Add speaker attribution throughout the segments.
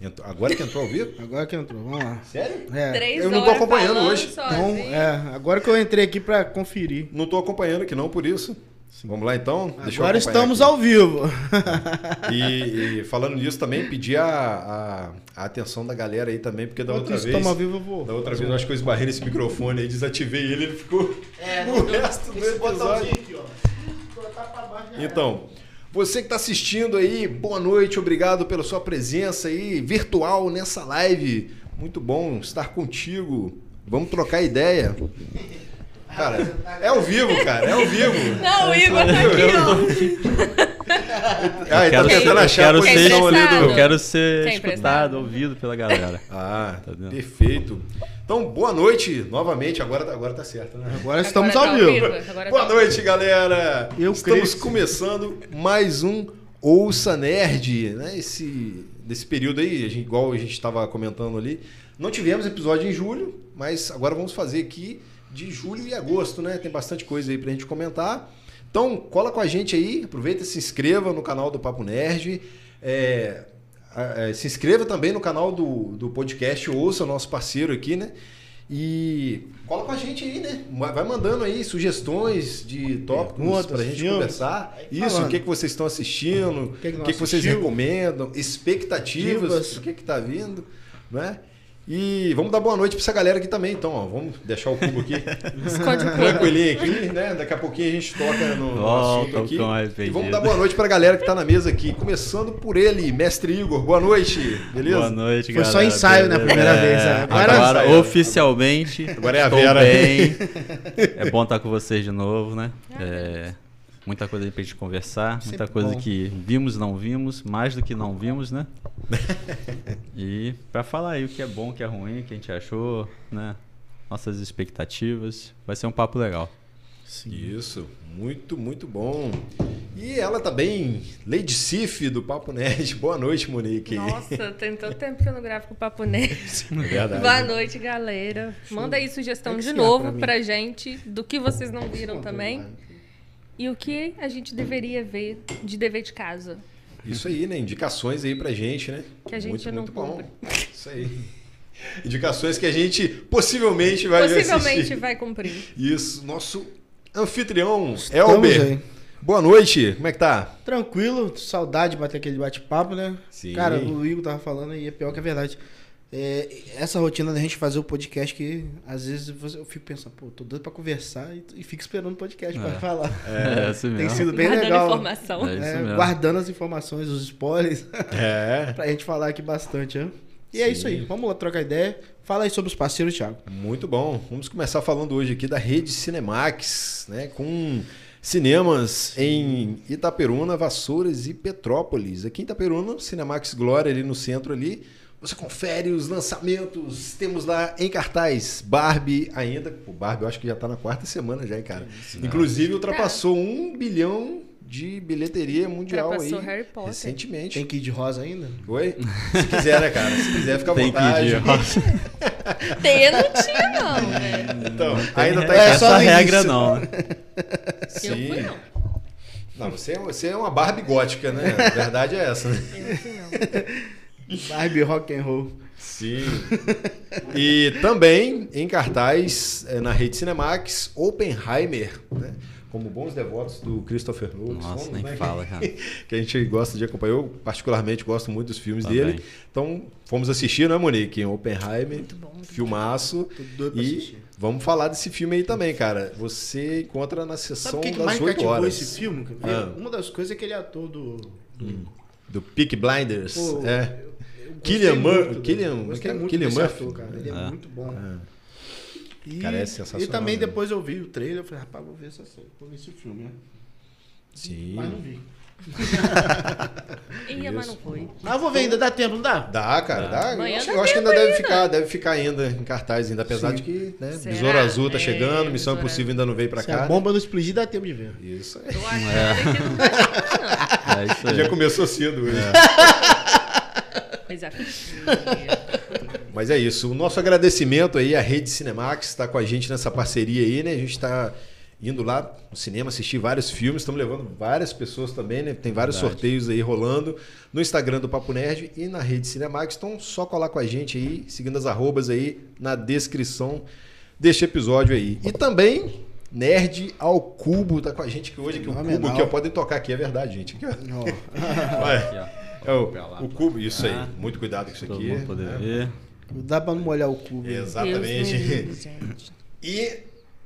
Speaker 1: Entrou- Agora que entrou ao vivo?
Speaker 2: Agora que entrou, vamos lá.
Speaker 1: Sério?
Speaker 2: É,
Speaker 3: Três
Speaker 1: eu não tô
Speaker 3: horas
Speaker 1: acompanhando
Speaker 3: falando
Speaker 1: hoje.
Speaker 3: sozinho.
Speaker 2: então, é, agora que eu entrei aqui pra conferir.
Speaker 1: Não tô acompanhando aqui não, por isso. Vamos lá então.
Speaker 2: agora estamos ao vivo.
Speaker 1: ao... E, e falando nisso também, pedir a, a- a atenção da galera aí também, porque da outra
Speaker 2: Enquanto
Speaker 1: vez...
Speaker 2: estamos ao vivo, eu vou.
Speaker 1: Da outra vez eu acho que eu esbarrei nesse microfone aí, desativei ele, ele ficou o resto do episódio.
Speaker 4: aqui, ó. Botar pra baixo.
Speaker 1: Então, você que está assistindo aí, boa noite, obrigado pela sua presença aí virtual nessa live. Muito bom estar contigo. Vamos trocar ideia. Cara, é ao vivo, cara, é ao vivo.
Speaker 3: Não, o Igor tá aqui,
Speaker 1: Ah, ele tá
Speaker 5: quero ser-
Speaker 1: tentando
Speaker 5: eu
Speaker 1: achar a
Speaker 5: quero
Speaker 1: posição
Speaker 3: ser-
Speaker 1: ali do.
Speaker 5: Eu quero ser
Speaker 3: Quem emprestado?
Speaker 5: escutado, ouvido pela galera.
Speaker 1: Ah,
Speaker 5: Tá vendo?
Speaker 1: perfeito. Então, boa noite novamente. Agora, tá- agora tá certo, né?
Speaker 2: Agora
Speaker 3: ó.
Speaker 2: estamos
Speaker 3: Agora
Speaker 2: ao
Speaker 3: tá
Speaker 2: vivo.
Speaker 3: Agora
Speaker 1: Boa
Speaker 3: tá.
Speaker 1: noite, galera!
Speaker 2: Eu creio
Speaker 1: Estamos
Speaker 2: que-
Speaker 1: começando mais um Ouça Nerd, né? Esse, desse período aí, a gente- igual a gente estava comentando ali. Não tivemos episódio em julho, mas agora vamos fazer aqui de julho e agosto, né? Tem bastante coisa aí pra gente comentar. Então, cola com a gente aí, aproveita e se inscreva no canal do Papo Nerd. É, a- é, se inscreva também no canal do, do podcast Ouça, nosso parceiro aqui, né? E cola com a gente aí, né? Vai vai mandando aí sugestões de tópicos
Speaker 2: Perguntas,
Speaker 1: pra gente
Speaker 2: filmes.
Speaker 1: conversar. Isso,
Speaker 2: falando.
Speaker 1: o que, que vocês estão assistindo, o
Speaker 2: que
Speaker 1: que,
Speaker 2: que não
Speaker 1: que vocês
Speaker 2: assistiu?
Speaker 1: recomendam, expectativas,
Speaker 2: Divas.
Speaker 1: o que que tá vindo, né? E vamos dar boa noite pra essa galera aqui também, então, ó, vamos deixar o cubo aqui
Speaker 3: Esconde o cu.
Speaker 1: tranquilinho aqui, né? Daqui a pouquinho a gente toca no, no
Speaker 5: Volta
Speaker 1: assunto
Speaker 5: o
Speaker 1: aqui.
Speaker 5: tom
Speaker 1: E
Speaker 5: arrependido.
Speaker 1: vamos dar boa noite pra galera que tá na mesa aqui, começando por ele, mestre Igor. Boa noite, beleza?
Speaker 5: Boa noite,
Speaker 2: Foi
Speaker 5: galera.
Speaker 2: só ensaio, né, a primeira vez, é.
Speaker 5: Agora,
Speaker 2: Agora-
Speaker 5: oficialmente,
Speaker 1: Agora é a
Speaker 5: estou
Speaker 1: Vera.
Speaker 5: bem. É bom estar com vocês de novo, né? É, muita coisa aí pra gente conversar, muita
Speaker 2: Sempre
Speaker 5: coisa
Speaker 2: bom.
Speaker 5: que vimos, não vimos, mais do que não vimos, né? E pra falar aí o que é bom, o que é ruim, o que a gente achou, né? Nossas expectativas. Vai ser um papo legal.
Speaker 1: Isso, muito, muito bom. E ela também, Lady Cif do Papo Nerd. Boa noite, Monique.
Speaker 3: Nossa, tem tanto tempo que eu não gravo com o Papo Nerd.
Speaker 1: É verdade.
Speaker 3: Boa noite, galera. Manda aí sugestão
Speaker 2: Tem que
Speaker 3: de
Speaker 2: esquiar
Speaker 3: novo
Speaker 2: pra mim.
Speaker 3: pra gente do que vocês não viram também e o que a gente deveria ver de dever de casa.
Speaker 1: Isso aí, né? Indicações aí pra gente, né?
Speaker 3: Que a gente
Speaker 1: muito,
Speaker 3: não
Speaker 1: muito bom.
Speaker 3: compra.
Speaker 1: Isso aí. Indicações que a gente possivelmente vai
Speaker 3: Possivelmente
Speaker 1: assistir.
Speaker 3: vai cumprir.
Speaker 1: Isso, nosso anfitrião,
Speaker 2: Estamos
Speaker 1: Elber.
Speaker 2: aí.
Speaker 1: Boa noite, como é que tá?
Speaker 2: Tranquilo, saudade de bater aquele bate-papo, né?
Speaker 1: Sim.
Speaker 2: Cara, o Igor tava falando e é pior que a verdade. É, essa rotina da gente fazer o podcast que às vezes você- eu fico pensando, pô, tô doido pra conversar e, e fico esperando o podcast pra
Speaker 5: É.
Speaker 2: falar.
Speaker 5: É, assim
Speaker 2: Tem
Speaker 5: mesmo.
Speaker 2: sido bem
Speaker 3: Guardando
Speaker 2: legal.
Speaker 3: informação.
Speaker 5: É isso
Speaker 2: É,
Speaker 5: mesmo.
Speaker 2: guardando as informações, os spoilers,
Speaker 1: É.
Speaker 2: pra gente falar aqui bastante, né? E é isso aí,
Speaker 1: Sim.
Speaker 2: vamos lá trocar ideia. Fala aí sobre os parceiros, Thiago.
Speaker 1: Muito bom. Vamos começar falando hoje aqui da rede Cinemax, né? Com cinemas em Itaperuna, Vassouras e Petrópolis. Aqui em Itaperuna, Cinemax Glória ali no centro ali. Você confere os lançamentos. Temos lá em cartaz Barbie ainda. O Barbie eu acho que já tá na quarta semana já, hein, cara.
Speaker 3: Tá.
Speaker 1: Inclusive ultrapassou um bilhão de bilheteria mundial
Speaker 3: Ultrapassou
Speaker 1: aí
Speaker 3: Harry Potter.
Speaker 1: recentemente.
Speaker 2: Tem Kid Rosa ainda?
Speaker 1: Oi? Se quiser, né, cara? Se quiser, fica à
Speaker 5: Tem que
Speaker 1: vontade.
Speaker 5: pedir.
Speaker 3: Ter não tinha, não, né?
Speaker 1: Então,
Speaker 5: Tem
Speaker 1: ainda tá em
Speaker 5: essa
Speaker 2: É, só no
Speaker 5: regra
Speaker 2: início.
Speaker 5: não, né?
Speaker 3: Eu fui, não.
Speaker 1: Não, você é, você é uma Barbie gótica, né? A verdade é essa, né?
Speaker 3: Eu fui, não.
Speaker 2: Barbie Rock and Roll.
Speaker 1: Sim. E também em cartaz eh, na rede Cinemax, Oppenheimer, né? Como bons devotos do Christopher Nolan.
Speaker 5: Nossa,
Speaker 1: somos,
Speaker 5: nem
Speaker 1: né?
Speaker 5: fala, cara.
Speaker 1: Que a gente gosta de acompanhar. Eu, particularmente, gosto muito dos filmes
Speaker 5: Também.
Speaker 1: dele. Então, fomos assistir, né, Monique? Oppenheimer.
Speaker 3: Muito bom, muito
Speaker 1: filmaço.
Speaker 2: Tô doido pra
Speaker 1: E
Speaker 2: assistir.
Speaker 1: vamos falar desse filme aí também, cara. Você encontra na
Speaker 2: Sabe
Speaker 1: sessão
Speaker 2: o que, que
Speaker 1: das
Speaker 2: mais
Speaker 1: 8
Speaker 2: cativou
Speaker 1: horas.
Speaker 2: esse filme? quer ver?
Speaker 1: Ah.
Speaker 2: Uma das coisas é aquele ator do. do
Speaker 1: Do Peak Blinders.
Speaker 2: pô,
Speaker 1: é.
Speaker 2: eu gostei
Speaker 1: Killian
Speaker 2: muito
Speaker 1: Mur-
Speaker 2: do-
Speaker 1: Killian-
Speaker 2: eu Gostei
Speaker 1: aquele-
Speaker 2: muito
Speaker 1: Killian
Speaker 2: desse
Speaker 1: Murphy.
Speaker 2: ator, cara. Ele é,
Speaker 5: Ah.
Speaker 2: muito bom.
Speaker 1: Ah.
Speaker 2: E,
Speaker 1: Cara, é sensacional,
Speaker 2: E também
Speaker 1: né?
Speaker 2: depois eu vi o trailer eu falei, rapaz, vou ver essa série, vou ver esse filme, né?
Speaker 1: Sim.
Speaker 2: Mas não vi.
Speaker 3: Ia, mas não
Speaker 1: Isso.
Speaker 3: foi.
Speaker 2: Mas eu vou ver ainda, dá tempo, não dá?
Speaker 1: Dá, cara, dá. Eu
Speaker 3: Amanhã
Speaker 1: acho,
Speaker 3: dá
Speaker 1: eu acho que
Speaker 3: tempo
Speaker 1: ainda deve
Speaker 3: ainda.
Speaker 1: ficar, deve ficar ainda em cartaz ainda, apesar
Speaker 2: Sim.
Speaker 1: de que, né?
Speaker 3: Será?
Speaker 1: Besouro Azul tá
Speaker 3: É,
Speaker 1: chegando, Missão
Speaker 3: Besouro
Speaker 1: Impossível ainda não veio pra
Speaker 2: Se
Speaker 1: cá. né?
Speaker 2: a bomba não explodir, dá tempo de ver.
Speaker 1: Isso.
Speaker 3: Eu achei que não vai funcionar.
Speaker 5: É isso aí.
Speaker 1: Já começou cedo hoje.
Speaker 3: Mas é.
Speaker 1: Mas é tá isso. O nosso agradecimento aí à Rede Cinemax está com a gente nessa parceria aí, né? A gente está indo lá no cinema assistir vários filmes. Estamos levando várias pessoas também, né? Tem vários
Speaker 5: Verdade.
Speaker 1: sorteios aí rolando no Instagram do Papo Nerd e na rede Cinemax. Então, só colar com a gente aí, seguindo as arrobas aí na descrição deste episódio aí. E também. Nerd ao Cubo tá com a gente aqui hoje, que o Cubo
Speaker 2: Fenomenal.
Speaker 1: aqui, ó, podem tocar aqui, é verdade, gente. Aqui, ó.
Speaker 5: Aqui, ó.
Speaker 1: É
Speaker 5: Vou pegar lá
Speaker 1: o, o
Speaker 5: pra
Speaker 1: cubo, isso aí.
Speaker 5: Ah.
Speaker 1: Muito cuidado com isso
Speaker 5: Todo
Speaker 1: aqui.
Speaker 5: mundo poder
Speaker 1: né?
Speaker 5: ver.
Speaker 2: Não dá pra não molhar o cubo.
Speaker 1: É.
Speaker 2: né?
Speaker 3: Deus me
Speaker 1: Exatamente.
Speaker 3: livre, gente.
Speaker 1: E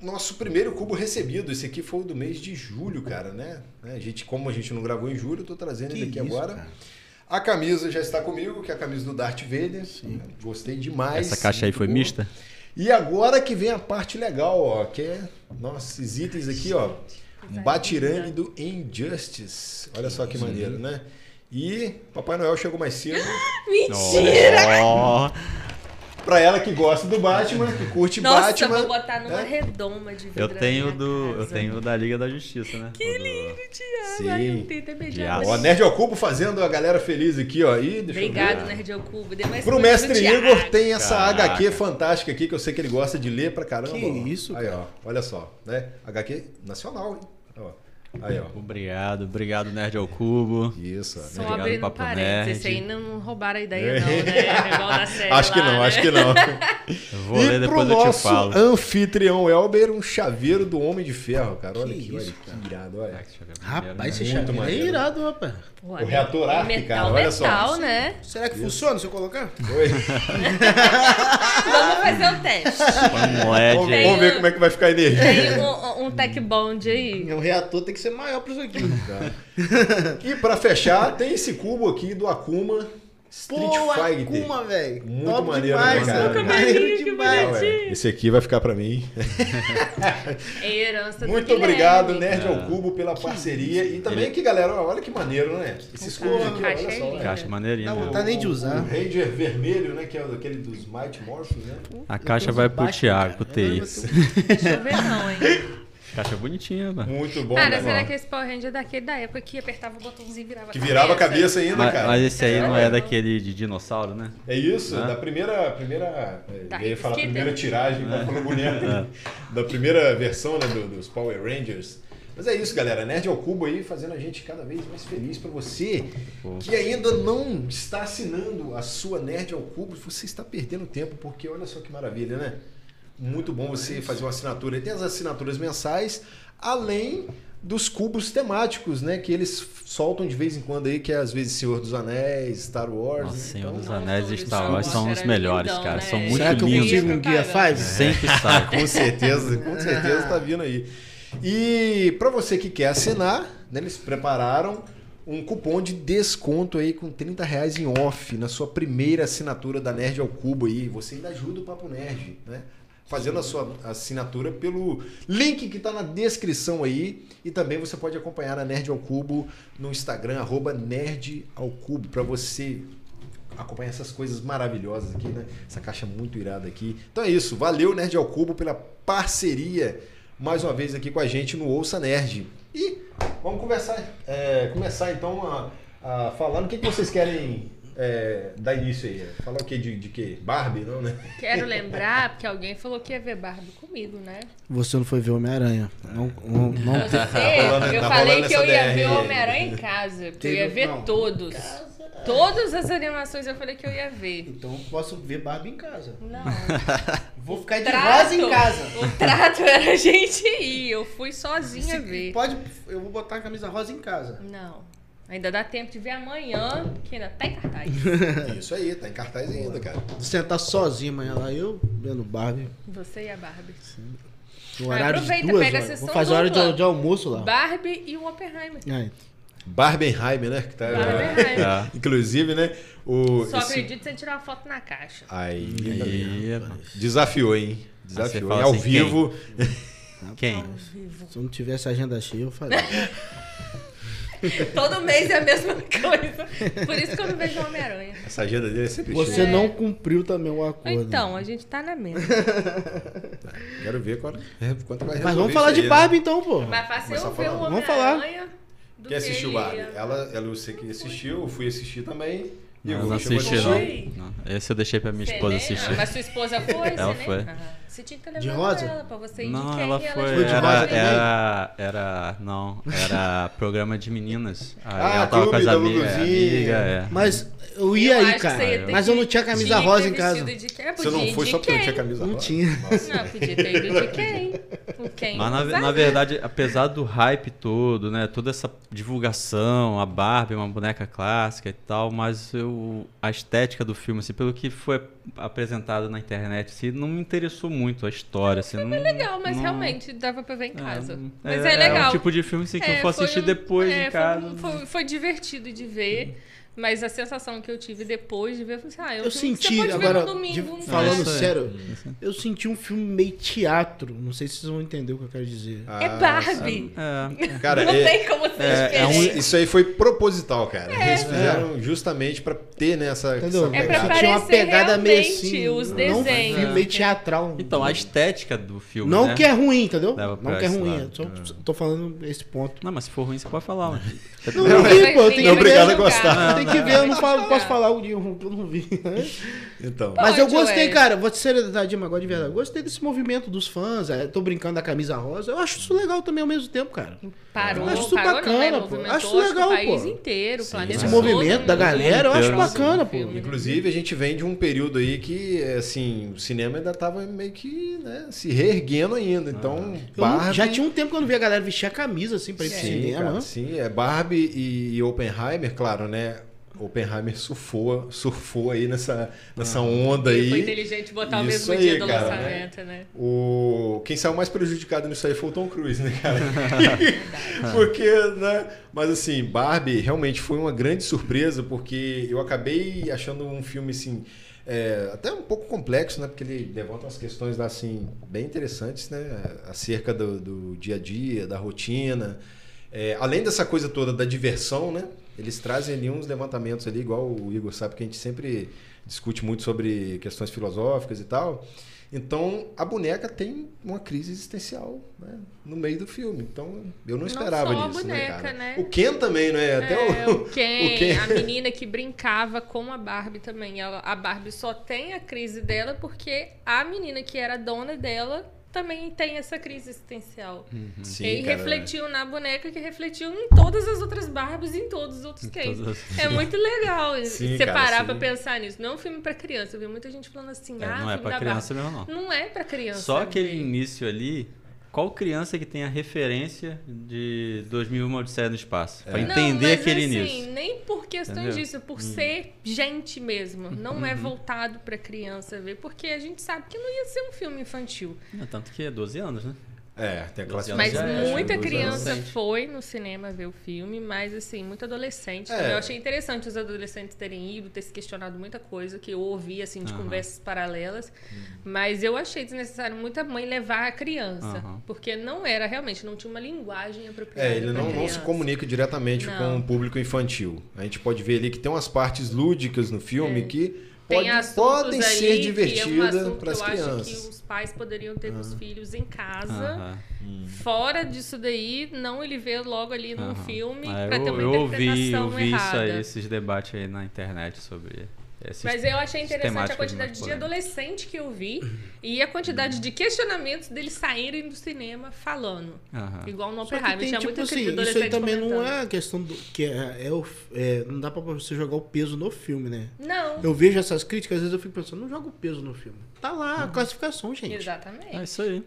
Speaker 1: nosso primeiro cubo recebido, esse aqui foi o do mês de julho, cara, né? Né, A gente, como a gente não gravou em julho, eu tô trazendo
Speaker 2: Que
Speaker 1: ele aqui
Speaker 2: isso,
Speaker 1: agora.
Speaker 2: cara.
Speaker 1: A camisa já está comigo, que é a camisa do Darth Vader. Gostei demais.
Speaker 5: Essa caixa aí
Speaker 1: muito
Speaker 5: foi
Speaker 1: É boa.
Speaker 5: mista?
Speaker 1: E agora que vem a parte legal, ó, que é nossos itens aqui, ó. Um batirane do Injustice. Olha só que maneiro, né? E Papai Noel chegou mais cedo.
Speaker 3: Mentira!
Speaker 5: Ó.
Speaker 1: Pra ela que gosta do Batman, que curte
Speaker 3: Nossa,
Speaker 1: Batman.
Speaker 3: vou botar numa
Speaker 1: né?
Speaker 3: redoma de vidro.
Speaker 5: Eu tenho
Speaker 3: na minha
Speaker 5: do. Eu
Speaker 3: casa.
Speaker 5: tenho o da Liga da Justiça, né? Que lindo!
Speaker 3: Ai, ai, eu tentei beijar.
Speaker 5: Sim.
Speaker 1: Ó, Nerd ao Cubo fazendo a galera feliz aqui, ó. E deixa
Speaker 3: Obrigado, né?
Speaker 1: eu ver.
Speaker 3: Nerd ao Cubo. Dê mais
Speaker 1: Pro
Speaker 3: coisa
Speaker 1: mestre
Speaker 3: do Thiago.
Speaker 1: Igor tem essa
Speaker 5: Caraca.
Speaker 1: HQ fantástica aqui que eu sei que ele gosta de ler pra caramba.
Speaker 2: Que
Speaker 1: ó.
Speaker 2: isso,
Speaker 1: Aí, ó. Olha só, né? HQ nacional, hein? Ó. Aí, ó.
Speaker 5: Obrigado, obrigado, Nerd ao Cubo.
Speaker 1: Isso, né? ó.
Speaker 3: Só
Speaker 5: Obrigado,
Speaker 3: abrindo
Speaker 5: Papo
Speaker 3: parênteses, esse
Speaker 5: Nerd.
Speaker 3: aí não roubaram a ideia não, né? Igual da série
Speaker 1: É. Acho que
Speaker 3: lá,
Speaker 1: não,
Speaker 3: né?
Speaker 1: acho que não.
Speaker 5: Eu vou ler
Speaker 1: e pro
Speaker 5: depois eu te
Speaker 1: nosso
Speaker 5: falo.
Speaker 1: anfitrião Elber, um chaveiro do Homem de Ferro, cara. Olha
Speaker 2: Que
Speaker 1: que,
Speaker 2: isso,
Speaker 1: olha, que irado, olha.
Speaker 5: Deixa eu ver primeiro, né?
Speaker 2: Rapaz, esse
Speaker 1: Muito
Speaker 2: chaveiro é
Speaker 1: maneiro.
Speaker 2: irado, rapaz.
Speaker 3: Pô,
Speaker 1: O reator Arc,
Speaker 3: metal, é
Speaker 1: cara, olha só.
Speaker 3: metal, né?
Speaker 2: Será que funciona se eu colocar?
Speaker 1: Oi.
Speaker 3: Vamos fazer o teste.
Speaker 5: Põe um
Speaker 1: Vamos,
Speaker 5: LED.
Speaker 1: vamos ver como é que vai ficar a energia.
Speaker 3: Tem um, um tech bond aí.
Speaker 2: O É um reator tem que ser maior pra isso aqui.
Speaker 1: E pra fechar, tem esse cubo aqui do Akuma Street
Speaker 2: Pô,
Speaker 1: Fighter.
Speaker 2: Akuma, velho.
Speaker 1: Muito
Speaker 2: Top
Speaker 1: maneiro,
Speaker 2: demais,
Speaker 1: né,
Speaker 2: cara.
Speaker 1: cara?
Speaker 2: Maneiro
Speaker 1: Ah,
Speaker 2: demais.
Speaker 1: ué, Esse aqui vai ficar pra mim.
Speaker 3: É herança do
Speaker 1: Muito
Speaker 3: Guilherme.
Speaker 1: obrigado, né? Nerd ao Cubo, pela parceria. E também
Speaker 5: Ele-
Speaker 1: que, galera, ó, olha que maneiro, né? Esses
Speaker 3: Cara,
Speaker 1: cubos aqui, ó,
Speaker 3: caixa
Speaker 1: olha
Speaker 3: é
Speaker 1: só.
Speaker 3: linda.
Speaker 1: olha.
Speaker 5: Caixa maneirinha.
Speaker 2: Dá
Speaker 5: né?
Speaker 2: vontade nem de usar.
Speaker 1: O Ranger vermelho, né? Que é aquele dos Mighty Morphs, né?
Speaker 5: A caixa vai pro
Speaker 2: Batman,
Speaker 5: Thiago, pro
Speaker 2: cara. Eu
Speaker 5: TI.
Speaker 2: não vou
Speaker 3: Deixa eu ver não, hein?
Speaker 5: Caixa bonitinha, mano.
Speaker 1: Muito bom,
Speaker 3: Cara,
Speaker 1: né?
Speaker 3: será
Speaker 1: mano?
Speaker 3: que esse Power Ranger é daquele da época que apertava o botãozinho e virava
Speaker 1: Que virava a cabeça ainda,
Speaker 5: Mas,
Speaker 1: cara.
Speaker 5: mas esse aí não é daquele de dinossauro, né?
Speaker 1: É isso,
Speaker 5: Hã?
Speaker 1: da primeira. primeira é,
Speaker 3: Da
Speaker 1: eu ia falar
Speaker 3: Skipper.
Speaker 1: primeira tiragem, tá
Speaker 5: É.
Speaker 1: falando bonito. Da primeira versão né, do- dos Power Rangers. Mas é isso, galera. Nerd ao Cubo aí fazendo a gente cada vez mais feliz pra você
Speaker 5: Pô.
Speaker 1: que ainda não está assinando a sua Nerd ao Cubo. Você está perdendo tempo, porque olha só que maravilha, né? Muito bom você fazer uma assinatura. E Tem as assinaturas mensais, além dos cubos temáticos, né? Que eles soltam de vez em quando aí, que é às vezes Senhor dos Anéis, Star Wars.
Speaker 5: Nossa, Senhor
Speaker 1: então-
Speaker 5: dos Anéis e
Speaker 3: Star
Speaker 5: Star Wars
Speaker 3: Wars
Speaker 5: são os
Speaker 3: era
Speaker 5: melhores,
Speaker 3: lindão,
Speaker 5: cara.
Speaker 3: né?
Speaker 5: São muito
Speaker 2: Será que eu consigo
Speaker 5: lindos.
Speaker 2: um guia 5?
Speaker 5: Sempre sai.
Speaker 1: Com certeza, com certeza tá vindo aí. E para você que quer assinar, né, eles prepararam um cupom de desconto aí com 30 reais em off na sua primeira assinatura da Nerd ao Cubo aí. Você ainda ajuda o Papo Nerd, né? Fazendo a sua assinatura pelo link que tá na descrição aí. E também você pode acompanhar a Nerd ao Cubo no Instagram, arroba Nerd ao Cubo, pra você acompanhar essas coisas maravilhosas aqui, né? Essa caixa muito irada aqui. Então é isso. Valeu, Nerd ao Cubo, pela parceria mais uma vez aqui com a gente no Ouça Nerd. E vamos conversar, é, começar então a, a falar no que, que vocês querem é, dar início aí. Falar o que? De, de quê? Barbie, não, né?
Speaker 3: Quero lembrar, porque alguém falou que ia ver Barbie comigo, né?
Speaker 2: Você não foi ver Homem-Aranha. Não, não, não-
Speaker 3: Você,
Speaker 1: rolando-
Speaker 3: eu
Speaker 1: tá
Speaker 3: falei
Speaker 1: rolando
Speaker 3: que eu
Speaker 1: essa
Speaker 3: ia
Speaker 1: DR
Speaker 3: ver
Speaker 1: aí.
Speaker 3: o Homem-Aranha em casa, porque eu ia
Speaker 2: Teve-
Speaker 3: ver
Speaker 2: não.
Speaker 3: todos. Todas as animações eu falei que eu ia ver.
Speaker 2: Então eu posso ver Barbie em casa.
Speaker 3: Não.
Speaker 2: Vou ficar de
Speaker 3: Trato,
Speaker 2: base em casa.
Speaker 3: O trato era a gente ir. Eu fui
Speaker 2: Se-
Speaker 3: sozinha ver.
Speaker 2: Pode, eu vou botar a camisa rosa em casa.
Speaker 3: Não. Ainda dá tempo de ver amanhã, que ainda tá em cartaz.
Speaker 1: Isso aí, tá em cartaz ainda, cara.
Speaker 2: Vou sentar sozinho amanhã lá, eu vendo Barbie.
Speaker 3: Você e a Barbie.
Speaker 2: No
Speaker 3: Ah,
Speaker 2: horário
Speaker 3: aproveita,
Speaker 2: de duas
Speaker 3: pega a
Speaker 2: horas.
Speaker 3: sessão
Speaker 2: Vou fazer hora de,
Speaker 3: dupla.
Speaker 2: de almoço lá.
Speaker 3: Barbie e o Oppenheimer.
Speaker 2: Aí.
Speaker 1: Barbenheimer, né? Que tá,
Speaker 3: Barbenheimer.
Speaker 5: Tá.
Speaker 1: Inclusive, né? O,
Speaker 3: Só
Speaker 1: esse-
Speaker 3: acredito se você tirar uma foto na caixa.
Speaker 1: Aí,
Speaker 5: E...
Speaker 1: desafiou, hein?
Speaker 5: Aí você
Speaker 1: Desafiou.
Speaker 5: fala
Speaker 1: hein? Ao
Speaker 5: assim, quem?
Speaker 1: vivo.
Speaker 5: Quem?
Speaker 2: Se eu não tivesse agenda cheia, eu faria.
Speaker 3: Todo mês é a mesma coisa. Por isso que eu não vejo Homem-Aranha.
Speaker 1: Essa agenda dele é sempre
Speaker 2: Você
Speaker 1: cheia.
Speaker 2: não cumpriu também o acordo.
Speaker 3: Então, a gente tá na mesa.
Speaker 1: Quero ver quanto, é, quanto vai
Speaker 2: Mas
Speaker 1: resolver
Speaker 2: vamos falar
Speaker 1: isso
Speaker 2: de
Speaker 1: aí, né?
Speaker 2: Barbie então, pô.
Speaker 3: Mas fácil
Speaker 1: Começar a
Speaker 3: eu ver o
Speaker 1: falar.
Speaker 2: Vamos falar.
Speaker 3: Homem-Aranha do
Speaker 1: Quem assistiu
Speaker 3: que- é.
Speaker 1: Barbie? Ela, ela, eu sei que assistiu, eu fui assistir também. E
Speaker 5: Não,
Speaker 1: o
Speaker 5: não
Speaker 1: Hugo chegou a
Speaker 5: assisti,
Speaker 1: assistir.
Speaker 5: não. Não, Esse eu deixei pra minha
Speaker 3: Você
Speaker 5: esposa
Speaker 3: nem-
Speaker 5: assistir.
Speaker 3: Mas sua esposa foi,
Speaker 5: Ela
Speaker 3: você
Speaker 5: foi.
Speaker 3: nem... Ah, você tinha que ter
Speaker 2: De
Speaker 3: levado
Speaker 2: rosa?
Speaker 3: ela pra você ir de
Speaker 5: Não,
Speaker 3: quem
Speaker 5: ela
Speaker 2: Foi
Speaker 5: foi.
Speaker 2: de
Speaker 5: Era,
Speaker 2: rosa também?
Speaker 5: era, era. Não, era programa de meninas. Aí
Speaker 1: Ah,
Speaker 5: ela tava com
Speaker 1: clube
Speaker 5: as
Speaker 1: da
Speaker 5: amigas.
Speaker 1: Luluzinha.
Speaker 5: Amiga, é.
Speaker 2: Mas eu ia
Speaker 3: Eu
Speaker 2: aí,
Speaker 3: acho que você ia
Speaker 5: ia
Speaker 2: cara.
Speaker 3: ter
Speaker 2: Mas
Speaker 3: que-
Speaker 2: eu não tinha camisa
Speaker 3: Tinha que ter
Speaker 2: rosa em casa.
Speaker 3: vestido De... É,
Speaker 1: Você não
Speaker 3: podia ir
Speaker 1: foi
Speaker 3: de
Speaker 1: só porque não tinha
Speaker 3: quem?
Speaker 1: camisa
Speaker 2: Não
Speaker 1: rosa?
Speaker 2: tinha.
Speaker 3: Não, podia ter ido de quem? O quem?
Speaker 5: Mas na,
Speaker 3: não sabe.
Speaker 5: na verdade, apesar do hype todo, né? Toda essa divulgação, a Barbie, uma boneca clássica e tal, mas eu, a estética do filme, assim, pelo que foi apresentado na internet, assim, não me interessou muito a história. Assim, não,
Speaker 3: Legal, mas
Speaker 5: não-
Speaker 3: realmente dava pra ver em casa.
Speaker 5: não-
Speaker 3: mas é, legal.
Speaker 5: um tipo de filme assim, que
Speaker 3: É,
Speaker 5: eu vou
Speaker 3: foi
Speaker 5: assistir
Speaker 3: um-
Speaker 5: depois
Speaker 3: é,
Speaker 5: em
Speaker 3: foi
Speaker 5: casa.
Speaker 3: um- Foi, foi divertido de ver. Mas a sensação que eu tive depois de ver, eu falei assim, ah, eu,
Speaker 2: Eu senti,
Speaker 3: você pode
Speaker 2: agora,
Speaker 3: ver no domingo,
Speaker 2: de-
Speaker 3: um
Speaker 2: falando
Speaker 5: isso aí.
Speaker 2: sério,
Speaker 5: Isso aí.
Speaker 2: eu senti um filme meio teatro. Não sei se vocês vão entender o que eu quero dizer.
Speaker 1: Ah,
Speaker 3: É Barbie.
Speaker 5: É.
Speaker 1: sabe? Cara,
Speaker 3: não
Speaker 1: é-
Speaker 3: tem como ser
Speaker 5: é- é um-
Speaker 3: diferente.
Speaker 1: Isso- Isso aí foi proposital, cara. Eles fizeram justamente pra ter né, essa,
Speaker 2: É. Entendeu?
Speaker 1: essa
Speaker 3: É pra
Speaker 1: pegada.
Speaker 3: parecer
Speaker 2: Tinha uma pegada meio
Speaker 3: realmente
Speaker 2: assim.
Speaker 3: os
Speaker 2: Não um
Speaker 3: desenhos.
Speaker 2: filme meio teatral.
Speaker 5: Então, a estética do filme.
Speaker 2: Não
Speaker 5: né?
Speaker 2: que é ruim, entendeu?
Speaker 5: Dava
Speaker 2: Não
Speaker 5: pra
Speaker 2: que é
Speaker 5: esse
Speaker 2: ruim.
Speaker 5: lado.
Speaker 2: Eu só- tô falando esse ponto.
Speaker 5: Não, mas se for ruim, você pode falar. Mas...
Speaker 2: Não,
Speaker 1: Não,
Speaker 2: eu vi,
Speaker 3: vai
Speaker 2: pô. Eu
Speaker 3: vir,
Speaker 2: tenho
Speaker 1: não,
Speaker 2: que ver.
Speaker 1: obrigado a
Speaker 3: julgar.
Speaker 5: Ah.
Speaker 1: gostar.
Speaker 2: Tem que ver, eu não
Speaker 3: Vai
Speaker 2: falo,
Speaker 3: julgar.
Speaker 2: posso falar o dia ruim, que eu não vi.
Speaker 1: Então,
Speaker 2: Mas eu
Speaker 3: Pode,
Speaker 2: gostei,
Speaker 3: ué.
Speaker 2: cara. Vou te seriedade agora de verdade. Eu Gostei desse movimento dos fãs. é, tô brincando da camisa rosa. Eu acho isso legal também ao mesmo tempo, cara.
Speaker 3: Parou,
Speaker 2: Acho isso
Speaker 3: parou não, né?
Speaker 2: bacana, pô.
Speaker 3: Movimentou,
Speaker 2: Acho isso
Speaker 3: acho que
Speaker 2: legal,
Speaker 3: o país
Speaker 2: pô.
Speaker 3: inteiro, o planeta
Speaker 2: Esse
Speaker 5: Mas-
Speaker 3: todo,
Speaker 2: movimento da
Speaker 3: né?
Speaker 2: galera eu acho
Speaker 5: Inteiro,
Speaker 2: bacana,
Speaker 3: assim,
Speaker 2: pô.
Speaker 3: filme.
Speaker 1: Inclusive, a gente vem de um período aí que, assim, o cinema ainda tava meio que né, se reerguendo ainda. Então,
Speaker 2: Eu não-
Speaker 1: Barbie...
Speaker 2: já tinha um tempo que eu não via a galera vestir a camisa assim pra ir pro
Speaker 1: Sim,
Speaker 2: cinema.
Speaker 1: cara,
Speaker 2: né?
Speaker 1: sim. É Barbie e, e Oppenheimer, claro, né? Oppenheimer surfou, surfou aí nessa,
Speaker 2: Ah.
Speaker 1: nessa onda
Speaker 3: Foi
Speaker 1: aí.
Speaker 3: inteligente botar o
Speaker 1: Isso
Speaker 3: mesmo
Speaker 1: aí,
Speaker 3: dia do
Speaker 1: cara,
Speaker 3: lançamento, né?
Speaker 1: O... Quem saiu mais prejudicado nisso aí foi o Tom Cruise, né, cara? porque, né? Mas assim, Barbie realmente foi uma grande surpresa, porque eu acabei achando um filme, assim, é, até um pouco complexo, né? Porque ele levanta umas questões lá, assim, bem interessantes, né? Acerca do, do dia a dia, da rotina. É, além dessa coisa toda da diversão, né? Eles trazem ali uns levantamentos ali, igual o Igor sabe, que a gente sempre discute muito sobre questões filosóficas e tal. Então, a boneca tem uma crise existencial né, no meio do filme. Então, eu não
Speaker 3: Não
Speaker 1: esperava
Speaker 3: só a
Speaker 1: disso, né,
Speaker 3: boneca,
Speaker 1: cara?
Speaker 3: né?
Speaker 1: O Ken também, não é? Até
Speaker 3: É,
Speaker 1: o...
Speaker 3: o Ken,
Speaker 1: o Ken.
Speaker 3: a menina que brincava com a Barbie também. Ela- a Barbie só tem a crise dela porque a menina que era dona dela também tem essa crise existencial.
Speaker 1: Sim,
Speaker 3: e
Speaker 1: cara.
Speaker 3: refletiu na boneca que refletiu em todas as outras Barbies e em todos os outros Kens.
Speaker 5: Todas as-
Speaker 3: É muito legal
Speaker 1: Sim, cara,
Speaker 3: separar
Speaker 1: sim.
Speaker 3: pra pensar nisso. Não é um filme pra criança. Eu vi muita gente falando assim,
Speaker 5: É,
Speaker 3: ah,
Speaker 5: não é
Speaker 3: filme da
Speaker 5: pra criança mesmo, não.
Speaker 3: Barbie. Não é pra criança.
Speaker 5: Só aquele
Speaker 3: gente.
Speaker 5: início ali, qual criança que tem a referência de 2001 Uma Odisseia no Espaço? Pra
Speaker 3: Não,
Speaker 5: entender
Speaker 3: mas
Speaker 5: aquele
Speaker 3: assim,
Speaker 5: início.
Speaker 3: Nem por questões
Speaker 5: Entendeu? Uhum.
Speaker 3: disso, por ser gente mesmo. Não é voltado pra criança ver, porque a gente sabe que não ia ser um filme infantil.
Speaker 5: Não, tanto que é 12 anos, né?
Speaker 1: É, tem a classificação.
Speaker 3: mas
Speaker 5: já é, acho
Speaker 3: muita
Speaker 5: que dos
Speaker 3: criança
Speaker 5: adolescentes.
Speaker 3: foi no cinema ver o filme, mas assim, muito adolescente.
Speaker 1: É.
Speaker 3: também. Eu achei interessante os adolescentes terem ido, ter se questionado muita coisa que eu ouvi assim de
Speaker 5: Aham. Uhum.
Speaker 3: conversas paralelas, mas eu achei desnecessário muita mãe levar a criança,
Speaker 5: Aham.
Speaker 3: porque não era realmente, não tinha uma linguagem apropriada.
Speaker 1: É, ele
Speaker 3: pra
Speaker 1: não, não se
Speaker 3: criança.
Speaker 1: comunica diretamente
Speaker 3: Não.
Speaker 1: com o público infantil. A gente pode ver ali que tem umas partes lúdicas no filme que
Speaker 3: É. Tem
Speaker 1: pode-
Speaker 3: assuntos
Speaker 1: podem
Speaker 3: aí
Speaker 1: ser
Speaker 3: que é um
Speaker 1: divertidas
Speaker 3: assunto
Speaker 1: para as
Speaker 3: que eu acho que
Speaker 1: crianças.
Speaker 3: os pais poderiam ter com os filhos em casa.
Speaker 5: Aham. Uhum.
Speaker 3: Fora disso daí, não ele vê logo ali num
Speaker 5: Aham.
Speaker 3: um filme
Speaker 5: Ah,
Speaker 3: pra ter
Speaker 5: eu,
Speaker 3: uma
Speaker 5: eu ouvi,
Speaker 3: interpretação
Speaker 5: eu vi isso
Speaker 3: errada.
Speaker 5: aí, tipo esses debates aí na internet sobre tipo. esses
Speaker 3: Mas eu achei interessante a
Speaker 5: temáticas
Speaker 3: quantidade de
Speaker 5: mais polêmicas.
Speaker 3: adolescente que eu vi e a quantidade de questionamentos deles saírem do cinema falando.
Speaker 5: Aham.
Speaker 3: Igual no
Speaker 2: Só que
Speaker 3: Oppenheimer,
Speaker 2: tem,
Speaker 3: tinha
Speaker 2: tipo
Speaker 3: muito
Speaker 2: assim,
Speaker 3: adolescente
Speaker 2: isso aí também não
Speaker 3: comentando.
Speaker 2: é a questão do que é, é o- é, não dá pra você jogar o peso no filme, né?
Speaker 3: Não,
Speaker 2: Eu vejo essas críticas, às vezes eu fico pensando, não joga o peso no filme. Tá lá a classificação, gente.
Speaker 3: exatamente.
Speaker 5: É isso aí.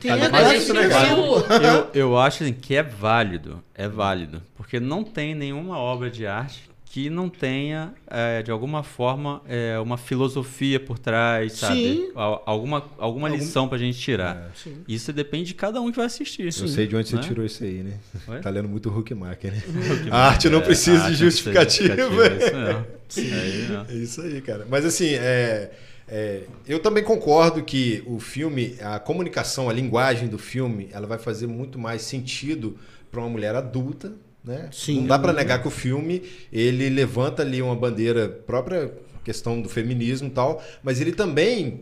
Speaker 2: Tem
Speaker 1: Cada
Speaker 2: a
Speaker 1: mais
Speaker 3: Mas
Speaker 1: isso,
Speaker 3: isso
Speaker 1: né,
Speaker 3: não
Speaker 1: cara?
Speaker 3: é o-
Speaker 5: eu, eu acho assim, que é válido, é válido, porque não tem nenhuma obra de arte que não tenha, eh, de alguma forma, eh, uma filosofia por trás, sabe?
Speaker 2: Sim.
Speaker 5: Al- Alguma, alguma lição pra gente tirar.
Speaker 2: Sim.
Speaker 5: Isso depende de cada um que vai assistir.
Speaker 1: É. Eu sei de onde você
Speaker 5: né?
Speaker 1: tirou isso aí, né?
Speaker 5: Oi?
Speaker 1: Tá lendo muito Hulk Macker, né? A arte
Speaker 5: É,
Speaker 1: não precisa
Speaker 5: ah,
Speaker 1: de justificativa. né?
Speaker 5: isso mesmo. Aí, né?
Speaker 1: É isso aí, cara. Mas assim, é, é, eu também concordo que o filme, a comunicação, a linguagem do filme, ela vai fazer muito mais sentido para uma mulher adulta. Né?
Speaker 2: Sim.
Speaker 1: Não dá para negar que o filme ele levanta ali uma bandeira própria questão do feminismo e tal, mas ele também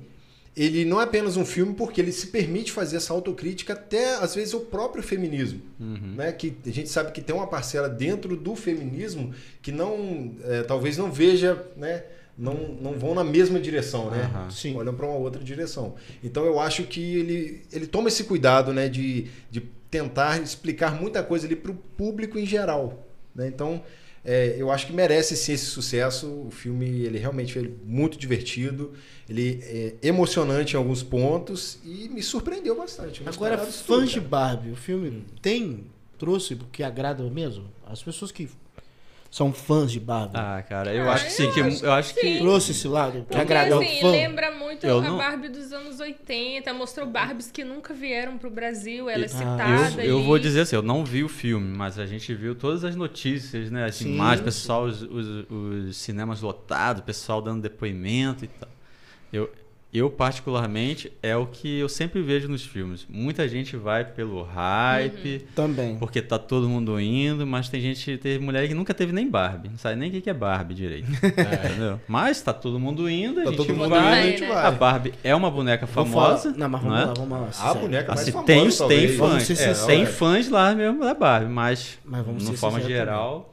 Speaker 1: ele não é apenas um filme porque ele se permite fazer essa autocrítica até às vezes o próprio feminismo,
Speaker 5: Uhum.
Speaker 1: né? Que a gente sabe que tem uma parcela dentro do feminismo que não, é, talvez não veja, né? não, não vão na mesma direção, né?
Speaker 5: Aham.
Speaker 2: Sim.
Speaker 1: Olham para uma outra direção. Então eu acho que ele, ele toma esse cuidado, né, de, de tentar explicar muita coisa ali para o público em geral, né? Então é, eu acho que merece sim esse sucesso. O filme ele realmente é muito divertido, ele é emocionante em alguns pontos e me surpreendeu bastante. Eu não
Speaker 2: Agora,
Speaker 1: esperava isso
Speaker 2: fãs
Speaker 1: tudo,
Speaker 2: de
Speaker 1: cara.
Speaker 2: Barbie, o filme tem, trouxe, porque agrada mesmo? As pessoas que são fãs de Barbie.
Speaker 5: Ah, cara, eu
Speaker 3: Ah,
Speaker 5: acho que sim.
Speaker 3: eu
Speaker 5: que-
Speaker 3: acho
Speaker 5: eu acho que.
Speaker 3: sim.
Speaker 2: Trouxe esse lado então. que
Speaker 3: Porque,
Speaker 2: agradou o
Speaker 3: assim,
Speaker 2: fã.
Speaker 3: lembra muito
Speaker 5: Eu
Speaker 3: a
Speaker 5: não-
Speaker 3: Barbie dos anos 80, mostrou Barbies que nunca vieram pro Brasil, ela é
Speaker 2: Ah,
Speaker 3: citada
Speaker 5: Eu, eu
Speaker 3: ali.
Speaker 5: vou dizer assim, eu não vi o filme, mas a gente viu todas as notícias, né? As
Speaker 2: Sim.
Speaker 5: imagens, pessoal, os, os- os cinemas lotados, pessoal dando depoimento e tal. Eu, eu, particularmente, é o que eu sempre vejo nos filmes. Muita gente vai pelo hype,
Speaker 2: Uhum. Também.
Speaker 5: porque tá todo mundo indo, mas tem gente, teve mulher que nunca teve nem Barbie. Não sabe nem o que que é Barbie direito.
Speaker 2: É.
Speaker 5: entendeu? Mas tá todo mundo indo, a
Speaker 1: Tá
Speaker 5: gente
Speaker 1: todo mundo
Speaker 5: vai.
Speaker 1: indo, a
Speaker 3: vai,
Speaker 1: gente
Speaker 3: né?
Speaker 5: A
Speaker 1: vai.
Speaker 5: Barbie é uma boneca
Speaker 2: Vou
Speaker 5: famosa.
Speaker 2: falar- Não, é? mas vamos
Speaker 5: né?
Speaker 2: lá, vamos lá.
Speaker 1: A
Speaker 2: sério.
Speaker 1: boneca mais
Speaker 5: Assim,
Speaker 1: famosa,
Speaker 5: tem, os-
Speaker 1: talvez.
Speaker 5: tem
Speaker 2: Vamos
Speaker 5: fãs,
Speaker 2: ser
Speaker 5: é,
Speaker 2: sinceros.
Speaker 5: tem fãs lá mesmo da Barbie, mas,
Speaker 2: Mas vamos
Speaker 5: de
Speaker 2: ser
Speaker 5: forma
Speaker 2: sinceros
Speaker 5: geral,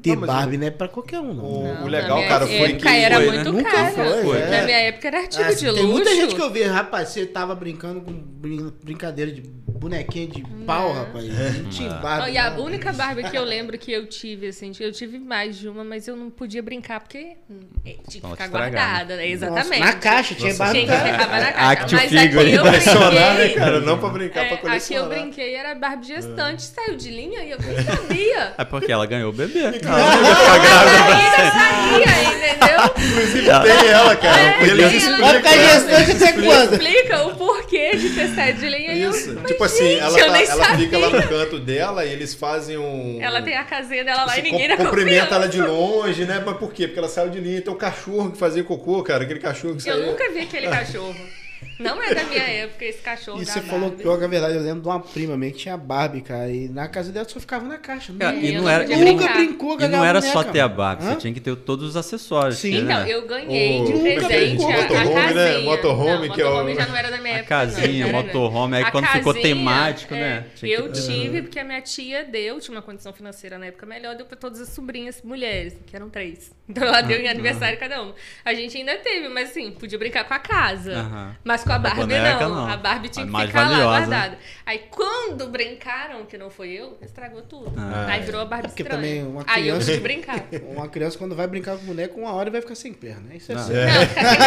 Speaker 2: Ter
Speaker 1: Não, mas
Speaker 2: Barbie não é pra qualquer um, não.
Speaker 1: O-
Speaker 3: Não,
Speaker 1: o legal,
Speaker 3: na minha
Speaker 1: cara, foi que
Speaker 3: época era
Speaker 5: foi, né?
Speaker 3: muito
Speaker 2: Nunca
Speaker 3: caro.
Speaker 2: foi,
Speaker 1: Foi,
Speaker 2: é.
Speaker 3: Na minha época era artigo
Speaker 2: Ah,
Speaker 3: de
Speaker 2: tem
Speaker 3: luxo.
Speaker 2: muita gente que eu vi, rapaz, você tava brincando com brin- brincadeira de bonequinha de pau, rapaz. É. Não tinha
Speaker 3: Ó,
Speaker 2: Barbie.
Speaker 3: E a É,
Speaker 2: não.
Speaker 3: única Barbie que eu lembro que eu tive, assim, eu tive mais de uma, mas eu não podia brincar porque hum, é, tinha que
Speaker 5: Não,
Speaker 3: ficar
Speaker 5: estragar,
Speaker 3: guardada, né?
Speaker 2: Nossa,
Speaker 3: Exatamente.
Speaker 2: na caixa tinha Barbie.
Speaker 3: Tinha que
Speaker 2: cara.
Speaker 3: ficar na caixa.
Speaker 5: Act
Speaker 3: mas
Speaker 5: figure,
Speaker 3: aqui eu
Speaker 1: Colecionar, né,
Speaker 3: brinquei.
Speaker 1: cara? Não pra brincar, pra
Speaker 3: É, a que eu
Speaker 1: colecionar.
Speaker 3: brinquei era Barbie gestante, saiu de linha e eu nem sabia.
Speaker 5: é porque ela ganhou o bebê.
Speaker 3: ainda sabia, entendeu?
Speaker 1: Tem ela, cara.
Speaker 3: É,
Speaker 1: E eles
Speaker 3: tem ela.
Speaker 1: explicam,
Speaker 2: Vai ficar
Speaker 1: né?
Speaker 2: gestante até quando?
Speaker 3: Explica o porquê de ter saído de linha e eu.
Speaker 1: Isso.
Speaker 3: mas,
Speaker 1: tipo assim,
Speaker 3: gente,
Speaker 1: ela,
Speaker 3: eu
Speaker 1: tá-
Speaker 3: nem
Speaker 1: ela
Speaker 3: sabia.
Speaker 1: fica lá no canto dela e eles fazem um.
Speaker 3: Ela tem a casinha dela lá
Speaker 1: Você
Speaker 3: e ninguém
Speaker 1: com-
Speaker 3: dá
Speaker 1: cumprimenta
Speaker 3: confiança.
Speaker 1: ela de longe, né? Mas por quê? Porque ela saiu de linha. Então o cachorro que fazia cocô, cara, aquele cachorro que saiu.
Speaker 3: Eu nunca vi aquele cachorro. Não é da minha época esse cachorro
Speaker 2: E
Speaker 3: da
Speaker 2: você falou
Speaker 3: Barbie.
Speaker 2: pior que a verdade, eu lembro de uma prima minha que tinha Barbie, cara, e na casa dela só ficava na caixa.
Speaker 5: Cara,
Speaker 2: nunca-
Speaker 5: e não
Speaker 3: eu
Speaker 5: era-
Speaker 3: podia
Speaker 5: e
Speaker 2: nunca
Speaker 3: brincar.
Speaker 2: brincou com
Speaker 5: E não
Speaker 2: aquela
Speaker 5: era só
Speaker 2: boneca,
Speaker 5: ter a
Speaker 2: mano.
Speaker 5: Barbie,
Speaker 2: Hã?
Speaker 5: você tinha que ter todos os acessórios.
Speaker 2: Sim.
Speaker 5: né?
Speaker 3: Então, eu ganhei de
Speaker 1: O-
Speaker 3: presente
Speaker 2: Nunca
Speaker 3: a, a
Speaker 2: brincou.
Speaker 1: Motorhome, né? Motorhome,
Speaker 3: casinha. não,
Speaker 1: que é o-
Speaker 3: motorhome já não era da minha
Speaker 5: A
Speaker 3: época, não,
Speaker 5: casinha,
Speaker 3: não era,
Speaker 5: motorhome, aí
Speaker 3: A
Speaker 5: quando ficou
Speaker 3: casinha,
Speaker 5: temático,
Speaker 3: é,
Speaker 5: né? Tinha que-
Speaker 3: Eu tive, porque a minha tia deu, tinha uma condição financeira na época melhor, deu pra todas as sobrinhas mulheres, que eram três. Então ela deu em
Speaker 5: Ah,
Speaker 3: aniversário cada uma. A gente ainda teve, mas assim, podia brincar com a casa.
Speaker 5: Aham.
Speaker 3: Mas com a
Speaker 5: Com a
Speaker 3: Barbie
Speaker 5: boneca,
Speaker 3: não.
Speaker 5: não.
Speaker 3: A Barbie tinha
Speaker 5: A
Speaker 3: que
Speaker 5: mais
Speaker 3: ficar lá
Speaker 5: valiosa. né?
Speaker 3: guardada. Aí quando brincaram, que não foi eu, estragou tudo.
Speaker 5: Ah,
Speaker 3: Aí virou a Barbie
Speaker 2: É Porque
Speaker 3: estranha.
Speaker 2: também uma
Speaker 3: Aí eu
Speaker 2: criança-
Speaker 3: tive que brincar.
Speaker 2: Uma criança, quando vai brincar com boneco, uma hora vai ficar sem perna. Isso é
Speaker 5: Não.
Speaker 2: sério.
Speaker 3: Não, fica sem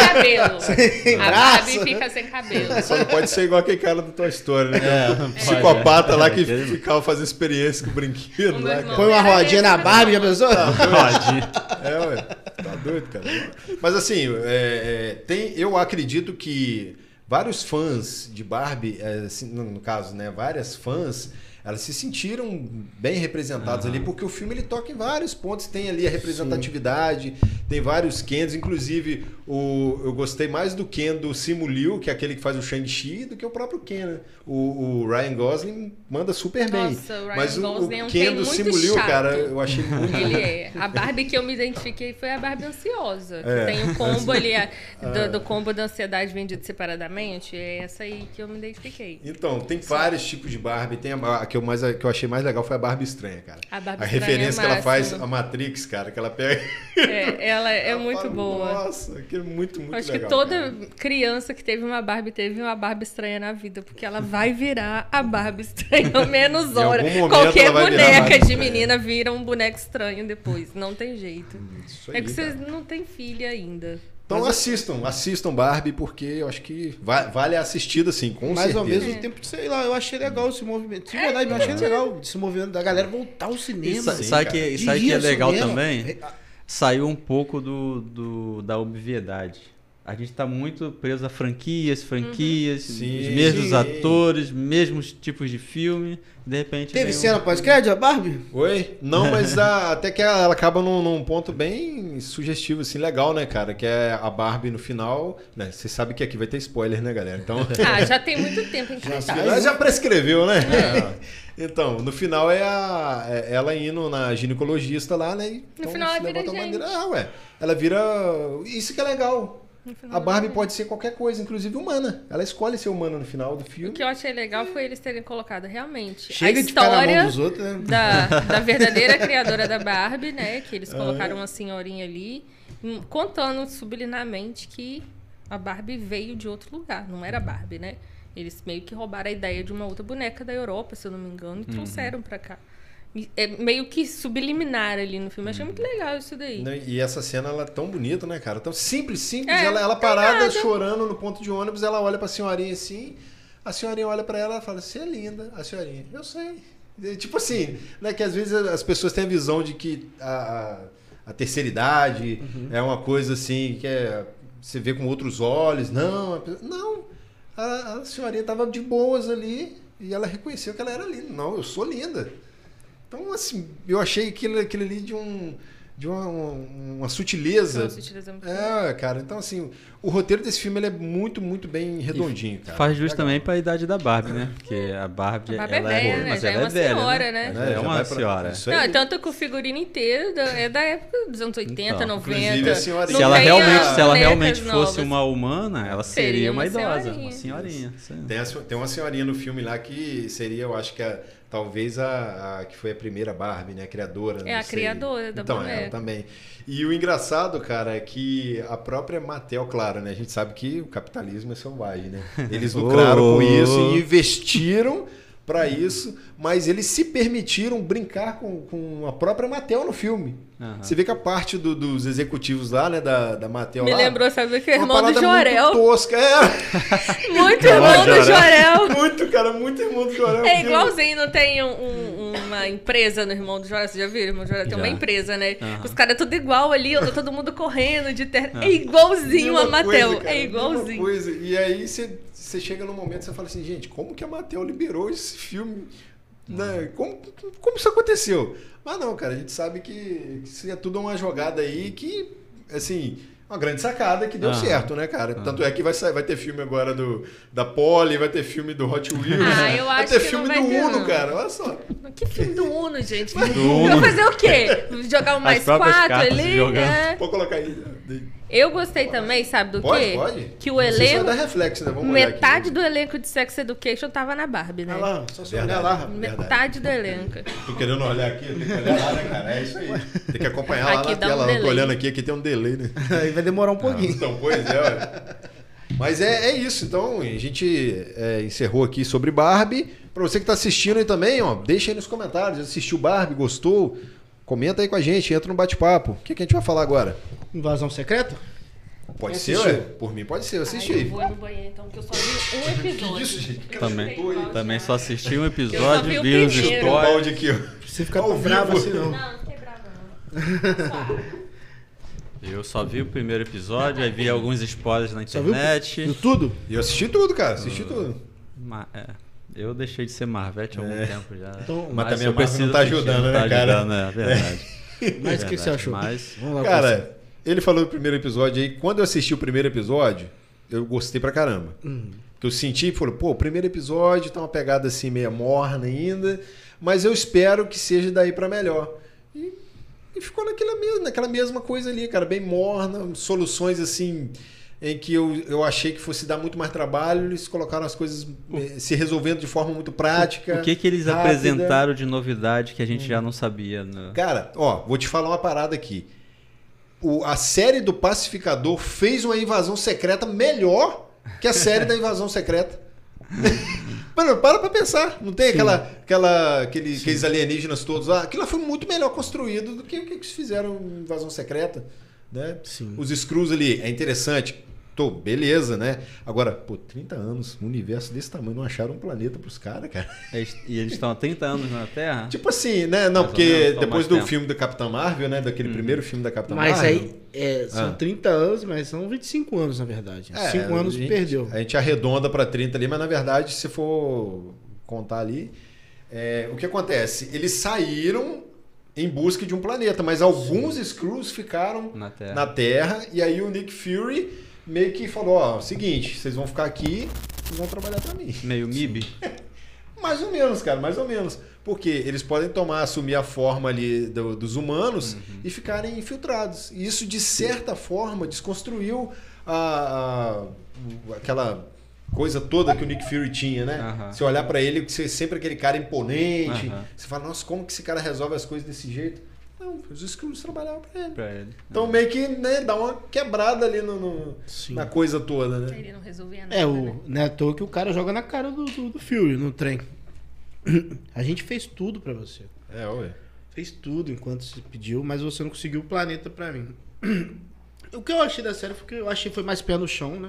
Speaker 3: cabelo. a
Speaker 2: braço.
Speaker 3: Barbie fica sem cabelo.
Speaker 1: Só não pode ser igual aquele cara do Toy Story, né? Um
Speaker 5: pode,
Speaker 1: psicopata
Speaker 5: é.
Speaker 1: lá que
Speaker 5: É.
Speaker 1: ficava fazendo experiência com o brinquedo.
Speaker 3: O meu
Speaker 1: Lá, cara.
Speaker 3: irmão.
Speaker 2: Põe uma
Speaker 3: Era
Speaker 2: rodinha na
Speaker 3: mesmo,
Speaker 2: Barbie, já
Speaker 3: não.
Speaker 2: pensou?
Speaker 5: Pode.
Speaker 1: É, ué. Tá doido, cara. Mas assim, é, é, tem, eu acredito que vários fãs de Barbie, é, assim, no no caso, né? Várias fãs. Elas se sentiram bem representadas ali, porque o filme ele toca em vários pontos. Tem ali a representatividade, tem vários Kens. Inclusive, o, eu gostei mais do Ken do Simu Liu, que é aquele que faz o Shang-Chi, do que o próprio Ken. Né? O, o Ryan Gosling manda super bem.
Speaker 3: Nossa, o Ryan
Speaker 1: Mas o, o
Speaker 3: Gosling é um
Speaker 1: Ken
Speaker 3: Ken
Speaker 1: do
Speaker 3: muito
Speaker 1: Simu Liu,
Speaker 3: chato.
Speaker 1: cara, eu achei muito
Speaker 3: Ele é. A Barbie que eu me identifiquei foi a Barbie ansiosa. que
Speaker 1: É. Ah.
Speaker 3: Tem o combo ali, a- do, do combo da ansiedade vendido separadamente. É essa aí que eu me identifiquei.
Speaker 1: Então, tem vários tipos de Barbie. Tem a, a que eu mais a que eu achei mais legal foi a Barbie estranha, cara.
Speaker 3: A Barbie estranha
Speaker 1: referência
Speaker 3: é
Speaker 1: que ela faz
Speaker 3: máximo.
Speaker 1: a Matrix, cara, que ela pega.
Speaker 3: É, ela é muito
Speaker 1: Fala,
Speaker 3: boa.
Speaker 1: Nossa, que é muito muito
Speaker 3: Acho
Speaker 1: legal.
Speaker 3: que toda
Speaker 1: cara.
Speaker 3: criança que teve uma Barbie teve uma Barbie estranha na vida, porque ela vai virar a Barbie estranha ao menos
Speaker 1: Em algum
Speaker 3: hora.
Speaker 1: momento
Speaker 3: Qualquer
Speaker 1: ela vai virar a
Speaker 3: boneca
Speaker 1: Barbie
Speaker 3: de
Speaker 1: estranha.
Speaker 3: menina vira um boneco estranho depois. Não tem jeito.
Speaker 1: Isso aí,
Speaker 3: É que vocês
Speaker 1: cara.
Speaker 3: não têm filha ainda.
Speaker 1: Então assistam, assistam Barbie porque eu acho que va- vale a assistida assim, com
Speaker 2: Mas ao
Speaker 1: certeza. É.
Speaker 2: mesmo tempo, sei lá, eu achei legal esse movimento. De verdade, eu achei legal esse movimento da galera voltar ao
Speaker 5: E
Speaker 2: cinema.
Speaker 5: sa- sabe
Speaker 1: cara.
Speaker 5: que,
Speaker 2: De
Speaker 5: sabe
Speaker 2: ir
Speaker 5: que é
Speaker 2: ao
Speaker 5: legal
Speaker 2: cinema.
Speaker 5: também? Saiu um pouco do, do- da obviedade. A gente tá muito preso a franquias, franquias,
Speaker 1: Sim.
Speaker 5: os mesmos
Speaker 1: Sim.
Speaker 5: atores, mesmos tipos de filme. De repente.
Speaker 2: Teve
Speaker 5: vem um-
Speaker 2: cena pós-crédito, a Barbie?
Speaker 1: Oi? Não, mas a- até que ela acaba num, num ponto bem sugestivo, assim, legal, né, cara? Que é a Barbie no final. Né? Você sabe que aqui vai ter spoiler, né, galera? Então.
Speaker 3: Ah, já tem muito tempo em cartaz.
Speaker 1: Ela já prescreveu, né?
Speaker 3: É.
Speaker 1: Então, no final é, a, é ela indo na ginecologista lá, né? E, então,
Speaker 3: final
Speaker 1: se
Speaker 3: ela vira
Speaker 1: levanta uma
Speaker 3: gente.
Speaker 1: bandeira. Ah, ué. Ela vira. Isso que é legal. A Barbie pode ser qualquer coisa, inclusive humana. Ela escolhe ser humana no final do
Speaker 3: O
Speaker 1: filme.
Speaker 3: que eu achei legal foi eles terem colocado realmente
Speaker 2: Chega
Speaker 3: a
Speaker 2: de ficar na mão
Speaker 3: história
Speaker 2: dos outros, né?
Speaker 3: da, da verdadeira criadora da Barbie, né? Que eles colocaram uma senhorinha ali. hum, contando sublinamente que a Barbie veio de outro lugar, não era Barbie, né? Eles meio que roubaram a ideia de uma outra boneca da Europa, se eu não me engano,
Speaker 5: Uhum.
Speaker 3: e trouxeram pra cá. E É meio que subliminar ali no filme. Achei muito
Speaker 5: Uhum.
Speaker 3: legal isso daí.
Speaker 1: Não, E essa cena ela é tão bonita, né, cara? Tão simples, simples.
Speaker 3: É,
Speaker 1: ela, ela
Speaker 3: tem
Speaker 1: parada,
Speaker 3: nada.
Speaker 1: chorando no ponto de ônibus, ela olha pra senhorinha assim. A senhorinha olha pra ela e fala: Você é linda. A senhorinha, eu sei. E, tipo assim, né? Que às vezes as pessoas têm a visão de que a, a, a terceira idade é uma coisa assim que é. Você vê com outros olhos. Não, a pe- não. A, a senhorinha tava de boas ali e ela reconheceu que ela era linda. Não, eu sou linda. Então, assim, eu achei aquilo, aquilo ali de um. De uma, um, uma
Speaker 3: Então,
Speaker 1: sutileza.
Speaker 3: se utilizamos-
Speaker 1: É, cara. Então, assim, o roteiro desse filme ele é muito, muito bem redondinho, cara.
Speaker 5: Faz jus também pra idade da Barbie, né? Porque a Barbie,
Speaker 3: A Barbie é
Speaker 5: ela
Speaker 3: velha, né?
Speaker 5: mas
Speaker 3: Já é
Speaker 5: ela
Speaker 3: uma
Speaker 5: velha,
Speaker 3: senhora, né?
Speaker 5: Ela É,
Speaker 1: Já
Speaker 5: uma
Speaker 1: vai pra-
Speaker 5: senhora.
Speaker 1: Isso
Speaker 3: Não,
Speaker 1: aí.
Speaker 3: é tanto que o figurino inteiro da- é da época dos anos 80,
Speaker 5: Então,
Speaker 3: 90.
Speaker 1: inclusive a senhorinha.
Speaker 3: Não
Speaker 5: Se ela
Speaker 3: tem
Speaker 5: realmente,
Speaker 3: as
Speaker 5: se ela
Speaker 3: bonecas
Speaker 5: realmente fosse
Speaker 3: novas.
Speaker 5: uma humana, ela seria,
Speaker 3: Seria
Speaker 5: uma,
Speaker 3: uma
Speaker 5: idosa,
Speaker 3: senhorinha.
Speaker 5: uma senhorinha. isso aí.
Speaker 1: Tem, a se- tem uma senhorinha no filme lá que seria, eu acho que a- talvez a, a que foi a primeira Barbie, né? A criadora.
Speaker 3: É
Speaker 1: não
Speaker 3: a
Speaker 1: sei.
Speaker 3: criadora da é.
Speaker 1: Então,
Speaker 3: boneca.
Speaker 1: ela também. E o engraçado, cara, é que a própria Mattel, claro, né? A gente sabe que o capitalismo é selvagem, né? Eles lucraram com isso e investiram pra isso, mas eles se permitiram brincar com, com a própria Mattel no filme.
Speaker 5: Aham.
Speaker 1: Você vê que a parte do- dos executivos lá, né, da, da Mattel
Speaker 3: Me
Speaker 1: lá,
Speaker 3: lembrou, sabe o que?
Speaker 1: uma
Speaker 3: Irmão do
Speaker 1: parada
Speaker 3: Jorel.
Speaker 1: Muito tosca, é.
Speaker 3: Muito, irmão do Jorel.
Speaker 1: Muito, cara, muito irmão do Jorel.
Speaker 3: É
Speaker 1: porque-
Speaker 3: igualzinho, não tem um- um- uma empresa no Irmão do Jorel? Você já viu? O Irmão do Jorel tem uma
Speaker 5: Já.
Speaker 3: empresa, né?
Speaker 5: Aham.
Speaker 3: Os caras tudo igual ali, anda todo mundo correndo de terra. É igualzinho a
Speaker 1: Mesma coisa,
Speaker 3: Matel.
Speaker 1: cara,
Speaker 3: É
Speaker 1: mesma
Speaker 3: igualzinho.
Speaker 1: coisa. E aí você você chega num momento e você fala assim, gente, como que a Mattel liberou esse filme? Né? Como, como isso aconteceu? Mas não, cara, a gente sabe que isso é tudo uma jogada aí que, assim, uma grande sacada que deu
Speaker 5: Aham.
Speaker 1: certo, né, cara? Tanto é que vai, sair, vai ter filme agora do, da Polly, vai ter filme do Hot Wheels,
Speaker 3: Ah, eu
Speaker 1: vai
Speaker 3: acho
Speaker 1: ter
Speaker 3: que
Speaker 1: filme
Speaker 3: não vai
Speaker 1: do
Speaker 3: ter,
Speaker 1: Uno,
Speaker 3: não.
Speaker 1: cara, olha só.
Speaker 3: Que fim do Uno, gente.
Speaker 5: Uno.
Speaker 3: Vai fazer o quê? Jogar um
Speaker 5: As
Speaker 3: mais
Speaker 5: próprias
Speaker 3: quatro
Speaker 5: cartas
Speaker 3: ali?
Speaker 5: jogando.
Speaker 3: É.
Speaker 1: Vou colocar aí. né?
Speaker 3: Eu gostei também, sabe do
Speaker 1: Pode,
Speaker 3: quê?
Speaker 1: pode?
Speaker 3: Que o
Speaker 1: Isso vai
Speaker 3: elenco.
Speaker 1: dar reflexo, né? Vamos olhar aqui.
Speaker 3: Metade do elenco de Sex Education tava na Barbie, né?
Speaker 2: Olha Tá lá, só se
Speaker 1: Verdade.
Speaker 2: olhar lá, rapaz.
Speaker 1: verdade.
Speaker 3: Metade do elenco.
Speaker 1: Tô querendo olhar aqui, tem que olhar lá, né, cara? É isso aí. Tem que acompanhar lá
Speaker 3: Aqui
Speaker 1: na
Speaker 3: dá um
Speaker 1: tela. eu tô
Speaker 3: delay.
Speaker 1: olhando aqui, aqui tem um delay, né?
Speaker 2: Aí vai demorar um pouquinho.
Speaker 1: Então, pois é, ué. Mas é, é isso, então a gente é, encerrou aqui sobre Barbie. Pra você que tá assistindo aí também, ó, deixa aí nos comentários. Assistiu Barbie, gostou? Comenta aí com a gente, entra no bate-papo. O que, que a gente vai falar agora?
Speaker 2: Invasão secreta?
Speaker 1: Pode
Speaker 2: Quem
Speaker 1: ser, ué?
Speaker 2: assistiu?
Speaker 1: Por mim pode ser, eu assisti.
Speaker 3: Ai, eu vou no banheiro, então, que eu só vi um episódio.
Speaker 1: isso, gente? Que
Speaker 5: Também,
Speaker 1: chutou aí?
Speaker 5: também só assisti um
Speaker 3: Eu só vi
Speaker 5: episódio,
Speaker 3: o
Speaker 5: vi
Speaker 3: primeiro.
Speaker 5: os
Speaker 1: Tem um
Speaker 5: stories.
Speaker 1: balde aqui, ó.
Speaker 2: Você fica
Speaker 1: Ao
Speaker 2: tão bravo
Speaker 1: vivo.
Speaker 2: assim, não.
Speaker 3: Não, não quebrava, não.
Speaker 5: Eu só vi o primeiro episódio, aí vi alguns spoilers na
Speaker 2: Só viu?
Speaker 5: internet.
Speaker 2: Viu tudo?
Speaker 1: E eu assisti tudo, cara, assisti tudo.
Speaker 5: Ma- é, eu deixei de ser Marvete há algum tempo já.
Speaker 2: Então,
Speaker 1: É. mas também
Speaker 5: eu
Speaker 1: a Marvel
Speaker 5: preciso
Speaker 1: não tá
Speaker 5: assistir,
Speaker 1: ajudando,
Speaker 5: não
Speaker 1: né,
Speaker 5: tá
Speaker 1: cara?
Speaker 5: ajudando, é verdade.
Speaker 2: Mas o que, que você
Speaker 5: Verdade,
Speaker 2: achou?
Speaker 5: mas-
Speaker 2: Vamos lá, Cássio.
Speaker 1: Cara, ele falou do primeiro episódio aí. Quando eu assisti o primeiro episódio, eu gostei pra caramba. Porque eu senti e falei, pô, o primeiro episódio tá uma pegada assim meio morna ainda, mas eu espero que seja daí pra melhor. E, e ficou naquela mesma, naquela mesma coisa ali, cara, bem morna, soluções assim em que eu, eu achei que fosse dar muito mais trabalho, eles colocaram as coisas eh, se resolvendo de forma muito prática.
Speaker 5: O que que eles
Speaker 1: rápida. Hum.
Speaker 5: apresentaram de novidade que a gente já não sabia? né?
Speaker 1: Cara, ó, vou te falar uma parada aqui. O- a série do Pacificador fez uma invasão secreta melhor que a série da invasão secreta. Mano, para pra pensar. Não tem aquela, aquela, aquele, aqueles alienígenas todos lá. Aquilo lá foi muito melhor construído do que o que eles fizeram em invasão secreta. Né?
Speaker 2: Sim.
Speaker 1: Os Screws ali, é interessante. Tô, beleza, né? Agora, pô, 30 anos, um universo desse tamanho, não acharam um planeta pros caras, cara.
Speaker 5: Eles- E eles estão há 30 anos na Terra?
Speaker 1: Tipo assim, né? Não,
Speaker 5: Mais ou
Speaker 1: porque
Speaker 5: menos, toma
Speaker 1: depois
Speaker 5: mais
Speaker 1: do
Speaker 5: tempo. Uhum.
Speaker 1: filme do Capitão Marvel, né? Daquele primeiro filme da Capitão
Speaker 2: Mas
Speaker 1: Marvel.
Speaker 2: aí, é, são
Speaker 1: Ah.
Speaker 2: 30 anos, mas são 25 anos, na verdade.
Speaker 1: É,
Speaker 2: 5
Speaker 1: a
Speaker 2: anos
Speaker 1: gente-
Speaker 2: perdeu.
Speaker 1: A gente arredonda pra 30 ali, mas na verdade, se for contar ali, é, o que acontece? Eles saíram em busca de um planeta, mas alguns Screws ficaram
Speaker 5: Na Terra.
Speaker 1: na Terra, e aí o Nick Fury meio que falou: ó, seguinte, vocês vão ficar aqui e vão trabalhar pra mim.
Speaker 5: Meio MIB?
Speaker 1: Mais ou menos, cara, mais ou menos. Porque eles podem tomar, assumir a forma ali do- dos humanos e ficarem infiltrados. E isso, de certa forma, desconstruiu a, a- aquela coisa toda que o Nick Fury tinha, né?
Speaker 5: Aham.
Speaker 1: Você olhar pra ele, você é sempre aquele cara imponente.
Speaker 5: Aham.
Speaker 1: Você fala, nossa, como que esse cara resolve as coisas desse jeito? Não, os Skrulls trabalhavam pra ele.
Speaker 5: pra ele.
Speaker 1: Então meio que né, dá uma quebrada ali no, no-
Speaker 2: Sim.
Speaker 1: na coisa toda, né?
Speaker 3: Ele não resolvia nada.
Speaker 2: É,
Speaker 3: né?
Speaker 2: o, não é à toa que o cara joga na cara do, do, do Fury no trem. A gente fez tudo pra você.
Speaker 1: É, ué.
Speaker 2: Fez tudo enquanto se pediu, mas você não conseguiu o planeta pra mim. O que eu achei da série foi que eu achei que foi mais pé no chão, né?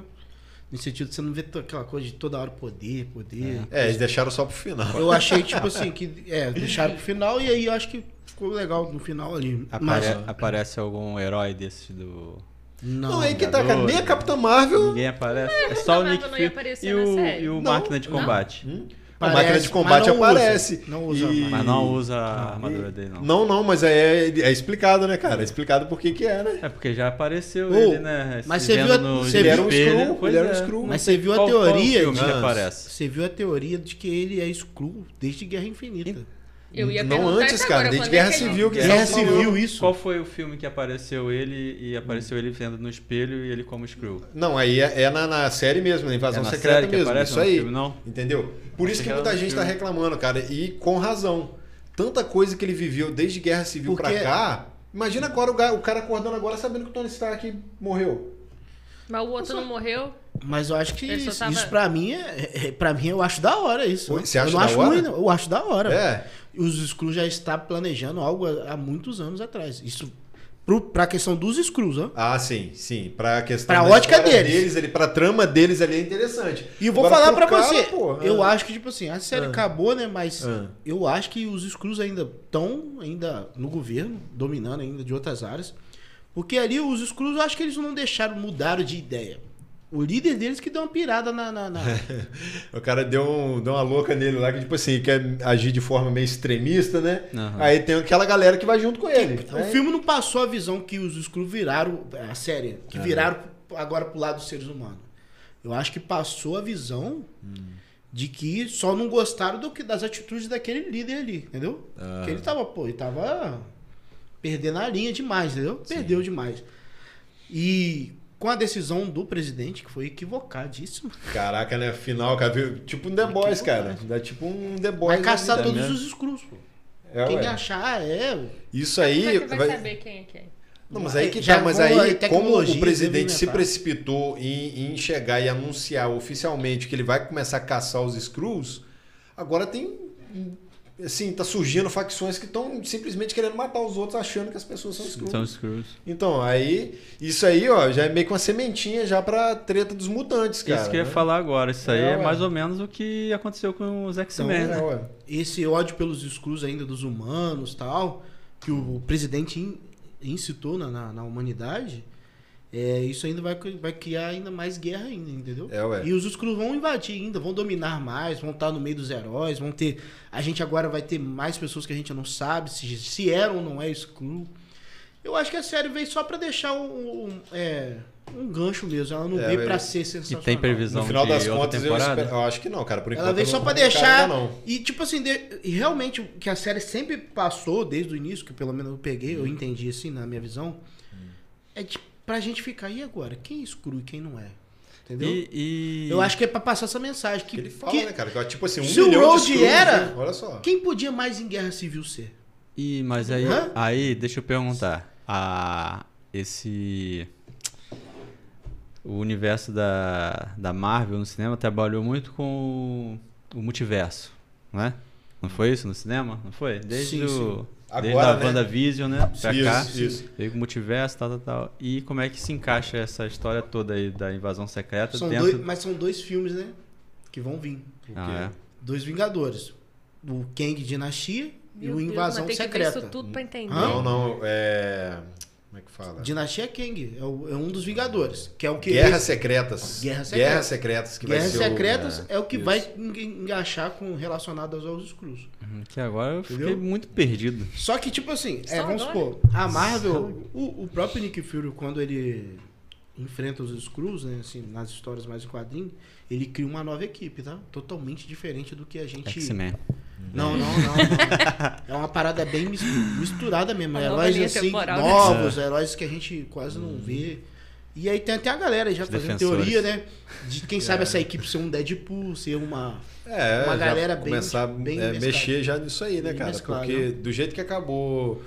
Speaker 2: No sentido de você não ver to- aquela coisa de toda hora poder, poder.
Speaker 1: É, eles deixaram só pro final.
Speaker 2: Eu achei, tipo assim, que é, deixaram pro final e aí eu acho que ficou legal no final ali.
Speaker 5: Apare-
Speaker 1: é.
Speaker 2: Mas,
Speaker 5: Aparece algum herói desse do.
Speaker 2: não,
Speaker 1: Não, aí que tá, cara. Nem a
Speaker 5: Vingadores,
Speaker 1: Capitã Marvel.
Speaker 5: Ninguém aparece. É só o
Speaker 3: Marvel
Speaker 5: Nick
Speaker 3: não ia
Speaker 5: Fury
Speaker 3: aparecer
Speaker 5: e
Speaker 3: na
Speaker 5: o,
Speaker 3: série.
Speaker 5: e o
Speaker 1: Não,
Speaker 5: máquina de combate.
Speaker 1: Hum? a
Speaker 2: Aparece,
Speaker 1: máquina de
Speaker 2: mas
Speaker 1: combate
Speaker 2: não usa.
Speaker 1: aparece.
Speaker 2: Não usa a
Speaker 5: Mas não usa a armadura dele, não.
Speaker 1: Não, não, mas é, é explicado, né, cara? É explicado por que que é, né?
Speaker 5: É porque já apareceu
Speaker 1: Ô,
Speaker 5: ele, né?
Speaker 2: mas
Speaker 5: se
Speaker 2: você viu
Speaker 5: vendo
Speaker 2: a-
Speaker 5: no
Speaker 2: você
Speaker 1: Ele era um
Speaker 5: espelho.
Speaker 1: Skrull,
Speaker 5: Pois
Speaker 1: ele era
Speaker 5: é.
Speaker 1: um Skrull.
Speaker 2: Mas você viu a
Speaker 5: Qual- qual
Speaker 2: teoria
Speaker 5: filme
Speaker 1: de-
Speaker 5: ele aparece?
Speaker 2: Você viu a teoria de que ele é excluo desde Guerra Infinita.
Speaker 3: Eu ia
Speaker 1: Não
Speaker 3: perguntar
Speaker 1: antes,
Speaker 3: isso
Speaker 1: cara,
Speaker 3: agora,
Speaker 1: desde
Speaker 3: quando é
Speaker 1: Guerra
Speaker 3: que ele-
Speaker 1: Civil que
Speaker 2: Guerra
Speaker 1: eles estão falando.
Speaker 2: Civil, isso.
Speaker 5: Qual foi o filme que apareceu ele e apareceu ele vendo no espelho e ele como Skrull?
Speaker 1: Não, aí é, é na, na série mesmo, na invasão
Speaker 5: É na
Speaker 1: secreta
Speaker 5: série que
Speaker 1: um mesmo.
Speaker 5: aparece
Speaker 1: Isso
Speaker 5: no
Speaker 1: aí.
Speaker 5: filme, não?
Speaker 1: Entendeu? Por isso que
Speaker 5: que era
Speaker 1: muita
Speaker 5: no
Speaker 1: gente tá
Speaker 5: filme.
Speaker 1: reclamando, cara, e com razão. Tanta coisa que ele viveu desde Guerra Civil pra
Speaker 2: Porque-
Speaker 1: cá. Imagina agora o, ga- o cara acordando agora sabendo que o Tony Stark morreu.
Speaker 3: Mas o outro não morreu?
Speaker 2: Mas eu acho que
Speaker 3: Ele só
Speaker 2: isso,
Speaker 3: tava-
Speaker 2: isso pra mim é, é- pra mim eu acho da hora isso.
Speaker 1: Oi, você
Speaker 2: eu
Speaker 1: acha
Speaker 2: não
Speaker 1: da
Speaker 2: acho
Speaker 1: hora?
Speaker 2: ruim, não. Eu acho da hora.
Speaker 1: É.
Speaker 2: Os Skrulls já está planejando algo há há muitos anos atrás. Isso pro, pra questão dos Skrulls, ó.
Speaker 1: Ah, sim, sim. Pra questão
Speaker 2: Pra
Speaker 1: da
Speaker 2: ótica
Speaker 1: história
Speaker 2: deles.
Speaker 1: ali, pra trama deles ali é interessante.
Speaker 2: E eu vou
Speaker 1: Agora,
Speaker 2: falar
Speaker 1: pro
Speaker 2: pra
Speaker 1: cara,
Speaker 2: você.
Speaker 1: pô,
Speaker 2: eu
Speaker 1: ah.
Speaker 2: acho que, tipo assim, a série
Speaker 1: Ah.
Speaker 2: acabou, né? Mas
Speaker 1: Ah.
Speaker 2: eu acho que os Skrulls ainda estão ainda no governo, dominando ainda de outras áreas. Porque ali os Skrulls, eu acho que eles não deixaram, mudaram de ideia. O líder deles que deu uma pirada na. na- na-
Speaker 1: O cara deu, um- deu uma louca nele lá, que tipo assim, quer agir de forma meio extremista, né?
Speaker 5: Aham.
Speaker 1: Aí tem aquela galera que vai junto com ele. né?
Speaker 2: O filme não passou a visão que os Skrulls viraram, a série, que viraram agora pro lado dos seres humanos. Eu acho que passou a visão de que só não gostaram do que, das atitudes daquele líder ali, entendeu? Porque ele tava, pô, ele tava perdendo a linha demais, entendeu? Perdeu demais. E com a decisão do presidente, que foi equivocadíssima,
Speaker 1: Caraca, né? Final, cara. viu? Tipo um The Boys, cara. Dá tipo um The Boys.
Speaker 2: né? vai caçar
Speaker 1: ali,
Speaker 2: todos
Speaker 1: né?
Speaker 2: os Skrulls, pô.
Speaker 1: É,
Speaker 2: Quem
Speaker 1: ué.
Speaker 2: achar, é,
Speaker 1: Isso
Speaker 3: Como é
Speaker 1: aí.
Speaker 3: que vai,
Speaker 1: vai-
Speaker 3: saber quem é quem?
Speaker 1: Não, mas aí que
Speaker 2: Já
Speaker 1: tá, mas
Speaker 2: com a
Speaker 1: aí, como
Speaker 2: tecnologia
Speaker 1: o presidente se
Speaker 2: implementada.
Speaker 1: precipitou em, em chegar e anunciar oficialmente que ele vai começar a caçar os Skrulls, agora tem. Assim, tá surgindo facções que estão simplesmente querendo matar os outros, achando que as pessoas são Skrulls.
Speaker 5: São Skrulls.
Speaker 1: Então, aí, isso aí, ó, já é meio que uma sementinha já pra treta dos mutantes, cara.
Speaker 5: Isso que eu ia
Speaker 1: né?
Speaker 5: falar agora. Isso aí
Speaker 1: É,
Speaker 5: é,
Speaker 1: ué.
Speaker 5: mais ou menos o que aconteceu com os
Speaker 1: Então,
Speaker 5: X-Men.
Speaker 1: é,
Speaker 5: né?
Speaker 1: ué.
Speaker 2: esse ódio pelos Skrulls ainda dos humanos tal, que o presidente in- incitou na, na, na humanidade, é, isso ainda vai, cri- vai criar ainda mais guerra ainda, entendeu?
Speaker 1: É, ué.
Speaker 2: E os Skrulls vão invadir ainda, vão dominar mais, vão estar no meio dos heróis, vão ter... A gente agora vai ter mais pessoas que a gente não sabe se, se era ou não é Skrull. Eu acho que a série veio só pra deixar um, um, é, um gancho mesmo, ela não
Speaker 1: É,
Speaker 2: veio
Speaker 1: mas-
Speaker 2: pra ser
Speaker 5: E
Speaker 2: sensacional.
Speaker 5: tem previsão
Speaker 1: No final
Speaker 5: de
Speaker 1: das
Speaker 5: outra
Speaker 1: contas, eu,
Speaker 5: temporada?
Speaker 1: espero, eu acho que não, cara. Por enquanto,
Speaker 2: Ela veio
Speaker 1: eu
Speaker 2: só
Speaker 1: não-
Speaker 2: pra
Speaker 1: não quero
Speaker 2: deixar.
Speaker 1: ainda Não.
Speaker 2: E tipo assim, de- e realmente o que a série sempre passou desde o início, que pelo menos eu peguei, eu entendi assim na minha visão, é de, pra gente ficar e agora, quem é escuro e quem não é. Entendeu?
Speaker 5: E, e-
Speaker 2: Eu acho que é pra passar essa mensagem que,
Speaker 1: Que ele fala,
Speaker 2: que-
Speaker 1: né, cara? Tipo assim, um
Speaker 2: Se o
Speaker 1: milhão
Speaker 2: Road
Speaker 1: de Skrulls,
Speaker 2: era-
Speaker 1: né? Olha só.
Speaker 2: quem podia mais em guerra civil ser?
Speaker 5: e- mas aí,
Speaker 2: Hã?
Speaker 5: aí, deixa eu perguntar. Ah, esse. O universo da, da Marvel no cinema trabalhou muito com o, o multiverso, né? Não foi isso no cinema? Não foi? Desde,
Speaker 2: Sim,
Speaker 5: o,
Speaker 2: sim.
Speaker 5: desde
Speaker 1: Agora,
Speaker 5: a
Speaker 1: né?
Speaker 5: WandaVision, né? Pra
Speaker 1: Isso,
Speaker 5: cá.
Speaker 1: isso.
Speaker 5: Veio com o multiverso, tal, tal, tal. E como é que se encaixa essa história toda aí da invasão secreta
Speaker 2: São
Speaker 5: dentro.
Speaker 2: dois, mas são dois filmes, né? Que vão vir.
Speaker 5: Ah,
Speaker 2: Dois Vingadores. O Kang Dinastia e o
Speaker 3: Meu Deus,
Speaker 2: Invasão
Speaker 3: mas tem que ver
Speaker 2: Secreta. Hum.
Speaker 3: isso tudo pra entender.
Speaker 2: Hã?
Speaker 1: Não, não. É. Como é que fala?
Speaker 2: Dinastia Kang é, o- é um dos Vingadores, que é o que
Speaker 1: Guerras Secretas.
Speaker 2: Guerras
Speaker 1: Guerras Secretas. Que
Speaker 2: Guerras
Speaker 1: vai ser o-
Speaker 2: Secretas é, o que
Speaker 1: isso.
Speaker 2: vai en- engaixar com relacionadas aos Skrulls.
Speaker 5: é. Que agora eu fiquei
Speaker 2: Entendeu?
Speaker 5: muito perdido.
Speaker 2: Só que, tipo assim, é,
Speaker 3: Só
Speaker 2: vamos
Speaker 3: agora?
Speaker 2: supor, a Marvel, o, o próprio Nick Fury, quando ele enfrenta os Skrulls, né, assim, nas histórias mais em quadrinho, ele cria uma nova equipe, tá? Totalmente diferente do que a gente...
Speaker 5: X-Men.
Speaker 2: Não, não, não, não. É uma parada bem mis- misturada mesmo.
Speaker 3: Uma nova
Speaker 2: heróis
Speaker 3: linha
Speaker 2: assim,
Speaker 3: temporal, né?
Speaker 2: novos,
Speaker 1: É.
Speaker 2: heróis que a gente quase
Speaker 1: Uhum.
Speaker 2: não vê. E aí tem até a galera já fazendo
Speaker 5: defensores.
Speaker 2: teoria, né? De quem sabe essa equipe ser um Deadpool, ser uma.
Speaker 1: É,
Speaker 2: Uma
Speaker 1: já
Speaker 2: galera bem-
Speaker 1: começar
Speaker 2: bem
Speaker 1: a é,
Speaker 2: mesclada.
Speaker 1: mexer já nisso aí, né,
Speaker 2: Bem
Speaker 1: cara?
Speaker 2: mesclada.
Speaker 1: Porque do jeito que acabou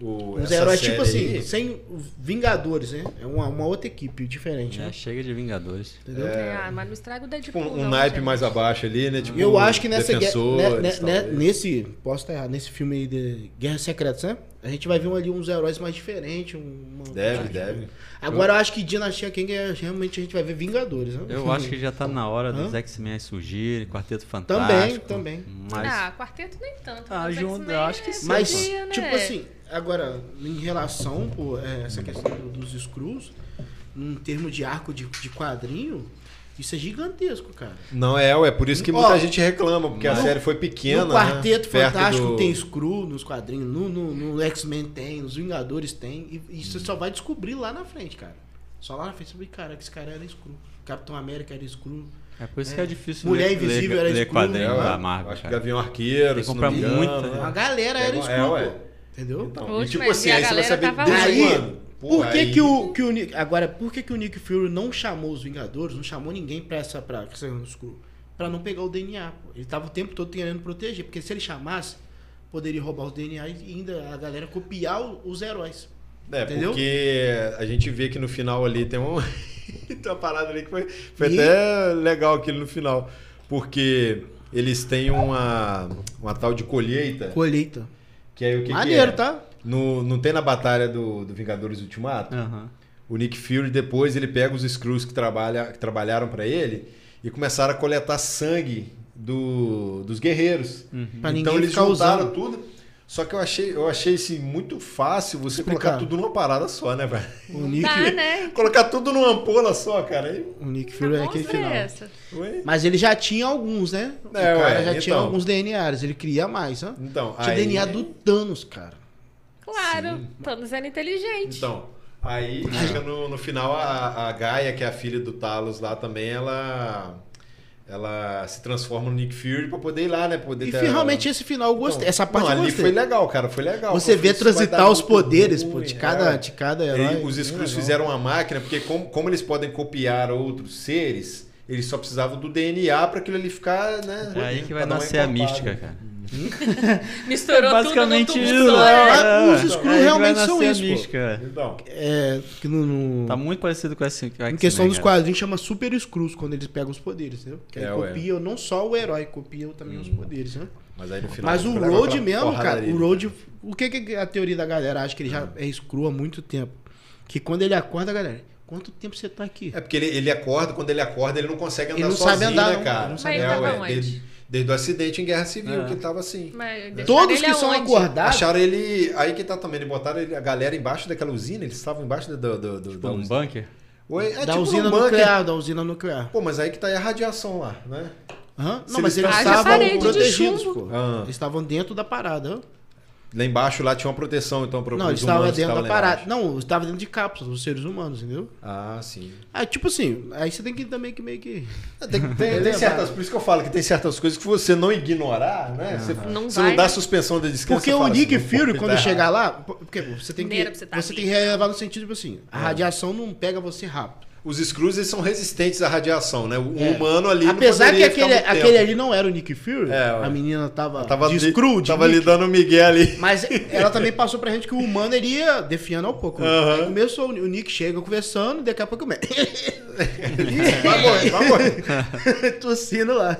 Speaker 1: o-
Speaker 2: Os
Speaker 1: essa
Speaker 2: heróis, tipo assim,
Speaker 1: série aí.
Speaker 2: sem Vingadores, né? É uma, uma outra equipe diferente,
Speaker 5: Já
Speaker 1: É.
Speaker 2: né?
Speaker 5: chega de Vingadores.
Speaker 2: Entendeu?
Speaker 5: É.
Speaker 3: Ah, mas não estraga o
Speaker 1: Tipo,
Speaker 3: Deadpool.
Speaker 1: um, um
Speaker 3: não,
Speaker 1: naipe
Speaker 3: gente.
Speaker 1: mais abaixo ali, né? Tipo,
Speaker 2: Eu acho que nessa guerra.
Speaker 1: defensores,
Speaker 2: né- né- né-
Speaker 1: talvez.
Speaker 2: nesse. Posso estar errado, nesse filme aí de Guerra Secreta, né? A gente vai ver ali uns heróis mais diferentes. um- uma-
Speaker 1: Deve, deve.
Speaker 2: Agora eu acho que Dinastia Kang é- realmente a gente vai ver Vingadores, né?
Speaker 5: Eu acho que já tá na hora dos
Speaker 2: Hã?
Speaker 5: X-Men surgirem, Quarteto
Speaker 2: Também,
Speaker 5: Fantástico.
Speaker 2: também.
Speaker 5: Mas
Speaker 3: Ah, quarteto nem tanto.
Speaker 5: Ah,
Speaker 3: mas
Speaker 5: junto,
Speaker 3: X-Men
Speaker 5: eu acho que
Speaker 3: é
Speaker 5: sim.
Speaker 2: Mas,
Speaker 3: podia, né?
Speaker 2: tipo assim, agora, em relação, pô, é, essa questão do- dos screws, em termo de arco de, de quadrinho, isso é gigantesco, cara.
Speaker 1: Não é, ué, por isso que
Speaker 2: Ó,
Speaker 1: muita gente reclama, porque a
Speaker 2: no-
Speaker 1: série foi pequena.
Speaker 2: no Quarteto
Speaker 1: né? Perto
Speaker 2: Fantástico
Speaker 1: do-
Speaker 2: tem screw nos quadrinhos, no, no, no X-Men tem, nos Vingadores tem, e e você só vai descobrir lá na frente, cara. Só lá na frente você vai, cara, que esse cara era screw. Capitão América era screw.
Speaker 5: é por isso que é difícil
Speaker 2: Mulher
Speaker 5: ler,
Speaker 2: Invisível
Speaker 5: ler,
Speaker 2: era
Speaker 5: ler
Speaker 2: escuro, né?
Speaker 1: É,
Speaker 5: quadrinho
Speaker 1: ué,
Speaker 5: da Marvel,
Speaker 1: Acho que
Speaker 5: cara.
Speaker 1: Gavião Arqueiro,
Speaker 5: Tem que
Speaker 1: se não
Speaker 5: comprar
Speaker 1: me engano,
Speaker 5: muito,
Speaker 1: né?
Speaker 5: né?
Speaker 2: A galera era
Speaker 1: É,
Speaker 2: screw,
Speaker 1: ué.
Speaker 2: pô. Entendeu?
Speaker 1: Então,
Speaker 3: Poxa,
Speaker 1: e tipo
Speaker 3: mas
Speaker 1: assim,
Speaker 3: e a
Speaker 1: aí você vai
Speaker 3: galera
Speaker 1: saber
Speaker 3: tava
Speaker 1: desde
Speaker 3: lá.
Speaker 2: Aí,
Speaker 1: quando? Pô,
Speaker 2: por que,
Speaker 1: aí-
Speaker 2: que, o, que o Nick. Agora, por que, que o Nick Fury não chamou os Vingadores, não chamou ninguém pra essa. pra, essa- pra não pegar o DNA? pô? Ele tava o tempo todo querendo proteger, porque se ele chamasse, poderia roubar os DNA e ainda a galera copiar o- os heróis.
Speaker 1: É,
Speaker 2: Entendeu?
Speaker 1: porque a gente vê que no final ali tem, um, tem uma parada ali que foi, foi
Speaker 2: E-
Speaker 1: até legal aquilo no final. Porque eles têm uma, uma tal de colheita.
Speaker 2: Colheita.
Speaker 1: Que aí É. o que, que
Speaker 2: Maneiro,
Speaker 1: é?
Speaker 2: tá?
Speaker 1: No, não tem na batalha do, do Vingadores Ultimato?
Speaker 5: Aham.
Speaker 1: O Nick Fury depois ele pega os Skrulls que, trabalha, que trabalharam pra ele e começaram a coletar sangue do, dos guerreiros.
Speaker 2: Pra
Speaker 1: então
Speaker 2: ninguém
Speaker 1: eles
Speaker 2: ficar
Speaker 1: juntaram
Speaker 2: usando.
Speaker 1: tudo. Só que eu achei, eu achei assim, muito fácil você colocar
Speaker 2: Explicar.
Speaker 1: tudo numa parada só, né, velho?
Speaker 2: O Nick,
Speaker 3: Tá, né?
Speaker 1: Colocar tudo numa ampola só, cara. Aí,
Speaker 2: o Nick
Speaker 3: Que
Speaker 2: Fury é aquele
Speaker 3: bagunça
Speaker 2: final.
Speaker 3: é essa?
Speaker 1: ué.
Speaker 2: Mas ele já tinha alguns, né? O
Speaker 1: É,
Speaker 2: cara
Speaker 1: ué,
Speaker 2: já tinha
Speaker 1: então.
Speaker 2: alguns DNAs, ele queria mais, né?
Speaker 1: Então,
Speaker 2: Tinha
Speaker 1: aí...
Speaker 2: DNA do Thanos, cara.
Speaker 3: Claro, Thanos era inteligente.
Speaker 1: Então, aí chega no, no final a, a Gaia, que é a filha do Talos lá também, ela... Ela se transforma no Nick Fury pra poder ir lá, né? Poder
Speaker 2: E
Speaker 1: ter-
Speaker 2: finalmente esse final eu gostei.
Speaker 1: Então,
Speaker 2: essa parte
Speaker 1: não,
Speaker 2: eu
Speaker 1: ali
Speaker 2: gostei.
Speaker 1: foi legal, cara. Foi legal.
Speaker 2: Você
Speaker 1: Eu falei,
Speaker 2: vê
Speaker 1: isso vai
Speaker 2: transitar
Speaker 1: dar
Speaker 2: os
Speaker 1: muito
Speaker 2: poderes, pô,
Speaker 1: ruim,
Speaker 2: de cada,
Speaker 1: é.
Speaker 2: de cada
Speaker 1: E
Speaker 2: herói.
Speaker 1: os Skrulls
Speaker 2: Legal.
Speaker 1: fizeram uma máquina, porque como, como eles podem copiar outros seres, eles só precisavam do DNA pra aquilo ali ficar, né?
Speaker 5: É aí que vai
Speaker 1: cada um
Speaker 5: nascer a
Speaker 1: encorpado.
Speaker 5: mística, cara.
Speaker 3: Misturou
Speaker 5: basicamente
Speaker 3: tudo num tubo
Speaker 5: isso,
Speaker 3: só,
Speaker 5: né?
Speaker 3: né?
Speaker 2: Ah, os
Speaker 5: É,
Speaker 2: Skrulls
Speaker 5: é aí que
Speaker 2: realmente
Speaker 5: vai
Speaker 2: são
Speaker 5: nascer a
Speaker 2: isso, pô.
Speaker 5: mística, é.
Speaker 1: Então,
Speaker 2: É, que no, no-
Speaker 5: Tá muito parecido com esse.
Speaker 2: em questão dos quadrinhos chama Super Skrulls, quando eles pegam os poderes, entendeu? Que aí
Speaker 1: É, ué. Hum.
Speaker 2: copiam não só o herói, copiam também os poderes, né?
Speaker 1: mas aí no final.
Speaker 2: Mas o
Speaker 1: foi legal
Speaker 2: Road
Speaker 1: aquela
Speaker 2: mesmo, cara,
Speaker 1: porradaria.
Speaker 2: o Road. O que, que a teoria da galera acha que ele
Speaker 1: Uhum.
Speaker 2: já é Skrull há muito tempo? Que quando ele acorda, galera, quanto tempo você tá aqui?
Speaker 1: É porque ele, ele acorda, quando ele acorda, ele não consegue andar
Speaker 2: Ele não
Speaker 1: sozinho,
Speaker 2: sabe andar,
Speaker 1: né,
Speaker 2: não.
Speaker 1: cara?
Speaker 2: Ele não
Speaker 3: sabe
Speaker 1: É, ué,
Speaker 3: andar. Mas ele tava
Speaker 1: desde, desde o acidente em Guerra Civil,
Speaker 2: Ah.
Speaker 5: É.
Speaker 1: que tava assim.
Speaker 3: Mas deixaram
Speaker 2: Todos
Speaker 3: ele
Speaker 2: que são
Speaker 3: aonde?
Speaker 2: acordados.
Speaker 1: Acharam ele. Aí que tá também, eles botaram ele- a galera embaixo daquela usina, eles estavam embaixo do. do, do
Speaker 2: Tipo,
Speaker 1: da
Speaker 5: Um
Speaker 1: usina.
Speaker 5: bunker?
Speaker 1: Oi, é
Speaker 2: da
Speaker 1: tipo
Speaker 2: usina
Speaker 1: um bunker.
Speaker 2: nuclear, da usina nuclear.
Speaker 1: Pô, mas aí que tá aí a radiação lá, né?
Speaker 2: Hã?
Speaker 1: Se
Speaker 2: Não, mas
Speaker 1: eles
Speaker 2: eles
Speaker 1: estavam- Haja
Speaker 2: estavam
Speaker 1: parede de
Speaker 2: protegidos,
Speaker 3: chumbo.
Speaker 2: pô.
Speaker 1: Ah.
Speaker 2: Eles estavam dentro da parada. hã?
Speaker 1: Lá embaixo lá tinha uma proteção, então, para
Speaker 2: Não, eles estavam dentro da parada. Não, eles estavam dentro de cápsulas, os seres humanos, entendeu?
Speaker 1: Ah, sim.
Speaker 2: Ah, tipo assim, aí você tem que também que meio É, que.
Speaker 1: Tem, tem
Speaker 2: Beleza.
Speaker 1: certas, por isso que eu falo que tem certas coisas que você não ignorar, né? Você
Speaker 3: Não
Speaker 1: você
Speaker 3: vai,
Speaker 1: dá
Speaker 3: né?
Speaker 1: suspensão da descanso.
Speaker 2: Porque
Speaker 1: você
Speaker 2: o
Speaker 1: fala
Speaker 2: Nick
Speaker 1: assim,
Speaker 2: Fury,
Speaker 1: pô,
Speaker 2: quando
Speaker 1: tá
Speaker 2: chegar lá, porque você tem que.
Speaker 3: Primeiro pra você tá
Speaker 2: Você tem que
Speaker 3: vivo.
Speaker 2: relevar no sentido, tipo assim, a
Speaker 1: É.
Speaker 2: radiação não pega você rápido.
Speaker 1: Os Skrulls eles são resistentes à radiação, né? O
Speaker 2: É.
Speaker 1: humano ali. não
Speaker 2: Apesar que
Speaker 1: poderia ficar
Speaker 2: aquele,
Speaker 1: muito tempo.
Speaker 2: aquele ali não era o Nick Fury,
Speaker 1: É, ué.
Speaker 2: a menina tava,
Speaker 1: Tava,
Speaker 2: de
Speaker 1: ali-
Speaker 2: screw, de
Speaker 1: tava
Speaker 2: Nick.
Speaker 1: ali dando o Miguel ali.
Speaker 2: Mas ela também passou pra gente que o humano ele ia defiando ao pouco.
Speaker 1: Aham.
Speaker 2: Aí começou, o Nick chega conversando, daqui a pouco começa. É,
Speaker 1: Vai morrer, vai morrer.
Speaker 2: tossindo lá.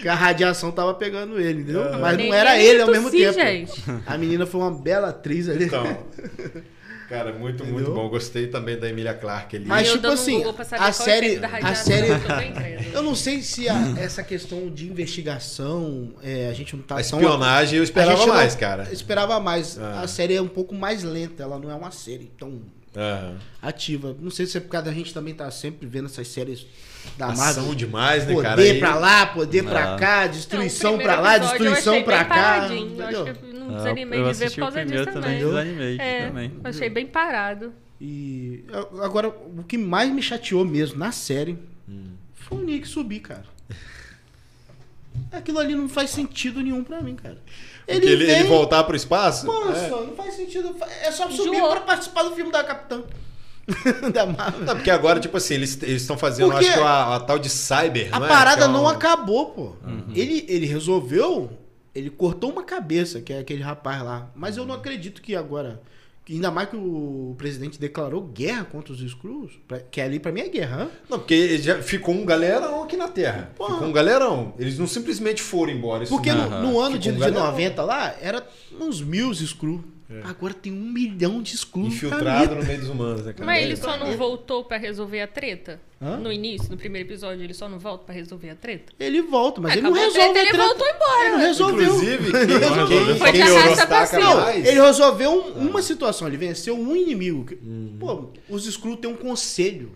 Speaker 2: Que a radiação tava pegando ele, entendeu? Mas
Speaker 3: Nem
Speaker 2: não era
Speaker 3: ele
Speaker 2: ele ao mesmo
Speaker 3: tossir,
Speaker 2: tempo.
Speaker 3: gente.
Speaker 2: A menina foi uma bela atriz ali.
Speaker 1: Então. Cara, muito, muito
Speaker 2: Entendeu?
Speaker 1: bom. Gostei também da Emilia Clarke ali.
Speaker 2: Mas,
Speaker 3: Eu
Speaker 2: tipo
Speaker 3: dando um
Speaker 2: assim,
Speaker 3: Google pra saber
Speaker 2: a
Speaker 3: qual é o
Speaker 2: série-
Speaker 3: efeito da
Speaker 2: a
Speaker 3: radiação,
Speaker 2: série-
Speaker 3: eu tô bem credo.
Speaker 2: Eu não sei se a- essa questão de investigação, é, a gente não tá
Speaker 1: a
Speaker 2: tão-
Speaker 1: espionagem eu esperava
Speaker 2: gente não-
Speaker 1: mais, cara.
Speaker 2: Esperava mais.
Speaker 1: Ah.
Speaker 2: A série é um pouco mais lenta, ela não é uma série tão Ah,
Speaker 1: Aham.
Speaker 2: ativa. Não sei se é por causa da gente também tá sempre vendo essas séries da Marvel.
Speaker 1: Ação demais, né,
Speaker 2: poder
Speaker 1: cara? Aí-
Speaker 2: pra lá, poder
Speaker 5: Ah.
Speaker 2: pra cá,
Speaker 3: Não, É, o
Speaker 2: destruição
Speaker 3: primeiro
Speaker 2: pra lá,
Speaker 3: episódio eu achei
Speaker 2: destruição pra
Speaker 3: bem
Speaker 2: cá.
Speaker 3: paradinho. Eu
Speaker 2: entendeu?
Speaker 3: acho que eu não
Speaker 5: Ah,
Speaker 3: desanimei
Speaker 5: eu
Speaker 3: de ver
Speaker 5: assisti
Speaker 3: por causa
Speaker 5: o
Speaker 3: disso
Speaker 5: primeiro também,
Speaker 3: também.
Speaker 5: desanimei
Speaker 3: É,
Speaker 5: também.
Speaker 3: achei bem parado.
Speaker 2: E a- agora, o que mais me chateou mesmo na série
Speaker 1: Hum.
Speaker 2: foi o Nick subir, cara. Aquilo ali não faz sentido nenhum pra mim, cara.
Speaker 1: Porque Ele, ele
Speaker 2: vem-
Speaker 1: voltar pro espaço?
Speaker 2: Nossa,
Speaker 1: É.
Speaker 2: não faz sentido. fa- É só subir
Speaker 3: Enjoou.
Speaker 2: pra participar do filme da Capitã. da Marvel.
Speaker 1: Não, porque agora, tipo assim, eles estão fazendo,
Speaker 2: Porque
Speaker 1: acho que a, a tal de cyber.
Speaker 2: A
Speaker 1: não é?
Speaker 2: parada
Speaker 1: Que é um-
Speaker 2: não acabou, pô. Ele, ele resolveu Ele cortou uma cabeça, que é aquele rapaz lá. Mas eu
Speaker 1: Uhum.
Speaker 2: não acredito que agora. que Ainda mais que o presidente declarou guerra contra os Skrulls, pra- que ali pra mim é guerra. hã?
Speaker 1: Não, porque ele já ficou um galerão aqui na Terra.
Speaker 2: Porra.
Speaker 1: Ficou um galerão. Eles não simplesmente foram embora. Isso
Speaker 2: Porque
Speaker 1: não...
Speaker 2: no, no ano
Speaker 1: Ficou
Speaker 2: de,
Speaker 1: um
Speaker 2: de
Speaker 1: galhão.
Speaker 2: 90 lá, era uns mil Skrulls. Agora tem um milhão de Tá Skrulls.
Speaker 1: infiltrado no meio dos humanos, né, cara?
Speaker 3: Mas ele só não voltou pra resolver a treta?
Speaker 2: É. Hã?
Speaker 3: No início, no primeiro episódio, ele só não volta pra resolver a treta?
Speaker 2: Ele volta, mas ele não
Speaker 3: Acabou a
Speaker 2: resolve.
Speaker 3: treta,
Speaker 2: a
Speaker 3: ele
Speaker 2: treta.
Speaker 3: voltou embora.
Speaker 2: Ele não resolveu.
Speaker 1: Inclusive, quem, quem,
Speaker 3: Foi assim,
Speaker 1: quem
Speaker 3: da raça
Speaker 1: destaca
Speaker 3: pra cima.
Speaker 2: Não,
Speaker 1: mais-
Speaker 2: ele resolveu um- uma situação, ele venceu um inimigo. que-
Speaker 1: Uhum.
Speaker 2: Pô, os Skrulls têm um conselho.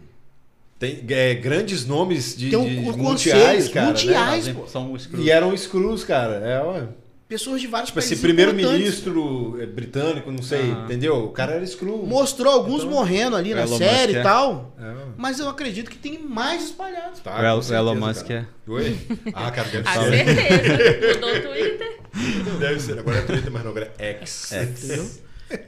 Speaker 1: Tem é, grandes nomes de,
Speaker 2: Tem um,
Speaker 1: de
Speaker 2: um
Speaker 1: mundiais,
Speaker 2: conselho,
Speaker 1: cara. né?
Speaker 2: mundiais, pô.
Speaker 5: São os
Speaker 1: E eram screws, cara. É, ó.
Speaker 2: Pessoas de vários
Speaker 1: Tipo, esse
Speaker 2: países importantes.
Speaker 1: primeiro-ministro é, britânico, não sei,
Speaker 5: Ah.
Speaker 1: entendeu? O cara era screw.
Speaker 2: Mostrou alguns
Speaker 1: Então,
Speaker 2: morrendo ali na
Speaker 5: Elon
Speaker 2: série
Speaker 5: Musk
Speaker 2: e
Speaker 5: é.
Speaker 2: tal.
Speaker 1: É,
Speaker 2: Mas eu acredito que tem mais espalhados.
Speaker 1: tá,
Speaker 5: O El-
Speaker 1: com certeza,
Speaker 5: Elon Musk
Speaker 2: é.
Speaker 5: é
Speaker 1: cara.
Speaker 2: um
Speaker 1: Oi? Ah, cara, deve
Speaker 3: A
Speaker 1: ser.
Speaker 3: certeza. Mudou o Twitter.
Speaker 1: Deve ser. Agora é Twitter, mas não, agora é X.
Speaker 2: Entendeu?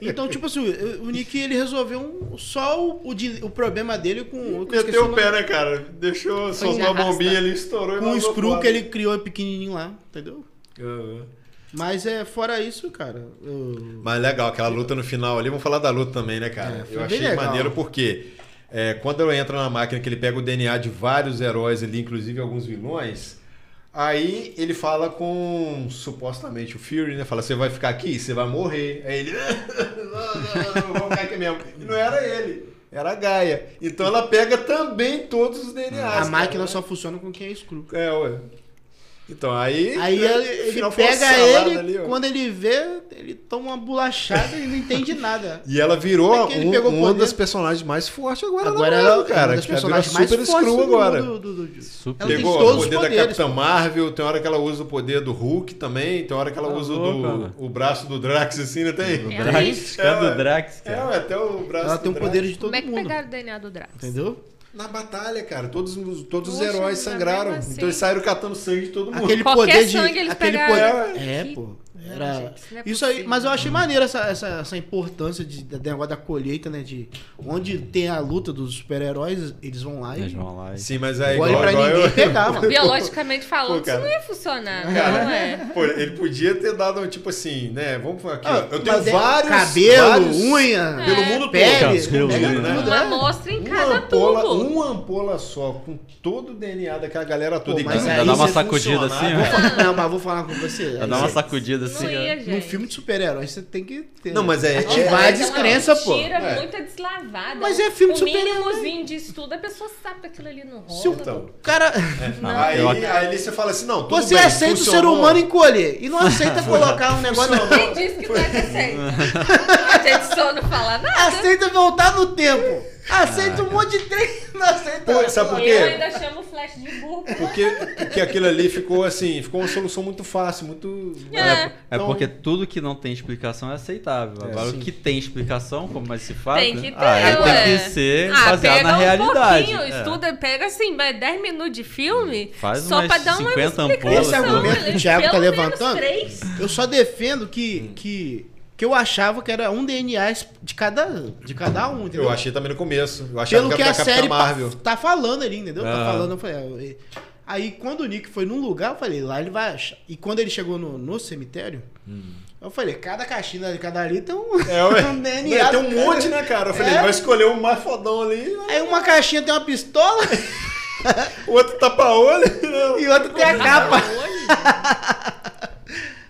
Speaker 2: Então, tipo assim, o o Nick ele resolveu um- só o, o de- o problema dele com. eu esqueci
Speaker 1: Meteu o
Speaker 2: nome.
Speaker 1: pé, né, cara? Deixou, soltou a
Speaker 3: arrasta.
Speaker 1: bombinha ali, estourou e
Speaker 2: Com o
Speaker 1: mandou
Speaker 2: Screw
Speaker 1: fora.
Speaker 2: que ele criou pequenininho lá, entendeu?
Speaker 1: Aham.
Speaker 2: Mas é fora isso, cara. eu-
Speaker 1: Mas legal, aquela luta no final ali. Vamos falar da luta também, né,
Speaker 2: É,
Speaker 1: cara?
Speaker 2: foi
Speaker 1: eu
Speaker 2: bem
Speaker 1: achei
Speaker 2: legal.
Speaker 1: maneiro porque é, quando ele entra na máquina, que ele pega o DNA de vários heróis ali, inclusive alguns vilões, aí ele fala com supostamente o Fury, né? Fala: você vai ficar aqui, você vai morrer. Aí ele. Não, não, não, não vou ficar aqui mesmo. E não era ele. Era a Gaia. Então ela pega também todos os DNAs.
Speaker 2: A
Speaker 1: cara,
Speaker 2: máquina
Speaker 1: né?
Speaker 2: só funciona com quem é Screw.
Speaker 1: É, ué. Então, aí.
Speaker 2: Aí
Speaker 1: né,
Speaker 2: ele,
Speaker 1: no
Speaker 2: ele
Speaker 1: final foi uma
Speaker 2: pega
Speaker 1: salada
Speaker 2: ele,
Speaker 1: ali, ó.
Speaker 2: quando ele vê, ele toma uma bolachada e não entende nada.
Speaker 1: E ela
Speaker 2: Como
Speaker 1: virou
Speaker 2: é que ele
Speaker 1: um-
Speaker 2: pegou o
Speaker 1: uma
Speaker 2: poder?
Speaker 1: das personagens mais fortes agora.
Speaker 2: Agora
Speaker 1: não,
Speaker 2: ela é
Speaker 1: cara.
Speaker 2: uma das
Speaker 1: Ela virou
Speaker 2: personagens mais
Speaker 1: super
Speaker 2: fortes
Speaker 1: screw
Speaker 2: do-
Speaker 1: agora.
Speaker 2: do- do- do-
Speaker 5: Super.
Speaker 2: Ela tem
Speaker 1: Pegou o
Speaker 2: todos os
Speaker 1: poder da
Speaker 2: poderes,
Speaker 1: Capitã Marvel, tem hora que ela usa o poder do Hulk também, tem hora que ela
Speaker 5: Tá
Speaker 1: usa
Speaker 5: louco,
Speaker 1: o,
Speaker 5: cara.
Speaker 1: do, o braço do Drax assim, não tem?
Speaker 3: É.
Speaker 5: Drax,
Speaker 3: Ela-
Speaker 5: cara do tá Drax,
Speaker 1: É,
Speaker 5: cara.
Speaker 1: ué, até o braço
Speaker 2: Ela
Speaker 1: do
Speaker 2: tem o
Speaker 1: Drax.
Speaker 2: poder de todo
Speaker 3: Como é que
Speaker 2: mundo.
Speaker 3: pegaram o DNA do Drax?
Speaker 2: Entendeu?
Speaker 1: Na batalha, cara, todos, os- todos os
Speaker 3: Poxa,
Speaker 1: heróis
Speaker 3: mas
Speaker 1: sangraram.
Speaker 3: mesmo assim-
Speaker 1: Então eles saíram catando sangue de todo mundo.
Speaker 2: Aquele
Speaker 3: Qualquer
Speaker 2: poder de.
Speaker 3: sangue eles
Speaker 2: aquele
Speaker 3: pegaram.
Speaker 2: poder.
Speaker 3: É,
Speaker 2: É,
Speaker 3: que-
Speaker 2: pô.
Speaker 3: Não,
Speaker 2: Era...
Speaker 3: gente, isso não é
Speaker 2: Isso aí,
Speaker 3: possível.
Speaker 2: mas eu achei maneiro essa, essa, essa importância de, da, negócio da colheita, né? De onde tem a luta dos super-heróis, eles vão lá e.
Speaker 5: Eles vão lá. e-
Speaker 1: Sim, mas aí
Speaker 2: Olha
Speaker 1: É igual,
Speaker 2: pra
Speaker 1: igual
Speaker 2: ninguém
Speaker 1: eu-
Speaker 2: pegar, mano.
Speaker 3: Biologicamente falando,
Speaker 1: Pô, cara.
Speaker 3: isso não ia funcionar,
Speaker 1: Cara,
Speaker 3: não é?
Speaker 1: Pô, ele podia ter dado um tipo assim, né? Vamos aqui,
Speaker 2: Ah,
Speaker 1: ó. Eu tenho
Speaker 2: mas é-
Speaker 1: vários.
Speaker 2: Cabelo,
Speaker 1: vários-
Speaker 2: unha.
Speaker 1: Pelo mundo
Speaker 2: pele,
Speaker 5: Cabelo,
Speaker 2: pega
Speaker 1: né?
Speaker 2: tudo, né?
Speaker 3: Uma amostra em
Speaker 1: Uma
Speaker 3: cada
Speaker 1: ampola,
Speaker 3: tubo.
Speaker 2: um
Speaker 1: uma ampola só, com todo o DNA daquela galera toda.
Speaker 2: Pô,
Speaker 1: E
Speaker 2: mas
Speaker 1: tudo
Speaker 2: aí
Speaker 1: isso
Speaker 2: dá uma
Speaker 1: é
Speaker 5: sacudida
Speaker 1: funcionável.
Speaker 5: assim, né?
Speaker 2: Não, mas vou falar com você.
Speaker 5: Ela dá uma
Speaker 2: Isso aí.
Speaker 5: sacudida assim.
Speaker 3: Não ia,
Speaker 5: ó.
Speaker 3: gente.
Speaker 2: Num filme de super-herói, você tem que ter.
Speaker 1: Não, mas é-
Speaker 2: Ativar
Speaker 1: é-
Speaker 2: a descrença, pô.
Speaker 3: Tira
Speaker 1: É.
Speaker 3: muita deslavada.
Speaker 2: Mas é filme
Speaker 3: o
Speaker 2: de super-herói.
Speaker 3: mínimozinho de estudo, a pessoa sabe que aquilo ali não rola.
Speaker 2: Se o
Speaker 1: Então.
Speaker 2: cara.
Speaker 5: Ah,
Speaker 1: Aí,
Speaker 5: eu-
Speaker 1: aí você fala assim, não, tudo
Speaker 2: Você
Speaker 1: bem,
Speaker 2: aceita
Speaker 1: funcionou.
Speaker 2: o ser humano encolher e não aceita colocar um negócio.
Speaker 3: Quem disse que não é que aceita? A gente só não fala nada.
Speaker 2: Aceita voltar no tempo. Aceita um monte de trem. Não aceita.
Speaker 1: Pô, sabe por quê?
Speaker 3: Eu ainda chamo o Flash de burro.
Speaker 1: Porque, porque aquilo ali ficou assim, ficou uma solução muito fácil, muito...
Speaker 3: É.
Speaker 5: É
Speaker 1: Então-
Speaker 5: porque tudo que não tem explicação é aceitável. Agora,
Speaker 1: sim.
Speaker 5: o que tem explicação, como esse fato,
Speaker 3: Tem que ter,
Speaker 5: aí
Speaker 3: ué.
Speaker 5: ah, é, tem que ser
Speaker 3: Ah,
Speaker 5: baseado
Speaker 3: pega
Speaker 5: na
Speaker 3: um
Speaker 5: realidade.
Speaker 3: pouquinho,
Speaker 5: É.
Speaker 3: estuda, pega assim, mas 10 minutos de filme
Speaker 5: Faz
Speaker 3: só
Speaker 5: umas
Speaker 3: pra dar uma
Speaker 5: 50
Speaker 3: explicação.
Speaker 5: ampolas,
Speaker 2: Esse argumento que o
Speaker 3: ali,
Speaker 2: Thiago tá
Speaker 3: pelo menos
Speaker 2: levantando-
Speaker 3: três.
Speaker 2: Eu só defendo que. que que eu achava que era um DNA de cada, de cada um, entendeu?
Speaker 1: Eu achei também no começo. Eu achava
Speaker 2: Pelo
Speaker 1: que
Speaker 2: que
Speaker 1: era
Speaker 2: a
Speaker 1: da Capitã
Speaker 2: série pa-
Speaker 1: Marvel.
Speaker 2: tá falando ali, entendeu? Tá
Speaker 5: Ah.
Speaker 2: falando, eu falei, ah, e- Aí quando o Nick foi num lugar, eu falei, lá ele vai achar. E quando ele chegou no, no cemitério,
Speaker 1: Hum.
Speaker 2: eu falei, cada caixinha de cada ali tem um,
Speaker 1: É, ué.
Speaker 2: um DNA.
Speaker 1: Não, tem um
Speaker 2: do
Speaker 1: monte, né, cara? Eu falei,
Speaker 2: É.
Speaker 1: vai escolher um mais fodão ali,
Speaker 2: cara. Aí uma caixinha tem uma pistola
Speaker 1: o outro tapa-olho. né?
Speaker 2: e outra tem a capa.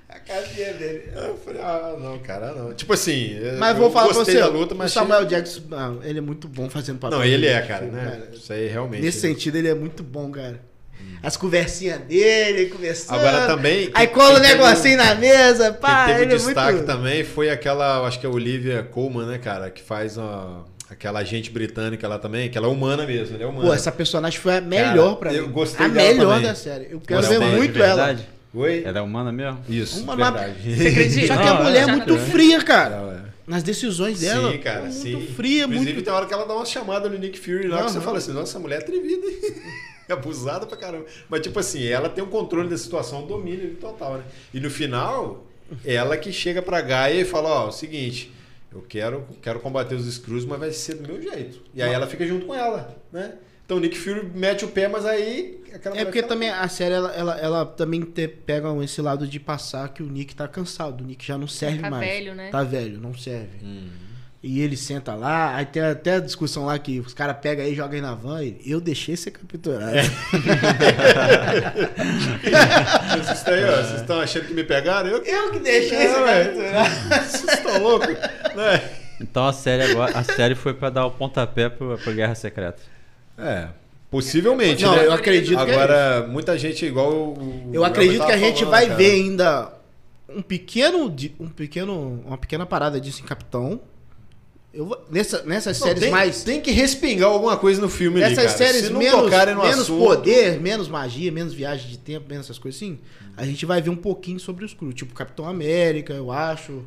Speaker 1: A casinha dele. Eu falei, ah, não, cara, não. Tipo assim, eu-
Speaker 2: Mas
Speaker 1: eu
Speaker 2: vou falar pra
Speaker 1: gostei
Speaker 2: você,
Speaker 1: da luta, mas
Speaker 2: o
Speaker 1: achei-
Speaker 2: Samuel Jackson, ah, ele é muito bom fazendo papel.
Speaker 1: Não, ele é,
Speaker 2: de
Speaker 1: cara,
Speaker 2: filme,
Speaker 1: né?
Speaker 2: cara.
Speaker 1: Isso aí realmente.
Speaker 2: Nesse sentido, ele é muito bom, cara. As conversinhas dele, conversando.
Speaker 1: Hum. Agora também,
Speaker 2: Aí
Speaker 1: quem-
Speaker 2: cola o
Speaker 1: quem teve-
Speaker 2: negocinho na mesa, pá.
Speaker 1: Quem teve
Speaker 2: ele é
Speaker 1: destaque
Speaker 2: muito...
Speaker 1: também foi aquela, eu acho que é a Olivia Colman, né, cara? Que faz a- aquela agente britânica lá também, que ela é humana mesmo, ela é humana.
Speaker 2: Pô, essa personagem foi a melhor
Speaker 1: Cara,
Speaker 2: pra mim.
Speaker 1: eu gostei
Speaker 2: A
Speaker 1: dela
Speaker 2: melhor
Speaker 1: também.
Speaker 2: da série. Eu quero
Speaker 1: Ela é
Speaker 2: ver
Speaker 1: uma de
Speaker 2: muito ela.
Speaker 5: verdade?
Speaker 1: Oi?
Speaker 5: Ela é humana mesmo?
Speaker 1: Isso,
Speaker 2: Uma-
Speaker 1: verdade.
Speaker 3: Você acredita?
Speaker 2: Só que a
Speaker 5: Não,
Speaker 2: mulher é
Speaker 5: ela-
Speaker 2: muito
Speaker 5: ela-
Speaker 2: fria, cara.
Speaker 1: Ela é-
Speaker 2: Nas decisões dela.
Speaker 1: sim, cara,
Speaker 2: é muito
Speaker 1: sim.
Speaker 2: fria,
Speaker 1: Inclusive,
Speaker 2: muito.
Speaker 1: tem hora que ela dá uma chamada no Nick Fury lá, que você
Speaker 2: Aham.
Speaker 1: fala assim, nossa, essa mulher é atrevida, hein? Abusada pra caramba. Mas, tipo assim, ela tem o controle da situação, o domínio total, né? E no final, ela que chega pra Gaia e fala, ó, o seguinte, eu quero, quero combater os Skrulls, mas vai ser do meu jeito. E aí ela fica junto com ela, né? Então o Nick Fury mete o pé, mas aí. Aquela
Speaker 2: É
Speaker 1: mulher
Speaker 2: porque
Speaker 1: fica-
Speaker 2: também a série ela, ela, ela também te- pega um, esse lado de passar que o Nick tá cansado, o Nick já não serve
Speaker 3: tá
Speaker 2: mais.
Speaker 3: velho, né?
Speaker 2: Tá velho, não serve.
Speaker 1: Uhum.
Speaker 2: E ele senta lá, aí tem até a discussão lá que os caras pegam aí e jogam aí na van e eu deixei ser capturado.
Speaker 1: É. Vocês estão aí, ó, vocês estão achando que me pegaram? Eu
Speaker 2: Eu que
Speaker 1: Não,
Speaker 2: ser
Speaker 1: é.
Speaker 2: capturado.
Speaker 1: vocês estão loucos? né?
Speaker 5: Então a série agora, a série foi pra dar o pontapé pro, pro Guerra Secreta.
Speaker 1: É. Possivelmente,
Speaker 2: Não,
Speaker 1: né?
Speaker 2: eu acredito que é
Speaker 1: Agora, muita gente igual o- o
Speaker 2: Eu acredito
Speaker 1: Gabriel
Speaker 2: que a
Speaker 1: tava
Speaker 2: gente
Speaker 1: falando,
Speaker 2: vai
Speaker 1: cara.
Speaker 2: ver ainda um pequeno, di- um pequeno, uma pequena parada disso em Capitão. Eu vou- nessa, nessas
Speaker 1: Não,
Speaker 2: séries
Speaker 1: tem,
Speaker 2: mais,
Speaker 1: tem que respingar alguma coisa no filme ali,
Speaker 2: nessas
Speaker 1: cara.
Speaker 2: séries
Speaker 1: Se não
Speaker 2: menos,
Speaker 1: tocarem no
Speaker 2: menos
Speaker 1: assunto,
Speaker 2: poder, menos magia, menos viagem de tempo, menos essas coisas assim, a gente vai ver um pouquinho sobre os Kree, tipo Capitão América, eu acho,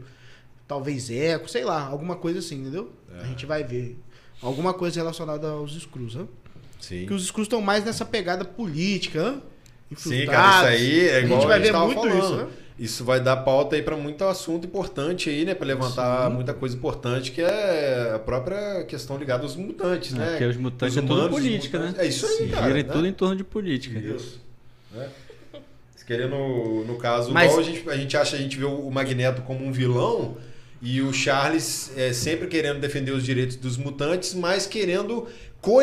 Speaker 2: talvez Eco, sei lá, alguma coisa assim, entendeu?
Speaker 1: É.
Speaker 2: A gente vai ver alguma coisa relacionada aos Skrulls, né?
Speaker 1: Sim.
Speaker 2: Porque os Skrulls estão mais nessa pegada política, né?
Speaker 1: Sim, cara,
Speaker 2: Infiltrados.
Speaker 1: isso aí é
Speaker 2: A
Speaker 1: igual
Speaker 2: gente
Speaker 1: a
Speaker 2: vai
Speaker 1: gente
Speaker 2: ver
Speaker 1: tava
Speaker 2: muito
Speaker 1: falando.
Speaker 2: isso, né?
Speaker 1: Isso vai dar pauta aí pra muito assunto importante aí, né? Pra levantar muita coisa importante, que é a própria questão ligada aos mutantes, né?
Speaker 5: Porque os mutantes
Speaker 1: Os
Speaker 5: é tudo
Speaker 1: humanos,
Speaker 5: política,
Speaker 1: os
Speaker 5: né?
Speaker 1: mutantes- é isso aí,
Speaker 5: Se
Speaker 1: cara,
Speaker 5: Gira em
Speaker 1: né?
Speaker 5: tudo em torno de política.
Speaker 1: Isso. Né? Se Querendo, no caso,
Speaker 2: Mas-
Speaker 1: igual a gente, a gente acha, a gente vê o Magneto como um vilão e o Charles é, sempre querendo defender os direitos dos mutantes, mas querendo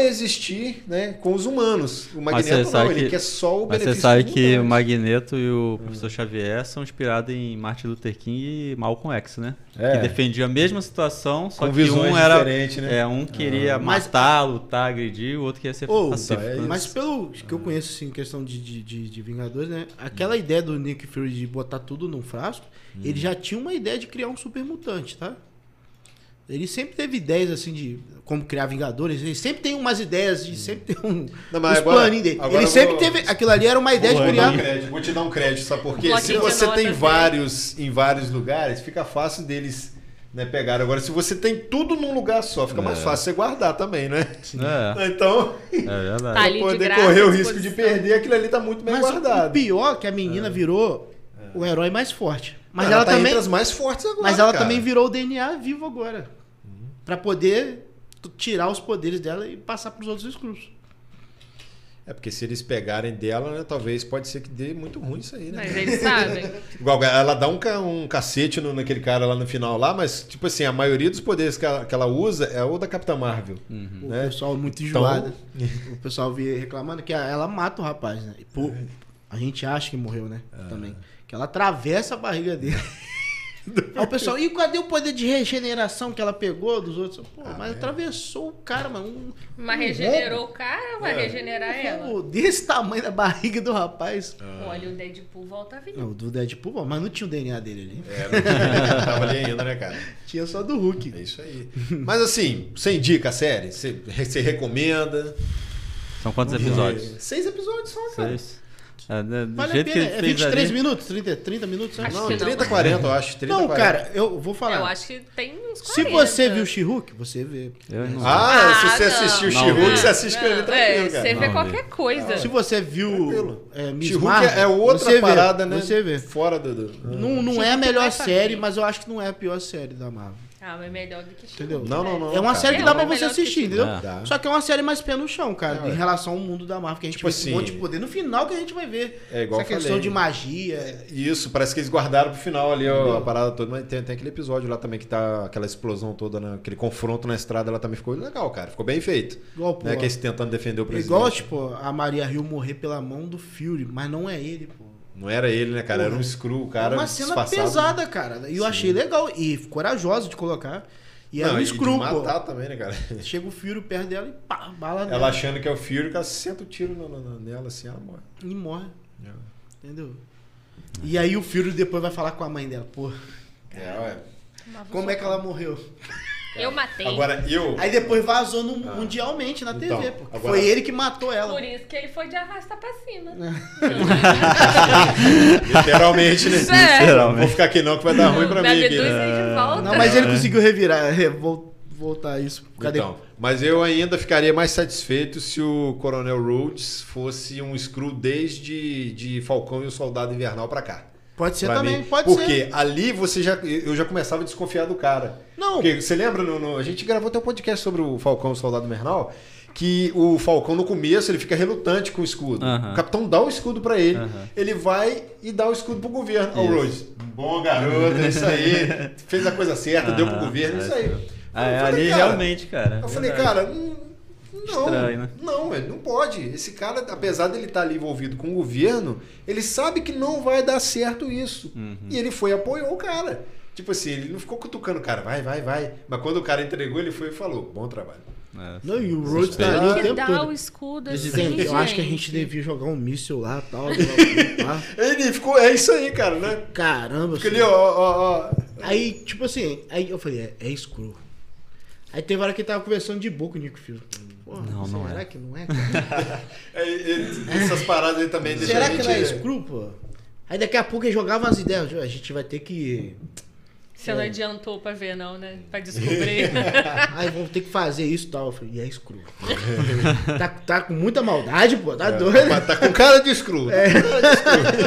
Speaker 1: coexistir né, com os humanos. O
Speaker 5: Mas
Speaker 1: Magneto
Speaker 5: você
Speaker 1: não,
Speaker 5: sabe
Speaker 1: ele
Speaker 5: que-
Speaker 1: quer só o
Speaker 5: Mas
Speaker 1: benefício né?
Speaker 5: você sabe
Speaker 1: dos
Speaker 5: que o
Speaker 1: mutantes.
Speaker 5: Magneto e o professor Xavier são inspirados em Martin Luther King e Malcolm X, né?
Speaker 1: É.
Speaker 5: Que defendiam a mesma situação, só
Speaker 1: Com
Speaker 5: que
Speaker 1: visões
Speaker 5: um era.
Speaker 1: diferentes, né?
Speaker 5: É, um queria
Speaker 2: Mas-
Speaker 5: matar, lutar, agredir, o outro queria ser
Speaker 2: Ô,
Speaker 5: pacífico.
Speaker 1: tá, é
Speaker 5: né?
Speaker 2: Mas pelo que eu conheço, assim, em questão de, de, de, de Vingadores, né?
Speaker 1: Hum.
Speaker 2: Aquela ideia do Nick Fury de botar tudo num frasco, ele já tinha uma ideia de criar um super mutante, tá? Ele sempre teve ideias, assim, de como criar Vingadores. Ele sempre tem umas ideias,
Speaker 1: Hum.
Speaker 2: de, sempre tem um,
Speaker 1: Não, mas
Speaker 2: uns
Speaker 1: agora-
Speaker 2: planinhos dele.
Speaker 1: agora
Speaker 2: ele
Speaker 1: eu
Speaker 2: sempre
Speaker 1: vou-
Speaker 2: teve... Aquilo ali era uma ideia de
Speaker 1: Vou te dar um
Speaker 2: criar...
Speaker 1: crédito, Vou te dar um crédito, sabe por quê?
Speaker 3: Bloquinho
Speaker 1: Se
Speaker 3: de
Speaker 1: você
Speaker 3: notas,
Speaker 1: tem
Speaker 3: né?
Speaker 1: vários em vários lugares, fica fácil deles né, pegar. Agora, se você tem tudo num lugar só, fica
Speaker 2: É.
Speaker 1: mais fácil você guardar também, né?
Speaker 5: É,
Speaker 1: Então,
Speaker 5: é verdade.
Speaker 3: Tá ali de
Speaker 1: poder
Speaker 3: graça,
Speaker 1: correr o
Speaker 3: à
Speaker 1: risco de
Speaker 3: disposição.
Speaker 1: perder, aquilo ali tá muito bem
Speaker 2: Mas o
Speaker 1: guardado.
Speaker 2: pior é que a menina virou o herói mais forte. Mas
Speaker 1: Cara,
Speaker 2: ela,
Speaker 1: tá
Speaker 2: também...
Speaker 1: entre as mais fortes agora.
Speaker 2: Mas ela
Speaker 1: cara. Uhum.
Speaker 2: também virou o DNA vivo agora. Pra poder t- tirar os poderes dela e passar pros outros escuros.
Speaker 1: É porque se eles pegarem dela, né, talvez pode ser que dê muito ruim isso aí, né?
Speaker 3: Mas eles sabem.
Speaker 1: Igual ela dá um, ca- um cacete no, naquele cara lá no final lá, mas tipo assim, a maioria dos poderes que ela, que ela usa é o da Capitã Marvel.
Speaker 5: Hum.
Speaker 2: O
Speaker 1: Né?
Speaker 2: pessoal muito
Speaker 1: Então-
Speaker 2: enjoado. O pessoal via reclamando que a- ela mata o rapaz, né? E, pô,
Speaker 5: É.
Speaker 2: a gente acha que morreu, né? Também. Que ela atravessa a barriga dele. Aí o pessoal, e cadê o poder de regeneração que ela pegou dos outros? Pô,
Speaker 5: Ah, é.
Speaker 2: mas atravessou o cara, mano. Um,
Speaker 3: Mas
Speaker 2: um
Speaker 3: regenerou o cara, vai
Speaker 5: É.
Speaker 3: regenerar ela.
Speaker 2: rombo Desse tamanho da barriga do rapaz.
Speaker 3: Olha, o Deadpool volta a vir.
Speaker 2: Não, do Deadpool, ó, mas não tinha o DNA dele ali.
Speaker 1: É, não tava ali ainda, né, cara?
Speaker 2: Tinha só do Hulk.
Speaker 1: É isso aí. Mas assim, você indica a série? Você, você recomenda?
Speaker 5: São quantos episódios?
Speaker 1: É, Seis episódios só, cara.
Speaker 5: Seis. É, né, do
Speaker 2: Vale a
Speaker 5: jeito
Speaker 2: pena,
Speaker 5: que
Speaker 2: é
Speaker 5: ele fez
Speaker 2: 23
Speaker 5: ali,
Speaker 2: minutos, 30, 30 minutos? né?
Speaker 3: Acho
Speaker 1: Não,
Speaker 3: que não.
Speaker 1: 30, 40, eu acho. 30,
Speaker 2: Não,
Speaker 1: 40.
Speaker 2: cara, eu vou falar.
Speaker 3: Eu acho que tem uns 40.
Speaker 2: Se você viu o She-Hulk, você vê.
Speaker 5: Eu não.
Speaker 1: Ah, se
Speaker 3: Ah,
Speaker 1: você
Speaker 3: não.
Speaker 1: assistiu o
Speaker 5: Não,
Speaker 1: She-Hulk,
Speaker 5: vi.
Speaker 1: você assiste com ele
Speaker 3: Não,
Speaker 1: tranquilo,
Speaker 3: é,
Speaker 1: cara.
Speaker 3: Você vê
Speaker 5: Não,
Speaker 3: qualquer coisa.
Speaker 2: Se você viu
Speaker 1: Tranquilo.
Speaker 2: é, Miss
Speaker 1: She-Hulk
Speaker 2: Marvel,
Speaker 1: é outra
Speaker 2: você
Speaker 1: parada,
Speaker 2: vê,
Speaker 1: né?
Speaker 2: Você vê.
Speaker 1: Fora do. do-
Speaker 2: Não, não
Speaker 3: She-Hulk
Speaker 2: é a melhor
Speaker 3: vai pra
Speaker 2: série,
Speaker 3: frente.
Speaker 2: mas eu acho que não é a pior série da Marvel.
Speaker 3: Ah, mas melhor do que She-Hulk,
Speaker 2: Entendeu?
Speaker 1: Não,
Speaker 3: né?
Speaker 1: não, não.
Speaker 2: é uma
Speaker 1: Então, cara.
Speaker 2: série que
Speaker 3: É
Speaker 2: dá
Speaker 3: uma
Speaker 2: pra você
Speaker 3: melhor que
Speaker 2: assistir,
Speaker 3: She-Hulk.
Speaker 2: entendeu?
Speaker 1: Dá.
Speaker 2: Só que é uma série mais pé no chão, cara,
Speaker 1: É, ué.
Speaker 2: em relação ao mundo da Marvel, que a gente
Speaker 1: Tipo
Speaker 2: vê
Speaker 1: assim,
Speaker 2: um monte de poder. No final que a gente vai ver
Speaker 1: É igual
Speaker 2: essa
Speaker 1: eu
Speaker 2: questão
Speaker 1: falei. É,
Speaker 2: de magia. É
Speaker 1: Isso, parece que eles guardaram pro final ali ó, a parada toda. Mas tem, tem aquele episódio lá também que tá aquela explosão toda, né? aquele confronto na estrada, ela também ficou legal, cara. Ficou bem feito.
Speaker 2: Igual, pô,
Speaker 1: Né? Que eles tentando defender o presidente.
Speaker 2: igual tipo, a Maria Hill morrer pela mão do Fury, mas não é ele, pô.
Speaker 1: Não era ele, né, cara? Era um
Speaker 2: Porra.
Speaker 1: screw, o cara.
Speaker 2: É uma cena
Speaker 1: disfarçado.
Speaker 2: pesada, cara. E eu achei legal. E corajosa de colocar. E era
Speaker 1: Não,
Speaker 2: um
Speaker 1: e de
Speaker 2: screw, pô.
Speaker 1: matar também, né, cara?
Speaker 2: Chega o Fury perto dela e pá, bala
Speaker 1: Ela
Speaker 2: nela.
Speaker 1: achando que é o Fury, que ela senta o tiro no- no- nela, assim, ela morre.
Speaker 2: E morre.
Speaker 1: É.
Speaker 2: Entendeu? E aí o Fury depois vai falar com a mãe dela. Pô,
Speaker 1: É, ué.
Speaker 3: Mas
Speaker 2: como é que ela morreu?
Speaker 3: Eu matei.
Speaker 1: Agora, eu.
Speaker 2: Aí depois vazou no- mundialmente na
Speaker 1: Ah. Então,
Speaker 2: TV, pô. que
Speaker 1: agora-
Speaker 2: Foi ele que matou ela.
Speaker 3: Por isso que ele foi de arrasta pra cima.
Speaker 1: Literalmente, né?
Speaker 3: Sério.
Speaker 1: Não vou ficar aqui não, que vai dar ruim pra
Speaker 3: Na
Speaker 1: mim aqui.
Speaker 3: B2
Speaker 1: né?
Speaker 3: aí de volta.
Speaker 2: Não, mas ele conseguiu revirar, é, vol- voltar isso. Cadê?
Speaker 1: Então, mas eu ainda ficaria mais satisfeito se o Coronel Rhodes fosse um screw desde de Falcão e o Soldado Invernal pra cá.
Speaker 2: Pode ser
Speaker 1: Pra
Speaker 2: também,
Speaker 1: mim.
Speaker 2: pode ser.
Speaker 1: Porque ali você já, eu já começava a desconfiar do cara.
Speaker 2: Não,
Speaker 1: Porque você lembra, no, no- a gente gravou até um podcast sobre o Falcão e o Soldado Invernal, que o Falcão no começo ele fica relutante com o escudo.
Speaker 5: Aham.
Speaker 1: O capitão dá o escudo pra ele,
Speaker 5: Aham.
Speaker 1: ele vai e dá o escudo pro governo. Ó, o
Speaker 5: Isso.
Speaker 1: Rhodes. Bom garoto, é isso aí. Fez a coisa certa, deu pro
Speaker 5: Aham,
Speaker 1: governo, é isso
Speaker 5: é
Speaker 1: aí.
Speaker 5: isso. Ah,
Speaker 1: Eu
Speaker 5: é,
Speaker 1: falei,
Speaker 5: ali
Speaker 1: cara,
Speaker 5: realmente, cara.
Speaker 1: Eu falei,
Speaker 5: É Verdade.
Speaker 1: cara, hum, não,
Speaker 5: Estranho, né?
Speaker 1: não, ele não pode. Esse cara, apesar dele estar ali envolvido com o governo, ele sabe que não vai dar certo isso.
Speaker 5: Uhum.
Speaker 1: E ele foi e apoiou o cara. Tipo assim, ele não ficou cutucando o cara, vai, vai, vai. Mas quando o cara entregou, ele foi e falou, bom trabalho.
Speaker 5: É,
Speaker 2: Não, e o
Speaker 5: sim.
Speaker 2: Rhodes tá ali
Speaker 3: Tem
Speaker 2: o
Speaker 3: que
Speaker 2: tempo
Speaker 3: dar
Speaker 2: todo.
Speaker 3: o escudo
Speaker 2: Eles
Speaker 3: assim,
Speaker 2: dizem,
Speaker 3: gente.
Speaker 2: eu acho que a gente devia jogar um míssil lá e tal. blá, blá, blá, blá.
Speaker 1: Ele ficou, é isso aí, cara, né?
Speaker 2: Caramba,
Speaker 1: Porque
Speaker 2: assim.
Speaker 1: ele, ó, ó, ó.
Speaker 2: Aí, tipo assim, aí eu falei, é, é escuro. Aí teve hora que ele tava conversando de boca com o Nico Filho. Porra,
Speaker 5: Não, não
Speaker 2: será
Speaker 5: é.
Speaker 2: que não é? cara?
Speaker 1: é, é, essas paradas aí também deixa
Speaker 2: será
Speaker 1: a
Speaker 2: que
Speaker 1: gente-
Speaker 2: não é escuro, pô? Aí daqui a pouco ele jogava umas ideias. A gente vai ter que.
Speaker 3: Você não adiantou pra ver, não, né? Pra descobrir.
Speaker 2: ah, Aí vamos ter que fazer isso e tal. Eu falei, e é escuro. tá, tá com muita maldade, pô. Tá doido.
Speaker 1: Mas tá com cara de escuro.
Speaker 2: É.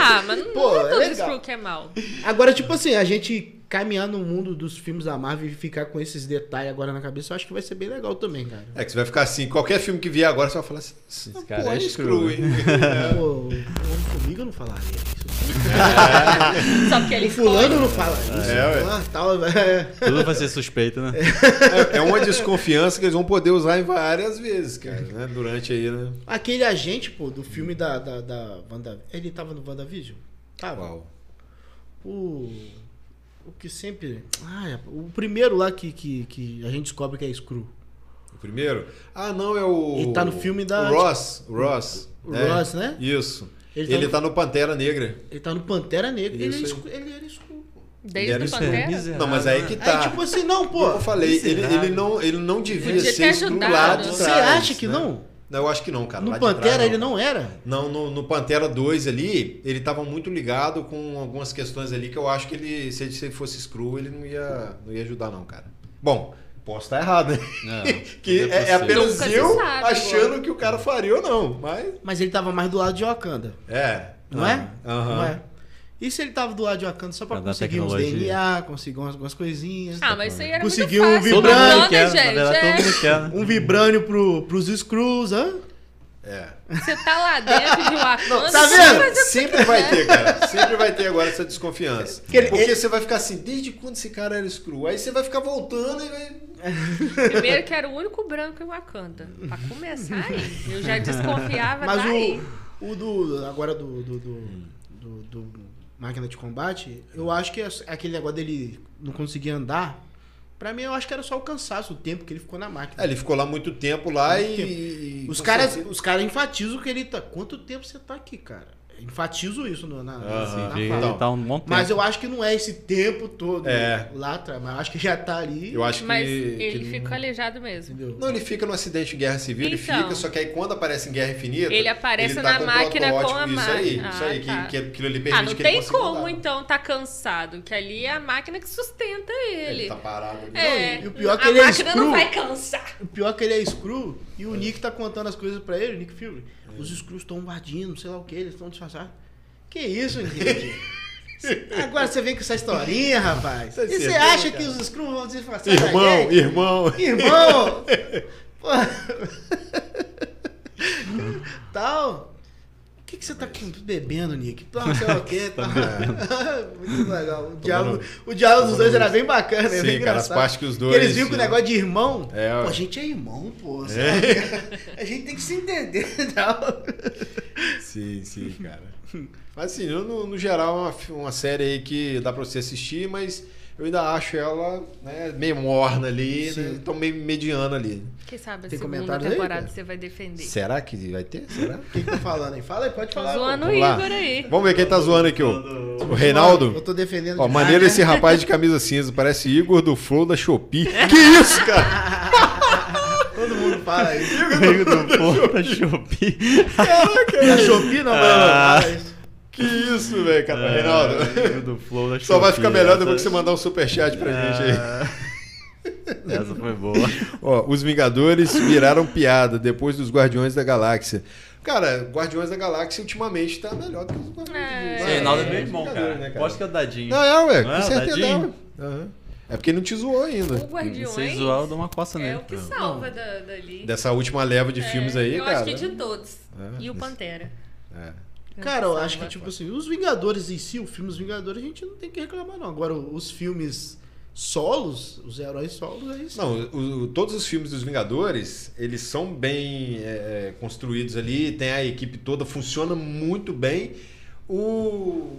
Speaker 3: ah, mas não
Speaker 2: Pô,
Speaker 3: é
Speaker 2: é
Speaker 3: todo
Speaker 2: legal.
Speaker 3: Screw que é mal.
Speaker 2: Agora, tipo assim, a gente caminhar no mundo dos filmes da Marvel e ficar com esses detalhes agora na cabeça, eu acho que vai ser bem legal também, cara.
Speaker 1: É que você vai ficar assim, qualquer filme que vier agora, você vai falar assim, esse
Speaker 5: Esse cara é
Speaker 1: escuro,
Speaker 5: escuro,
Speaker 1: hein?
Speaker 2: Pô, o- comigo eu não falaria isso.
Speaker 3: Só porque ele
Speaker 2: O fulano
Speaker 3: escolhe.
Speaker 2: não fala isso.
Speaker 1: É, ué.
Speaker 2: ah, tal, velho.
Speaker 5: Tudo vai ser suspeito, né?
Speaker 1: É, é uma desconfiança que eles vão poder usar em várias vezes, cara, né? Durante aí, né?
Speaker 2: Aquele agente, pô, do filme da, da, da Wanda... Ele tava no WandaVision? Tava.
Speaker 1: Uau.
Speaker 2: O... O que sempre... Ah, é, o primeiro lá que, que, que a gente descobre que é Screw.
Speaker 1: O primeiro? Ah, não, é o.
Speaker 2: Ele tá no filme da-
Speaker 1: O Ross. O Ross.
Speaker 2: O
Speaker 1: né?
Speaker 2: Ross, né?
Speaker 1: Isso.
Speaker 2: Ele
Speaker 1: Ele,
Speaker 2: tá
Speaker 1: tá,
Speaker 2: no-
Speaker 1: no Pantera Negra.
Speaker 2: Ele tá no Pantera Negra. Ele,
Speaker 1: Isso
Speaker 2: era
Speaker 1: aí.
Speaker 2: escu- ele era escuro. pô.
Speaker 1: Ele
Speaker 3: Desde
Speaker 1: era
Speaker 3: o Pantera.
Speaker 5: É miserável,
Speaker 1: É. Não, mas aí que
Speaker 5: né?
Speaker 1: tá.
Speaker 2: Aí, tipo assim, não, pô.
Speaker 1: Como eu falei, ele,
Speaker 5: miserável.
Speaker 1: ele não, ele não devia
Speaker 3: Podia
Speaker 1: ser
Speaker 3: ter
Speaker 1: excluído
Speaker 3: ajudado.
Speaker 1: lá de
Speaker 3: Você
Speaker 1: trás.
Speaker 2: Você acha que
Speaker 1: né?
Speaker 2: não?
Speaker 1: Não, eu acho que não, cara. lá
Speaker 2: No
Speaker 1: de trás,
Speaker 2: Pantera ele não era?
Speaker 1: Não, no, no Pantera 2 ali, ele tava muito ligado com algumas questões ali que eu acho que ele, se ele se ele fosse screw, ele não ia, não ia ajudar, não, cara. Bom, posso estar errado, né?
Speaker 5: É,
Speaker 1: Que
Speaker 5: tudo
Speaker 1: é, é
Speaker 5: possível.
Speaker 1: apenas
Speaker 3: Nunca se
Speaker 1: eu
Speaker 3: sabe,
Speaker 1: achando
Speaker 3: agora.
Speaker 1: que o cara faria ou não, mas.
Speaker 2: Mas ele tava mais do lado de Wakanda,
Speaker 1: É.
Speaker 2: não é?
Speaker 1: Aham.
Speaker 2: Não é? E se ele tava do lado de Wakanda só pra
Speaker 5: Pra dar
Speaker 2: conseguir uns
Speaker 5: tecnologia.
Speaker 2: DNA, conseguir umas, algumas coisinhas?
Speaker 3: Ah, mas isso aí era
Speaker 2: Conseguiu um
Speaker 3: muito fácil.
Speaker 5: Todo
Speaker 2: vibrante,
Speaker 5: mundo
Speaker 3: Plana,
Speaker 5: quer, na
Speaker 3: gente.
Speaker 5: verdade, todo
Speaker 3: é.
Speaker 5: mundo quer, né?
Speaker 2: Um vibrânio pro, pros Screws, hã?
Speaker 1: É.
Speaker 3: Você tá lá dentro de Wakanda.
Speaker 2: tá
Speaker 3: você
Speaker 2: vendo?
Speaker 3: vai fazer-
Speaker 1: Sempre vai ter, cara. Sempre vai ter agora essa desconfiança.
Speaker 2: Porque ele-
Speaker 1: Porque você vai ficar assim, desde quando esse cara era screw? Aí você vai ficar voltando e vai.
Speaker 3: Primeiro que era o único branco em Wakanda. Pra começar aí. Eu já desconfiava
Speaker 2: Mas
Speaker 3: daí.
Speaker 2: o, o do. Agora do. do, do, do- do Máquina de Combate, eu acho que é aquele negócio dele não conseguir andar. Pra mim, eu acho que era só o cansaço, o tempo que ele ficou na máquina.
Speaker 1: É, ele ficou lá muito tempo lá e.
Speaker 2: Os
Speaker 1: com
Speaker 2: caras,
Speaker 1: certeza-
Speaker 2: os caras enfatizam que ele tá. Quanto tempo você tá aqui, cara? Enfatizo isso no- na, na-
Speaker 1: Aham.
Speaker 2: na
Speaker 5: Ele
Speaker 2: fala.
Speaker 1: Então,
Speaker 5: tá um bom tempo.
Speaker 2: Mas eu acho que não é esse tempo todo
Speaker 1: É.
Speaker 2: lá atrás. Mas eu acho que já tá ali.
Speaker 1: Eu acho que.
Speaker 3: Mas
Speaker 1: que
Speaker 3: ele
Speaker 1: não-
Speaker 3: ficou aleijado mesmo.
Speaker 2: Entendeu?
Speaker 1: Não, ele fica no acidente de guerra civil, ele
Speaker 3: Então.
Speaker 1: fica, só que aí quando aparece em Guerra Infinita.
Speaker 3: Ele aparece
Speaker 1: ele tá
Speaker 3: na
Speaker 1: com um
Speaker 3: máquina com
Speaker 1: protótipo,
Speaker 3: a
Speaker 1: Isso aí,
Speaker 3: máquina.
Speaker 1: isso aí,
Speaker 3: Ah, tá.
Speaker 1: que, que aquilo ali permite
Speaker 3: Ah, não
Speaker 1: que ele
Speaker 3: tem
Speaker 1: consiga
Speaker 3: como
Speaker 1: andar.
Speaker 3: então tá cansado, que ali é a máquina que sustenta ele.
Speaker 1: Ele tá parado ali.
Speaker 3: É,
Speaker 2: e o pior é que
Speaker 3: a
Speaker 2: ele é
Speaker 3: máquina
Speaker 2: escuro.
Speaker 3: não vai cansar.
Speaker 2: O pior é que ele é screw e o Nick tá contando as coisas pra ele, o Nick Fury. Os screws estão invadindo, não sei lá o que, eles estão disfarçados. Que isso, Nick? Agora você vem com essa historinha, rapaz.
Speaker 1: Tá
Speaker 2: E você
Speaker 1: certo,
Speaker 2: acha
Speaker 1: cara.
Speaker 2: que os screws vão disfarçar? da
Speaker 1: Irmão,
Speaker 2: gente?
Speaker 1: irmão.
Speaker 2: Irmão! Pô. Tal. O que, que você tá com- bebendo, Nick? Tal, sei lá o quê,
Speaker 1: Tá
Speaker 2: tal. Muito legal. O diálogo, o diálogo dos dois era bem bacana, né?
Speaker 1: Sim,
Speaker 2: bem
Speaker 1: cara, as
Speaker 2: engraçado.
Speaker 1: partes que os
Speaker 2: Porque
Speaker 1: dois-
Speaker 2: Eles
Speaker 1: né?
Speaker 2: viram que o negócio de irmão.
Speaker 1: É,
Speaker 2: pô,
Speaker 1: ué.
Speaker 2: a gente é irmão, pô. sabe? A gente tem que se entender tá? e tal.
Speaker 1: Sim, sim, cara. Mas assim, eu, no, no geral é uma, fi- uma série aí que dá pra você assistir, mas eu ainda acho ela né, meio morna ali,
Speaker 2: Sim.
Speaker 1: né, então meio mediana ali.
Speaker 3: Quem sabe a
Speaker 2: Tem
Speaker 3: segunda
Speaker 2: comentários aí,
Speaker 3: temporada
Speaker 2: cara?
Speaker 3: você vai defender.
Speaker 1: Será que vai ter? Será?
Speaker 2: O que que tá falando aí? Fala aí, pode
Speaker 3: Tô
Speaker 2: falar. pô.
Speaker 3: zoando o
Speaker 1: Vamos lá.
Speaker 3: Igor aí.
Speaker 1: Vamos ver quem tá zoando aqui, ó. O
Speaker 2: Eu
Speaker 1: Reinaldo.
Speaker 2: tô defendendo.
Speaker 1: Ó,
Speaker 2: demais,
Speaker 1: maneiro
Speaker 2: né?
Speaker 1: esse rapaz de camisa cinza, parece Igor do Flow da Shopee. Que isso, cara?
Speaker 2: Todo mundo fala aí.
Speaker 5: Veio do Porta Shopee.
Speaker 2: Da Shopee, não,
Speaker 5: Ah.
Speaker 2: mano. Fala isso.
Speaker 1: Que isso, velho,
Speaker 2: Ah.
Speaker 1: cara. Reinaldo.
Speaker 5: Veio É, do Flow da
Speaker 1: Só vai ficar
Speaker 5: Shopee.
Speaker 1: melhor depois que você mandar um superchat pra gente aí.
Speaker 5: Ah, Essa foi boa.
Speaker 1: Ó, os Vingadores viraram piada depois dos Guardiões da Galáxia. Cara, Guardiões da Galáxia ultimamente tá melhor do que os Guardiões.
Speaker 3: É.
Speaker 1: É. né,
Speaker 5: O
Speaker 3: Sim,
Speaker 5: Reinaldo é meu irmão, cara. Aposto que é o Dadinho.
Speaker 1: Não, é, ué,
Speaker 5: Não
Speaker 1: com
Speaker 5: é,
Speaker 1: certeza.
Speaker 5: Dadinho?
Speaker 1: é, ué. Aham. É porque ele não te zoou ainda.
Speaker 3: O Guardiões
Speaker 5: Vocês zoar, eu dou uma coça
Speaker 3: é
Speaker 5: nele.
Speaker 3: o que salva da, dali.
Speaker 1: Dessa última leva
Speaker 5: É,
Speaker 1: de filmes aí,
Speaker 3: É. eu
Speaker 1: cara.
Speaker 3: acho que de todos.
Speaker 1: É,
Speaker 3: E o
Speaker 1: esse-
Speaker 3: Pantera.
Speaker 1: é.
Speaker 2: Cara, eu acho que,
Speaker 3: Salva.
Speaker 2: tipo assim, os Vingadores em si, o filme Os Vingadores, a gente não tem que reclamar, não. Agora, os filmes solos, os heróis solos, é isso.
Speaker 1: Não, o- o- todos os filmes dos Vingadores, eles são bem é, é, construídos ali, tem a equipe toda, funciona muito bem. O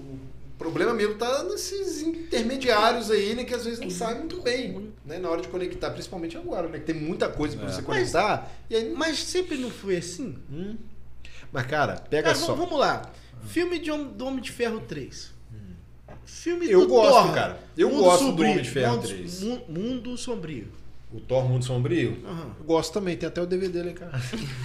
Speaker 1: problema mesmo tá nesses intermediários aí, né, que às vezes não sai muito bem, né, na hora de conectar, principalmente agora, né, que tem muita coisa
Speaker 5: É.
Speaker 1: pra você conectar, e aí...
Speaker 2: Mas sempre não foi assim.
Speaker 1: Hum. Mas, cara, pega
Speaker 2: Cara,
Speaker 1: só.
Speaker 2: vamos, vamos lá. Filme de Hom- do Homem de Ferro 3. Filme
Speaker 1: Hum. Eu
Speaker 2: do
Speaker 1: gosto,
Speaker 2: Thor.
Speaker 1: cara. Eu
Speaker 2: Mundo
Speaker 1: gosto do
Speaker 2: Sombrio.
Speaker 1: Homem de Ferro
Speaker 2: Mundo-
Speaker 1: 3.
Speaker 2: Mu- Mundo Sombrio.
Speaker 1: O Thor Mundo Sombrio?
Speaker 2: Aham.
Speaker 1: Eu gosto também, tem até o DVD ali, cara. é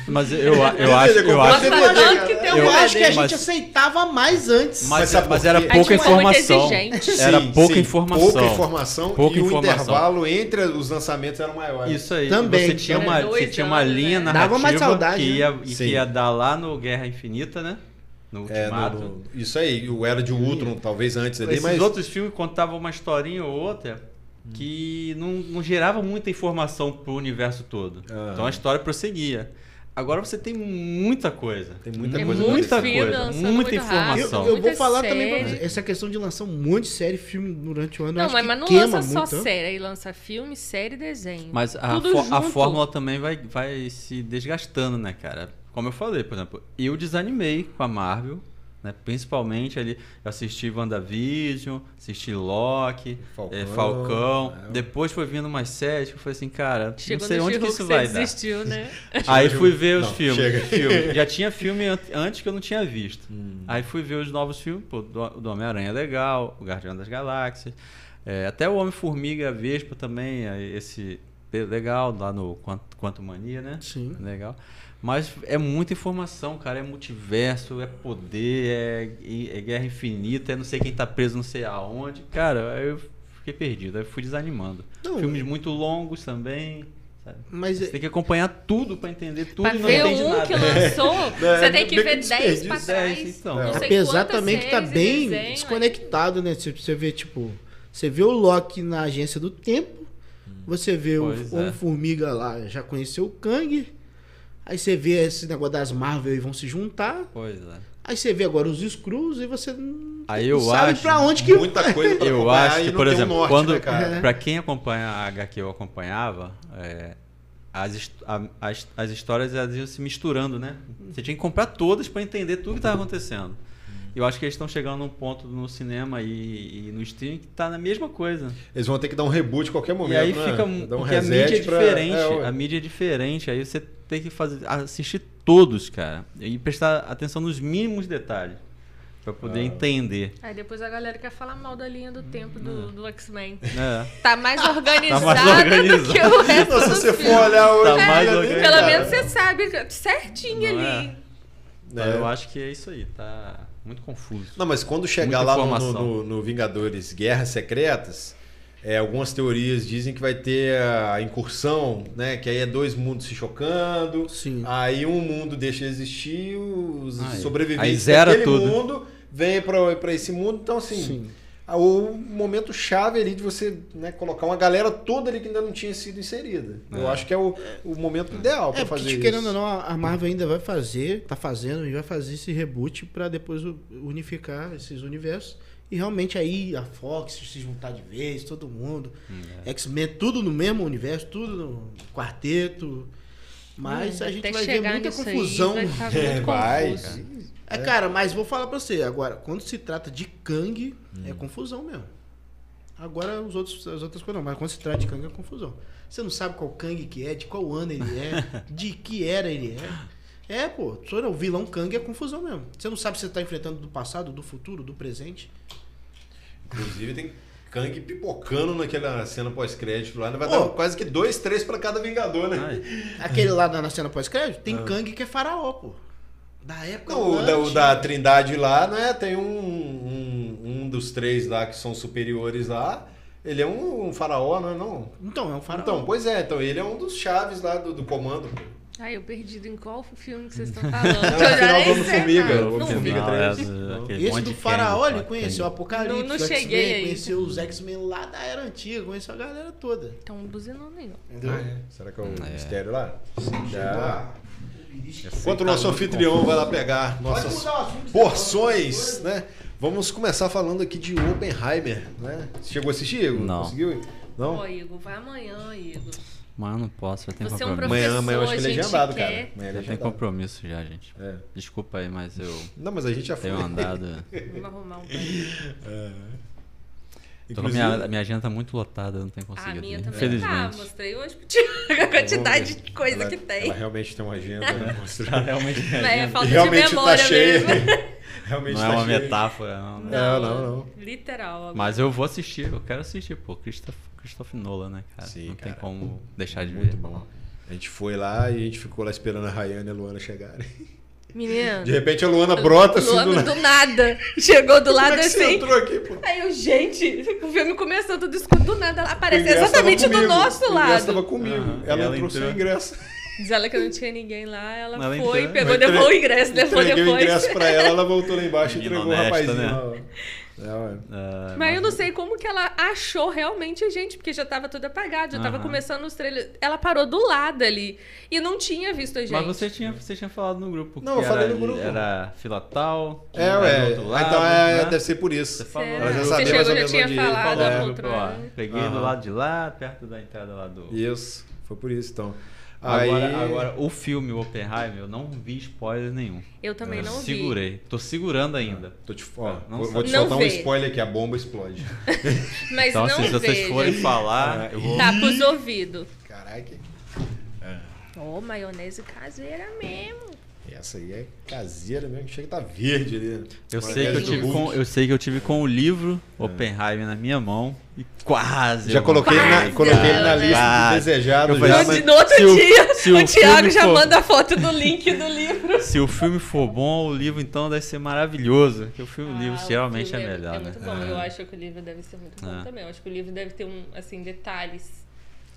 Speaker 5: Mas eu, eu,
Speaker 1: DVD,
Speaker 5: acho, eu
Speaker 1: comprou
Speaker 5: acho,
Speaker 1: DVD,
Speaker 3: Mas falando
Speaker 1: cara.
Speaker 3: que tem
Speaker 2: Eu,
Speaker 3: um
Speaker 2: acho que a
Speaker 5: mas-
Speaker 2: gente aceitava mais antes.
Speaker 1: Mas
Speaker 5: mas,
Speaker 1: sabe
Speaker 5: mas
Speaker 1: por
Speaker 5: era
Speaker 1: quê?
Speaker 3: A gente
Speaker 5: pouca
Speaker 3: foi muito
Speaker 5: informação.
Speaker 3: tipo exigente.
Speaker 5: Era
Speaker 1: Sim,
Speaker 5: pouca
Speaker 1: sim.
Speaker 5: informação.
Speaker 1: Pouca informação
Speaker 5: Pouca
Speaker 1: e
Speaker 5: informação.
Speaker 1: o intervalo entre os lançamentos era maior.
Speaker 5: Isso aí.
Speaker 2: Também.
Speaker 5: Você tinha
Speaker 3: Era
Speaker 5: uma,
Speaker 3: dois
Speaker 5: você tinha uma
Speaker 3: anos,
Speaker 5: linha
Speaker 3: né?
Speaker 5: narrativa
Speaker 2: Dava mais saudade,
Speaker 5: que,
Speaker 2: né?
Speaker 5: ia, e que
Speaker 1: Sim.
Speaker 5: ia dar lá no Guerra Infinita, né? No
Speaker 1: É,
Speaker 5: Ultimato.
Speaker 1: no- no- isso aí, o Era de um Ultron, talvez antes ali,
Speaker 5: Esses
Speaker 1: mas.
Speaker 5: outros filmes contavam uma historinha ou outra que não, não gerava muita informação pro universo todo.
Speaker 1: Ah.
Speaker 5: Então a história prosseguia. Agora você tem muita coisa.
Speaker 1: Tem muita
Speaker 3: É
Speaker 1: coisa.
Speaker 3: muito
Speaker 1: pra
Speaker 5: muita
Speaker 1: ver.
Speaker 3: filme
Speaker 5: coisa,
Speaker 3: lançando
Speaker 5: muita
Speaker 3: muito rápido.
Speaker 2: Eu,
Speaker 5: informação.
Speaker 2: eu vou
Speaker 3: Muita
Speaker 2: falar
Speaker 3: série.
Speaker 2: também pra vocês. Essa questão de lançar um monte de série e filme durante o ano, eu
Speaker 3: Não,
Speaker 2: acho
Speaker 3: mas,
Speaker 2: que
Speaker 3: mas não
Speaker 2: queima
Speaker 3: lança só
Speaker 2: muito. né?
Speaker 3: série, aí lança filme, série e desenho.
Speaker 5: Mas a,
Speaker 3: Tudo
Speaker 5: fó- a
Speaker 3: junto.
Speaker 5: fórmula também vai, vai se desgastando, né, cara? Como eu falei, por exemplo, eu desanimei com a Marvel, né? Principalmente ali, eu assisti WandaVision, assisti Loki,
Speaker 1: Falcão,
Speaker 5: Falcão. É, Falcão.
Speaker 1: é.
Speaker 5: Depois foi vindo mais séries que eu falei assim, cara,
Speaker 3: Chegou
Speaker 5: não sei
Speaker 3: no
Speaker 5: onde que
Speaker 3: She-Hulk,
Speaker 5: isso
Speaker 3: você
Speaker 5: vai dar.
Speaker 3: desistiu, né?
Speaker 5: Aí
Speaker 1: Chega.
Speaker 5: fui ver um- os
Speaker 1: Não,
Speaker 5: filmes.
Speaker 1: chega.
Speaker 5: Filme. Já tinha filme an- antes que eu não tinha visto.
Speaker 1: Hum.
Speaker 5: Aí fui ver os novos filmes, pô, do do Homem-Aranha é legal, o Guardião das Galáxias. é, até o Homem-Formiga Vespa também, aí esse é legal, lá no Quanto, Quanto Mania, né?
Speaker 2: Sim.
Speaker 5: Legal. Mas é muita informação, cara. É multiverso, é poder, é, é guerra infinita, é não sei quem tá preso, não sei aonde. Cara, aí eu fiquei perdido, aí eu fui desanimando.
Speaker 2: Não,
Speaker 5: Filmes muito longos também. Sabe?
Speaker 2: Mas é-
Speaker 5: Você tem que acompanhar tudo pra entender tudo
Speaker 3: Pra
Speaker 5: e não
Speaker 3: ver
Speaker 5: entende
Speaker 3: um
Speaker 5: nada.
Speaker 3: que lançou, você tem que
Speaker 1: meio que
Speaker 3: ver 10
Speaker 1: desperdício.
Speaker 3: pra
Speaker 5: É,
Speaker 3: trás.
Speaker 5: isso então.
Speaker 3: Não sei
Speaker 2: Apesar
Speaker 3: quantas
Speaker 2: também que tá
Speaker 3: séries e
Speaker 2: bem
Speaker 3: desenho, aí-
Speaker 2: desconectado, né? Você, você vê, tipo, você vê o Loki na agência do tempo, você vê o,
Speaker 5: Pois é.
Speaker 2: o Formiga lá, já conheceu o Kang, aí você vê esse negócio das Marvel e vão se juntar,
Speaker 5: Pois é.
Speaker 2: aí você vê agora os Screws e você não
Speaker 5: Aí eu
Speaker 2: sabe
Speaker 5: acho.
Speaker 2: pra onde que.
Speaker 1: Muita coisa pra
Speaker 5: Eu
Speaker 1: acompanhar
Speaker 5: acho
Speaker 1: e
Speaker 5: que,
Speaker 1: não
Speaker 5: por
Speaker 1: tem um
Speaker 5: exemplo,
Speaker 1: norte,
Speaker 5: quando
Speaker 1: né, cara?
Speaker 5: pra quem acompanha a HQ eu acompanhava, é, as, his- a- as, as histórias elas iam se misturando, né? Você tinha que comprar todas pra entender tudo que estava acontecendo. Eu acho que eles estão chegando num ponto no cinema e, e no streaming que tá na mesma coisa.
Speaker 1: Eles vão ter que dar um reboot a qualquer momento.
Speaker 5: e aí
Speaker 1: né?
Speaker 5: fica um,
Speaker 1: Dar um
Speaker 5: porque a mídia é
Speaker 1: reset pra-
Speaker 5: diferente,
Speaker 1: é, ué.
Speaker 5: a mídia é diferente. Aí você tem que fazer assistir todos, cara, e prestar atenção nos mínimos detalhes Pra poder
Speaker 1: Ah.
Speaker 5: entender.
Speaker 3: Aí depois a galera quer falar mal da linha do tempo
Speaker 5: Hum.
Speaker 3: do, do X-Men.
Speaker 5: É.
Speaker 3: Tá mais organizado do
Speaker 5: organizado.
Speaker 3: que o resto
Speaker 1: Nossa,
Speaker 3: do
Speaker 1: se você
Speaker 3: filme.
Speaker 1: for olhar hoje.
Speaker 5: Tá mais
Speaker 1: né,
Speaker 5: organizado.
Speaker 1: cara?
Speaker 3: Pelo menos você sabe certinho
Speaker 5: Não
Speaker 3: ali.
Speaker 5: é? Então,
Speaker 1: É.
Speaker 5: Eu acho que é isso aí, tá muito confuso.
Speaker 1: Não, mas quando chegar
Speaker 5: Muita
Speaker 1: lá no,
Speaker 5: informação.
Speaker 1: no- no Vingadores Guerras Secretas, é, algumas teorias dizem que vai ter a incursão, né? Que aí é dois mundos se chocando.
Speaker 2: Sim.
Speaker 1: Aí um mundo deixa de existir, os
Speaker 5: Aí-
Speaker 1: sobreviventes
Speaker 5: aí zera
Speaker 1: daquele
Speaker 5: tudo.
Speaker 1: mundo vêm pra pra esse mundo. Então, assim,
Speaker 2: Sim.
Speaker 1: a- o momento chave ali de você né, colocar uma galera toda ali que ainda não tinha sido inserida. Eu
Speaker 5: É.
Speaker 1: acho que é o, o momento ideal pra
Speaker 2: É,
Speaker 1: fazer
Speaker 2: porque,
Speaker 1: isso.
Speaker 2: querendo ou não, a a Marvel ainda vai fazer, tá fazendo e vai fazer esse reboot pra depois u- unificar esses universos. E realmente aí a Fox se juntar de vez, todo mundo.
Speaker 1: Hum, é.
Speaker 2: X-Men, tudo no mesmo universo, tudo no quarteto. Mas
Speaker 3: Hum,
Speaker 2: a gente
Speaker 3: até
Speaker 2: vai ver
Speaker 3: chegar
Speaker 2: muita
Speaker 3: nisso aí,
Speaker 2: confusão.
Speaker 3: vai ficar
Speaker 1: É,
Speaker 3: muito
Speaker 1: vai.
Speaker 3: confuso.
Speaker 2: É, cara, mas vou falar pra você, agora, quando se trata de Kang,
Speaker 1: Hum.
Speaker 2: é confusão mesmo. Agora os outros, as outras coisas não, mas quando se trata de Kang é confusão. Você não sabe qual Kang que é, de qual ano ele é, de que era ele é. É, pô, só o vilão Kang é confusão mesmo. Você não sabe se você tá enfrentando do passado, do futuro, do presente.
Speaker 1: Inclusive, tem Kang pipocando naquela cena pós-crédito lá. né? Vai
Speaker 2: Ô.
Speaker 1: dar quase que dois, três pra cada Vingador, né?
Speaker 5: Ai,
Speaker 2: Aquele lá na na cena pós-crédito, tem Kang que é faraó, pô. Da época
Speaker 1: Não, o
Speaker 2: lá,
Speaker 1: da, o
Speaker 2: tinha-
Speaker 1: da Trindade lá, né? Tem um, um, um dos três lá que são superiores lá. Ele é um, um faraó, não é não?
Speaker 2: Então, é um faraó.
Speaker 1: Então, pois é, então ele é um dos chaves lá do, do comando. pô.
Speaker 3: Ai, eu perdido em qual filme que vocês estão falando.
Speaker 1: Não,
Speaker 3: que eu já
Speaker 1: afinal,
Speaker 3: nem
Speaker 1: Vamos
Speaker 3: sei
Speaker 1: Formiga,
Speaker 3: mais.
Speaker 1: Vamos
Speaker 3: Não
Speaker 1: Formiga.
Speaker 3: vi.
Speaker 5: Não,
Speaker 1: três.
Speaker 5: é, aquele
Speaker 2: Esse
Speaker 5: monte
Speaker 2: do
Speaker 5: de
Speaker 2: Faraó,
Speaker 5: Kenny,
Speaker 2: ele conheceu o Apocalipse,
Speaker 3: Não- não
Speaker 2: o X-Men,
Speaker 3: cheguei aí.
Speaker 2: conheceu os X-Men lá da era antiga, conheceu a galera toda. Ah,
Speaker 3: Estão buzinando aí, ó.
Speaker 2: Entendeu?
Speaker 1: Será que é um mistério lá? Já.
Speaker 2: Ah,
Speaker 1: Enquanto o nosso anfitrião vai lá pegar nossas
Speaker 2: mudar o tá assunto, então.
Speaker 1: porções, né? Vamos começar falando aqui de Oppenheimer, né? Você chegou a assistir, Igor?
Speaker 5: Não.
Speaker 1: Conseguiu?
Speaker 3: Ó,
Speaker 1: Não?
Speaker 3: Igor, vai amanhã, Igor.
Speaker 5: Mano, não posso, já tem
Speaker 3: Você é um
Speaker 5: compromisso.
Speaker 1: Amanhã, amanhã eu acho que ele é
Speaker 3: Professor,
Speaker 1: agendado,
Speaker 3: gente,
Speaker 1: cara.
Speaker 3: quer?
Speaker 1: Amanhã ele é
Speaker 5: Já tem
Speaker 1: agendado.
Speaker 5: compromisso já, gente.
Speaker 1: É.
Speaker 5: Desculpa aí, mas eu
Speaker 1: Não, mas a gente já foi.
Speaker 5: tenho andado.
Speaker 3: Vamos arrumar um pra
Speaker 5: Tô com a minha, a minha agenda tá muito lotada, eu não tenho
Speaker 3: Ah, A
Speaker 5: conseguido.
Speaker 3: minha
Speaker 5: ir,
Speaker 3: também tá.
Speaker 5: Infelizmente.
Speaker 3: Mostrei hoje pro Tiago a quantidade de coisa
Speaker 1: ela, é-
Speaker 3: que tem.
Speaker 1: Ela realmente tem uma agenda, né?
Speaker 5: Tá realmente minha
Speaker 3: Né,
Speaker 5: agenda.
Speaker 3: falta
Speaker 1: realmente
Speaker 3: de memória
Speaker 1: tá cheia.
Speaker 3: mesmo.
Speaker 1: realmente
Speaker 5: Não
Speaker 1: tá
Speaker 5: é uma
Speaker 1: cheia.
Speaker 5: metáfora, não. né?
Speaker 1: Não, não, não.
Speaker 3: Literal. agora.
Speaker 5: Mas eu vou assistir, eu quero assistir, pô. Christoph, Christoph Nolan, né, cara?
Speaker 1: Sim,
Speaker 5: não
Speaker 1: cara.
Speaker 5: tem como deixar de
Speaker 1: Muito
Speaker 5: ver.
Speaker 1: bom. A gente foi lá e a gente ficou lá esperando a Rayane e a Luana chegarem.
Speaker 3: Menino.
Speaker 1: De repente a Luana brota assim
Speaker 3: Luana
Speaker 1: do
Speaker 3: do,
Speaker 1: nada.
Speaker 3: nada. Chegou do
Speaker 1: Como
Speaker 3: lado
Speaker 1: é que você
Speaker 3: assim.
Speaker 1: entrou aqui, pô?
Speaker 3: Aí eu, gente, o filme começou tudo escuro, do nada ela
Speaker 1: O
Speaker 3: apareceu
Speaker 1: ingresso
Speaker 3: exatamente
Speaker 1: tava
Speaker 3: do
Speaker 1: comigo,
Speaker 3: nosso
Speaker 1: O ingresso
Speaker 3: lado.
Speaker 1: tava comigo.
Speaker 5: Aham.
Speaker 1: Ela,
Speaker 5: E ela
Speaker 1: entrou sem
Speaker 5: entrou.
Speaker 1: ingresso.
Speaker 3: Diz ela que não tinha ninguém lá, ela,
Speaker 5: Ela
Speaker 3: foi,
Speaker 5: entrou.
Speaker 3: pegou,
Speaker 1: Eu
Speaker 3: levou o
Speaker 1: entreguei-
Speaker 3: ingresso, levou
Speaker 1: entreguei
Speaker 3: depois.
Speaker 1: o ingresso pra ela, ela voltou lá embaixo e
Speaker 5: Menina
Speaker 1: entregou o
Speaker 5: honesta,
Speaker 1: rapazinho.
Speaker 5: né?
Speaker 1: lá, ó. É, ué.
Speaker 5: Ah,
Speaker 3: Mas eu não sei como que ela achou realmente a gente, porque já tava tudo apagado, já tava
Speaker 5: Aham.
Speaker 3: começando os trailers. Ela parou do lado ali e não tinha visto a gente.
Speaker 5: Mas você tinha, você tinha falado no grupo
Speaker 1: Não,
Speaker 5: que
Speaker 1: eu falei
Speaker 5: era,
Speaker 1: no grupo.
Speaker 5: era filatal, que
Speaker 1: É,
Speaker 5: era
Speaker 1: ué.
Speaker 5: do outro lado,
Speaker 1: então é,
Speaker 5: né?
Speaker 1: deve ser por isso.
Speaker 5: Você falou. né?
Speaker 3: Será?
Speaker 1: Ela já
Speaker 3: Você
Speaker 1: sabia
Speaker 3: chegou,
Speaker 1: mais ou
Speaker 3: já
Speaker 1: menos
Speaker 3: tinha
Speaker 1: onde
Speaker 3: falado,
Speaker 1: falou.
Speaker 3: a
Speaker 5: Falou no
Speaker 1: É.
Speaker 5: grupo, ó,
Speaker 3: outra.
Speaker 5: peguei
Speaker 1: Aham.
Speaker 5: do lado de lá, perto da entrada lá do...
Speaker 1: É. Isso. Foi por isso, então.
Speaker 5: Agora,
Speaker 1: Aí-
Speaker 5: agora, o filme, o Oppenheimer, eu não vi spoiler nenhum.
Speaker 3: Eu também
Speaker 5: Eu
Speaker 3: não vi.
Speaker 5: Ah, Segurei. Tô segurando ainda.
Speaker 1: Tô te, ó,
Speaker 5: Não
Speaker 1: vou,
Speaker 5: sabe.
Speaker 1: vou te
Speaker 3: Não
Speaker 1: soltar um
Speaker 3: vê.
Speaker 1: spoiler aqui, a bomba explode.
Speaker 3: Mas
Speaker 5: então,
Speaker 3: não
Speaker 5: assim, se vocês
Speaker 3: vejo.
Speaker 5: forem
Speaker 1: É,
Speaker 5: falar, eu vou...
Speaker 3: Tá pros ouvidos.
Speaker 1: Caraca.
Speaker 3: Ô, maionese caseira mesmo.
Speaker 1: Essa aí é caseira mesmo, chega que tá verde ali.
Speaker 5: Eu sei, que
Speaker 1: Maionese
Speaker 5: eu,
Speaker 1: do
Speaker 5: tive
Speaker 1: Hulk.
Speaker 5: com, eu sei que eu tive com o livro Oppenheimer na minha mão e quase.
Speaker 1: É. Já
Speaker 5: eu-
Speaker 1: coloquei ele na,
Speaker 3: Quase,
Speaker 1: coloquei ele na
Speaker 3: né?
Speaker 1: lista
Speaker 5: Quase.
Speaker 1: dos desejados.
Speaker 5: Eu falei,
Speaker 1: já,
Speaker 5: mas-
Speaker 3: No, no outro
Speaker 5: se o-
Speaker 3: dia,
Speaker 5: se
Speaker 3: o,
Speaker 5: o
Speaker 3: Thiago
Speaker 5: filme
Speaker 3: já
Speaker 5: for-
Speaker 3: manda a foto do link do livro.
Speaker 5: Se o filme for bom, o livro então deve ser maravilhoso. Porque o filme, o livro
Speaker 3: Ah,
Speaker 5: geralmente
Speaker 3: filme
Speaker 5: é melhor,
Speaker 3: é
Speaker 5: né?
Speaker 3: muito bom. Eu acho que o livro deve ser muito bom
Speaker 5: É.
Speaker 3: também. Eu acho que o livro deve ter um, assim, detalhes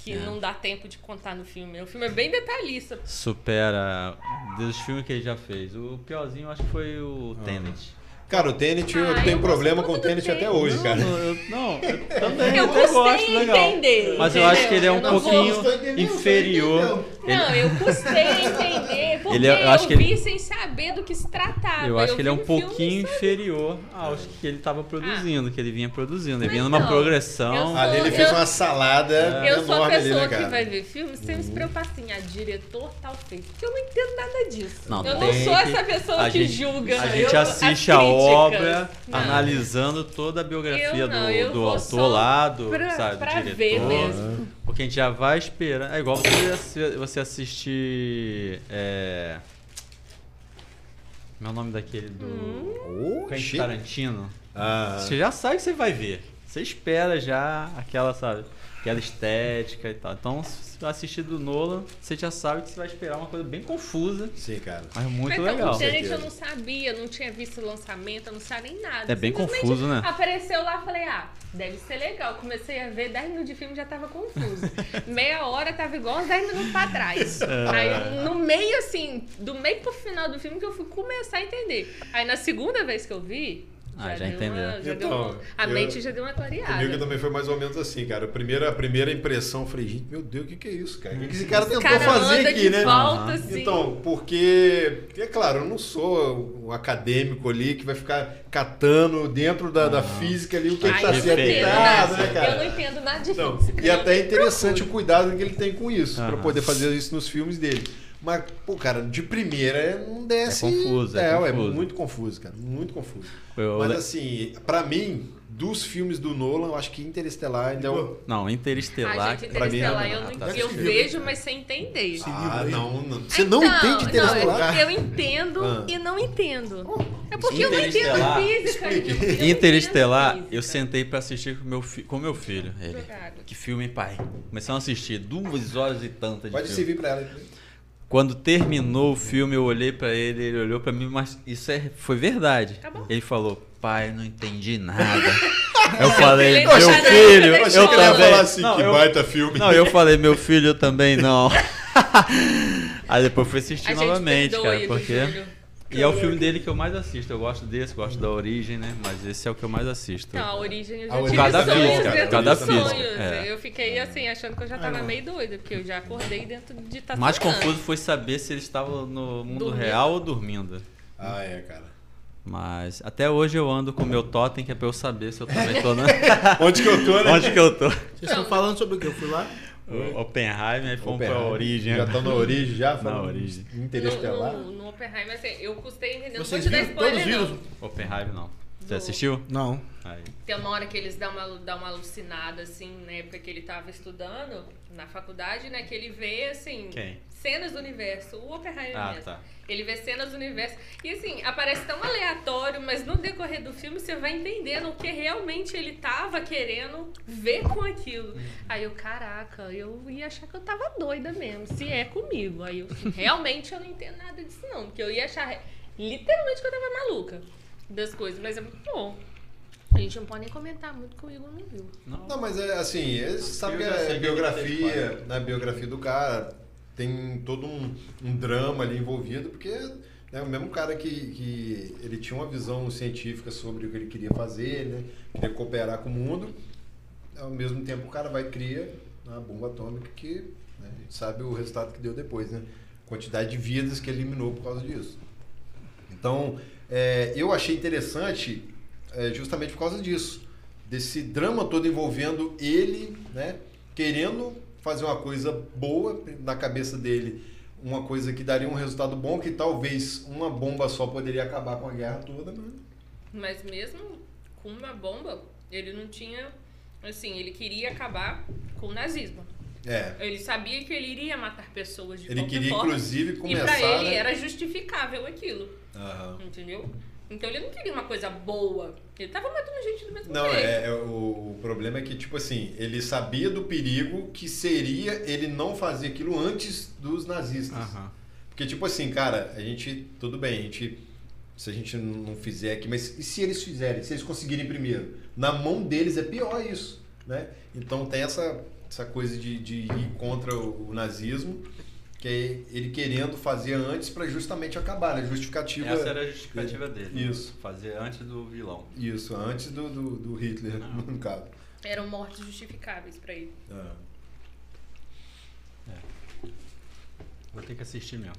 Speaker 3: que
Speaker 5: É.
Speaker 3: não dá tempo de contar no filme. O filme é bem detalhista.
Speaker 5: Supera dos filmes que ele já fez. O piorzinho eu acho que foi o Tenet.
Speaker 1: Cara, o Tenet,
Speaker 3: Ah,
Speaker 1: eu
Speaker 3: eu
Speaker 1: tenho
Speaker 3: gosto
Speaker 1: problema
Speaker 3: muito
Speaker 1: com o
Speaker 3: do
Speaker 1: Tenet até
Speaker 3: Tenet.
Speaker 1: hoje, cara.
Speaker 5: Não, eu, não, eu também
Speaker 3: Eu
Speaker 5: É, eu
Speaker 3: gostei,
Speaker 5: gosto, legal.
Speaker 3: entender,
Speaker 5: Mas eu acho que ele é
Speaker 3: entendeu?
Speaker 5: um
Speaker 3: Eu não vou-
Speaker 5: pouquinho
Speaker 2: estou entendendo, estou
Speaker 5: inferior.
Speaker 2: entendendo.
Speaker 5: Ele-
Speaker 3: Não, eu custei a entender, porque
Speaker 5: Ele é- eu
Speaker 3: eu,
Speaker 5: acho que
Speaker 3: vi
Speaker 5: ele-
Speaker 3: sem saber do que se tratava.
Speaker 5: Eu acho que ele é
Speaker 3: vi
Speaker 5: um
Speaker 3: o filme
Speaker 5: pouquinho
Speaker 3: só-
Speaker 5: inferior aos que ele estava produzindo, que ele vinha produzindo. Ele
Speaker 3: Mas
Speaker 5: vinha numa
Speaker 3: não, Então, eu
Speaker 5: progressão.
Speaker 3: sou-
Speaker 1: Ali ele fez
Speaker 3: eu-
Speaker 1: uma salada
Speaker 3: Eu sou a
Speaker 1: enorme ali,
Speaker 3: pessoa
Speaker 1: né,
Speaker 3: que vai
Speaker 1: cara?
Speaker 3: ver filme sem
Speaker 5: Uhum.
Speaker 3: se preocupar assim, a diretor tal fez. Porque eu não entendo nada disso.
Speaker 5: Não,
Speaker 3: eu não
Speaker 5: tem
Speaker 3: sou
Speaker 5: que-
Speaker 3: essa pessoa
Speaker 5: a
Speaker 3: que
Speaker 5: gente-
Speaker 3: julga. né?
Speaker 5: A
Speaker 3: eu,
Speaker 5: gente
Speaker 3: as
Speaker 5: assiste a
Speaker 3: críticas.
Speaker 5: obra,
Speaker 3: Não.
Speaker 5: analisando toda a biografia
Speaker 3: Eu não, eu
Speaker 5: do, do
Speaker 3: vou
Speaker 5: autor
Speaker 3: só
Speaker 5: lá, do,
Speaker 3: pra-
Speaker 5: sabe,
Speaker 3: pra
Speaker 5: do
Speaker 3: ver
Speaker 5: diretor.
Speaker 3: mesmo.
Speaker 5: Porque a gente já vai esperando. É igual você, assi- você assistir. É... Como é o nome daquele do.
Speaker 3: Hum.
Speaker 1: Ô,
Speaker 5: Quentin
Speaker 1: chique.
Speaker 5: Tarantino.
Speaker 1: Ah,
Speaker 5: Você já sabe que você vai ver. Você espera já aquela, sabe? Aquela estética e tal. Então, se você assistir do Nolan, você já sabe que você vai esperar uma coisa bem confusa,
Speaker 1: sim, cara.
Speaker 5: mas muito
Speaker 3: Mas
Speaker 5: legal.
Speaker 3: então, gente, eu
Speaker 1: Certeza.
Speaker 3: não sabia, não tinha visto o lançamento, eu não sabia nem nada.
Speaker 5: É bem
Speaker 3: Simplesmente
Speaker 5: confuso, né?
Speaker 3: Apareceu lá, falei, ah, deve ser legal. Comecei a ver, 10 minutos de filme já tava confuso. Meia hora tava igual uns 10 minutos pra trás.
Speaker 5: É.
Speaker 3: Aí, no meio, assim, do meio pro final do filme que eu fui começar a entender. Aí, na segunda vez que eu vi,
Speaker 5: Ah, já
Speaker 3: deu
Speaker 5: entendeu.
Speaker 3: uma- já
Speaker 1: Então,
Speaker 3: deu uma- a
Speaker 1: eu-
Speaker 3: mente já deu uma
Speaker 1: Comigo
Speaker 3: clareada.
Speaker 1: também foi mais ou menos assim, cara. A primeira, a primeira impressão, eu falei, gente, meu Deus, o que, que é isso, cara? O que, que esse cara
Speaker 3: O
Speaker 1: tentou
Speaker 3: cara
Speaker 1: fazer
Speaker 3: anda
Speaker 1: aqui,
Speaker 3: de
Speaker 1: né?
Speaker 3: volta,
Speaker 5: Aham.
Speaker 3: assim.
Speaker 1: Então, porque, é claro, eu não sou um acadêmico ali que vai ficar catando dentro da, da física ali o que
Speaker 5: Ai,
Speaker 1: está
Speaker 5: eu
Speaker 1: sendo
Speaker 5: entendo,
Speaker 1: aplicado,
Speaker 3: nada.
Speaker 1: né, cara?
Speaker 3: Eu não entendo nada de
Speaker 1: Então,
Speaker 3: física.
Speaker 1: e até é interessante o cuidado que ele tem com isso, pra
Speaker 5: Aham.
Speaker 1: poder fazer isso nos filmes dele. Mas, pô, cara, de primeira não desce.
Speaker 5: É confuso, é
Speaker 1: ué,
Speaker 5: confuso.
Speaker 1: muito confuso, cara. Muito confuso.
Speaker 5: Eu
Speaker 1: Mas
Speaker 5: le-
Speaker 1: assim, pra mim, dos filmes do Nolan, eu acho que Interestelar ainda é o.
Speaker 5: Não, Interestelar.
Speaker 3: Ah, gente,
Speaker 1: pra mim,
Speaker 3: Interestelar, eu,
Speaker 1: ah,
Speaker 3: não,
Speaker 1: tá.
Speaker 3: eu vejo, mas sem entender.
Speaker 1: Ah, não, não. Você
Speaker 3: Então,
Speaker 1: não entende Interestelar?
Speaker 3: não, eu entendo
Speaker 1: Ah.
Speaker 3: e não entendo. É porque eu não entendo
Speaker 5: Interestelar.
Speaker 3: física.
Speaker 1: Explique.
Speaker 3: eu não entendo
Speaker 5: Interestelar,
Speaker 3: física.
Speaker 5: eu sentei pra assistir com meu fi- com meu filho. Ele,
Speaker 3: Jogado.
Speaker 5: que filme, hein, pai? Começamos a assistir duas horas e tantas de
Speaker 1: Pode
Speaker 5: filme.
Speaker 1: servir pra ela.
Speaker 5: Quando terminou o filme, eu olhei pra ele, ele olhou pra mim, mas isso é, foi verdade.
Speaker 3: Acabou.
Speaker 5: Ele falou, pai, não entendi nada. eu falei,
Speaker 3: filho é
Speaker 5: meu
Speaker 3: chato,
Speaker 5: filho,
Speaker 3: né?
Speaker 5: eu,
Speaker 3: Achei que ele ia
Speaker 5: também.
Speaker 1: falar assim,
Speaker 5: não,
Speaker 1: que
Speaker 5: eu,
Speaker 1: baita filme.
Speaker 5: não, eu falei, meu filho, eu também não. Aí depois eu fui assistir
Speaker 3: A gente
Speaker 5: novamente,
Speaker 3: perdoa
Speaker 5: cara,
Speaker 3: ele,
Speaker 5: porque.
Speaker 3: Júlio.
Speaker 5: E é o filme dele que eu mais assisto. Eu gosto desse, gosto da origem, né? Mas esse é o que eu mais assisto.
Speaker 3: Não, a origem eu já
Speaker 1: A origem.
Speaker 3: tive
Speaker 5: Cada
Speaker 3: sonhos
Speaker 5: física,
Speaker 3: dentro
Speaker 5: cada
Speaker 3: dos
Speaker 5: física,
Speaker 3: sonhos.
Speaker 5: é.
Speaker 3: Eu fiquei assim, achando que eu já tava meio doida, porque eu já acordei dentro de tá
Speaker 5: O mais
Speaker 3: sonhando.
Speaker 5: confuso foi saber se eles estavam no mundo
Speaker 3: Dormindo.
Speaker 5: real ou dormindo.
Speaker 1: Ah, é, cara.
Speaker 5: Mas até hoje eu ando com o meu totem, que é pra eu saber se eu também tô na...
Speaker 1: Onde que eu tô, né?
Speaker 5: onde que eu tô.
Speaker 2: Vocês estão falando sobre o que eu fui lá?
Speaker 5: O Oppenheimer, aí fomos pra
Speaker 1: Oppenheimer.
Speaker 5: origem. né?
Speaker 1: Já estão na origem, já?
Speaker 5: Na
Speaker 1: falando
Speaker 5: origem.
Speaker 1: de Interesse
Speaker 3: No,
Speaker 1: pelar.
Speaker 3: no, no Oppenheimer, assim, eu custei entender. Não vou
Speaker 2: Vocês
Speaker 3: te dar
Speaker 2: viram todos
Speaker 3: spoiler, não.
Speaker 2: viram?
Speaker 5: Oppenheimer não. Você
Speaker 3: Do-
Speaker 5: assistiu?
Speaker 2: Não.
Speaker 5: Aí.
Speaker 3: Tem uma hora que eles dão uma, dão uma alucinada, assim, na época que ele tava estudando na faculdade, né? Que ele vê, assim,
Speaker 5: Quem?
Speaker 3: cenas do universo. O Oppenheimer
Speaker 5: Ah,
Speaker 3: mesmo.
Speaker 5: tá.
Speaker 3: Ele vê cenas do universo. E, assim, aparece tão aleatório, mas no decorrer do filme você vai entendendo o que realmente ele tava querendo ver com aquilo.
Speaker 5: Uhum.
Speaker 3: Aí eu, caraca, eu ia achar que eu tava doida mesmo, se é comigo. Aí eu, realmente eu não entendo nada disso, não. Porque eu ia achar literalmente que eu tava maluca das coisas, mas é muito bom. A gente não pode nem comentar muito comigo, não viu?
Speaker 1: Não, mas é assim, é- você sabe
Speaker 5: Eu
Speaker 1: que
Speaker 5: já sei
Speaker 1: é
Speaker 5: que ele
Speaker 1: biografia, na biografia do cara, tem todo um, um drama ali envolvido, porque né, o mesmo cara que, que ele tinha uma visão científica sobre o que ele queria fazer, né, queria cooperar com o mundo, ao mesmo tempo o cara vai e cria uma bomba atômica que né, a gente sabe o resultado que deu depois, né? Quantidade de vidas que eliminou por causa disso. Então, é, eu achei interessante é, justamente por causa disso. Desse drama todo envolvendo ele, né? Querendo fazer uma coisa boa na cabeça dele. Uma coisa que daria um resultado bom, que talvez uma bomba só poderia acabar com a guerra toda, mas
Speaker 3: Mas mesmo com uma bomba, ele não tinha. Assim, ele queria acabar com o nazismo.
Speaker 1: É.
Speaker 3: Ele sabia que ele iria matar pessoas de
Speaker 1: Ele
Speaker 3: qualquer
Speaker 1: queria,
Speaker 3: forma.
Speaker 1: inclusive,
Speaker 3: e
Speaker 1: começar.
Speaker 3: pra ele é
Speaker 1: né?
Speaker 3: era justificável aquilo,
Speaker 1: Aham.
Speaker 3: entendeu? Então ele não queria uma coisa boa. Ele tava matando gente do mesmo
Speaker 1: Não,
Speaker 3: jeito.
Speaker 1: é, é, o, o problema é que, tipo assim, ele sabia do perigo que seria ele não fazer aquilo antes dos nazistas.
Speaker 5: Aham.
Speaker 1: Porque, tipo assim, cara, a gente. Tudo bem, a gente. Se a gente não fizer aqui, mas e se eles fizerem? Se eles conseguirem primeiro? Na mão deles é pior isso, né? Então tem essa, essa coisa de, de ir contra o, o nazismo, que é ele querendo fazer antes para justamente acabar, né? Justificativa.
Speaker 5: Essa era a justificativa dele.
Speaker 1: Isso.
Speaker 5: Fazer antes do vilão.
Speaker 1: Isso, antes do, do, do Hitler,
Speaker 5: Ah.
Speaker 1: no caso.
Speaker 3: Eram mortes justificáveis pra ele.
Speaker 1: Ah.
Speaker 5: Vou ter que assistir mesmo.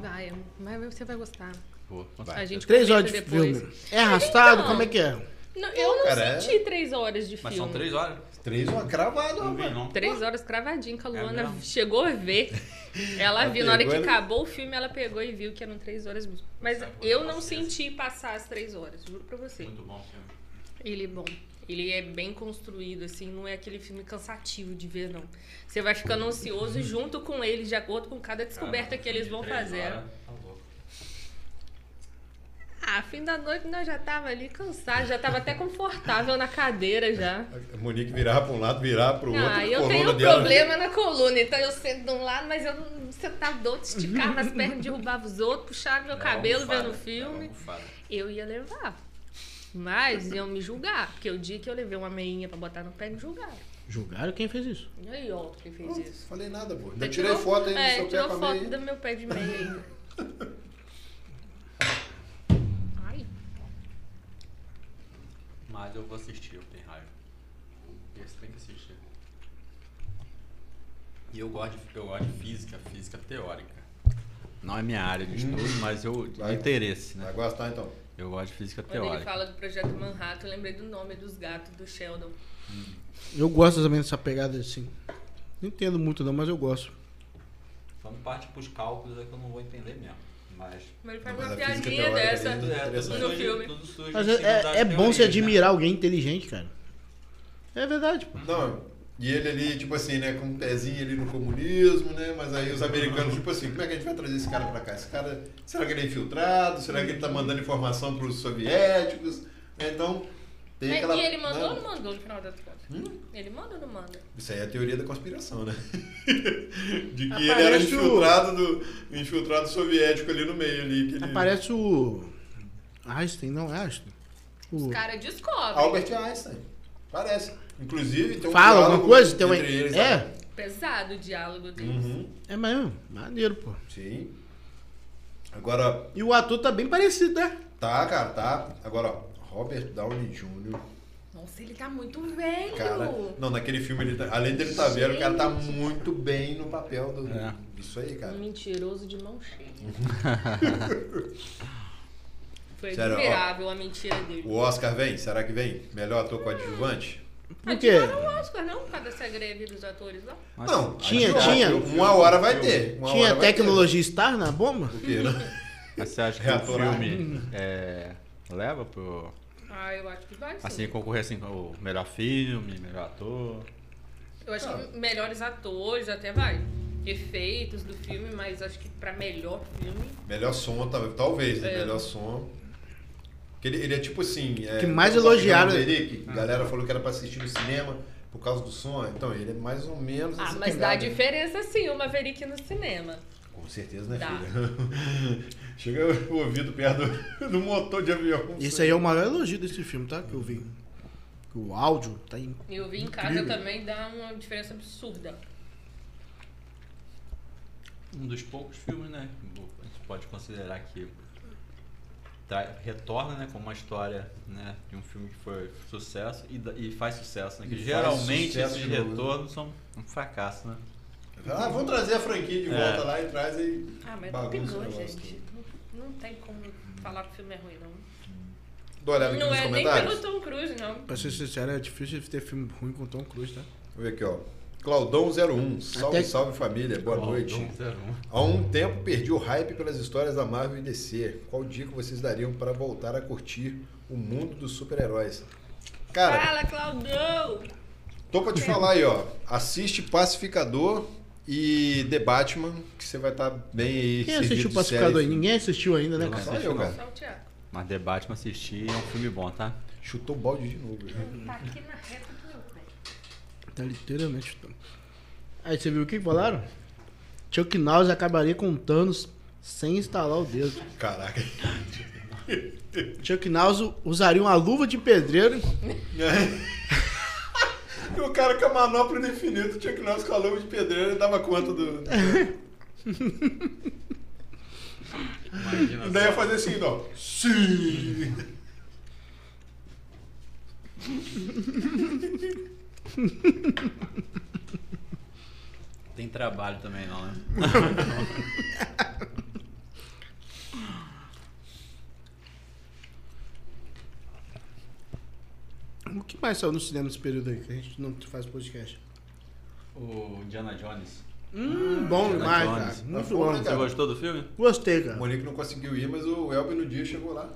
Speaker 3: Vai, mas você vai gostar.
Speaker 5: Vou. com
Speaker 1: Vai.
Speaker 3: A
Speaker 5: certeza.
Speaker 3: gente
Speaker 2: Três
Speaker 3: comenta
Speaker 2: horas de
Speaker 3: depois.
Speaker 2: filme. É arrastado?
Speaker 3: Então.
Speaker 2: Como é que é?
Speaker 3: Não, eu não
Speaker 1: Cara, é-
Speaker 3: senti três horas de filme.
Speaker 5: Mas são três horas?
Speaker 1: Três, uma cravada,
Speaker 5: Não vi,
Speaker 1: mano.
Speaker 5: não.
Speaker 3: Três horas cravadinho que a Luana
Speaker 5: mesmo?
Speaker 3: chegou a ver. Ela
Speaker 1: Ela
Speaker 3: viu, na hora que
Speaker 1: pegou, né?
Speaker 3: acabou o filme, ela pegou e viu que eram três horas mesmo. Mas
Speaker 5: Sabe,
Speaker 3: eu
Speaker 5: com
Speaker 3: não
Speaker 5: certeza.
Speaker 3: senti passar as três horas, juro pra você.
Speaker 5: Muito bom o filme.
Speaker 3: Ele é bom. Ele é bem construído, assim, não é aquele filme cansativo de ver, não. Você vai ficando ansioso junto com ele, de acordo com cada descoberta
Speaker 5: Caramba,
Speaker 3: que eles
Speaker 5: de
Speaker 3: vão
Speaker 5: três
Speaker 3: fazer.
Speaker 5: horas, tá louco.
Speaker 3: Ah, fim da noite nós já tava ali cansado, já tava até confortável na cadeira já.
Speaker 1: A Monique virava pra um lado, virava pro outro.
Speaker 3: Ah,
Speaker 1: a
Speaker 3: eu
Speaker 1: coluna
Speaker 3: tenho um
Speaker 1: dela-
Speaker 3: problema na coluna, então eu sento de um lado, mas eu não tá sentava do outro, esticava as pernas, derrubava os outros, puxava meu
Speaker 5: Dá uma
Speaker 3: cabelo
Speaker 5: bufada,
Speaker 3: vendo
Speaker 5: dá uma
Speaker 3: filme.
Speaker 5: bufada.
Speaker 3: Eu ia levar. Mas iam me julgar, porque o dia que eu levei uma meinha pra botar no pé, me julgaram.
Speaker 2: Julgaram quem fez isso?
Speaker 3: E aí, ó, que fez
Speaker 1: Não
Speaker 3: isso.
Speaker 1: falei nada, pô. Ainda
Speaker 3: Você
Speaker 1: tirei
Speaker 3: tirou-
Speaker 1: foto aí do
Speaker 3: é,
Speaker 1: seu pé
Speaker 3: tirou
Speaker 1: com a
Speaker 3: foto
Speaker 1: meia.
Speaker 3: do meu pé de meia ainda. Ai,
Speaker 5: Mas eu vou assistir Oppenheimer. Esse tem que assistir. E eu gosto de, eu gosto de física, física teórica. Não é minha área de
Speaker 2: Hum.
Speaker 5: estudo, mas eu de
Speaker 1: Vai.
Speaker 5: interesse, né?
Speaker 1: Vai gostar então.
Speaker 5: Eu gosto de física
Speaker 3: quando ele
Speaker 5: teórica.
Speaker 3: fala do projeto Manhattan, eu lembrei do nome dos gatos do Sheldon.
Speaker 2: Eu gosto também dessa pegada assim. Não entendo muito não, mas eu gosto.
Speaker 5: Vamos parte pros cálculos é que eu não vou entender mesmo. Mas
Speaker 3: Mas ele faz
Speaker 1: Mas
Speaker 3: uma
Speaker 1: a física
Speaker 3: piadinha
Speaker 1: teórica
Speaker 3: dessa.
Speaker 1: ainda é
Speaker 5: tudo
Speaker 1: interessante.
Speaker 3: No
Speaker 5: surge-
Speaker 3: filme.
Speaker 5: tudo surge
Speaker 2: Mas
Speaker 5: em
Speaker 2: é,
Speaker 5: cima das
Speaker 2: é- é bom se
Speaker 5: teorias, né?
Speaker 2: admirar alguém inteligente, cara. É verdade, pô.
Speaker 1: Não, e ele ali, tipo assim, né, com um pezinho ali no comunismo, né? Mas aí os americanos, tipo assim, como é que a gente vai trazer esse cara pra cá? Esse cara, será que ele é infiltrado? Será que ele tá mandando informação pros soviéticos? Então, tem
Speaker 3: É,
Speaker 1: aquela. Hum?
Speaker 3: E ele mandou ou
Speaker 1: né?
Speaker 3: não mandou no final das contas? Ele manda ou não manda?
Speaker 1: Isso aí é a teoria da conspiração, né? De que ele era
Speaker 2: Aparece o-
Speaker 1: infiltrado, do, infiltrado soviético ali no meio. Ali, que
Speaker 2: É.
Speaker 1: ele...
Speaker 2: Aparece o. Einstein, não é Einstein? O...
Speaker 3: Os caras descobrem.
Speaker 1: Albert Einstein. Parece. Inclusive, tem um
Speaker 2: Fala alguma
Speaker 1: diálogo
Speaker 2: coisa? Tem uma...
Speaker 1: entre eles,
Speaker 2: É,
Speaker 1: né?
Speaker 3: pesado o diálogo deles.
Speaker 1: Uhum.
Speaker 2: É mesmo, maneiro, pô.
Speaker 1: Sim. Agora,
Speaker 2: E o ator tá bem parecido, né?
Speaker 1: Tá, cara, tá. Agora, ó, Robert Downey Jr.
Speaker 3: Nossa, ele tá muito velho.
Speaker 1: Cara, não, naquele filme, ele tá- além dele tá velho, o cara tá muito bem no papel do.
Speaker 2: É.
Speaker 1: Isso aí, cara.
Speaker 3: Um Mentiroso de mão cheia. Foi
Speaker 1: Sério, ó.
Speaker 3: admirável a mentira dele.
Speaker 1: O Oscar vem? Será que vem? Melhor ator coadjuvante?
Speaker 2: Por quê?
Speaker 3: Não o um Oscar, não, por causa dessa greve dos atores lá.
Speaker 1: Não,
Speaker 2: Tinha,
Speaker 1: acho que
Speaker 2: tinha.
Speaker 1: Uma hora vai ter. Uma hora
Speaker 2: Tinha
Speaker 1: vai ter.
Speaker 2: tecnologia Star na bomba?
Speaker 1: O quê, né?
Speaker 5: Mas você acha que o
Speaker 1: Reator
Speaker 5: filme é, leva pro.
Speaker 3: Ah, eu acho que vai sim.
Speaker 5: Assim, concorrer assim com o melhor filme, melhor ator.
Speaker 3: Eu acho que melhores atores até vai. Efeitos do filme, mas acho que pra melhor filme.
Speaker 1: Melhor som, tal- talvez, né?
Speaker 3: É.
Speaker 1: Melhor som. Porque Ele, ele é tipo assim. É,
Speaker 2: Que mais
Speaker 1: Top Gun
Speaker 2: elogiaram- Ah.
Speaker 1: dele, que a galera falou que era pra assistir no cinema por causa do som. Então, ele é mais ou menos.
Speaker 3: Ah,
Speaker 1: essa
Speaker 3: mas dá
Speaker 1: pegada, né?
Speaker 3: diferença sim, o Maverick no cinema.
Speaker 1: Com certeza, né,
Speaker 3: Dá.
Speaker 1: filha? Chega o ouvido perto do, do motor de avião.
Speaker 2: Esse aí é o maior elogio desse filme, tá? Que eu vi. Que O áudio tá em.
Speaker 3: E eu vi em casa também dá uma diferença absurda.
Speaker 5: Um dos poucos filmes, né? que A gente pode considerar que tra- retorna né, com uma história né, de um filme que foi sucesso e, da- e faz sucesso, né? Que
Speaker 1: E faz
Speaker 5: geralmente
Speaker 1: sucesso
Speaker 5: esses
Speaker 1: de novo, né?
Speaker 5: retornos são um fracasso, né?
Speaker 1: Ah, vamos trazer a franquia de
Speaker 5: É.
Speaker 1: volta lá e traz aí.
Speaker 3: Ah, mas
Speaker 1: Bagunça o
Speaker 3: pegou,
Speaker 1: negócio
Speaker 3: gente. Não, não tem como falar que o filme é ruim, não.
Speaker 1: Dá uma olhada aqui
Speaker 3: Não
Speaker 1: nos
Speaker 3: é nem
Speaker 1: comentários.
Speaker 3: pelo Tom Cruise, não.
Speaker 2: Pra ser sincero, é difícil ter filme ruim com Tom Cruise, tá?
Speaker 1: Vamos ver aqui, ó. Claudão01, salve,
Speaker 2: Até-
Speaker 1: salve família, boa noite. Há um tempo perdi o hype pelas histórias da Marvel e DC. Qual dica vocês dariam para voltar a curtir o mundo dos super-heróis? Cara,
Speaker 3: Fala, Claudão!
Speaker 1: tô pra te falar aí, ó. Assiste Pacificador e The Batman, que você vai estar bem aí.
Speaker 2: Quem
Speaker 1: servido
Speaker 2: assistiu o
Speaker 1: de
Speaker 2: Pacificador aí?
Speaker 1: série.
Speaker 2: Ninguém assistiu ainda, né, cara?
Speaker 1: Só eu, cara.
Speaker 3: Só o Thiago.
Speaker 5: Mas The Batman assistir é um filme bom, tá?
Speaker 1: Chutou o balde de novo. né?
Speaker 3: Tá aqui na reta do meu pé.
Speaker 2: Tá literalmente chutando. Aí você viu o que falaram? Chuck Norris acabaria com o Thanos sem instalar o dedo.
Speaker 1: Caraca.
Speaker 2: Chuck Norris usaria uma luva de pedreiro
Speaker 1: É. E o cara com a manopla do infinito tinha que nós com a luva de pedreiro e dava conta do. E daí ia fazer assim, ó. Sim!
Speaker 5: Tem trabalho também não, né?
Speaker 2: O que mais saiu no cinema nesse período aí que a gente não faz podcast?
Speaker 5: O Indiana Jones.
Speaker 2: Hum, bom
Speaker 5: Indiana
Speaker 2: demais,
Speaker 5: Jones.
Speaker 2: cara. Muito
Speaker 1: Tá bom, né,
Speaker 2: bom.
Speaker 1: cara?
Speaker 5: Você gostou do filme?
Speaker 2: Gostei,
Speaker 1: O
Speaker 2: cara.
Speaker 1: Monique não conseguiu ir, mas o Elber no dia chegou lá.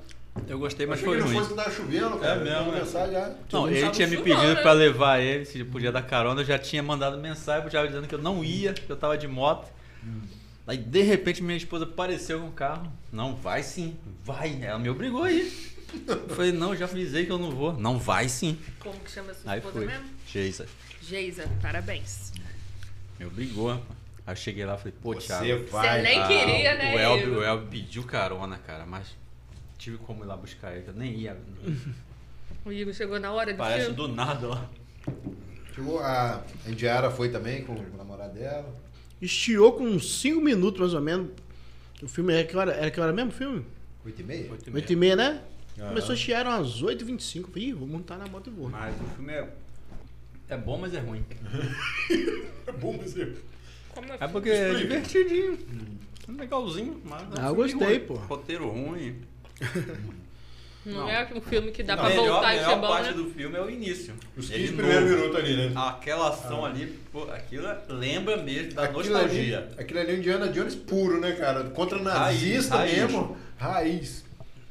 Speaker 5: Eu gostei, mas
Speaker 1: Achei que
Speaker 5: foi
Speaker 1: não
Speaker 5: ruim.
Speaker 1: fosse que tava chovendo, cara.
Speaker 5: mesmo,
Speaker 1: Mandou
Speaker 5: né?
Speaker 1: mensagem, ah,
Speaker 5: Não,
Speaker 3: mundo
Speaker 5: ele
Speaker 3: sabe
Speaker 5: tinha me
Speaker 3: disso
Speaker 5: pedido
Speaker 3: não, né?
Speaker 5: pra levar ele, se ele podia dar carona, eu já tinha mandado mensagem pro Thiago dizendo que eu não ia, que eu tava de moto.
Speaker 3: Hum.
Speaker 5: Aí de repente minha esposa apareceu com o carro. Não, vai sim, vai. Ela me obrigou a ir. Eu falei, não, já avisei que eu não vou. Não vai sim.
Speaker 3: Como que chama sua
Speaker 5: Aí
Speaker 3: esposa
Speaker 5: foi.
Speaker 3: mesmo?
Speaker 5: Geisa.
Speaker 3: Geisa, parabéns.
Speaker 5: Me obrigou. rapaz. Aí eu cheguei lá e falei, pô, Thiago.
Speaker 1: Você vai.
Speaker 3: Você é nem
Speaker 5: Ah,
Speaker 3: queria, né?
Speaker 5: O Elbi,
Speaker 3: Ivo?
Speaker 5: o Elbi pediu carona, cara, mas tive como ir lá buscar ele, que eu nem ia.
Speaker 3: O Igor chegou na hora do
Speaker 5: é. Parece
Speaker 3: filme.
Speaker 5: do nada lá.
Speaker 1: Chegou tipo, a a Indiara foi também com o namorado dela.
Speaker 2: Estiou com uns 5 minutos, mais ou menos. O filme era que hora, era que hora mesmo o filme?
Speaker 1: Oito e meia?
Speaker 2: 8 e meia, né?
Speaker 5: Ah.
Speaker 1: Aham.
Speaker 2: Começou a chiar eram às 8h25. Falei, Ih, vou montar na moto e vou.
Speaker 5: Mas o filme é, é bom, mas é ruim.
Speaker 1: É bom, mas eu-
Speaker 3: Como
Speaker 5: É
Speaker 3: é
Speaker 5: porque é divertidinho. Legalzinho, mas. é Hum. um
Speaker 2: Ah,
Speaker 5: filme
Speaker 2: eu gostei,
Speaker 5: ruim.
Speaker 2: pô.
Speaker 5: Roteiro ruim.
Speaker 3: Não,
Speaker 5: Não.
Speaker 3: é um filme que dá
Speaker 5: a
Speaker 3: pra
Speaker 5: melhor,
Speaker 3: voltar
Speaker 5: a
Speaker 3: e
Speaker 5: melhor
Speaker 3: ser bom,
Speaker 5: parte
Speaker 3: né?
Speaker 5: do filme é o início.
Speaker 1: Os
Speaker 5: Ele
Speaker 1: 15 primeiros
Speaker 5: novo. Ah,
Speaker 1: minutos ali, né?
Speaker 5: Aquela ação ali, pô, aquilo lembra mesmo da
Speaker 1: Aquilo ali,
Speaker 5: nostalgia.
Speaker 1: aquilo ali é Indiana Jones puro, né, cara? Contra nazista
Speaker 5: Raiz, raiz.
Speaker 1: mesmo. Raiz.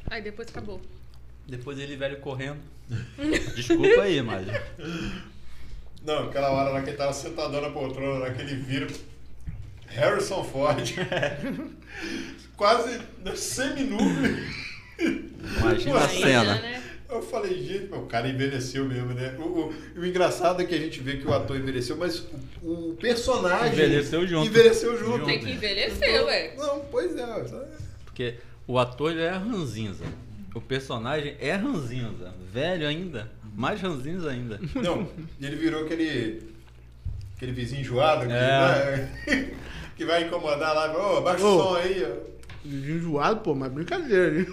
Speaker 3: Aí depois acabou.
Speaker 5: Depois ele velho correndo. Desculpa aí, mas.
Speaker 1: Não, aquela hora lá que ele tava sentadão na poltrona, lá né, que ele vira Harrison Ford. Quase né, seminúbio.
Speaker 5: Imagina a
Speaker 3: Ainda,
Speaker 5: cena.
Speaker 3: né?
Speaker 1: Eu falei, gente, meu, o cara envelheceu mesmo, né? O, o- e o engraçado é que a gente vê que o ator envelheceu, mas o, o personagem
Speaker 5: Envelheceu junto.
Speaker 1: Envelheceu junto.
Speaker 3: Tem que envelhecer, ué.
Speaker 1: Não, pois é. ó.
Speaker 5: Porque o ator ele é ranzinza. O personagem é ranzinza. Velho ainda. Mais ranzinza ainda.
Speaker 1: Não, ele virou aquele Aquele vizinho enjoado que,
Speaker 5: É.
Speaker 1: vai, que vai incomodar lá. Ô, abaixa
Speaker 2: Ô.
Speaker 1: o som aí. ó.
Speaker 2: Enjoado, pô, mas brincadeira, né?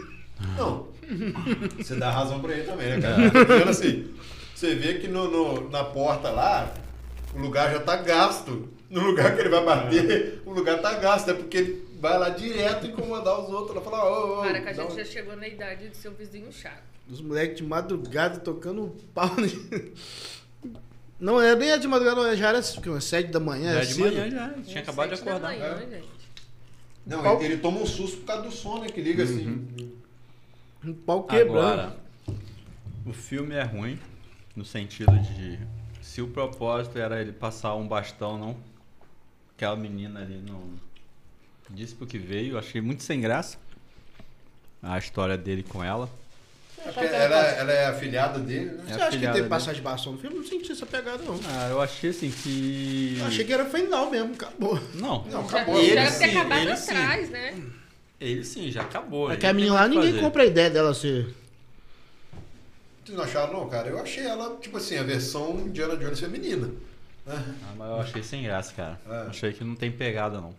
Speaker 1: Não. Você dá razão pra ele também, né,
Speaker 5: É.
Speaker 1: cara? Tô dizendo assim, você vê que no, no- na porta lá, o lugar já tá gasto. No lugar que ele vai bater, o lugar tá gasto. É porque ele vai lá direto incomodar os outros. Ela fala, ô, ô,
Speaker 3: Para que a
Speaker 1: dá
Speaker 3: gente
Speaker 1: um-
Speaker 3: já chegou na idade do seu vizinho chato.
Speaker 2: Os moleques de madrugada tocando pau. né? Não era nem a de madrugada, não, já era o quê? umas 7 da manhã.
Speaker 5: Já
Speaker 2: era
Speaker 5: é de
Speaker 2: cedo.
Speaker 5: manhã já. Tinha acabado de
Speaker 3: Sete da
Speaker 5: acordar.
Speaker 3: manhã, gente.
Speaker 1: Não,
Speaker 2: Qual-
Speaker 1: ele, ele toma um susto por causa do som, né? Que liga assim.
Speaker 5: Uhum.
Speaker 2: Um pau quebrando.
Speaker 5: Agora, o filme é ruim no sentido de se o propósito era ele passar um bastão, não aquela menina ali não disse pro que veio, achei muito sem graça a história dele com ela.
Speaker 3: Tá
Speaker 1: Porque Ela, ela é afilhada dele, né?
Speaker 5: É
Speaker 2: Você acha que
Speaker 5: afilhada
Speaker 2: teve
Speaker 5: dele.
Speaker 2: passagem de bastão no filme? Não senti essa pegada, não.
Speaker 5: Ah, eu achei assim que
Speaker 2: Eu achei que era final mesmo, acabou.
Speaker 5: não,
Speaker 1: Não,
Speaker 3: Já,
Speaker 1: acabou.
Speaker 3: já
Speaker 5: Ele
Speaker 3: era pra ter
Speaker 5: sim,
Speaker 3: acabado
Speaker 5: ele sim. Hum.
Speaker 3: atrás, né?
Speaker 5: ele sim, já acabou.
Speaker 2: É
Speaker 5: ele
Speaker 2: que a
Speaker 5: não tem
Speaker 2: minha
Speaker 5: o
Speaker 2: lá
Speaker 5: que
Speaker 2: ninguém
Speaker 5: fazer.
Speaker 2: compra a ideia dela ser.
Speaker 1: Vocês não acharam, não, cara? Eu achei ela, tipo assim, a versão Indiana Jones feminina. né?
Speaker 5: Ah, mas eu achei sem graça, cara.
Speaker 1: É.
Speaker 5: Achei que não tem pegada não.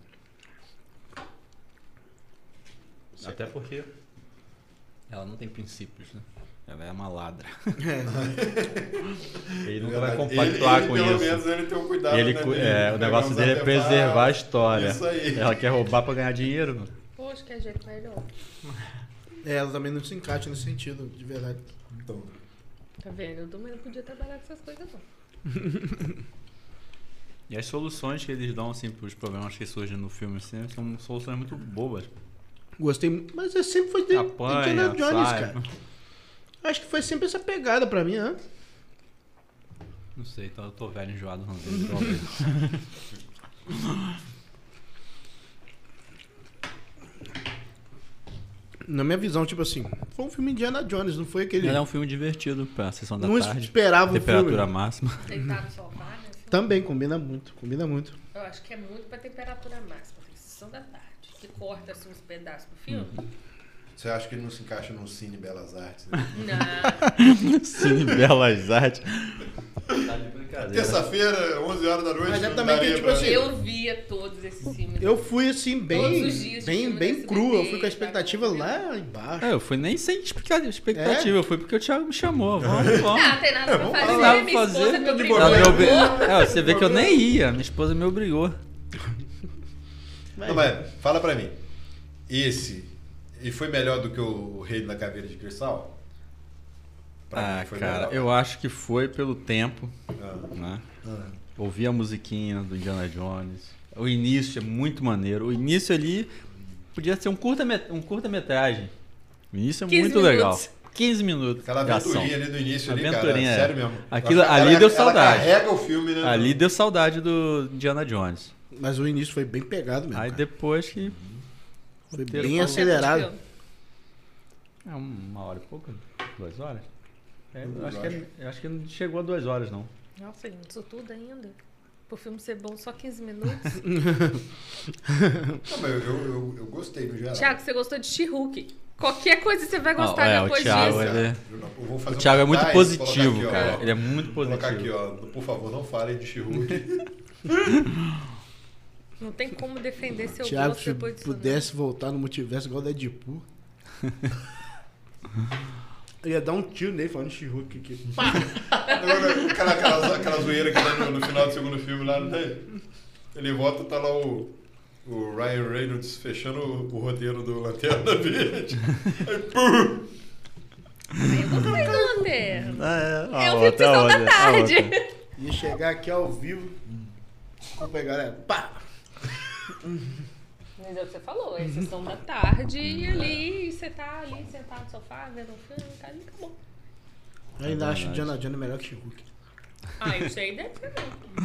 Speaker 5: Até porque ela não tem princípios, né? Ela é uma ladra. ele nunca vai
Speaker 1: É
Speaker 5: compactuar
Speaker 1: Ele-
Speaker 5: com
Speaker 1: ele, pelo
Speaker 5: isso.
Speaker 1: Menos, ele tem um cuidado,
Speaker 5: ele,
Speaker 1: né,
Speaker 5: cu-
Speaker 1: de
Speaker 5: é, o
Speaker 1: pegar
Speaker 5: negócio
Speaker 1: uns
Speaker 5: dele é
Speaker 1: artefatos.
Speaker 5: preservar a história.
Speaker 1: Isso aí.
Speaker 5: Ela quer roubar pra ganhar dinheiro, mano.
Speaker 3: Poxa, que é jeito melhor.
Speaker 2: É, ela também não se encaixa nesse sentido, de verdade.
Speaker 1: Então,
Speaker 3: Tá vendo? Eu também não podia trabalhar com essas coisas, não.
Speaker 5: E as soluções que eles dão, assim, pros problemas que surgem no filme, assim, são soluções muito bobas.
Speaker 2: Gostei, mu- mas eu sempre foi de
Speaker 5: Apanha,
Speaker 2: Indiana Jones,
Speaker 5: sai.
Speaker 2: cara. Acho que foi sempre essa pegada pra mim, né?
Speaker 5: Não sei, então eu tô velho, enjoado, ranzinho, talvez.
Speaker 2: Na minha visão, tipo assim, foi um filme Indiana Jones, não foi aquele.
Speaker 5: Ele é um filme divertido pra sessão da
Speaker 2: não
Speaker 5: tarde.
Speaker 2: esperava o
Speaker 5: Temperatura
Speaker 2: filme.
Speaker 5: máxima.
Speaker 3: Deitar no sofá, né? assim.
Speaker 2: Também, combina muito, combina muito.
Speaker 3: Eu acho que é muito pra temperatura máxima, pra sessão da tarde. Que corta assim, uns pedaços do filme.
Speaker 5: Hum.
Speaker 1: você acha que ele não se encaixa num Cine Belas Artes? Né?
Speaker 3: Não.
Speaker 5: Cine Belas Artes. Tá de brincadeira.
Speaker 1: Terça-feira, 11 horas da noite.
Speaker 2: Mas é
Speaker 1: não
Speaker 2: também que,
Speaker 1: daria
Speaker 2: tipo
Speaker 1: pra-
Speaker 2: assim,
Speaker 3: Eu via todos esses filmes.
Speaker 2: Eu fui assim, bem.
Speaker 3: Todos os dias,
Speaker 2: Bem,
Speaker 3: filme
Speaker 2: bem
Speaker 3: da
Speaker 2: cru. Eu fui
Speaker 3: SBT,
Speaker 2: com a expectativa
Speaker 3: tá bom,
Speaker 2: lá embaixo.
Speaker 5: É, eu fui nem sem explica- expectativa, eu fui porque o Thiago me chamou. Vamos, vamos.
Speaker 3: Ah, tem nada pra fazer.
Speaker 5: Não dava pra
Speaker 3: Minha esposa
Speaker 5: fazer.
Speaker 3: me obrigou.
Speaker 5: Ela me obri-
Speaker 3: Eu vou.
Speaker 5: É, você vê que eu nem ia. Minha esposa me obrigou.
Speaker 1: Não, mas fala pra mim. Esse, e foi melhor do que o Rei da Caveira de Cristal?
Speaker 5: ah, cara, eu acho que foi pelo tempo,
Speaker 1: Ah.
Speaker 5: né? Ouvi a musiquinha do Indiana Jones. O início é muito maneiro. O início ali podia ser um curta-met- um curta-metragem. o início é
Speaker 3: 15
Speaker 5: muito
Speaker 3: minutos.
Speaker 5: legal. 15 minutos.
Speaker 1: Aquela
Speaker 5: de ação.
Speaker 1: aventurinha ali do início, ali, cara,
Speaker 5: Aventurinha, é.
Speaker 1: sério mesmo.
Speaker 5: Aquilo-
Speaker 1: Ela-
Speaker 5: ali
Speaker 1: ela-
Speaker 5: deu
Speaker 1: ela
Speaker 5: saudade.
Speaker 1: carrega o filme, né?
Speaker 5: Ali deu saudade do Indiana Jones.
Speaker 2: Mas o início foi bem pegado mesmo.
Speaker 5: Aí
Speaker 2: cara.
Speaker 5: depois que.
Speaker 2: Foi
Speaker 5: roteiro
Speaker 2: bem
Speaker 5: falou.
Speaker 2: acelerado.
Speaker 5: É uma hora e pouco? Duas horas? É, eu,
Speaker 1: Duas
Speaker 5: acho que é- eu acho que não chegou a duas horas, não.
Speaker 3: Nossa, gente, isso tudo ainda. Pro filme ser bom só 15 minutos.
Speaker 1: Não, mas eu, eu, eu, eu gostei no geral.
Speaker 3: Thiago, você gostou de She-Hulk. Qualquer coisa você vai gostar
Speaker 5: Ah, é, o
Speaker 3: depois
Speaker 5: Thiago,
Speaker 3: disso.
Speaker 5: é.
Speaker 1: Thiago, eu não- eu vou
Speaker 5: O
Speaker 1: fazer um
Speaker 5: Thiago é muito
Speaker 1: cartaz,
Speaker 5: positivo,
Speaker 1: colocar aqui, ó,
Speaker 5: cara. Ele é muito
Speaker 1: Vou colocar aqui,
Speaker 5: positivo.
Speaker 1: ó. Por favor, não falem de Chihulk.
Speaker 5: é-
Speaker 3: Não tem como defender seu
Speaker 2: Thiago,
Speaker 3: gosto
Speaker 2: se
Speaker 3: depois disso. né?
Speaker 2: pudesse voltar no multiverso igual o Deadpool. Eu ia dar um tiro nele falando She-Hulk aqui. Pá!
Speaker 1: aquela, aquela, zo- aquela zoeira que tem no, no final do segundo filme lá, não tem? Ele volta tá lá o, o Ryan Reynolds fechando o, o roteiro do Lanterna Verde. Aí, pum!
Speaker 3: Não. Eu gostei do Lanterna.
Speaker 5: É,
Speaker 3: É o filme de sessão da tarde.
Speaker 2: Ia chegar aqui ao vivo. Desculpa aí, galera. Pá!
Speaker 3: Mas é o que você falou, é sessão da tarde e ali você tá ali sentado no sofá, vendo um filme, tá ali, acabou.
Speaker 2: Eu ainda
Speaker 5: É
Speaker 2: acho
Speaker 5: verdade.
Speaker 2: Diana Jones melhor que She-Hulk.
Speaker 3: Ah, isso aí deve ser bom.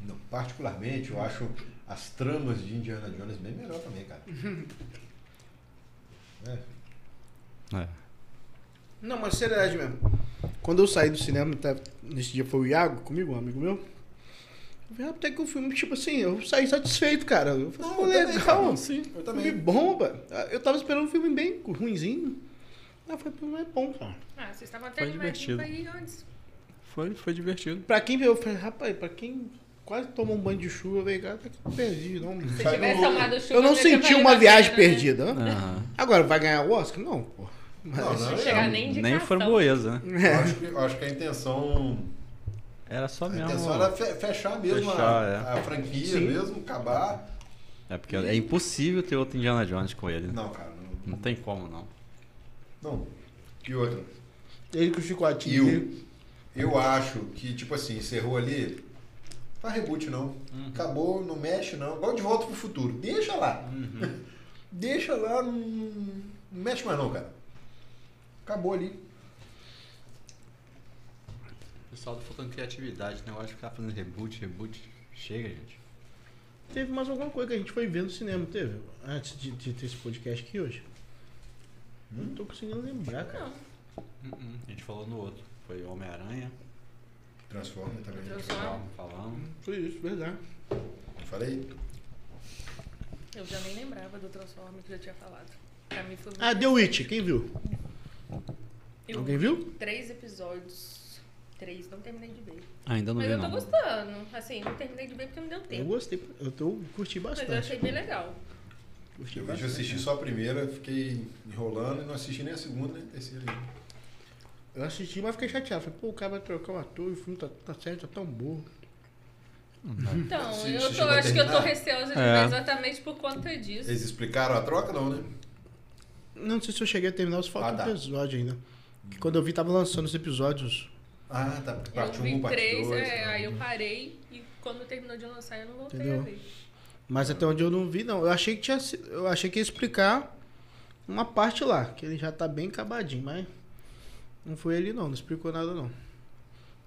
Speaker 1: Não, particularmente, eu acho as tramas de Indiana Jones bem melhor também, cara. É.
Speaker 5: É.
Speaker 2: Não, mas seriedade mesmo. Quando eu saí do cinema, tá- nesse dia foi o Iago comigo, um amigo meu. Eu falei, ah, até que o filme, tipo assim, eu saí satisfeito, cara. Eu falei, pô, é legal.
Speaker 1: Eu
Speaker 2: Filme
Speaker 1: também.
Speaker 2: bom, pá. Eu tava esperando um filme bem ruinzinho. Aí eu falei, pô, mas é bom, cara.
Speaker 3: Ah, vocês estavam até
Speaker 5: Foi
Speaker 3: animadinhos
Speaker 5: divertido.
Speaker 3: aí antes.
Speaker 6: Foi, foi divertido.
Speaker 2: Pra quem eu falei, rapaz, pra quem quase tomou um banho de chuva, veio cá, tá aqui perdido. Não,
Speaker 3: Se tivesse tomado chuva,
Speaker 2: eu não
Speaker 3: ia ter
Speaker 2: senti
Speaker 3: valido
Speaker 2: uma
Speaker 3: a
Speaker 2: viagem
Speaker 3: pena, né?
Speaker 2: perdida. né?
Speaker 5: Ah,
Speaker 2: Agora, vai ganhar o Oscar? Não, pô. Mas,
Speaker 1: Não, não. é um-
Speaker 3: Não chegar nem de
Speaker 5: Nem framboesa, né?
Speaker 1: Eu acho, que, eu acho que a intenção.
Speaker 5: Era só
Speaker 1: A
Speaker 5: mesmo.
Speaker 1: intenção É, era fe- fechar mesmo a-
Speaker 5: Fechar, é.
Speaker 1: a, franquia,
Speaker 2: Sim.
Speaker 1: mesmo, acabar.
Speaker 5: É porque é impossível ter outro Indiana Jones com ele. né?
Speaker 1: Não, cara. Não.
Speaker 5: Não tem como, não.
Speaker 1: não. E outra.
Speaker 2: Ele que ficou
Speaker 1: E o-
Speaker 2: ativo.
Speaker 1: Eu acho que, tipo assim, encerrou ali. Faz reboot, não. Acabou, não mexe, não. Igual de volta pro futuro. Deixa lá. Deixa lá, não, não mexe mais, não, cara. Acabou ali.
Speaker 5: Pessoal, tá faltando criatividade, né? Eu acho que tá fazendo reboot, reboot. Chega, gente.
Speaker 2: Teve mais alguma coisa que a gente foi ver no cinema, teve? Antes de, de ter esse podcast aqui hoje. Não tô conseguindo lembrar, cara.
Speaker 5: A gente falou no outro. Foi Homem-Aranha.
Speaker 1: Transforma também. né?
Speaker 3: Transforma.
Speaker 5: Falamos.
Speaker 2: Foi isso, verdade.
Speaker 1: Falei?
Speaker 3: Eu já nem lembrava do Transformer que eu já tinha falado. Pra mim foi
Speaker 2: Ah, The Witch, quem viu?
Speaker 3: Eu
Speaker 2: Alguém viu?
Speaker 3: três episódios. Três, não terminei de ver.
Speaker 5: Ainda não
Speaker 3: Mas
Speaker 5: vi,
Speaker 3: eu tô
Speaker 5: não.
Speaker 3: gostando. Assim, não terminei de ver porque não deu
Speaker 2: Eu
Speaker 3: tempo.
Speaker 2: gostei, eu tô, curti
Speaker 3: Mas eu
Speaker 2: bastante.
Speaker 3: achei bem legal.
Speaker 2: Curti
Speaker 1: Eu
Speaker 2: bastante.
Speaker 1: assisti só a primeira, fiquei enrolando e não assisti nem a segunda, nem a terceira. ainda.
Speaker 2: Eu assisti, mas fiquei chateado. Falei, pô, o cara vai trocar o ator e o filme tá, tá sério, tá tão burro.
Speaker 3: Então,
Speaker 1: Se- se
Speaker 3: eu tô,
Speaker 1: chegou a
Speaker 3: acho que eu tô
Speaker 1: terminar?
Speaker 3: receosa de
Speaker 5: É.
Speaker 3: ver exatamente por conta disso.
Speaker 1: Eles explicaram a troca, não, né?
Speaker 2: Não sei se eu cheguei a terminar, só falta
Speaker 1: Ah,
Speaker 2: um
Speaker 1: tá.
Speaker 2: episódio ainda. Que quando eu vi, tava lançando os episódios.
Speaker 1: Ah, tá.
Speaker 3: Eu
Speaker 1: Parte 1,
Speaker 3: vi
Speaker 1: um, parte
Speaker 3: três,
Speaker 1: 2.
Speaker 3: é, aí eu parei e quando terminou de lançar eu não voltei
Speaker 2: Entendeu?
Speaker 3: a ver.
Speaker 2: Mas até onde eu não vi, não. Eu achei que tinha sido- Eu achei que ia explicar uma parte lá, que ele já tá bem acabadinho, mas. Não foi ele não, não explicou nada não.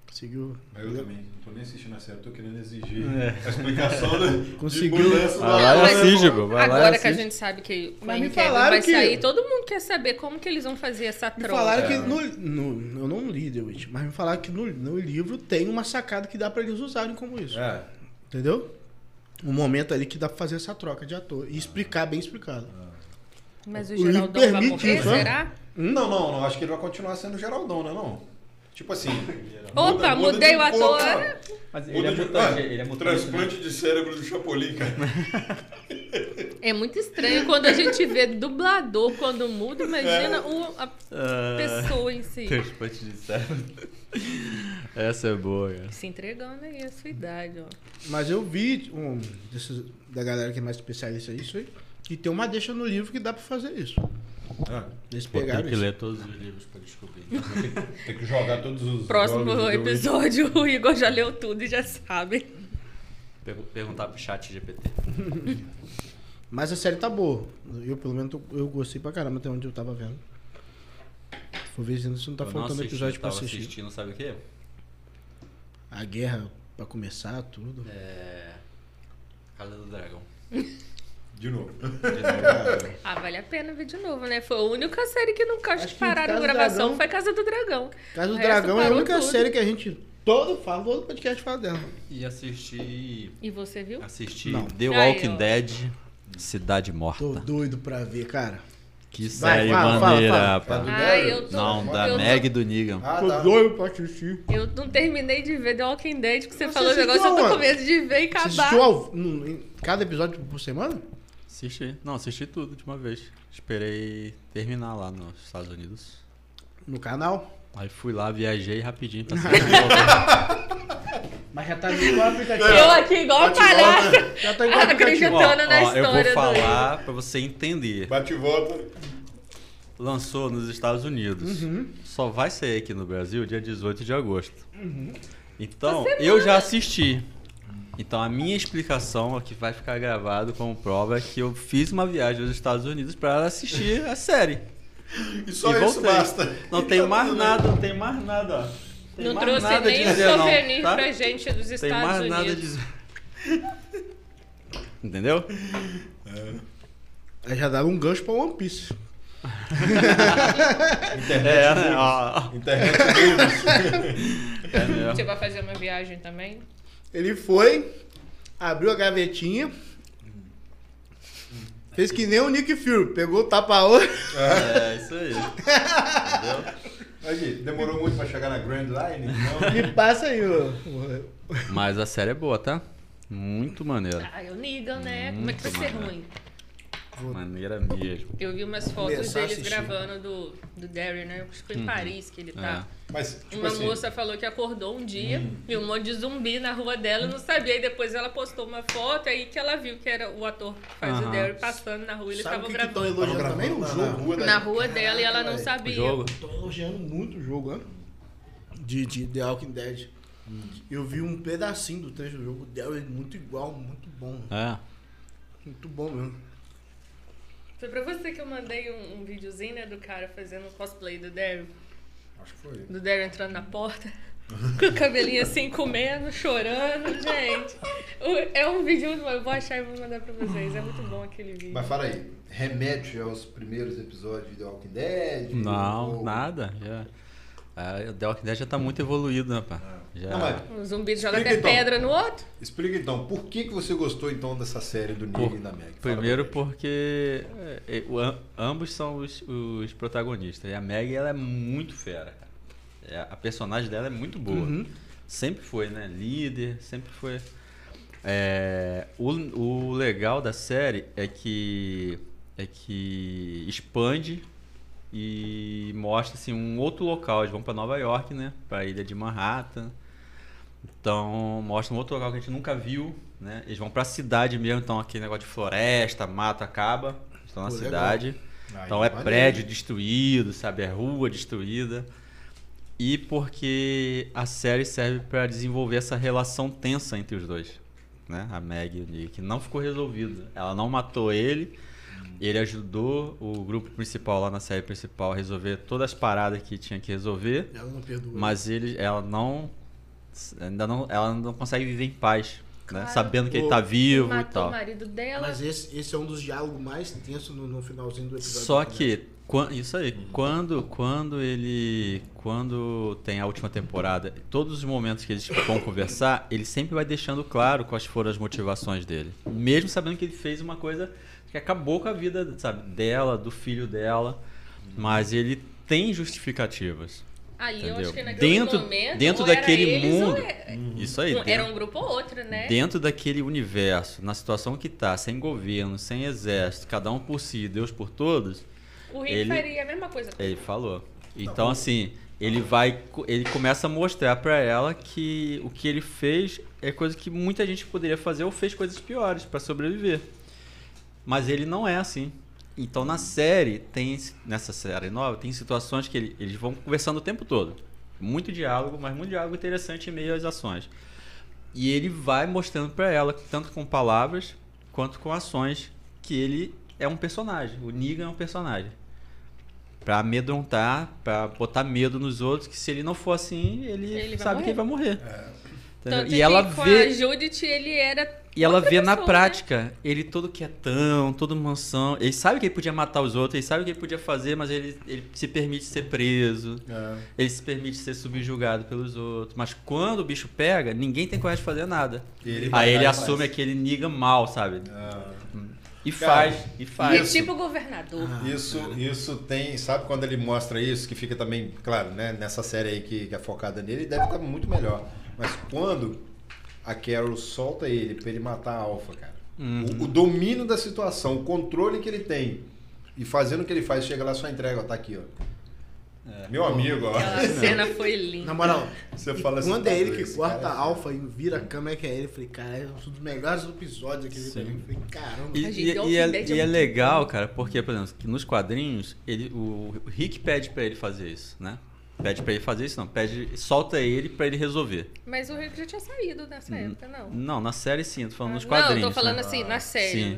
Speaker 2: Conseguiu.
Speaker 1: Mas eu também, não tô nem assistindo a série, tô querendo exigir a explicação do,
Speaker 2: Conseguiu.
Speaker 1: de mudança
Speaker 5: Vai lá e
Speaker 3: Mas-
Speaker 5: assiste, pô. Vai lá
Speaker 3: Agora
Speaker 5: e
Speaker 3: que a
Speaker 5: assiste.
Speaker 3: gente sabe que o
Speaker 2: Mas me
Speaker 3: Henry Cavill
Speaker 2: falaram
Speaker 3: vai
Speaker 2: que-
Speaker 3: sair, todo mundo quer saber como que eles vão fazer essa
Speaker 2: Me
Speaker 3: troca.
Speaker 2: falaram que
Speaker 1: É.
Speaker 2: no, no- Eu não li The Witch, mas me falaram que no, no livro tem uma sacada que dá pra eles usarem como isso.
Speaker 1: É,
Speaker 2: Entendeu? Um momento ali que dá pra fazer essa troca de ator. E explicar bem explicado.
Speaker 3: Mas o
Speaker 2: O
Speaker 3: Geraldão vai
Speaker 2: permite
Speaker 3: morrer,
Speaker 2: isso, né?
Speaker 3: será?
Speaker 1: Não, não, não. Acho que ele vai continuar sendo Geraldão, né? Não. Tipo assim.
Speaker 3: Opa,
Speaker 1: muda de
Speaker 3: mudei o
Speaker 1: um
Speaker 3: ator.
Speaker 1: pouco,
Speaker 3: Olha,
Speaker 5: Mas é
Speaker 1: Muda de, ah,
Speaker 5: né?
Speaker 1: transplante de cérebro do Chapolin, cara.
Speaker 3: É muito estranho quando a gente vê dublador quando muda,
Speaker 5: É.
Speaker 3: imagina o- a pessoa em si.
Speaker 5: Transplante de cérebro. Essa é boa, cara.
Speaker 3: Se entregando aí a sua idade, ó.
Speaker 2: Mas eu vi um desses, da galera que é mais especialista nisso aí, que tem uma deixa no livro que dá pra fazer isso. Eles
Speaker 5: Pô, tem
Speaker 2: pegaram
Speaker 5: que
Speaker 2: isso.
Speaker 5: ler todos os livros pra descobrir.
Speaker 1: Ah, Tem que jogar todos os. jogos
Speaker 3: Próximo
Speaker 1: de The Witch.
Speaker 3: episódio, o Igor já leu tudo e já sabe.
Speaker 5: Pergu- Perguntar pro chat GPT.
Speaker 2: Mas a série tá boa. Eu, pelo menos, tô- eu gostei pra caramba até onde eu tava vendo. Vou ver se não tá
Speaker 5: Eu não
Speaker 2: faltando
Speaker 5: assisti,
Speaker 2: episódio
Speaker 5: eu
Speaker 2: pra
Speaker 5: tava
Speaker 2: assistir.
Speaker 5: assistindo, sabe o quê?
Speaker 2: A guerra pra começar, tudo.
Speaker 5: É. Casa do Dragão.
Speaker 1: De novo.
Speaker 3: Ah, vale a pena ver de novo, né? Foi a única série que nunca
Speaker 2: Acho
Speaker 3: acho
Speaker 2: que
Speaker 3: que pararam a
Speaker 2: Casa do
Speaker 3: gravação
Speaker 2: Dragão-
Speaker 3: foi Casa do Dragão.
Speaker 2: Casa do
Speaker 3: Essa
Speaker 2: Dragão é a
Speaker 3: parou
Speaker 2: única
Speaker 3: tudo.
Speaker 2: série que a gente todo fala, todo podcast fala dela.
Speaker 5: E assisti.
Speaker 3: E você viu?
Speaker 5: Assisti
Speaker 2: Não.
Speaker 5: The
Speaker 3: Aí,
Speaker 5: Walking
Speaker 3: ó.
Speaker 5: Dead Cidade
Speaker 2: Tô
Speaker 5: Morta.
Speaker 2: doido pra ver, cara.
Speaker 5: Que
Speaker 2: Vai,
Speaker 5: série
Speaker 2: fala, fala,
Speaker 5: maneira,
Speaker 2: fala.
Speaker 5: rapaz.
Speaker 1: do
Speaker 3: Ai,
Speaker 1: Daryl?
Speaker 3: Ah, eu tô-
Speaker 5: Não,
Speaker 3: eu
Speaker 5: da
Speaker 3: tô-
Speaker 5: Meg e do Negan.
Speaker 1: Ah,
Speaker 2: Tô
Speaker 1: tá.
Speaker 2: doido pra assistir.
Speaker 3: Eu não terminei de ver The Walking Dead, porque você
Speaker 2: Você
Speaker 3: falou o
Speaker 2: assistiu
Speaker 3: negócio, eu tô
Speaker 2: aonde?
Speaker 3: com medo de ver e
Speaker 2: Você
Speaker 3: acabar.
Speaker 2: assistiu ao, num- em cada episódio por semana?
Speaker 5: Assisti. Não, assisti tudo de uma vez. Esperei terminar lá nos Estados Unidos.
Speaker 2: No canal?
Speaker 5: Aí fui lá, viajei rapidinho pra
Speaker 2: Mas já tá no aplicativo.
Speaker 3: Eu aqui igual a
Speaker 1: Bate e volta.
Speaker 3: palhaça,
Speaker 2: Já tá igual
Speaker 3: acreditando
Speaker 5: Ó,
Speaker 3: na
Speaker 5: ó,
Speaker 3: história
Speaker 5: eu vou
Speaker 3: do
Speaker 5: falar pra você entender.
Speaker 1: Bate e volta.
Speaker 5: Lançou nos Estados Unidos. Só vai sair aqui no Brasil dia 18 de agosto. Então, eu já assisti. Então, a minha explicação aqui vai ficar gravado como prova é que eu fiz uma viagem aos Estados Unidos pra assistir a série.
Speaker 1: E só
Speaker 5: e
Speaker 1: isso
Speaker 5: voltei.
Speaker 1: basta.
Speaker 5: Não
Speaker 1: E
Speaker 5: tem
Speaker 1: tá
Speaker 5: mais
Speaker 1: tudo
Speaker 5: nada, não tem mais nada. ó. Tem
Speaker 3: Não
Speaker 5: mais
Speaker 3: trouxe
Speaker 5: nada a
Speaker 3: nem um
Speaker 5: dizer, não,
Speaker 3: souvenir
Speaker 5: tá?
Speaker 3: pra gente dos
Speaker 5: Tem
Speaker 3: Estados
Speaker 5: mais
Speaker 3: Unidos.
Speaker 5: nada a dizer. Entendeu?
Speaker 2: Aí já dava um gancho pra One Piece.
Speaker 1: bem. Internet.
Speaker 5: É,
Speaker 1: news.
Speaker 5: né? Ó,
Speaker 1: Internet news.
Speaker 5: é mesmo.
Speaker 3: Você vai fazer uma viagem também?
Speaker 2: Ele foi, abriu a gavetinha, fez que nem o Nick Fury, pegou o tapa-olho.
Speaker 5: É, isso aí. Entendeu?
Speaker 1: Aí Fred, demorou muito pra chegar na Grand Line? então. Não.
Speaker 2: Me passa aí, ô. ô-
Speaker 5: Mas a série é boa, tá? Muito maneira.
Speaker 3: Ah, eu niga, né? Como é que vai ser
Speaker 5: Mano.
Speaker 3: ruim?
Speaker 5: Maneira mesmo.
Speaker 3: Eu vi umas fotos
Speaker 2: Começar a
Speaker 3: deles
Speaker 2: assistir.
Speaker 3: gravando do, do Derry, né? Acho que foi em Paris que ele tá.
Speaker 5: É.
Speaker 1: Mas, tipo
Speaker 3: Uma
Speaker 1: assim,
Speaker 3: moça falou que acordou um dia, viu um monte de zumbi na rua dela, não sabia. E depois ela postou uma foto aí que ela viu que era o ator que faz o
Speaker 5: Aham.
Speaker 3: Derry passando na rua e eles
Speaker 2: Sabe o
Speaker 3: estavam
Speaker 2: que estão
Speaker 3: gravando.
Speaker 2: elogiando
Speaker 1: tava
Speaker 2: também?
Speaker 1: gravando
Speaker 2: O
Speaker 1: na- na
Speaker 2: jogo.
Speaker 1: rua Ah, é. da-
Speaker 3: Na rua dela e ela não
Speaker 2: velho.
Speaker 5: O
Speaker 3: sabia.
Speaker 5: jogo?
Speaker 2: Tô elogiando muito o jogo, né? De, de The Walking Dead. Eu vi um pedacinho do trecho do jogo dela, é muito igual, muito bom.
Speaker 5: É.
Speaker 2: Muito bom mesmo.
Speaker 3: Foi pra você que eu mandei um, um videozinho, né, do cara fazendo um cosplay do Derry.
Speaker 1: Acho que foi.
Speaker 3: Do Derry entrando na porta, com o cabelinho assim, comendo, chorando, gente. o- É um vídeo muito bom, eu vou achar e vou mandar pra vocês. É muito bom aquele vídeo.
Speaker 6: Mas fala aí, remete aos primeiros episódios de The Walking Dead?
Speaker 5: Não,
Speaker 6: Ou-
Speaker 5: nada. Já. A The Walking Dead já tá muito evoluído, né, pá? Já.
Speaker 1: Não, mas
Speaker 3: Um zumbi joga
Speaker 1: Explica
Speaker 3: até
Speaker 1: então.
Speaker 3: pedra no outro.
Speaker 1: explica então, por que, que você gostou então dessa série do Neil
Speaker 5: Por-
Speaker 1: e da Meg? Fala
Speaker 5: Primeiro
Speaker 1: pra gente.
Speaker 5: porque é, é, o am- ambos são os, os protagonistas. E a Maggie, ela é muito fera, cara. É, a personagem dela é muito boa.
Speaker 2: Uhum.
Speaker 1: Uhum.
Speaker 5: Sempre foi, né? Líder, sempre foi. É, o, o legal da série é que é que expande e mostra assim, um outro local. Eles vão para Nova York, né? Para a ilha de Manhattan. Então, mostra um outro local que a gente nunca viu, né? Eles vão pra cidade mesmo, então aquele negócio de floresta, mata, acaba. Estão na
Speaker 2: Pô, legal.
Speaker 5: cidade.
Speaker 1: Aí,
Speaker 5: Então é
Speaker 1: Ah, maneiro.
Speaker 5: prédio destruído, sabe? É rua destruída. E porque a série serve pra desenvolver essa relação tensa entre os dois, né? A Meg e o Nick. Não ficou resolvido. Ela não matou ele. Ele ajudou o grupo principal lá na série principal a resolver todas as paradas que tinha que resolver.
Speaker 2: Ela não perdoa.
Speaker 5: Mas ele, ela não, ainda não, ela não consegue viver em paz, né?
Speaker 3: Claro.
Speaker 5: Sabendo que ele tá vivo e
Speaker 3: Matou o
Speaker 5: tal.
Speaker 3: marido dela.
Speaker 2: Mas esse, esse é um dos diálogos mais tensos no, no finalzinho do episódio.
Speaker 5: Só que quan- isso aí, quando, quando ele, quando tem a última temporada, todos os momentos que eles vão conversar, ele sempre vai deixando claro quais foram as motivações dele, mesmo sabendo que ele fez uma coisa que acabou com a vida, sabe, dela, do filho dela, mas ele tem justificativas.
Speaker 3: Aí eu acho
Speaker 5: Entendeu?
Speaker 3: que naquele
Speaker 5: Dentro,
Speaker 3: momento,
Speaker 5: dentro
Speaker 3: ou era
Speaker 5: daquele
Speaker 3: eles, ou
Speaker 5: mundo.
Speaker 3: era-
Speaker 5: Isso aí.
Speaker 3: um-
Speaker 5: dentro-
Speaker 3: Era um grupo ou outro, né?
Speaker 5: Dentro daquele universo, na situação que tá, sem governo, sem exército, cada um por si, Deus por todos,
Speaker 3: O Rick
Speaker 5: ele-
Speaker 3: faria a mesma coisa.
Speaker 5: ele falou. Então, assim, ele vai. co- Ele começa a mostrar pra ela que o que ele fez é coisa que muita gente poderia fazer ou fez coisas piores pra sobreviver. Mas ele não é assim. Então, na série, tem. Nessa série nova, tem situações que ele- eles vão conversando o tempo todo. Muito diálogo, mas muito diálogo interessante em meio às ações. E ele vai mostrando pra ela, tanto com palavras quanto com ações, que ele é um personagem. O Negan é um personagem. Pra amedrontar, pra botar medo nos outros, que se ele não for assim, ele,
Speaker 3: Ele vai
Speaker 5: sabe que ele vai morrer. Entendeu?
Speaker 3: Tanto
Speaker 5: E ela
Speaker 3: que com a
Speaker 5: vê,
Speaker 3: Judith, ele era...
Speaker 5: e ela
Speaker 3: outra
Speaker 5: vê na
Speaker 3: pessoa, né?
Speaker 5: prática, ele todo quietão, todo mansão. Ele sabe que ele podia matar os outros, ele sabe o que ele podia fazer, mas ele, ele se permite ser preso.
Speaker 1: É.
Speaker 5: Ele se permite ser subjugado pelos outros. Mas quando o bicho pega, ninguém tem coragem de fazer nada.
Speaker 1: Ele vai
Speaker 5: Aí ele
Speaker 1: lá e
Speaker 5: assume
Speaker 1: faz.
Speaker 5: aquele niga mal, sabe? E
Speaker 1: Cara,
Speaker 5: faz,
Speaker 3: E
Speaker 5: e
Speaker 3: é
Speaker 5: faz.
Speaker 3: tipo o governador.
Speaker 1: Isso, isso tem, sabe quando ele mostra isso, que fica também, claro, né, nessa série aí que, que é focada nele, deve estar muito melhor. Mas quando a Carol solta ele pra ele matar a Alpha, cara, o, o domínio da situação, o controle que ele tem e fazendo o que ele faz, chega lá só entrega, ó, tá aqui, ó. Meu amigo, ó.
Speaker 3: Aquela cena foi linda.
Speaker 2: Na moral,
Speaker 1: Você
Speaker 2: e
Speaker 1: fala assim,
Speaker 2: quando
Speaker 1: tá
Speaker 2: é ele
Speaker 1: doido,
Speaker 2: que
Speaker 1: esse
Speaker 2: corta
Speaker 1: cara
Speaker 2: a
Speaker 1: é-
Speaker 2: alfa e vira a câmera que é ele, eu falei, cara, é um dos melhores episódios aquele pra mim. Eu falei, caramba.
Speaker 5: E,
Speaker 3: A gente
Speaker 5: e-
Speaker 3: deu
Speaker 5: e é,
Speaker 3: um feedback
Speaker 5: e é
Speaker 3: muito
Speaker 5: legal, cara, porque, por exemplo, que nos quadrinhos, ele, o, o Rick pede pra ele fazer isso, né? Pede pra ele fazer isso, não. Pede, solta ele pra ele resolver.
Speaker 3: Mas o Rick já tinha saído nessa época, não.
Speaker 5: Não, na série sim, tô Uhum. falando nos
Speaker 3: não,
Speaker 5: quadrinhos.
Speaker 3: eu tô falando
Speaker 5: né?
Speaker 3: assim, na série.
Speaker 5: Sim.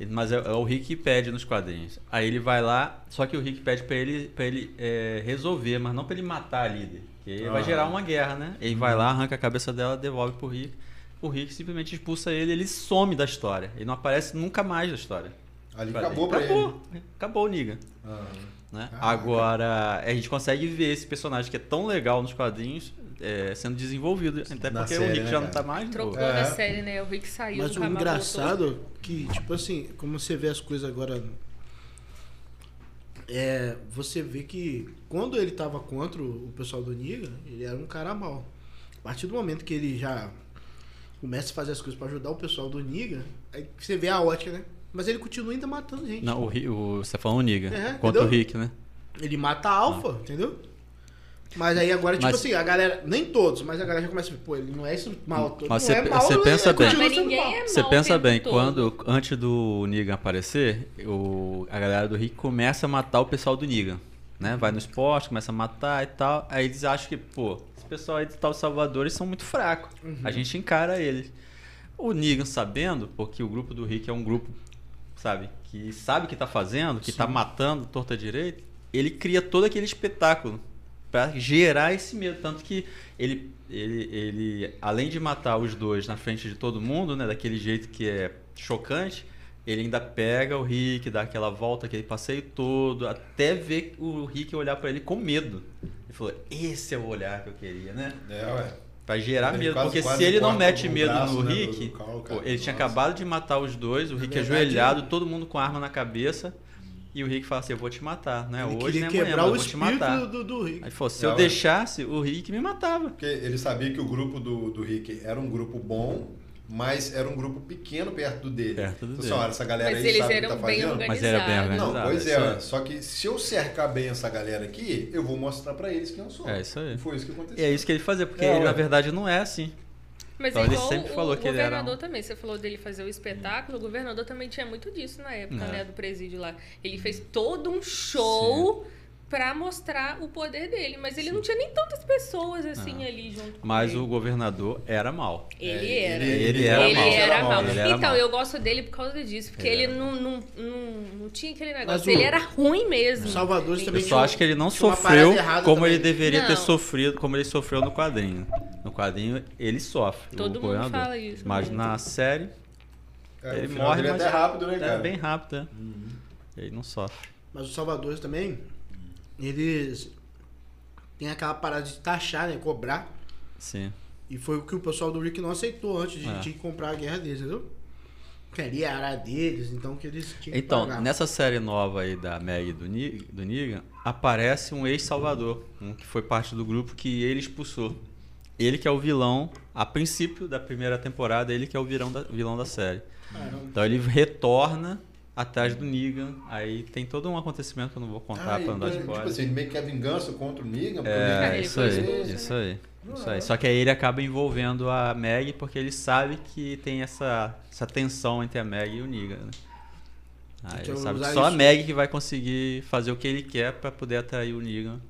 Speaker 5: Ele- Mas é, é o Rick que pede nos quadrinhos. Aí ele vai lá, só que o Rick pede pra ele, pra ele é, resolver, mas não pra ele matar a líder. Porque aí
Speaker 1: Ah.
Speaker 5: vai gerar uma guerra, né? Ele vai lá, arranca a cabeça dela, devolve pro Rick. O Rick simplesmente expulsa ele, ele some da história. Ele não aparece nunca mais da história.
Speaker 1: Ali
Speaker 5: Pra-
Speaker 1: acabou pra ele. Ah,
Speaker 5: acabou, Acabou o Negan. Né? Agora, a gente consegue ver esse personagem que é tão legal nos quadrinhos é, sendo desenvolvido. Até
Speaker 1: Na
Speaker 5: porque o
Speaker 1: série,
Speaker 5: Rick
Speaker 1: né,
Speaker 5: já não
Speaker 1: cara?
Speaker 5: tá mais. pô.
Speaker 3: Trocou
Speaker 1: É.
Speaker 3: na série, né? O Rick saiu.
Speaker 2: Mas o
Speaker 3: Cavalo
Speaker 2: engraçado que, tipo assim, como você vê as coisas agora é, você vê que quando ele tava contra o pessoal do Niga, ele era um cara mal. A partir do momento que ele já começa a fazer as coisas pra ajudar o pessoal do Niga, aí você vê a ótica, né? Mas ele continua ainda matando gente.
Speaker 5: Não, o, Ri- o, você falou o Niga
Speaker 2: É, entendeu?
Speaker 5: contra o Rick, né?
Speaker 2: Ele mata a alfa, entendeu? Mas aí agora, tipo
Speaker 5: Mas-
Speaker 2: assim, a galera. Nem todos, mas a galera já começa a ver, pô, ele não é isso mal. Todo
Speaker 5: Mas
Speaker 2: não
Speaker 5: você
Speaker 2: é
Speaker 5: pe-
Speaker 2: mal,
Speaker 5: você
Speaker 2: ele
Speaker 5: pensa
Speaker 2: continua
Speaker 5: bem.
Speaker 3: Mas
Speaker 2: sendo
Speaker 3: ninguém
Speaker 2: mal.
Speaker 3: é
Speaker 5: Você
Speaker 3: mal o
Speaker 5: pensa
Speaker 3: tempo
Speaker 5: bem,
Speaker 3: todo.
Speaker 5: quando antes do Negan aparecer, o, a galera do Rick começa a matar o pessoal do Negan. Né? Vai no esporte, começa a matar e tal. Aí eles acham que, pô, esse pessoal aí do tal Salvador, eles são muito fracos.
Speaker 2: Uhum.
Speaker 5: A gente encara eles. O Negan sabendo, porque o grupo do Rick é um grupo, sabe, que sabe o que tá fazendo, que tá matando torta direita, ele cria todo aquele espetáculo pra gerar esse medo. Tanto que ele, ele, ele, além de matar os dois na frente de todo mundo, né, daquele jeito que é chocante, ele ainda pega o Rick, dá aquela volta, aquele passeio todo, até ver o Rick olhar pra ele com medo. Ele falou: Esse é o olhar que eu queria, né?
Speaker 6: É, ué.
Speaker 5: Pra gerar
Speaker 6: Ele
Speaker 5: medo,
Speaker 6: quase-
Speaker 5: porque
Speaker 6: quase
Speaker 5: se ele não
Speaker 6: corta
Speaker 5: mete
Speaker 6: o
Speaker 5: medo
Speaker 6: braço,
Speaker 5: no
Speaker 6: né,
Speaker 5: Rick,
Speaker 6: do Carl,
Speaker 5: pô,
Speaker 6: cara.
Speaker 5: ele tinha
Speaker 6: Nossa.
Speaker 5: acabado de matar os dois, o Rick
Speaker 6: verdade,
Speaker 5: ajoelhado,
Speaker 6: né?
Speaker 5: todo mundo com arma na cabeça, e o Rick fala assim: Eu vou te matar, né?
Speaker 2: Ele
Speaker 5: Hoje
Speaker 2: queria
Speaker 5: nem amanhã,
Speaker 2: quebrar
Speaker 5: mas eu
Speaker 2: o
Speaker 5: vou te
Speaker 2: espírito
Speaker 5: matar.
Speaker 2: do, do Rick.
Speaker 5: Aí ele falou: Se
Speaker 6: É,
Speaker 5: eu
Speaker 6: ué.
Speaker 5: deixasse, o Rick me matava.
Speaker 6: Porque ele sabia que o grupo do, do Rick era um grupo bom, mas era um grupo pequeno perto do dele.
Speaker 5: Perto do
Speaker 6: Então,
Speaker 5: dele.
Speaker 6: assim, olha, essa galera
Speaker 3: Mas
Speaker 6: aí
Speaker 3: eles
Speaker 6: sabe o que
Speaker 3: eram
Speaker 6: tá
Speaker 3: bem
Speaker 6: fazendo.
Speaker 5: Mas era bem
Speaker 3: organizados.
Speaker 5: organizado.
Speaker 6: Não, pois
Speaker 5: é
Speaker 6: é,
Speaker 5: isso aí.
Speaker 6: ué. só que se eu cercar bem essa galera aqui, eu vou mostrar pra eles quem eu sou.
Speaker 5: É isso aí.
Speaker 6: E Foi isso que aconteceu.
Speaker 5: E é isso que ele fazia, porque
Speaker 6: É,
Speaker 5: ele, na
Speaker 6: ué.
Speaker 5: verdade, não é assim.
Speaker 3: Mas
Speaker 5: Então,
Speaker 3: é
Speaker 5: ele
Speaker 3: igual
Speaker 5: sempre
Speaker 3: o,
Speaker 5: falou
Speaker 3: o
Speaker 5: que ele era
Speaker 3: governador
Speaker 5: um-
Speaker 3: também. Você falou dele fazer o espetáculo. O governador também tinha muito disso na época,
Speaker 5: É.
Speaker 3: né? Do presídio lá. Ele fez todo um show pra mostrar o poder dele. Mas ele não tinha nem tantas pessoas assim ali junto com
Speaker 5: É. Mas
Speaker 3: ele.
Speaker 5: o governador era mal.
Speaker 3: Ele
Speaker 6: É,
Speaker 3: era.
Speaker 5: ele- ele
Speaker 3: Ele,
Speaker 5: era mal.
Speaker 3: era mal.
Speaker 5: Ele era
Speaker 3: então,
Speaker 5: mal.
Speaker 3: eu gosto dele por causa disso. Porque
Speaker 5: Ele
Speaker 3: ele,
Speaker 5: era
Speaker 3: não, não, não, não tinha aquele
Speaker 2: Mas
Speaker 3: negócio.
Speaker 2: o-
Speaker 3: Ele era ruim mesmo.
Speaker 2: O Salvador
Speaker 5: Eu
Speaker 2: também
Speaker 5: só
Speaker 2: tinha- um-
Speaker 5: acho que ele não
Speaker 2: tinha uma
Speaker 5: sofreu
Speaker 2: parada errada
Speaker 5: como
Speaker 2: também.
Speaker 5: ele deveria ter
Speaker 3: Não.
Speaker 5: sofrido, como ele sofreu no quadrinho. No quadrinho, ele sofre.
Speaker 3: Todo
Speaker 5: o
Speaker 3: mundo
Speaker 5: governador.
Speaker 3: fala isso,
Speaker 5: Mas
Speaker 3: né?
Speaker 5: na série,
Speaker 6: É, o
Speaker 5: ele
Speaker 6: final
Speaker 5: morre,
Speaker 6: dele
Speaker 5: mas-
Speaker 6: é até rápido, né,
Speaker 5: é
Speaker 6: cara?
Speaker 5: bem rápido, né? Ele não sofre.
Speaker 2: Mas os salvadores também, eles têm aquela parada de taxar, né? Cobrar.
Speaker 5: Sim.
Speaker 2: E foi o que o pessoal do Rick não aceitou antes de,
Speaker 5: É.
Speaker 2: de comprar a guerra deles, entendeu? Queria a área deles, então que eles tinham que
Speaker 5: Então,
Speaker 2: pagar.
Speaker 5: nessa série nova aí da Meg e do, Ni- do Negan, aparece um ex-salvador, um que foi parte do grupo que ele expulsou. Ele que é o vilão, a princípio da primeira temporada, ele que é o vilão da, vilão da série.
Speaker 2: Caramba.
Speaker 5: Então ele retorna atrás do Negan, aí tem todo um acontecimento que eu não vou contar
Speaker 6: Ah,
Speaker 5: pra não dar
Speaker 6: então,
Speaker 5: spoiler.
Speaker 6: tipo assim, meio que é vingança contra o Negan. porque o Negan assim.
Speaker 5: É,
Speaker 3: Ele
Speaker 5: isso
Speaker 3: foi
Speaker 5: aí,
Speaker 3: expulso,
Speaker 5: isso aí. Isso
Speaker 3: é?
Speaker 5: aí. Só que aí ele acaba envolvendo a Meg porque ele sabe que tem essa, essa tensão entre a Meg e o Negan, né? Aí
Speaker 2: Então,
Speaker 5: ele sabe que
Speaker 2: usar
Speaker 5: só a
Speaker 2: isso-
Speaker 5: Meg que vai conseguir fazer o que ele quer pra poder atrair o Negan.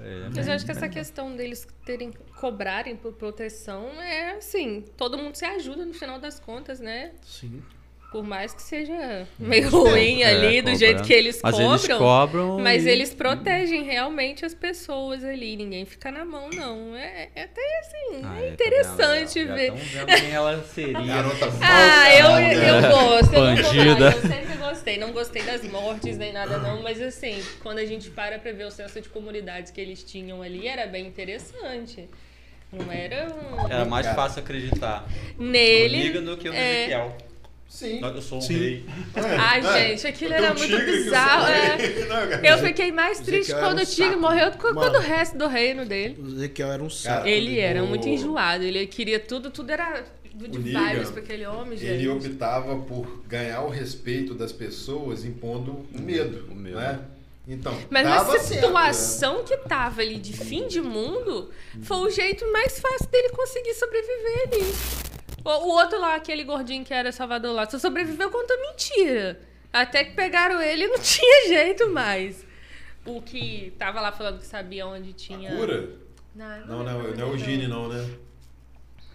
Speaker 5: É,
Speaker 3: Mas eu acho que essa questão deles terem cobrarem por proteção é assim, todo mundo se ajuda no final das contas, né?
Speaker 2: Sim.
Speaker 3: Por mais que seja meio ruim
Speaker 5: é,
Speaker 3: ali, do
Speaker 5: cobra.
Speaker 3: jeito que eles
Speaker 5: mas
Speaker 3: cobram.
Speaker 5: eles cobram
Speaker 3: Mas
Speaker 5: e-
Speaker 3: eles protegem realmente as pessoas ali, ninguém fica na mão, não. É, é até assim,
Speaker 5: Ah,
Speaker 3: é
Speaker 5: tá vendo?
Speaker 3: interessante
Speaker 5: Já
Speaker 3: ver.
Speaker 5: tão vendo quem ela seria.
Speaker 6: Garota
Speaker 3: Ah, eu,
Speaker 1: né?
Speaker 3: eu gosto. Eu, não vou
Speaker 5: Bandida.
Speaker 3: falar, eu sempre gostei. Não gostei das mortes nem nada, não. Mas assim, quando a gente para pra ver o senso de comunidade que eles tinham ali, era bem interessante. Não era um...
Speaker 5: Era É mais
Speaker 6: Cara.
Speaker 5: fácil acreditar no
Speaker 3: Nele...
Speaker 5: Negan do que no
Speaker 3: é.
Speaker 5: Ezequiel.
Speaker 6: Sim.
Speaker 5: Eu sou um
Speaker 2: Sim.
Speaker 5: rei.
Speaker 3: Ai,
Speaker 6: É,
Speaker 3: gente, aquilo
Speaker 6: eu tenho
Speaker 3: era
Speaker 6: um
Speaker 3: muito
Speaker 6: tigre que eu
Speaker 3: bizarro.
Speaker 6: sou é
Speaker 3: é.
Speaker 6: rei. Não, cara.
Speaker 3: Eu fiquei mais triste
Speaker 2: Ezequiel era
Speaker 3: quando
Speaker 2: um
Speaker 3: o Tigre
Speaker 2: saco.
Speaker 3: morreu do que quando
Speaker 2: Mano.
Speaker 3: o resto do reino dele.
Speaker 2: O Ezequiel era um saco.
Speaker 6: Cara,
Speaker 3: Ele é.
Speaker 6: o-
Speaker 3: era muito enjoado, ele queria tudo, tudo era de
Speaker 6: O
Speaker 3: vários
Speaker 6: Negan,
Speaker 3: pra aquele homem, gente.
Speaker 6: Ele optava por ganhar o respeito das pessoas impondo o medo,
Speaker 5: O medo.
Speaker 6: né? Então,
Speaker 3: Mas
Speaker 6: dava
Speaker 3: na
Speaker 6: certo, né?
Speaker 3: situação que tava ali de fim de mundo, foi o jeito mais fácil dele conseguir sobreviver ali. O, o outro lá, aquele gordinho que era Salvador lá, só sobreviveu contra mentira. Até que pegaram ele e não tinha jeito mais. O que tava lá falando que sabia onde tinha.
Speaker 6: né? A cura?
Speaker 3: Não,
Speaker 6: Não, não, não é o Gene, não, né?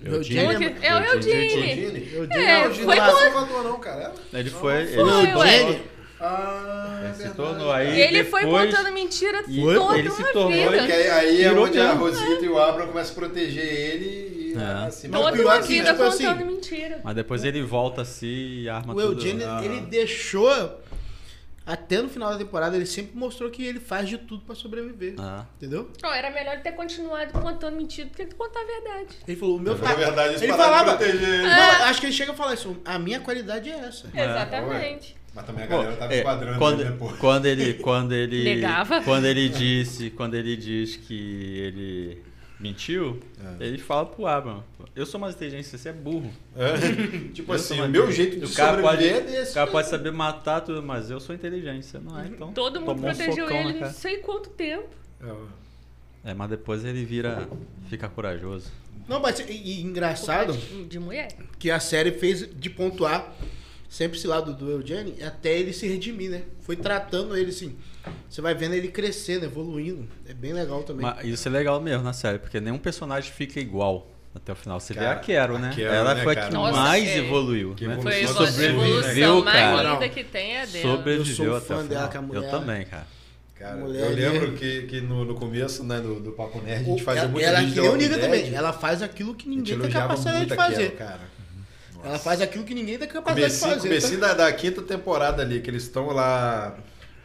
Speaker 2: Eu
Speaker 3: É o
Speaker 2: tinha-
Speaker 3: que- é o
Speaker 6: O
Speaker 3: Eugene.
Speaker 6: Gene?
Speaker 2: Eu
Speaker 3: É,
Speaker 6: Não, o
Speaker 2: dei
Speaker 6: Gene
Speaker 3: foi
Speaker 6: não é
Speaker 3: quando-
Speaker 6: Salvador, não, cara.
Speaker 5: Ele foi. Ele
Speaker 3: Foi,
Speaker 5: se tornou-
Speaker 3: ué.
Speaker 6: Ah,
Speaker 5: Ele se
Speaker 6: verdade.
Speaker 5: tornou aí.
Speaker 3: Ele foi
Speaker 5: depois-
Speaker 3: contando mentira
Speaker 5: E
Speaker 3: toda
Speaker 5: ele se
Speaker 3: uma
Speaker 5: tornou
Speaker 3: vida.
Speaker 5: aquele-
Speaker 6: Porque aí, aí é
Speaker 5: Virou
Speaker 6: onde a
Speaker 5: mesmo.
Speaker 6: Rosita e o Abram começam a proteger ele e
Speaker 5: É.
Speaker 6: assim,
Speaker 2: Não,
Speaker 3: Toda
Speaker 2: pior
Speaker 3: uma
Speaker 2: que,
Speaker 3: vida
Speaker 2: tipo assim,
Speaker 3: contando mentira.
Speaker 5: Mas depois ele volta assim e arma
Speaker 2: O
Speaker 5: tudo.
Speaker 2: Eugene,
Speaker 5: né?
Speaker 2: ele deixou. Até no final da temporada, ele sempre mostrou que ele faz de tudo pra sobreviver.
Speaker 5: Ah.
Speaker 2: Entendeu?
Speaker 3: Ó, era melhor ele ter continuado contando mentira do que contar a verdade.
Speaker 2: Ele falou, o
Speaker 1: É
Speaker 2: meu
Speaker 6: na verdade, eles
Speaker 2: Ele
Speaker 6: pararam
Speaker 2: falava.
Speaker 3: É.
Speaker 6: de proteger ele.
Speaker 2: Não, acho que ele chega a falar isso. A minha qualidade é essa.
Speaker 3: Exatamente.
Speaker 1: Mas também a galera tava
Speaker 5: é,
Speaker 1: enquadrando
Speaker 5: quando,
Speaker 1: ele depois.
Speaker 5: quando ele quando ele
Speaker 3: Negava.
Speaker 5: quando ele disse quando ele diz que ele mentiu ele fala pro Abraham eu sou mais inteligente que você é burro
Speaker 1: É. Tipo
Speaker 5: Eu
Speaker 1: assim,
Speaker 5: sou
Speaker 1: o
Speaker 5: mais
Speaker 1: meu
Speaker 5: inteligente.
Speaker 1: jeito de
Speaker 5: o cara pode,
Speaker 1: sobreviver é desse.
Speaker 5: o cara pode saber matar tudo mas eu sou inteligente você não é então
Speaker 3: Todo mundo
Speaker 5: tomou um
Speaker 3: protegeu
Speaker 5: socão na
Speaker 3: ele não
Speaker 5: cara.
Speaker 3: sei quanto tempo.
Speaker 1: É.
Speaker 5: é mas depois ele vira fica corajoso
Speaker 2: Não, mas e, e engraçado
Speaker 3: De, de mulher.
Speaker 2: que a série fez de pontuar sempre esse lado do Eugene até ele se redimir, né? Foi tratando ele assim. Você vai vendo ele crescendo, evoluindo. É bem legal também.
Speaker 5: Mas isso é legal mesmo na série, porque nenhum personagem fica igual até o final. Você vê a
Speaker 1: Cara,
Speaker 5: Quero, né?
Speaker 1: a Quero,
Speaker 5: Ela
Speaker 1: né,
Speaker 5: foi a
Speaker 1: cara?
Speaker 5: que
Speaker 3: Nossa,
Speaker 5: mais
Speaker 3: é.
Speaker 5: evoluiu.
Speaker 1: Que
Speaker 5: né?
Speaker 1: evolução.
Speaker 3: Foi a
Speaker 1: Só sobreviveu,
Speaker 3: evolução
Speaker 5: né,
Speaker 3: mais
Speaker 5: cara?
Speaker 3: linda que tem é dela.
Speaker 5: Sobreviveu
Speaker 2: Eu sou
Speaker 5: até o
Speaker 2: fã dela,
Speaker 5: final.
Speaker 2: que a mulher-
Speaker 5: Eu também, cara.
Speaker 1: Cara,
Speaker 2: Mulher,
Speaker 1: eu lembro
Speaker 2: né?
Speaker 1: que, que no, no começo né, do, do Papo Nerd a gente
Speaker 2: O-
Speaker 1: fazia
Speaker 2: ela,
Speaker 1: muito
Speaker 2: ela
Speaker 1: vídeo
Speaker 2: que
Speaker 1: da
Speaker 2: nem o
Speaker 1: Walking
Speaker 2: Nigga
Speaker 1: Dead,
Speaker 2: também. Ela faz aquilo que
Speaker 1: a gente
Speaker 2: ninguém tem
Speaker 1: elogiava
Speaker 2: capacidade
Speaker 1: muito
Speaker 2: de
Speaker 1: aquela,
Speaker 2: fazer.
Speaker 1: cara.
Speaker 2: Ela faz aquilo que ninguém tem capacidade de
Speaker 1: Comecinho,
Speaker 2: fazer. tá?
Speaker 1: comecinho da, da quinta temporada ali, que eles estão lá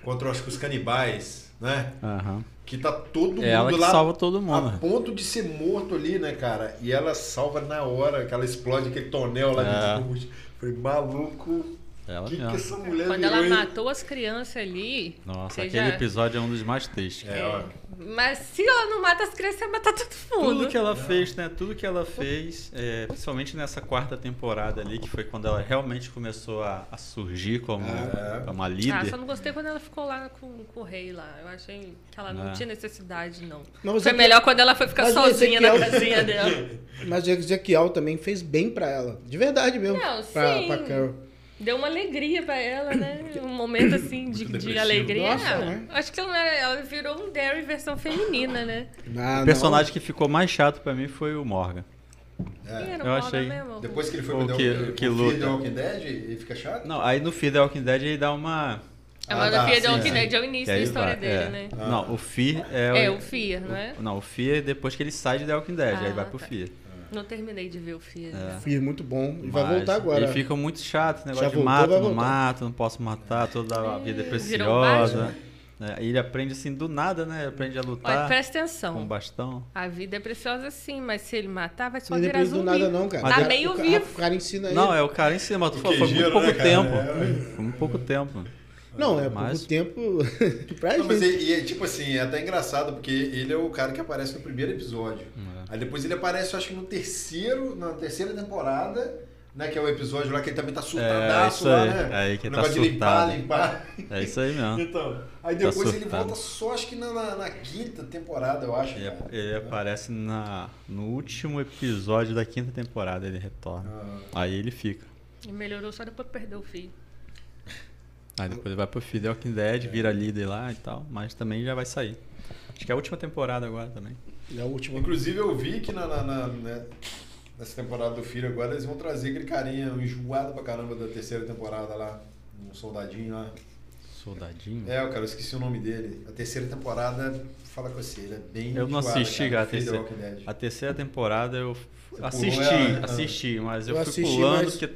Speaker 1: contra acho que os canibais, né?
Speaker 5: Aham.
Speaker 1: Que tá todo
Speaker 5: É ela
Speaker 1: mundo
Speaker 5: que
Speaker 1: lá
Speaker 5: salva todo
Speaker 1: a
Speaker 5: mundo.
Speaker 1: ponto de ser morto ali, né, cara? E ela salva na hora, que ela explode aquele tonel lá
Speaker 5: É.
Speaker 1: de combustível. Falei, maluco, o
Speaker 5: Ela é.
Speaker 1: que, que
Speaker 5: mesmo.
Speaker 1: essa mulher
Speaker 3: Quando
Speaker 1: virou,
Speaker 3: ela
Speaker 1: hein?
Speaker 3: matou as crianças ali.
Speaker 5: Nossa,
Speaker 3: você
Speaker 5: aquele
Speaker 3: já-
Speaker 5: episódio é um dos mais tristes. cara.
Speaker 1: É, ó,
Speaker 3: Mas se ela não mata as crianças, vai matar todo mundo.
Speaker 5: Tudo que ela fez, né? Tudo que ela fez, é, principalmente nessa quarta temporada ali, que foi quando ela realmente começou a, a surgir como,
Speaker 1: É.
Speaker 5: como uma
Speaker 3: Ah,
Speaker 5: líder.
Speaker 3: só não gostei quando ela ficou lá com, com o rei lá. Eu achei que ela não
Speaker 5: Ah.
Speaker 3: tinha necessidade, não.
Speaker 2: Não, mas
Speaker 3: Foi
Speaker 2: é que-
Speaker 3: melhor quando ela foi ficar
Speaker 2: Mas o
Speaker 3: sozinha na
Speaker 2: Ezequiel-
Speaker 3: casinha dela.
Speaker 2: Mas o Ezequiel também fez bem pra ela. De verdade mesmo.
Speaker 3: Não,
Speaker 2: pra,
Speaker 3: sim.
Speaker 2: pra Carol.
Speaker 3: Deu uma alegria pra ela, né? Um momento assim de, de
Speaker 1: depressivo.
Speaker 3: alegria.
Speaker 2: Nossa,
Speaker 3: Ah,
Speaker 2: né?
Speaker 3: Acho que ela, ela virou um Derry versão feminina, né?
Speaker 2: Ah,
Speaker 5: O
Speaker 2: não.
Speaker 5: personagem que ficou mais chato pra mim foi o Morgan.
Speaker 3: Ih, era
Speaker 5: eu
Speaker 3: um
Speaker 5: achei.
Speaker 3: mesmo.
Speaker 1: É. Depois que ele foi
Speaker 5: O
Speaker 1: com
Speaker 5: que-
Speaker 1: Del- com
Speaker 5: o que
Speaker 1: o um filho
Speaker 5: luta.
Speaker 1: do Walking Dead, ele fica chato?
Speaker 5: Não, aí no Fear the Walking Dead ele dá uma.
Speaker 3: A
Speaker 1: Ah,
Speaker 3: monografia
Speaker 1: tá,
Speaker 3: de
Speaker 1: sim,
Speaker 3: Walking
Speaker 1: sim.
Speaker 3: Dead é o
Speaker 5: que
Speaker 3: início da
Speaker 5: aí
Speaker 3: história
Speaker 5: vai,
Speaker 3: dele,
Speaker 5: é.
Speaker 3: né?
Speaker 5: Não, o Fear é,
Speaker 3: É, o Fear, não é?
Speaker 5: Não, o Fear é depois que ele sai de The Walking Dead,
Speaker 3: Ah,
Speaker 5: aí vai pro
Speaker 3: tá.
Speaker 5: Fear.
Speaker 3: Não terminei de ver o
Speaker 5: É.
Speaker 3: Fear. né?
Speaker 2: Filho, muito bom. E vai
Speaker 5: Mas
Speaker 2: voltar agora.
Speaker 5: Ele fica muito chato, esse negócio
Speaker 2: Já
Speaker 5: de
Speaker 2: voltou,
Speaker 5: mato,
Speaker 2: vai
Speaker 5: não
Speaker 2: voltar.
Speaker 5: mato, não posso matar, toda a vida é
Speaker 3: virou um
Speaker 5: preciosa. É, ele aprende assim do nada, né? Ele aprende a
Speaker 3: Olha,
Speaker 5: lutar
Speaker 3: presta
Speaker 5: com um
Speaker 3: atenção.
Speaker 5: bastão.
Speaker 3: A vida é preciosa sim, mas se ele matar, vai só
Speaker 2: Não
Speaker 3: virar
Speaker 2: depende do
Speaker 3: zumbi.
Speaker 2: nada, não, cara.
Speaker 5: Mas
Speaker 3: tá
Speaker 5: é-
Speaker 3: meio
Speaker 2: o, ca-
Speaker 3: vivo.
Speaker 2: O cara ensina
Speaker 5: Não,
Speaker 2: ele.
Speaker 5: é o cara em cima, tu falou, foi muito
Speaker 1: queijeiro,
Speaker 5: pouco
Speaker 1: né, cara?
Speaker 5: tempo.
Speaker 1: É.
Speaker 5: Foi muito pouco tempo.
Speaker 2: Não, é pouco
Speaker 5: Mas-
Speaker 2: tempo pra
Speaker 1: Não, mas
Speaker 2: gente.
Speaker 1: ele- e é, tipo assim, é até engraçado, porque ele é o cara que aparece no primeiro episódio.
Speaker 5: É.
Speaker 1: Aí depois ele aparece, eu acho que no terceiro, na terceira temporada, né? Que é o episódio lá que ele também tá surtadaço
Speaker 5: É,
Speaker 1: lá,
Speaker 5: isso aí.
Speaker 1: né?
Speaker 5: Aí que
Speaker 1: o
Speaker 5: tá
Speaker 1: negócio
Speaker 5: surtado.
Speaker 1: de limpar, limpar.
Speaker 5: É isso aí mesmo.
Speaker 1: Então, aí
Speaker 5: Tá
Speaker 1: depois ele
Speaker 5: surtado. É.
Speaker 1: volta só, acho que na, na- na quinta temporada, eu acho.
Speaker 5: Ele,
Speaker 1: cara.
Speaker 5: ele aparece na, no último episódio da quinta temporada, ele retorna.
Speaker 1: Ah,
Speaker 5: Aí ele fica.
Speaker 3: E melhorou só depois que perdeu o filho.
Speaker 5: Aí depois ele vai pro Fear The Walking
Speaker 1: É.
Speaker 5: Dead, vira líder lá e tal, mas também já vai sair. Acho que é a última temporada agora também.
Speaker 2: É o último.
Speaker 1: Inclusive eu vi que na, na- na- né, nessa temporada do Filho agora eles vão trazer aquele carinha enjoado pra caramba da terceira temporada lá. Um soldadinho lá.
Speaker 5: Soldadinho?
Speaker 1: É, cara, eu esqueci o nome dele. A terceira temporada, fala com você, ele é bem.
Speaker 5: Eu não
Speaker 1: enjoado,
Speaker 5: assisti,
Speaker 1: cara,
Speaker 5: cara, a
Speaker 1: Fear the
Speaker 5: terceira-
Speaker 1: Walking Dead.
Speaker 5: A terceira temporada eu f-
Speaker 1: Você
Speaker 5: assisti,
Speaker 1: pulou ela, né?
Speaker 5: assisti, mas eu,
Speaker 2: Eu
Speaker 5: fui
Speaker 2: assisti,
Speaker 5: pulando
Speaker 2: mas-
Speaker 5: porque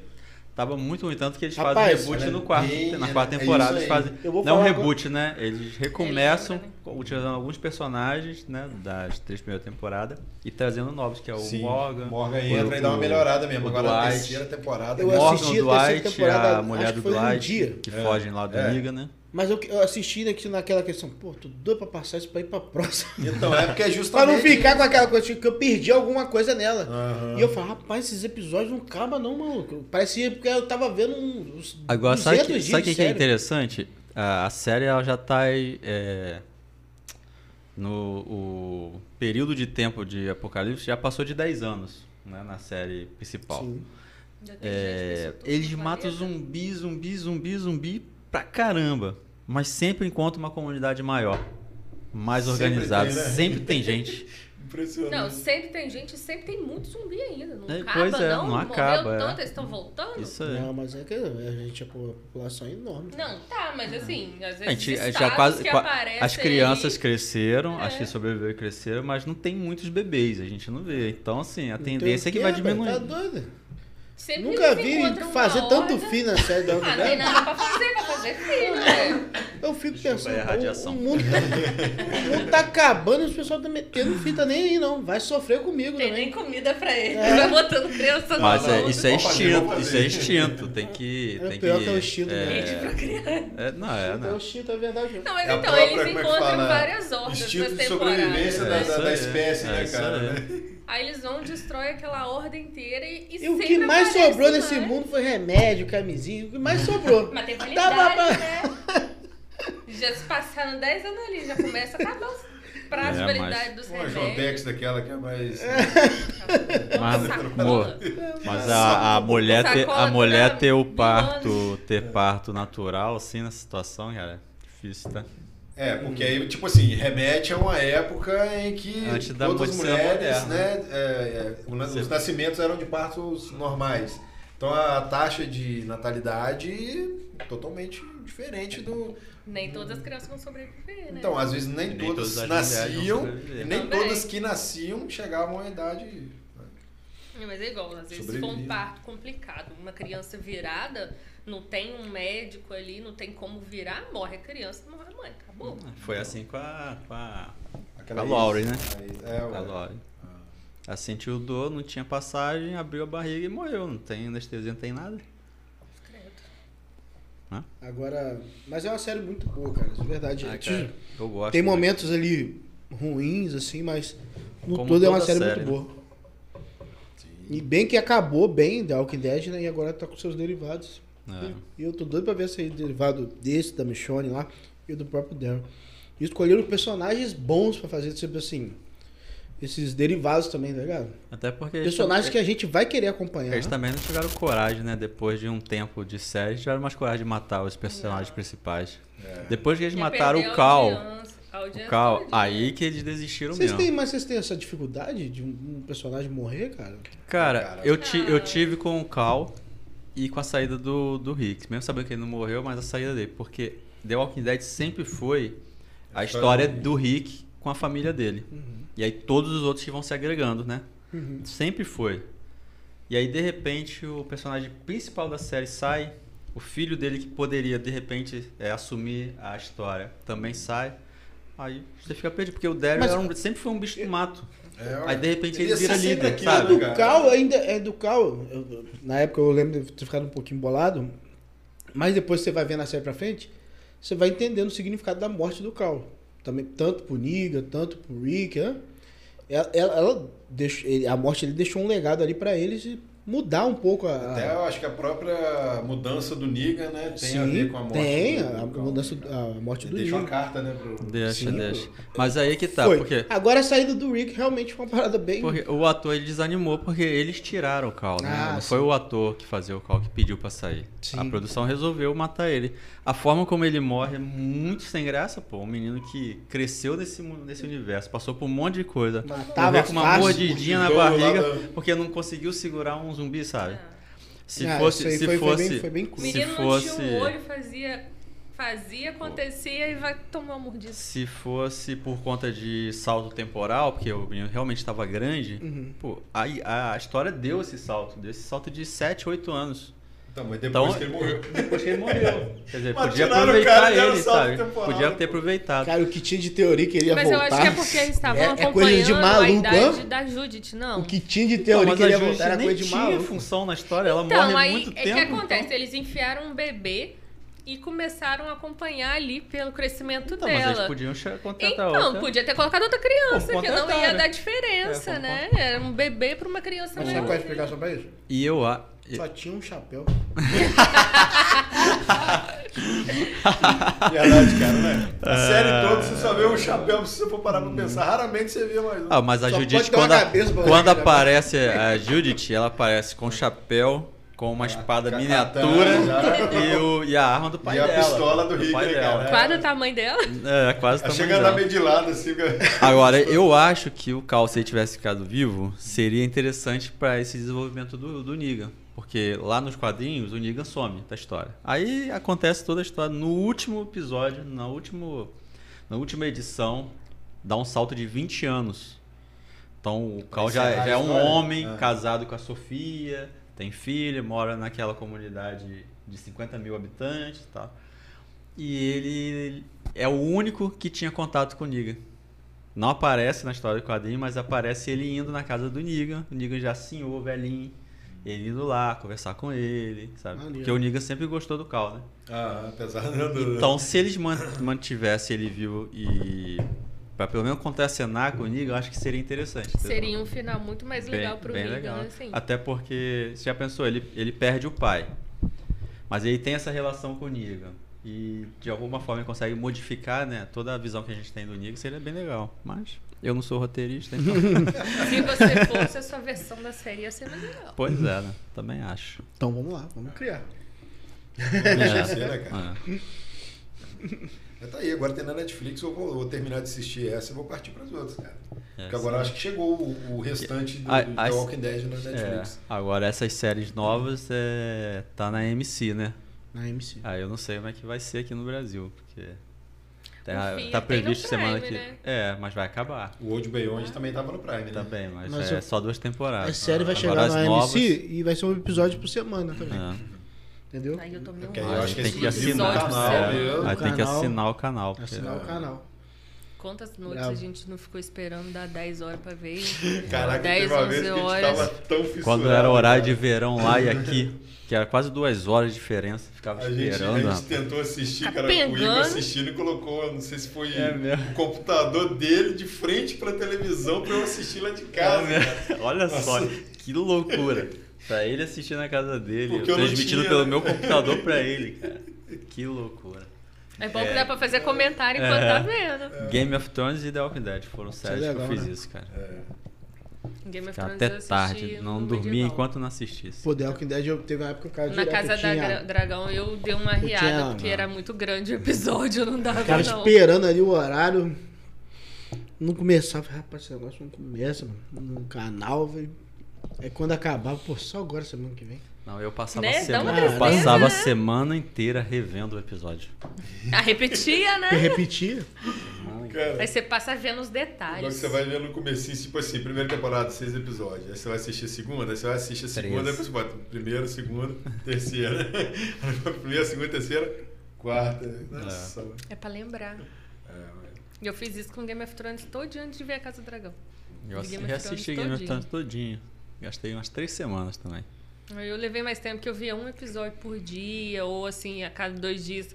Speaker 5: tava muito ruim, tanto que eles
Speaker 2: Rapaz,
Speaker 5: fazem reboot
Speaker 1: olha,
Speaker 5: no quarto,
Speaker 1: é bem-
Speaker 5: na quarta
Speaker 1: é isso
Speaker 5: temporada eles
Speaker 1: aí.
Speaker 5: fazem,
Speaker 2: Eu vou
Speaker 5: não é um
Speaker 2: falar
Speaker 5: reboot, né? Eles recomeçam
Speaker 3: lembra, né?
Speaker 5: co- utilizando alguns personagens, né, das três primeiras temporadas e trazendo novos, que é o
Speaker 1: Sim,
Speaker 5: Morgan,
Speaker 1: Morgan
Speaker 5: o-
Speaker 1: entra e dá uma melhorada mesmo.
Speaker 5: o
Speaker 1: Agora na
Speaker 5: Dwight.
Speaker 1: terceira temporada.
Speaker 2: Eu
Speaker 1: ele-
Speaker 5: Morgan,
Speaker 2: assisti a
Speaker 5: o
Speaker 2: terceira
Speaker 5: Dwight,
Speaker 2: temporada,
Speaker 5: a mulher
Speaker 2: acho
Speaker 5: do
Speaker 2: que foi um
Speaker 5: Dwight,
Speaker 2: dia.
Speaker 5: que
Speaker 1: É,
Speaker 5: fogem lá do
Speaker 1: é.
Speaker 5: Liga, né?
Speaker 2: Mas eu, eu assisti aqui naquela questão, pô, tô doido pra passar isso pra ir pra próxima.
Speaker 1: Então, é porque é
Speaker 2: Pra
Speaker 1: justamente.
Speaker 2: não ficar com aquela coisa, tipo, que eu perdi alguma coisa nela.
Speaker 1: Aham.
Speaker 2: E eu falo, rapaz, esses episódios não acabam não, maluco. Parecia porque eu tava vendo um, uns
Speaker 5: Agora,
Speaker 2: 200
Speaker 5: sabe o que,
Speaker 2: dias
Speaker 5: sabe
Speaker 2: de
Speaker 5: que, que é
Speaker 2: série.
Speaker 5: interessante? A, a série ela já tá aí, é, no o período de tempo de Apocalipse já passou de 10 anos né, na série principal.
Speaker 2: Sim.
Speaker 3: Já tem gente
Speaker 5: É,
Speaker 3: desse outro
Speaker 5: eles
Speaker 3: planeta.
Speaker 5: matam zumbi, zumbi, zumbi, zumbi pra caramba. Mas sempre encontram uma comunidade maior, mais
Speaker 1: Sempre
Speaker 5: organizada.
Speaker 1: tem, né?
Speaker 5: Sempre tem gente.
Speaker 1: Impressionante.
Speaker 3: Não, sempre tem gente, sempre tem muito zumbi ainda. Não
Speaker 5: É,
Speaker 3: acaba,
Speaker 5: pois é,
Speaker 3: não.
Speaker 5: não
Speaker 3: Morreu
Speaker 5: acaba, é.
Speaker 3: tanto, eles estão voltando?
Speaker 5: Isso aí.
Speaker 2: Não, mas é que a gente, a população é enorme.
Speaker 3: Não, tá, mas assim, às vezes
Speaker 5: A gente,
Speaker 3: os
Speaker 5: a gente já
Speaker 3: estados
Speaker 5: quase,
Speaker 3: que
Speaker 5: qua-
Speaker 3: aparecem
Speaker 5: as crianças
Speaker 3: aí-
Speaker 5: cresceram,
Speaker 3: É.
Speaker 5: as que sobreviveram e cresceram, mas não tem muitos bebês, a gente não vê. Então, assim, a tendência é que vai
Speaker 2: Então,
Speaker 5: diminuir.
Speaker 2: Tá doido.
Speaker 3: Sempre
Speaker 2: Nunca
Speaker 3: eles
Speaker 2: vi
Speaker 3: encontram
Speaker 2: fazer
Speaker 3: uma
Speaker 2: tanto né?
Speaker 3: horda.
Speaker 2: fim na série da
Speaker 3: Ah,
Speaker 2: Onda
Speaker 3: tem
Speaker 2: Nerd.
Speaker 3: nada pra fazer, pra fazer filho, né?
Speaker 2: Eu fico
Speaker 5: Desculpa,
Speaker 2: pensando,
Speaker 5: é a
Speaker 2: o-
Speaker 5: radiação.
Speaker 2: O, mundo tá, o mundo tá acabando e os pessoal tá metendo fita nem aí, não. Vai sofrer comigo
Speaker 3: Tem
Speaker 2: também.
Speaker 3: nem comida pra ele.
Speaker 2: É.
Speaker 3: Vai botando criança no
Speaker 5: Mas é-
Speaker 3: mundo.
Speaker 5: isso é
Speaker 6: Vou fazer, vou
Speaker 5: instinto,
Speaker 6: fazer.
Speaker 5: isso é instinto. Tem que.
Speaker 2: É
Speaker 5: Tem
Speaker 2: pior que é o instinto
Speaker 3: Rede pra criança.
Speaker 5: é- não, é,
Speaker 2: Então,
Speaker 5: não.
Speaker 2: o Chito é verdade. mesmo.
Speaker 3: Não, mas
Speaker 6: É a
Speaker 3: então,
Speaker 6: própria,
Speaker 3: eles
Speaker 6: como é que
Speaker 3: encontram
Speaker 6: fala?
Speaker 3: várias hordas
Speaker 6: Instinto
Speaker 3: das
Speaker 6: de
Speaker 3: temporadas.
Speaker 6: sobrevivência da,
Speaker 3: né?
Speaker 5: É
Speaker 6: da-
Speaker 5: isso
Speaker 6: da
Speaker 5: aí,
Speaker 6: espécie,
Speaker 5: é
Speaker 6: né,
Speaker 5: isso
Speaker 6: cara?
Speaker 5: aí.
Speaker 6: né?
Speaker 3: Aí eles vão destrói aquela horda inteira e, e
Speaker 2: E o que
Speaker 3: sempre
Speaker 2: mais
Speaker 3: aparece né?
Speaker 2: sobrou nesse
Speaker 3: mais.
Speaker 2: mundo foi remédio, camisinha. O que mais sobrou.
Speaker 3: Mas tem
Speaker 2: Dava
Speaker 3: qualidade,
Speaker 2: pra-
Speaker 3: né? Já se passaram 10 anos ali, já começa a acabar os prazos
Speaker 5: É,
Speaker 3: de
Speaker 5: mas-
Speaker 3: validade dos
Speaker 6: Uma
Speaker 3: remédios.
Speaker 6: Jontex daquela que é mais.
Speaker 5: Mas,
Speaker 3: Sacola.
Speaker 5: Mas a, a mulher, ter, a
Speaker 3: Sacola né?
Speaker 5: mulher
Speaker 3: do
Speaker 5: ter o
Speaker 3: nada,
Speaker 5: parto, ter parto natural, assim, nessa situação, cara, é difícil, tá?
Speaker 6: É, porque aí, tipo assim, remete a uma época em que
Speaker 5: Antes da
Speaker 6: todas as
Speaker 5: medicina
Speaker 6: mulheres,
Speaker 5: moderna.
Speaker 6: né, é, é, o na- os nascimentos eram de partos normais. Então a taxa de natalidade totalmente diferente do.
Speaker 3: Nem todas as crianças vão sobreviver, né?
Speaker 6: Então, às vezes nem,
Speaker 5: nem
Speaker 6: todas,
Speaker 5: todas as mulheres vão
Speaker 6: nasciam,
Speaker 5: sobreviver.
Speaker 6: e nem
Speaker 3: Também.
Speaker 6: todas que nasciam chegavam à idade.
Speaker 3: É, Mas é igual, às vezes
Speaker 6: Sobrevive.
Speaker 3: foi um parto complicado. Uma criança virada, não tem um médico ali, não tem como virar, morre a criança, morre a mãe, acabou.
Speaker 2: Uhum.
Speaker 5: Foi assim com a, com a, com
Speaker 6: Aquela
Speaker 5: a Lauren, né?
Speaker 6: É,
Speaker 5: Com a
Speaker 6: ué.
Speaker 5: Lauren. Ela sentiu dor, não tinha passagem, abriu a barriga e morreu. Não tem anestesia, não tem nada.
Speaker 2: Agora, mas é uma série muito boa, cara. De verdade.
Speaker 5: Ah, cara, eu gosto.
Speaker 2: Tem
Speaker 5: né?
Speaker 2: momentos ali ruins, assim, mas no
Speaker 5: Como
Speaker 2: todo é uma
Speaker 5: toda
Speaker 2: série,
Speaker 5: série, né?
Speaker 2: muito boa. E bem que acabou bem The Walking Dead, né? E agora tá com seus derivados.
Speaker 5: É.
Speaker 2: E eu tô doido pra ver esse derivado desse, da Michonne lá, e do próprio Daryl. E escolheram personagens bons pra fazer, tipo assim, esses derivados também, tá ligado?
Speaker 5: Até porque. eles
Speaker 2: Personagens que
Speaker 5: também-
Speaker 2: a gente vai querer acompanhar.
Speaker 5: Eles também não tiveram coragem, né? Depois de um tempo de série, eles tiveram mais coragem de matar os personagens principais.
Speaker 6: é.
Speaker 1: É.
Speaker 5: Depois que eles
Speaker 3: Já
Speaker 5: mataram
Speaker 3: perdeu
Speaker 5: o
Speaker 3: a
Speaker 5: Cal.
Speaker 3: audiência- a audiência
Speaker 5: O Cal,
Speaker 3: todinha.
Speaker 5: aí que eles desistiram
Speaker 2: Vocês
Speaker 5: mesmo.
Speaker 2: têm, mas vocês têm essa dificuldade de um um personagem morrer, cara?
Speaker 5: Cara,
Speaker 6: Cara.
Speaker 5: eu, ti, eu
Speaker 3: Ah.
Speaker 5: tive com o Cal e com a saída do, do Hicks. Mesmo sabendo que ele não morreu, mas a saída dele. Porque The Walking Dead sempre foi a história do Rick com a família dele. E aí todos os outros que vão se agregando, né? Sempre foi. E aí, de repente, o personagem principal da série sai. O filho dele, que poderia, de repente, é, assumir a história, também sai. Aí você fica perdido, porque o Daryl
Speaker 2: Mas-
Speaker 5: era um- sempre foi um bicho do mato.
Speaker 6: É, ué.
Speaker 5: Aí, de repente, ele
Speaker 6: Ia ser
Speaker 5: vira
Speaker 6: sempre
Speaker 5: líder,
Speaker 6: aquilo,
Speaker 5: sabe?
Speaker 6: né,
Speaker 2: Do
Speaker 6: cara?
Speaker 2: Cal ainda é do Cal. eu- eu- na época eu lembro de ter ficado um pouquinho bolado, mas depois você vai vendo a série pra frente, você vai entendendo o significado da morte do Cal. Também tanto pro Niga, tanto pro Rick, né? Ela, ela- ela deixou- ele- a morte ele deixou um legado ali pra eles e mudar um pouco a,
Speaker 6: Até eu acho que a própria mudança do Niga, né, tem a
Speaker 2: Sim,
Speaker 6: ver com a morte
Speaker 2: Tem
Speaker 6: do,
Speaker 2: a, a
Speaker 6: do Cal.
Speaker 2: mudança a morte
Speaker 6: Ele
Speaker 2: do
Speaker 6: deixou a
Speaker 2: Niga.
Speaker 6: carta, né, pro...
Speaker 5: Deixa,
Speaker 2: Sim,
Speaker 5: deixa. Mas aí que tá,
Speaker 2: Foi.
Speaker 5: porque,
Speaker 2: Agora a saída do Rick realmente foi uma parada bem.
Speaker 5: porque o ator ele desanimou porque eles tiraram o Cal, né?
Speaker 2: Ah,
Speaker 5: Não
Speaker 2: sim.
Speaker 5: foi o ator que fazia o Cal que pediu pra sair.
Speaker 2: Sim.
Speaker 5: A produção resolveu matar ele. A forma como ele morre é muito sem graça, pô. Um menino que cresceu nesse, mu- nesse universo, passou por um monte de coisa.
Speaker 2: Matava
Speaker 5: com uma
Speaker 2: fácil.
Speaker 5: mordidinha na
Speaker 6: Então, lá
Speaker 5: barriga
Speaker 6: da-
Speaker 5: porque não conseguiu segurar um zumbi, sabe? Se
Speaker 2: Ah,
Speaker 5: fosse,
Speaker 2: isso aí
Speaker 5: se
Speaker 2: foi- foi
Speaker 5: fosse,
Speaker 2: bem- foi bem
Speaker 3: O
Speaker 2: cru.
Speaker 5: se
Speaker 3: menino não
Speaker 5: fosse,
Speaker 3: tinha um olho, fazia, fazia, acontecia e vai tomar um uma mordida.
Speaker 5: se fosse por conta de salto temporal, porque o menino realmente estava grande,
Speaker 2: Uhum.
Speaker 5: Pô, aí a, a história deu esse salto, deu esse salto de 7, 8 anos.
Speaker 1: Tá,
Speaker 6: Então, mas depois
Speaker 5: Então,
Speaker 6: que ele morreu.
Speaker 5: depois que ele morreu. Quer dizer,
Speaker 6: Mas
Speaker 5: podia
Speaker 6: tiraram o
Speaker 5: aproveitar
Speaker 6: cara e deram
Speaker 5: ele,
Speaker 6: salto
Speaker 5: sabe?
Speaker 6: temporal,
Speaker 5: podia ter
Speaker 6: pô.
Speaker 5: aproveitado.
Speaker 2: Cara, o que tinha de teoria que ele ia
Speaker 3: Mas eu
Speaker 2: voltar.
Speaker 3: acho que é porque eles estavam
Speaker 2: É- é
Speaker 3: acompanhando
Speaker 2: coisa de
Speaker 3: a
Speaker 2: maluco,
Speaker 3: idade
Speaker 2: hã?
Speaker 3: da Judith, não.
Speaker 2: O que tinha de
Speaker 5: Então,
Speaker 2: teoria
Speaker 5: mas
Speaker 2: que ele ia
Speaker 5: a
Speaker 2: voltar
Speaker 5: Júlia
Speaker 2: era
Speaker 5: nem
Speaker 2: coisa de
Speaker 5: tinha
Speaker 2: maluco.
Speaker 5: função na história, ela
Speaker 3: Então,
Speaker 5: morre
Speaker 3: aí
Speaker 5: Um muito
Speaker 3: é
Speaker 5: tempo.
Speaker 3: que acontece, eles enfiaram um bebê e começaram a acompanhar ali pelo crescimento
Speaker 5: Então, mas
Speaker 3: dela.
Speaker 5: eles podiam che- contratar
Speaker 3: Então,
Speaker 5: outra.
Speaker 3: podia ter colocado outra criança,
Speaker 5: Pô,
Speaker 3: que não ia
Speaker 5: contrataram.
Speaker 3: dar diferença,
Speaker 5: É, pô,
Speaker 3: né? Era um bebê pra uma criança
Speaker 2: Mas sabe
Speaker 3: maior.
Speaker 2: qual é a explicação pra isso?
Speaker 5: E eu a. e-
Speaker 2: Só tinha um chapéu.
Speaker 1: é
Speaker 6: Verdade, cara, né? A
Speaker 5: É.
Speaker 6: série toda, você só vê um chapéu, se você for parar pra pensar, raramente você vê mais um.
Speaker 5: Ah, mas a
Speaker 2: Só
Speaker 5: Judith,
Speaker 2: pode ter uma
Speaker 5: quando, a-
Speaker 2: cabeça pra
Speaker 5: quando
Speaker 2: você, né?
Speaker 5: aparece a Judith, ela aparece com um chapéu, com uma espada
Speaker 6: ca-
Speaker 5: miniatura
Speaker 6: katana, já.
Speaker 5: e, o- e a arma do pai
Speaker 6: Ah, né? E a
Speaker 5: dela.
Speaker 6: pistola do Rick,
Speaker 5: pai
Speaker 6: né,
Speaker 5: dela.
Speaker 6: cara?
Speaker 3: Quase o tamanho dela.
Speaker 5: É, quase
Speaker 6: Ela
Speaker 5: tamanho
Speaker 6: chega a
Speaker 5: dela.
Speaker 6: andar meio de lado, assim, cara.
Speaker 5: Agora, eu acho que o Cal, se ele tivesse ficado vivo, seria interessante pra esse desenvolvimento do, do Negan. Porque lá nos quadrinhos, o Negan some da história. Aí acontece toda a história. No último episódio, na, último, na última edição, dá um salto de 20 anos. Então o Cal já,
Speaker 6: encerrar a
Speaker 5: já é um
Speaker 6: história.
Speaker 5: homem
Speaker 6: Ah.
Speaker 5: casado com a Sofia, tem filha, mora naquela comunidade de 50 mil habitantes e tal. E ele é o único que tinha contato com o Negan. Não aparece na história do quadrinho, mas aparece ele indo na casa do Negan. O Negan já senhor, velhinho. Ele indo lá, conversar com ele, sabe?
Speaker 2: Maneiro.
Speaker 5: Porque o Negan sempre gostou do Cal, né?
Speaker 1: Ah, apesar do...
Speaker 5: Então, se eles man- mantivessem ele vivo e... Pra pelo menos contracenar com o Negan, eu acho que seria interessante. entendeu?
Speaker 3: Seria um final muito mais legal pro Negan, assim.
Speaker 5: Até porque, você já pensou, ele, ele perde o pai. Mas ele tem essa relação com o Negan. E de alguma forma ele consegue modificar né, toda a visão que a gente tem do Negan, seria bem legal. Mas eu não sou roteirista, então.
Speaker 3: Se você fosse, a sua versão da série ia ser mais legal.
Speaker 5: pois é, né? Também acho.
Speaker 2: Então vamos lá, vamos criar.
Speaker 5: É,
Speaker 1: né, cara?
Speaker 5: é.
Speaker 1: Mas tá aí, agora tem na Netflix, eu vou, vou terminar de assistir essa e vou partir pras outras, cara. Porque agora eu acho que chegou o, o restante do,
Speaker 5: É, A-
Speaker 1: do
Speaker 5: as-
Speaker 1: The Walking Dead na
Speaker 5: É,
Speaker 1: Netflix.
Speaker 5: agora essas séries novas é, tá na MC, né?
Speaker 2: Na MC.
Speaker 5: Ah, eu não sei como é que vai ser aqui no Brasil, porque. Tá,
Speaker 3: Confia,
Speaker 5: tá
Speaker 3: tem no
Speaker 5: previsto semana
Speaker 3: Prime,
Speaker 5: que.
Speaker 3: né?
Speaker 5: É, mas vai acabar.
Speaker 1: O Old Beyond também tava no Prime, né?
Speaker 5: Também, mas,
Speaker 2: Mas
Speaker 5: é
Speaker 2: eu-
Speaker 5: só duas temporadas.
Speaker 2: A série vai
Speaker 5: Agora
Speaker 2: chegar
Speaker 5: as
Speaker 2: na
Speaker 5: novas-
Speaker 2: MC e vai ser um episódio por semana também.
Speaker 5: É.
Speaker 2: Entendeu?
Speaker 3: Aí eu um tô meio
Speaker 1: Porque
Speaker 5: Aí
Speaker 1: eu acho que é
Speaker 5: Ah, tem que
Speaker 1: exclusivo
Speaker 5: assinar
Speaker 3: tá
Speaker 1: do canal,
Speaker 5: é.
Speaker 1: viu?
Speaker 5: Aí tem que
Speaker 2: Canal.
Speaker 5: assinar o canal. porque-
Speaker 2: Assinar o canal.
Speaker 3: Quantas noites
Speaker 1: É.
Speaker 2: Bravo.
Speaker 3: a gente não ficou esperando dar 10 horas pra ver?
Speaker 1: Caraca,
Speaker 3: 10,
Speaker 1: teve uma vez que
Speaker 3: 11
Speaker 1: a gente
Speaker 3: horas.
Speaker 1: tava tão fissurado.
Speaker 5: Quando era horário de
Speaker 1: cara.
Speaker 5: verão lá e aqui, que era quase duas horas de diferença, ficava
Speaker 1: A gente, a
Speaker 5: esperando.
Speaker 1: gente
Speaker 5: rapaz.
Speaker 1: tentou assistir,
Speaker 3: Tá
Speaker 1: cara. O Igor
Speaker 3: pegando.
Speaker 1: assistindo e colocou, não sei se foi
Speaker 5: É mesmo.
Speaker 1: o computador dele de frente pra televisão pra eu assistir lá de casa.
Speaker 5: É
Speaker 1: cara.
Speaker 5: Olha só, que loucura. Pra ele assistir na casa dele,
Speaker 1: Porque
Speaker 5: eu
Speaker 1: eu não
Speaker 5: transmitindo
Speaker 1: tinha,
Speaker 5: pelo
Speaker 1: né?
Speaker 5: meu computador pra ele, cara. Que loucura.
Speaker 3: É bom que dá pra fazer comentário enquanto
Speaker 5: É.
Speaker 3: tá vendo.
Speaker 5: Game of Thrones e The Walking Dead foram séries que eu
Speaker 2: legal,
Speaker 5: fiz
Speaker 2: né?
Speaker 5: isso, cara.
Speaker 3: Game of
Speaker 5: Ficava
Speaker 3: Thrones eu
Speaker 5: até
Speaker 3: assisti
Speaker 5: tarde, não
Speaker 3: no
Speaker 5: dormia
Speaker 3: medieval.
Speaker 5: enquanto não assistisse.
Speaker 2: Pô, The Walking Dead eu- teve uma época que o cara
Speaker 3: Na
Speaker 2: direto
Speaker 3: Casa da
Speaker 2: tinha-
Speaker 3: Gra- Dragão eu dei
Speaker 2: tinha-
Speaker 3: uma riada, porque era muito grande o episódio, eu não dava
Speaker 2: O cara
Speaker 3: não.
Speaker 2: esperando ali o horário. Não começava. Falei, Rapaz, esse negócio não começa, mano. No canal, velho. É quando acabava, pô, só agora semana que vem.
Speaker 5: Não, eu passava, Ah,
Speaker 3: Né?
Speaker 5: a,
Speaker 3: Dá uma
Speaker 5: semana,
Speaker 2: tristeza,
Speaker 5: eu passava a
Speaker 3: né?
Speaker 5: semana inteira revendo o episódio.
Speaker 3: Ah, repetia,
Speaker 2: Eu
Speaker 3: né?
Speaker 2: repetia.
Speaker 1: É, Cara,
Speaker 3: Aí você passa vendo os
Speaker 1: Agora
Speaker 3: detalhes.
Speaker 1: você vai ver no comecinho, tipo assim, primeira temporada, seis episódios. Aí você vai assistir a segunda, aí você vai assistir a segunda,
Speaker 5: Três.
Speaker 1: depois você bota primeira, segunda, terceira. primeira, segunda, terceira, quarta. Nossa.
Speaker 3: É pra lembrar.
Speaker 1: É, mas-
Speaker 3: E eu fiz isso com Game of Thrones todo antes de ver a Casa do Dragão. Vi
Speaker 5: Eu assi-
Speaker 3: Game of Thrones
Speaker 5: reassisti Game of
Speaker 3: todinho.
Speaker 5: Thrones todinho. Gastei umas três semanas também.
Speaker 3: Aí Eu levei mais tempo, que eu via um episódio por dia, ou assim, a cada dois dias.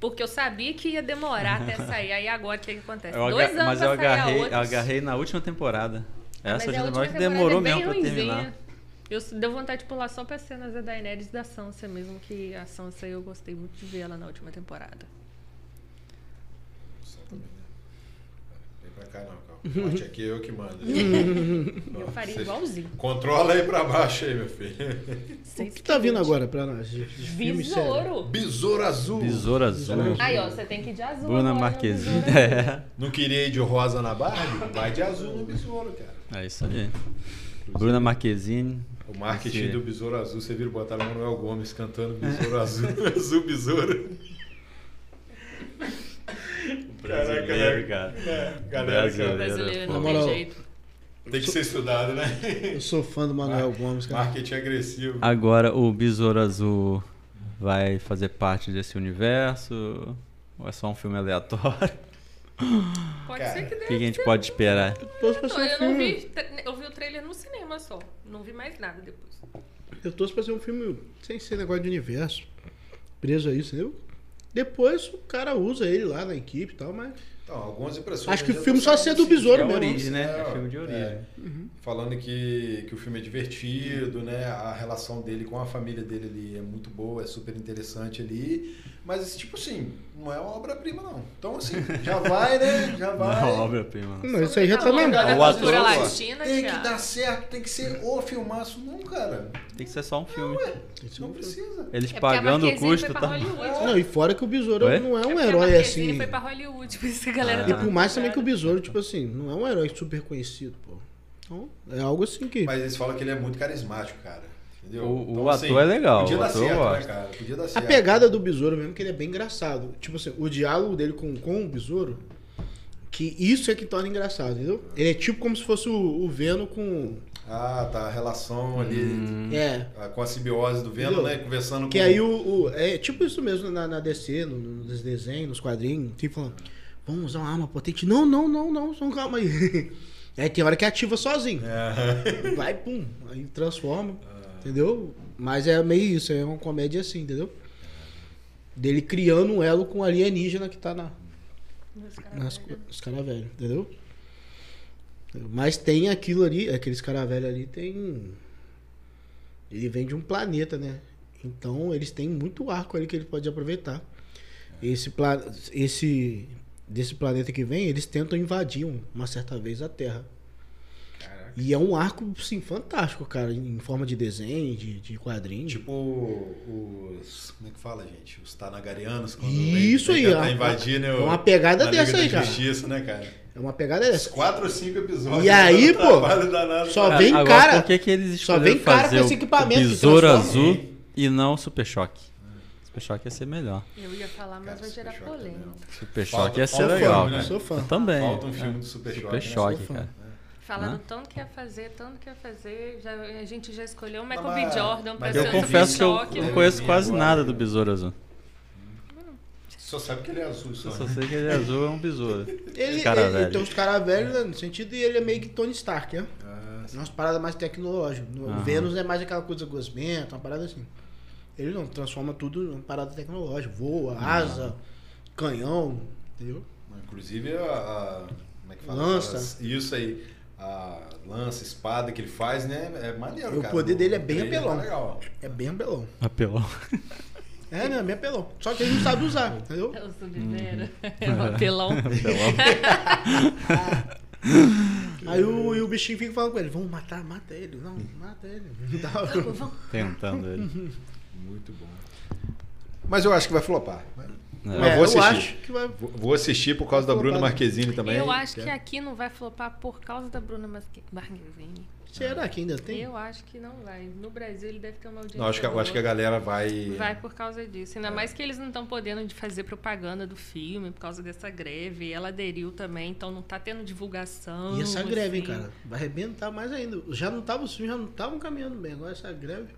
Speaker 3: Porque eu sabia que ia demorar até sair. Aí agora o que, que acontece?
Speaker 5: Eu
Speaker 3: dois
Speaker 5: aga-
Speaker 3: anos
Speaker 5: mas
Speaker 3: pra
Speaker 5: eu
Speaker 3: sair a
Speaker 5: agarrei,
Speaker 3: outra. Ah,
Speaker 5: eu agarrei na última temporada.
Speaker 3: Mas
Speaker 5: Essa
Speaker 3: a
Speaker 5: última
Speaker 3: última
Speaker 5: temporada que
Speaker 3: temporada
Speaker 5: demorou
Speaker 3: é bem
Speaker 5: mesmo pra
Speaker 3: ruinzinha.
Speaker 5: terminar.
Speaker 3: Eu s- deu vontade de pular só pra cenas da Daenerys e da Sansa mesmo, que a Sansa eu gostei muito de ver ela na última temporada.
Speaker 1: Vem pra cá não, calma. Parte aqui eu que mando.
Speaker 3: Eu faria
Speaker 1: Vocês-
Speaker 3: igualzinho.
Speaker 1: Controla aí pra baixo aí, meu filho.
Speaker 2: O que tá vindo agora pra nós? De, de filme e série?
Speaker 3: Besouro.
Speaker 1: Besouro azul.
Speaker 5: Besouro azul.
Speaker 2: Besouro.
Speaker 3: Aí, ó, você tem que ir de azul. né?
Speaker 5: Bruna
Speaker 3: agora no
Speaker 5: Marquezine. É.
Speaker 3: besouro.
Speaker 1: Não queria ir de rosa na Barbie? Vai de azul no besouro, cara.
Speaker 5: É, é isso aí. Bruna Marquezine.
Speaker 1: O marketing
Speaker 5: Sim.
Speaker 1: do besouro azul, você viram botaram o Manuel Gomes cantando besouro azul, azul besouro. né?
Speaker 5: Brasileiro, cara.
Speaker 1: É, Galera, cara,
Speaker 3: Brasileiro, não
Speaker 2: Na
Speaker 3: tem
Speaker 2: moral.
Speaker 3: jeito.
Speaker 1: tem que ser estudado, né?
Speaker 2: Eu sou fã do Manuel Gomes, cara.
Speaker 1: Marketing agressivo.
Speaker 5: Agora o Besouro Azul vai fazer parte desse universo? Ou é só um filme aleatório?
Speaker 3: Pode
Speaker 1: Cara,
Speaker 3: ser que dê.
Speaker 5: O que a gente pode esperar?
Speaker 2: Torço pra
Speaker 3: Não,
Speaker 2: ser um
Speaker 3: eu não
Speaker 2: filme.
Speaker 3: vi, tra- eu vi o trailer no cinema só. Não vi mais nada depois. É
Speaker 2: Eu torço pra ser um filme sem ser negócio de universo. Preso a isso, entendeu? Depois o cara usa ele lá na equipe e tal, mas.
Speaker 1: Então, algumas impressões.
Speaker 2: Acho que
Speaker 1: já tá
Speaker 2: o filme
Speaker 1: estão
Speaker 2: só ser do
Speaker 1: saindo. assim.
Speaker 2: besouro
Speaker 5: É
Speaker 2: mesmo.
Speaker 5: origem, né?
Speaker 1: É,
Speaker 5: É filme de origem.
Speaker 1: é.
Speaker 2: Uhum.
Speaker 1: Falando que, que o filme é divertido, né? A relação dele com a família dele ali é muito boa, é super interessante ali. Mas, tipo assim, não é uma obra-prima, não. Então, assim, já vai, né? Já vai.
Speaker 5: Uma obra-prima.
Speaker 2: Não, é isso aí já tá
Speaker 3: Tá bom,
Speaker 2: na.
Speaker 3: agora
Speaker 5: O
Speaker 3: a
Speaker 5: ator,
Speaker 3: cultura
Speaker 5: ó.
Speaker 3: latina,
Speaker 1: tem que
Speaker 3: Thiago.
Speaker 1: dar certo, tem que ser o filmaço. Não, cara.
Speaker 5: Tem que ser só um filme.
Speaker 2: é
Speaker 1: Não precisa.
Speaker 5: Eles
Speaker 3: É porque a
Speaker 5: pagando o
Speaker 3: Marquezine
Speaker 5: custo,
Speaker 3: foi pra
Speaker 5: tá?
Speaker 3: Hollywood.
Speaker 2: Não, e fora que o Besouro
Speaker 5: Oi?
Speaker 2: não é um
Speaker 3: porque a
Speaker 2: herói
Speaker 3: Marquezine
Speaker 2: assim.
Speaker 3: foi pra Hollywood, por isso que a galera
Speaker 5: Ah.
Speaker 2: E
Speaker 3: tá
Speaker 2: por mais também que o
Speaker 3: acostumada.
Speaker 2: Besouro, tipo assim, não é um herói super conhecido, pô. Então, é algo assim que.
Speaker 1: Mas eles falam que ele é muito carismático, cara. Entendeu? Então, assim,
Speaker 5: O- o ator é legal,
Speaker 1: Podia
Speaker 5: o
Speaker 1: dar
Speaker 5: ator eu
Speaker 1: certo, né,
Speaker 5: gosto.
Speaker 1: cara? Podia dar
Speaker 2: A
Speaker 1: certo.
Speaker 2: pegada do Besouro mesmo, que ele é bem engraçado. Tipo assim, o diálogo dele com, com o Besouro, que isso é que torna engraçado, entendeu? Ele é tipo como se fosse o, o Venom com
Speaker 1: Ah, tá. A relação ali
Speaker 5: Hum.
Speaker 2: É.
Speaker 1: ah, com a simbiose do Venom,
Speaker 2: Entendeu?
Speaker 1: né? Conversando
Speaker 2: Que
Speaker 1: com
Speaker 2: aí o, o- É tipo isso mesmo na, na DC, no- no- nos desenhos, nos quadrinhos. Tipo, falando, vamos usar uma arma potente. Não, não, não, não, só um calma aí. Aí tem hora que ativa sozinho.
Speaker 1: É.
Speaker 2: Vai, pum, aí transforma. Entendeu? Mas é meio isso, é uma comédia assim, entendeu? Dele criando um elo com o alienígena que tá na,
Speaker 3: Os caras
Speaker 2: nas,
Speaker 3: velhos.
Speaker 2: os caras velhos, entendeu? Mas tem aquilo ali, aqueles caras velhos ali tem. Ele vem de um planeta, né? Então eles têm muito arco ali que ele pode aproveitar. Esse, pla esse desse planeta que vem, eles tentam invadir um- uma certa vez a Terra. E é um arco, sim, fantástico, cara, em forma de desenho, de, de quadrinho.
Speaker 1: Tipo os. Como é que fala, gente? Os Tanagarianos. Quando
Speaker 2: Isso
Speaker 1: vem,
Speaker 2: aí,
Speaker 1: Tentar
Speaker 2: ó.
Speaker 1: invadir, né?
Speaker 2: É
Speaker 1: o-
Speaker 2: uma pegada
Speaker 1: na
Speaker 2: dessa
Speaker 1: Liga
Speaker 2: aí,
Speaker 1: da
Speaker 2: cara.
Speaker 1: Justiça, né, cara?
Speaker 2: É uma pegada
Speaker 1: Esses
Speaker 2: dessa.
Speaker 1: quatro ou cinco episódios.
Speaker 2: E aí,
Speaker 1: dando
Speaker 2: pô,
Speaker 1: trabalho danado,
Speaker 2: só
Speaker 1: cara.
Speaker 2: vem
Speaker 5: Agora,
Speaker 2: cara-
Speaker 5: por que, que eles
Speaker 2: só
Speaker 5: escolheram
Speaker 2: vem cara com
Speaker 5: fazer
Speaker 2: esse
Speaker 5: o-
Speaker 2: equipamento
Speaker 5: o
Speaker 2: que
Speaker 5: besouro
Speaker 2: transforma.
Speaker 5: azul e não o super choque? Super choque ia ser melhor.
Speaker 3: Eu ia falar, mas
Speaker 1: Cara,
Speaker 3: vai gerar
Speaker 1: Super Choque também,
Speaker 3: polêmica.
Speaker 5: Super
Speaker 1: Falta-
Speaker 5: choque ia ser
Speaker 1: falta um
Speaker 5: legal,
Speaker 1: filme, né?
Speaker 5: cara.
Speaker 2: Sou fã.
Speaker 5: Eu também.
Speaker 1: Falta um filme do Super Choque, né?
Speaker 5: É. Super choque,
Speaker 2: Sou fã.
Speaker 5: cara.
Speaker 3: Falando
Speaker 5: Né?
Speaker 3: tanto que ia fazer, tanto que ia fazer. já- a gente já escolheu o Michael
Speaker 1: Não,
Speaker 3: B.
Speaker 1: mas-
Speaker 3: Jordan pra
Speaker 1: mas
Speaker 3: ser
Speaker 5: Eu
Speaker 3: o
Speaker 5: confesso que eu
Speaker 3: choque,
Speaker 5: não
Speaker 3: né?
Speaker 5: conheço
Speaker 1: vi
Speaker 5: quase
Speaker 1: agora,
Speaker 5: nada
Speaker 1: né?
Speaker 5: do besouro azul.
Speaker 1: Só sabe que ele é azul, só.
Speaker 5: Eu só sei que ele é azul é um besouro.
Speaker 2: Ele, é,
Speaker 5: Cara
Speaker 2: ele-
Speaker 5: velho.
Speaker 2: tem uns caras velhos, né, no sentido, e ele é meio que Tony Stark, né?
Speaker 1: Ah,
Speaker 2: É umas paradas mais tecnológicas. No-
Speaker 5: Aham.
Speaker 2: O Vênus é mais aquela coisa gosmenta, uma parada assim. Ele não, transforma tudo numa parada tecnológica. Voa, asa, canhão, entendeu?
Speaker 1: Inclusive a, a- como é que fala?
Speaker 2: Lança.
Speaker 1: As- Isso aí. A lança, espada que ele faz, né? É maneiro,
Speaker 2: O
Speaker 1: cara.
Speaker 2: poder
Speaker 1: No-
Speaker 2: dele é
Speaker 1: no
Speaker 2: bem
Speaker 1: trailer
Speaker 2: apelão.
Speaker 1: Tá legal.
Speaker 2: É bem apelão.
Speaker 5: Apelão.
Speaker 2: É, né? É bem apelão. Só que ele não sabe usar, entendeu?
Speaker 3: Eu sou mineira.
Speaker 1: Hum.
Speaker 3: É um apelão.
Speaker 1: Então,
Speaker 2: Aí o, e o bichinho fica falando com ele, vamos matar, mata ele. Não, mata ele. Então,
Speaker 5: Tentando ele.
Speaker 1: Muito bom.
Speaker 7: Mas eu acho que vai flopar. né?
Speaker 5: É.
Speaker 7: Mas vou
Speaker 2: eu
Speaker 7: assistir.
Speaker 2: acho que vai...
Speaker 1: Vou- Vou assistir por causa da Bruna Marquezine também. é.
Speaker 3: Eu acho que é. aqui não vai flopar por causa da Bruna Masque- Marquezine.
Speaker 2: Será que ainda tem?
Speaker 3: Eu acho que não vai. No Brasil ele deve ter uma audiência.
Speaker 1: Não, acho que, eu acho que a né? É.
Speaker 3: boa.
Speaker 1: galera vai.
Speaker 3: Vai por causa disso. Ainda mais que eles não estão podendo de fazer propaganda do filme por causa dessa greve. Ela aderiu também, então não tá tendo divulgação.
Speaker 2: E essa greve, hein,
Speaker 3: assim.
Speaker 2: cara? Vai arrebentar mais ainda. Já não tava, os filmes já não estavam caminhando bem. Agora essa greve.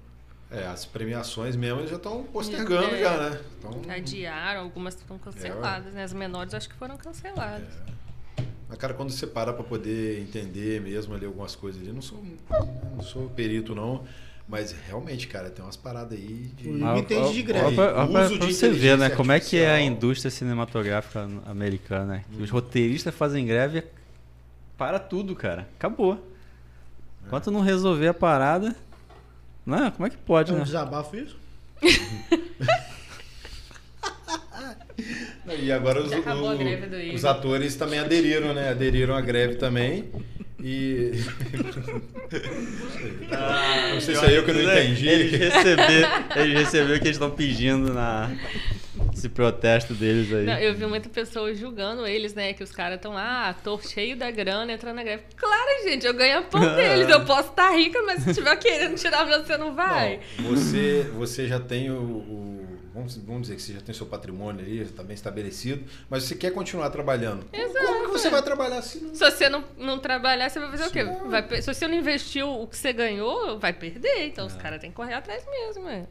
Speaker 1: É, as premiações mesmo eles já estão postergando
Speaker 3: É.
Speaker 1: já, né? Então,
Speaker 3: Adiaram, algumas estão
Speaker 1: É,
Speaker 3: canceladas, né? As menores acho que foram canceladas.
Speaker 1: mas, cara, quando você para pra poder entender mesmo ali algumas coisas ali, eu não sou, não sou perito, não. Mas realmente, cara, tem umas paradas aí de.
Speaker 2: Ui. Não entende de greve.
Speaker 5: Ó, pra- ó, pra-
Speaker 1: Uso
Speaker 5: pra
Speaker 1: de
Speaker 5: você ver, né?
Speaker 1: inteligência
Speaker 5: Como é que é a
Speaker 1: artificial.
Speaker 5: indústria cinematográfica n- americana. né? Que Os roteiristas fazem greve para tudo, cara. Acabou. Enquanto não resolver a parada. Não, como é que pode,
Speaker 2: É um
Speaker 5: né?
Speaker 2: desabafo isso?
Speaker 1: E agora os,
Speaker 3: Já acabou a
Speaker 1: o-
Speaker 3: greve do Igor.
Speaker 1: os atores também aderiram, né? Aderiram à greve também. E. não sei se
Speaker 5: Ah,
Speaker 1: é eu que não
Speaker 5: Eles
Speaker 1: entendi.
Speaker 5: receberam, eles receberam o que eles estão pedindo na esse protesto deles aí.
Speaker 3: Não, eu vi muita pessoa julgando eles, né? Que os caras estão lá, ator cheio da grana, entrando na greve. Claro, gente, eu ganho a pão deles. Eu posso estar rica, mas se estiver querendo tirar meu, você não vai.
Speaker 1: Não, você, você já tem o. o- vamos, vamos dizer que você já tem seu patrimônio aí, já está bem estabelecido, mas você quer continuar trabalhando.
Speaker 3: Exato.
Speaker 1: Como é que você vai trabalhar se não.
Speaker 3: Se você não, não trabalhar, você vai fazer o quê? Vai pe- se você não investiu o que você ganhou, vai perder. Então os caras têm que correr atrás mesmo. É.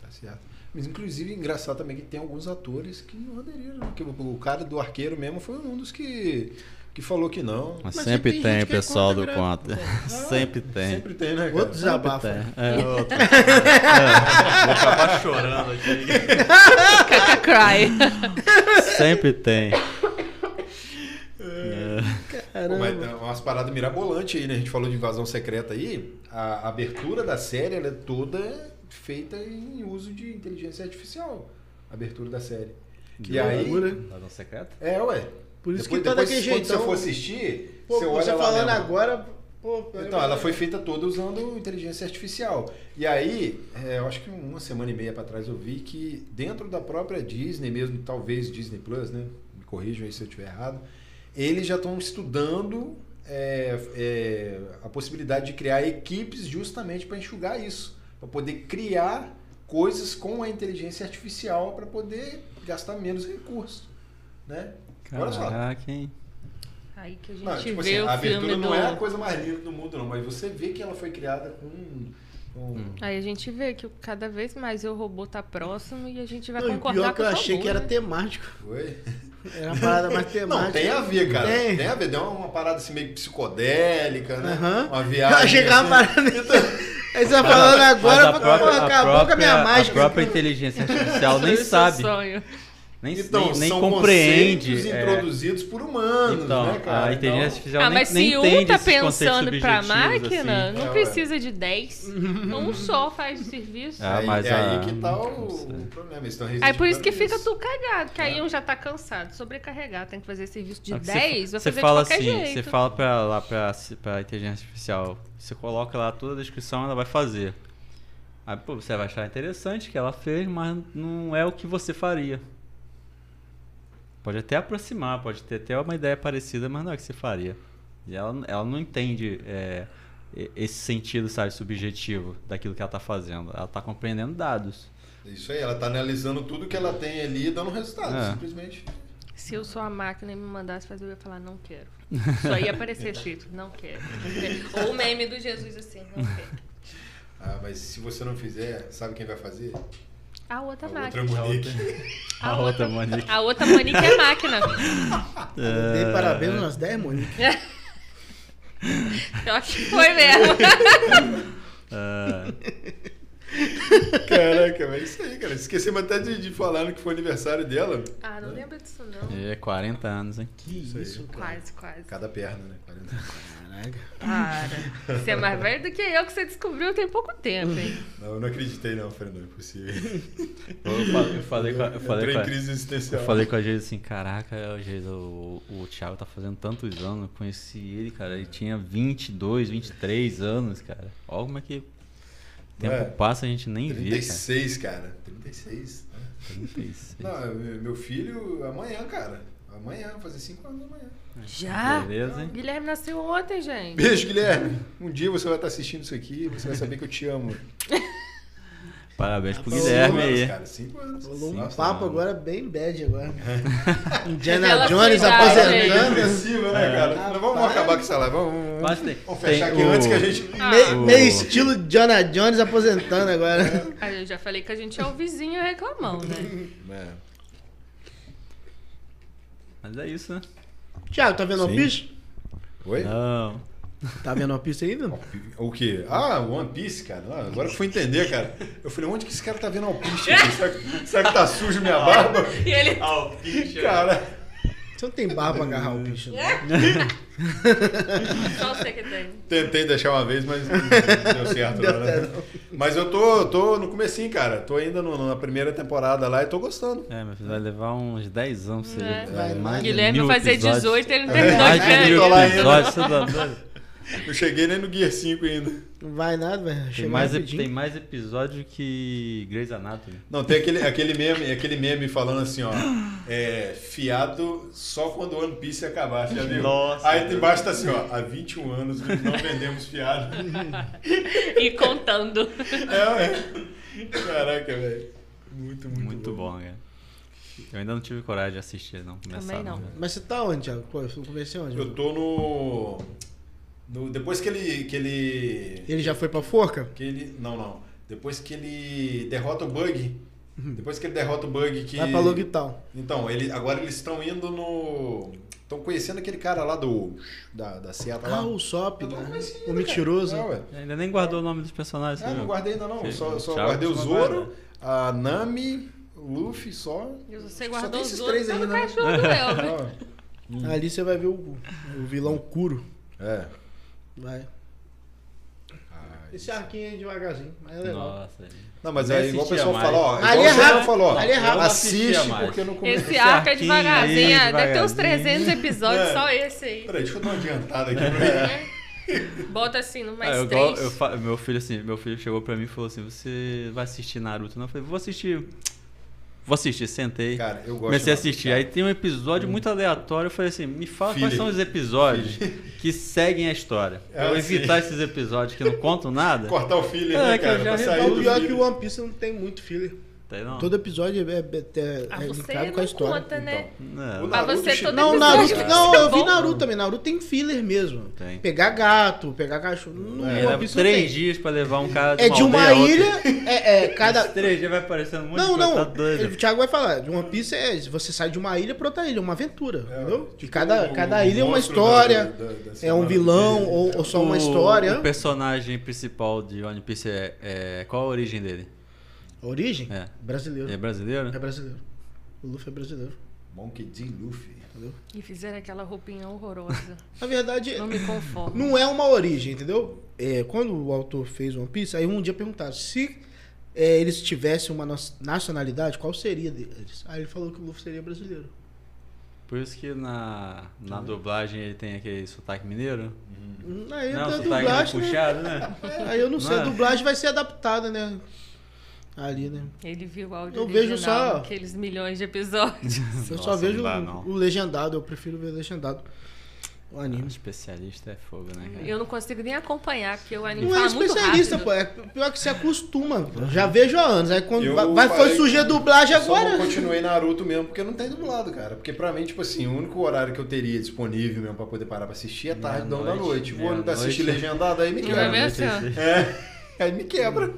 Speaker 1: Tá certo. Mas inclusive é engraçado também que tem alguns atores que não aderiram. Porque o o cara do arqueiro mesmo foi um dos que, que falou que não.
Speaker 5: Mas
Speaker 2: Mas
Speaker 5: sempre
Speaker 2: tem
Speaker 5: tem,
Speaker 2: gente que é
Speaker 5: pessoal
Speaker 2: contra
Speaker 5: do
Speaker 2: a
Speaker 5: contra. sempre tem.
Speaker 1: Sempre tem, né? Cara?
Speaker 2: Outro desabafo.
Speaker 5: Tem. É.
Speaker 1: É.
Speaker 3: Caca cry.
Speaker 5: Sempre tem.
Speaker 1: Pô, mas tem umas paradas mirabolantes aí, né? A gente falou de invasão secreta aí. A abertura da série ela é toda feita em uso de inteligência artificial. A abertura da série. e aí.
Speaker 5: Invasão secreta?
Speaker 1: É, ué.
Speaker 2: Por isso
Speaker 1: depois,
Speaker 2: que tá
Speaker 1: depois,
Speaker 2: daquele
Speaker 1: quando
Speaker 2: jeitão.
Speaker 1: você for assistir,
Speaker 2: Pô,
Speaker 1: você
Speaker 2: você,
Speaker 1: olha lá
Speaker 2: falando
Speaker 1: mesmo.
Speaker 2: agora, pô, pera-
Speaker 1: Então, ela foi feita toda usando inteligência artificial. E aí, é, eu acho que uma semana e meia para trás eu vi que dentro da própria Disney mesmo, talvez Disney Plus, né? Me corrijam aí se eu estiver errado. Eles já estão estudando é, é, a possibilidade de criar equipes justamente para enxugar isso, para poder criar coisas com a inteligência artificial para poder gastar menos recursos, né? Olha só.
Speaker 5: Caraca, hein?
Speaker 3: Aí que a gente
Speaker 1: Não, tipo assim,
Speaker 3: vê
Speaker 1: a
Speaker 3: o filme
Speaker 1: abertura
Speaker 3: do...
Speaker 1: não é a coisa mais linda do mundo, não, mas você vê que ela foi criada com. um, com-
Speaker 3: Aí a gente vê que cada vez mais o robô tá próximo e a gente vai
Speaker 2: Não, e o
Speaker 3: concordar
Speaker 2: pior é que
Speaker 3: com
Speaker 2: eu
Speaker 3: o
Speaker 2: achei
Speaker 3: robô,
Speaker 2: que era
Speaker 3: né?
Speaker 2: temático.
Speaker 1: Foi?
Speaker 2: Era uma parada mais
Speaker 1: Não,
Speaker 2: temática.
Speaker 1: tem a ver, cara. Tem,
Speaker 2: Tem.
Speaker 1: a ver. Deu uma, uma parada assim meio psicodélica, né?
Speaker 2: Aham.
Speaker 1: Uma
Speaker 2: Eu
Speaker 1: viagem.
Speaker 2: achei que era uma
Speaker 1: assim.
Speaker 2: parada. Aí você tá falando
Speaker 5: Mas
Speaker 2: agora,
Speaker 5: a
Speaker 2: pra
Speaker 5: própria, a
Speaker 2: acabou com a minha
Speaker 5: própria- a
Speaker 2: mágica.
Speaker 5: própria inteligência artificial nem
Speaker 3: Esse é o
Speaker 5: sabe,
Speaker 3: sonho.
Speaker 5: nem,
Speaker 1: Então,
Speaker 5: nem, nem
Speaker 1: são conceitos
Speaker 5: compreende. é.
Speaker 1: introduzidos por humanos,
Speaker 5: Então,
Speaker 1: né, cara?
Speaker 5: a inteligência
Speaker 1: Então-
Speaker 5: artificial
Speaker 3: Ah,
Speaker 5: nem,
Speaker 3: mas
Speaker 5: nem
Speaker 3: se
Speaker 5: entende
Speaker 3: um tá
Speaker 5: esses conceitos
Speaker 3: pensando pra
Speaker 5: subjetivos,
Speaker 3: máquina,
Speaker 5: assim.
Speaker 3: não
Speaker 1: É,
Speaker 3: precisa de 10. um só faz o serviço.
Speaker 5: Ah,
Speaker 1: aí,
Speaker 5: mas
Speaker 1: é
Speaker 5: a-
Speaker 1: aí que tá
Speaker 5: não
Speaker 1: o,
Speaker 5: sei.
Speaker 1: o problema. Eles estão
Speaker 3: Aí por isso que
Speaker 1: resistindo
Speaker 3: fica
Speaker 1: pra
Speaker 3: tudo cagado, que aí um já tá cansado, sobrecarregado, tem que fazer serviço de
Speaker 5: Só É. Ah, que você-
Speaker 3: 10, vai
Speaker 5: Você
Speaker 3: fazer
Speaker 5: fala
Speaker 3: de qualquer
Speaker 5: assim, você
Speaker 3: jeito.
Speaker 5: fala pra, lá pra, pra inteligência artificial, você coloca lá toda a descrição, ela vai fazer. Aí, pô, você vai achar interessante que ela fez, mas não é o que você faria. Pode até aproximar, pode ter até uma ideia parecida, mas não é o que você faria. E ela, ela não entende é, e- esse sentido, sabe, subjetivo daquilo que ela tá fazendo. Ela tá compreendendo dados.
Speaker 1: Isso aí, ela tá analisando tudo que ela tem ali e dando resultado,
Speaker 5: É.
Speaker 1: simplesmente.
Speaker 3: Se eu sou a máquina e me mandasse fazer, eu ia falar, não quero. Só ia aparecer escrito, não quero. Ou o meme do Jesus assim, não quero.
Speaker 1: Ah, mas se você não fizer, sabe quem vai fazer?
Speaker 3: A outra
Speaker 1: A outra
Speaker 3: máquina.
Speaker 1: Monique.
Speaker 5: A outra Monique.
Speaker 3: A outra Monique é máquina.
Speaker 2: Eu
Speaker 5: É.
Speaker 2: Dei parabéns umas 10, Monique.
Speaker 3: Eu acho que foi mesmo.
Speaker 1: Caraca, mas é isso aí, cara. Esquecemos até de, de falar no que foi aniversário dela.
Speaker 3: Ah, não lembro disso não.
Speaker 5: É 40 anos, hein?
Speaker 2: Que
Speaker 1: Isso aí.
Speaker 2: isso, cara.
Speaker 3: Quase, quase.
Speaker 1: Cada perna, né? 40.
Speaker 2: Caraca.
Speaker 3: Para. Você é mais velho do que eu que você descobriu tem pouco tempo, hein?
Speaker 1: Não, eu não acreditei não, Fernando, é possível.
Speaker 5: Eu fa- eu falei com a- eu falei
Speaker 1: Entrei
Speaker 5: com
Speaker 1: em
Speaker 5: a-
Speaker 1: crise
Speaker 5: Eu
Speaker 1: existencial.
Speaker 5: falei com a Geisa assim, caraca, Geisa, o, o Thiago tá fazendo tantos anos, eu conheci ele, cara, ele tinha 22, 23 anos, cara. Olha como é que o tempo
Speaker 1: É.
Speaker 5: passa e a gente nem vê, cara.
Speaker 1: 36, cara. 36.
Speaker 5: 36.
Speaker 1: Não, eu- meu filho, amanhã, cara. Amanhã, vou fazer 5 anos amanhã.
Speaker 3: Já?
Speaker 5: Beleza, hein?
Speaker 3: Guilherme nasceu ontem, gente.
Speaker 1: Beijo, Guilherme. Um dia você vai estar assistindo isso aqui, você vai saber que eu te amo.
Speaker 5: Parabéns pro
Speaker 2: Falou,
Speaker 5: Guilherme
Speaker 1: Cinco anos,
Speaker 5: aí.
Speaker 1: Tá cara. 5 anos.
Speaker 2: Rolou um
Speaker 1: Nossa,
Speaker 2: papo
Speaker 5: mano.
Speaker 2: agora bem bad agora.
Speaker 3: Revela
Speaker 2: Indiana
Speaker 3: a
Speaker 2: Jones
Speaker 3: sua idade,
Speaker 2: aposentando.
Speaker 1: Agressiva, né, cara? Não, vamos
Speaker 2: Rapaz.
Speaker 1: acabar com essa live. Vamos,
Speaker 5: Mas
Speaker 1: vamos,
Speaker 5: tem-
Speaker 1: vamos fechar
Speaker 5: tem
Speaker 1: aqui
Speaker 5: o-
Speaker 1: antes que a gente.
Speaker 3: Ah.
Speaker 2: Meio,
Speaker 5: O-
Speaker 2: meio estilo Jonah Jones aposentando agora.
Speaker 3: Ah, eu já falei que a gente é o vizinho reclamão, né?
Speaker 1: É.
Speaker 5: Mas é isso, né?
Speaker 2: Thiago, tá vendo One
Speaker 1: Sim.
Speaker 2: Piece?
Speaker 1: Oi?
Speaker 5: Não.
Speaker 2: Tá vendo One Piece aí, viu?
Speaker 1: O quê? Ah, One Piece, cara. Ah, Agora que eu fui entender, cara. Eu falei, onde que esse cara tá vendo alpiste? aqui? Será, que- será que tá sujo minha
Speaker 5: Ah,
Speaker 1: barba?
Speaker 3: E ele.
Speaker 1: Cara,
Speaker 2: Você não tem barba pra agarrar o bicho. né?
Speaker 3: Só você que tem.
Speaker 1: tentei deixar uma vez, mas não deu certo. não, né? Mas eu tô, tô no comecinho, cara. Tô ainda no- na primeira temporada lá e tô gostando.
Speaker 5: É, meu filho, vai levar uns 10 anos pra você
Speaker 3: É.
Speaker 5: ver.
Speaker 2: Vai,
Speaker 5: mais de
Speaker 3: Guilherme
Speaker 5: mil
Speaker 3: vai fazer
Speaker 5: episódios.
Speaker 3: 18 ele não terminou
Speaker 5: Mais
Speaker 3: de
Speaker 5: de
Speaker 1: né?
Speaker 5: mil
Speaker 1: Tô lá ainda.
Speaker 5: episódios, você tá doido?
Speaker 1: Não cheguei nem no Gear 5 ainda.
Speaker 2: Não vai nada, velho.
Speaker 5: Tem
Speaker 2: Chega
Speaker 5: mais,
Speaker 2: rapidinho.
Speaker 5: tem mais episódio que Grey's Anatomy.
Speaker 1: Não, tem aquele, aquele, meme, aquele meme falando assim, ó. É, fiado só quando o One Piece acabar, já viu?
Speaker 5: Nossa,
Speaker 1: Aí
Speaker 5: meu
Speaker 1: embaixo tá assim, ó. Há 21 anos nós não vendemos fiado.
Speaker 3: E contando.
Speaker 1: É, ué. Caraca, velho. Muito, muito,
Speaker 5: Muito bom, cara. Eu ainda não tive coragem de assistir, não. Começar, né?
Speaker 3: Também não.
Speaker 5: velho.
Speaker 2: Mas você tá onde, Thiago? Pô, eu comecei onde?
Speaker 1: Eu tô no. no- depois que ele, que ele.
Speaker 2: Ele já foi pra forca?
Speaker 1: Que ele. Não, não. Depois que ele derrota o bug. Depois que ele derrota o bug que.
Speaker 2: Vai pra Logital.
Speaker 1: Então, ele, agora eles estão indo no. Estão conhecendo aquele cara lá do. Da, da Seata Tá lá.
Speaker 2: Ah, o Sop,
Speaker 1: Eu tô
Speaker 2: né?
Speaker 1: conhecido,
Speaker 2: O
Speaker 1: cara.
Speaker 2: mentiroso.
Speaker 1: Ah, ué.
Speaker 5: Ainda nem guardou o nome dos personagens. né?
Speaker 1: Ah,
Speaker 5: você
Speaker 1: não
Speaker 5: viu?
Speaker 1: guardei ainda não.
Speaker 5: Sim.
Speaker 1: Só, só
Speaker 5: Thiago
Speaker 1: guardei o
Speaker 5: costuma
Speaker 1: Zoro, a Nami, Luffy só.
Speaker 3: E
Speaker 1: Só
Speaker 3: você
Speaker 1: tem
Speaker 3: guardou os
Speaker 1: esses
Speaker 3: outros
Speaker 1: três
Speaker 3: pelo
Speaker 1: ainda, né?
Speaker 3: cachorro do Elvis.
Speaker 1: Ah, ué.
Speaker 2: Ali você vai ver o, o vilão Kuro.
Speaker 1: É.
Speaker 2: Vai.
Speaker 1: Ah,
Speaker 2: Esse arquinho é devagarzinho, mas
Speaker 1: né?
Speaker 2: é legal.
Speaker 5: Nossa.
Speaker 1: Não, mas
Speaker 5: Nem
Speaker 1: é igual o
Speaker 5: assistia
Speaker 1: pessoal
Speaker 5: mais.
Speaker 1: fala, ó.
Speaker 2: Ali
Speaker 1: igual
Speaker 2: é
Speaker 1: o Zero
Speaker 2: rápido,
Speaker 1: Falou, ó,
Speaker 2: ali é rápido.
Speaker 1: Assiste
Speaker 5: Assistia mais.
Speaker 1: porque eu não começo.
Speaker 3: Esse arco é
Speaker 5: arquinho
Speaker 3: devagarzinho,
Speaker 5: aí,
Speaker 3: ah, deve ter uns
Speaker 5: devagarzinho.
Speaker 3: 300 episódios,
Speaker 1: É.
Speaker 3: só esse aí.
Speaker 1: Peraí, deixa eu dar uma adiantada aqui.
Speaker 6: É,
Speaker 1: pra mim.
Speaker 3: Bota assim, no mais
Speaker 5: Ah, eu,
Speaker 3: três.
Speaker 5: igual- eu fa- meu filho assim, meu filho chegou pra mim e falou assim: "Você vai assistir Naruto?" Não, eu falei: "Vou assistir". Vou assistir, sentei.
Speaker 1: Cara, eu gosto.
Speaker 5: Comecei a
Speaker 1: de- Hum.
Speaker 5: assistir. Aí tem um episódio muito aleatório. Eu falei assim: me fala quais
Speaker 1: Filho.
Speaker 5: são os episódios que seguem a história.
Speaker 1: Ah,
Speaker 5: Pra eu
Speaker 1: sim.
Speaker 5: evitar esses episódios que não contam nada.
Speaker 1: Cortar o filler,
Speaker 5: É,
Speaker 1: né,
Speaker 5: que eu
Speaker 1: cara?
Speaker 5: já
Speaker 1: pra sair
Speaker 2: O
Speaker 1: do
Speaker 2: pior é
Speaker 1: filler.
Speaker 2: que o One Piece não tem muito filler.
Speaker 5: Tem tá não?
Speaker 2: Todo episódio é, é, é,
Speaker 3: Ah,
Speaker 2: é
Speaker 3: você
Speaker 2: linkado com a
Speaker 3: não
Speaker 2: história. então.
Speaker 3: conta,
Speaker 1: Então,
Speaker 3: né?
Speaker 5: Não.
Speaker 3: Pra
Speaker 6: Naruto
Speaker 3: você
Speaker 6: chega-
Speaker 3: todo
Speaker 2: Não,
Speaker 3: episódio
Speaker 2: Naruto,
Speaker 3: tem que
Speaker 2: não,
Speaker 3: ser
Speaker 2: eu vi
Speaker 3: bom.
Speaker 2: Naruto também. Naruto tem filler mesmo.
Speaker 5: Tem.
Speaker 2: Pegar gato, pegar cachorro. Não,
Speaker 5: É,
Speaker 2: One
Speaker 5: leva
Speaker 2: Piece não
Speaker 5: três
Speaker 2: tem.
Speaker 5: dias pra levar um cara de
Speaker 2: É de uma
Speaker 5: aldeia a outra.
Speaker 2: ilha, é, é, cada.
Speaker 5: Esses três dias vai aparecendo muito.
Speaker 2: Não, não.
Speaker 5: Tá doido.
Speaker 2: O Thiago vai falar. De One Piece é você sai de uma ilha pra outra ilha, uma aventura, entendeu? E
Speaker 6: Tipo,
Speaker 2: cada,
Speaker 6: o-
Speaker 2: cada
Speaker 6: o
Speaker 2: ilha é uma
Speaker 6: monstro
Speaker 2: história,
Speaker 6: da- da- da
Speaker 2: é um
Speaker 6: semana
Speaker 2: vilão
Speaker 6: dele.
Speaker 2: ou, ou só uma
Speaker 5: O-
Speaker 2: história.
Speaker 5: O personagem principal de One Piece é. é- qual a origem dele?
Speaker 2: A Origem?
Speaker 5: É.
Speaker 2: Brasileiro.
Speaker 5: Ele é brasileiro?
Speaker 2: É brasileiro. O Luffy é brasileiro.
Speaker 6: Monkey D. Luffy.
Speaker 3: E fizeram aquela roupinha horrorosa.
Speaker 2: Na verdade,
Speaker 3: Não me conformo.
Speaker 2: não é uma origem, entendeu? É, quando o autor fez One Piece, aí um dia perguntaram se é, eles tivessem uma nas- nacionalidade, qual seria deles? Aí ele falou que o Luffy seria brasileiro.
Speaker 5: Por isso que na, na dublagem ele tem aquele sotaque mineiro.
Speaker 2: Hum. Aí
Speaker 5: não,
Speaker 2: da
Speaker 5: sotaque
Speaker 2: dublagem, né?
Speaker 5: puxado, né?
Speaker 2: É, aí eu não sei, a
Speaker 5: Não é?
Speaker 2: dublagem vai ser adaptada, né? Ali, né?
Speaker 3: Ele viu o áudio
Speaker 2: Eu vejo
Speaker 3: original,
Speaker 2: só-
Speaker 3: aqueles milhões de episódios.
Speaker 2: Eu
Speaker 5: Nossa,
Speaker 2: só vejo
Speaker 5: não dá,
Speaker 2: o-
Speaker 5: não.
Speaker 2: o legendado, eu prefiro ver legendado. O
Speaker 5: O
Speaker 2: anime.
Speaker 5: especialista é fogo, né, cara?
Speaker 3: Eu não consigo nem acompanhar, porque o anime
Speaker 2: Não é
Speaker 3: fala muito
Speaker 2: especialista,
Speaker 3: rápido. né?
Speaker 2: pô. É pior que se acostuma. pô. Já vejo há anos. Aí quando
Speaker 6: Eu
Speaker 2: vai, vai-
Speaker 6: falei
Speaker 2: foi surgir a
Speaker 6: que
Speaker 2: dublagem
Speaker 6: eu Só
Speaker 2: agora.
Speaker 6: não continuei Naruto mesmo, porque não tem dublado, cara. Porque pra mim, tipo assim, o único horário que eu teria disponível mesmo pra poder parar pra assistir é tarde, não da
Speaker 5: Meia-noite,
Speaker 6: noite. Vou
Speaker 5: meia-noite.
Speaker 6: assistir legendado, aí me
Speaker 3: Não vai ver
Speaker 6: quebra.
Speaker 3: assim, ó.
Speaker 6: É, aí me quebra.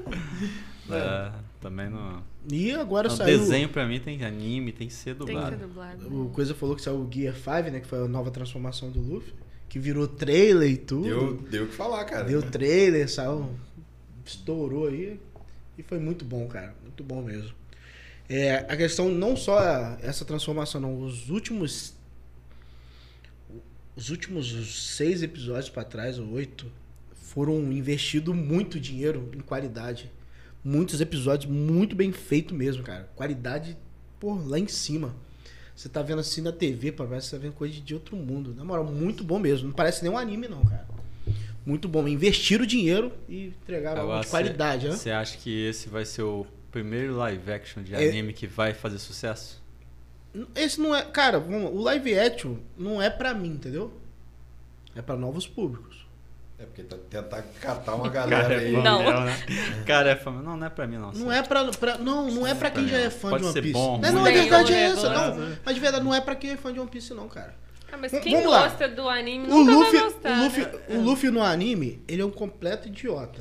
Speaker 5: É, também não.
Speaker 2: E agora
Speaker 5: não,
Speaker 2: saiu.
Speaker 5: Desenho pra mim tem anime, tem que ser
Speaker 2: é
Speaker 3: Tem que
Speaker 5: dublado.
Speaker 3: ser dublado.
Speaker 2: O Coisa falou que saiu o Gear 5, né? Que foi a nova transformação do Luffy. Que virou trailer e tudo.
Speaker 6: Deu, deu o que falar, cara. né?
Speaker 2: Deu trailer, saiu. Estourou aí. E foi muito bom, cara. Muito bom mesmo. É, a questão não só essa transformação, não. Os últimos. Os últimos seis episódios pra trás, ou oito, foram investido muito dinheiro em qualidade. Muitos episódios muito bem feito mesmo, cara. Qualidade, pô, lá em cima. Você tá vendo assim na TV, parece que você tá vendo coisa de outro mundo. Na moral, muito bom mesmo. Não parece nem um anime, não, cara. Muito bom. Investir o dinheiro e entregar algo
Speaker 5: Agora,
Speaker 2: de qualidade, né?
Speaker 5: Você acha que esse vai ser o primeiro live action de
Speaker 2: É.
Speaker 5: anime que vai fazer sucesso?
Speaker 2: Esse não é. Cara, vamos lá, o live action não é pra mim, entendeu? É pra novos públicos.
Speaker 6: É porque tá, tentar catar uma galera aí.
Speaker 3: bom. Não.
Speaker 5: é Não, né? Cara, é fama. Não, não é pra mim, não.
Speaker 2: Não é pra, pra- não, não é pra quem já é fã
Speaker 5: Pode
Speaker 2: de One
Speaker 5: ser
Speaker 2: Piece.
Speaker 5: bom,
Speaker 2: não, não,
Speaker 3: ruim.
Speaker 2: a verdade é
Speaker 3: Tem o
Speaker 2: essa,
Speaker 3: negócio,
Speaker 2: não. Mas de verdade, não é pra quem é fã de One Piece, não, cara.
Speaker 3: Ah, mas
Speaker 2: V-
Speaker 3: quem
Speaker 2: vamos lá.
Speaker 3: gosta do anime
Speaker 2: O
Speaker 3: nunca
Speaker 2: Luffy,
Speaker 3: vai gostar,
Speaker 2: o, Luffy,
Speaker 3: né?
Speaker 2: o Luffy no anime, ele é um completo idiota.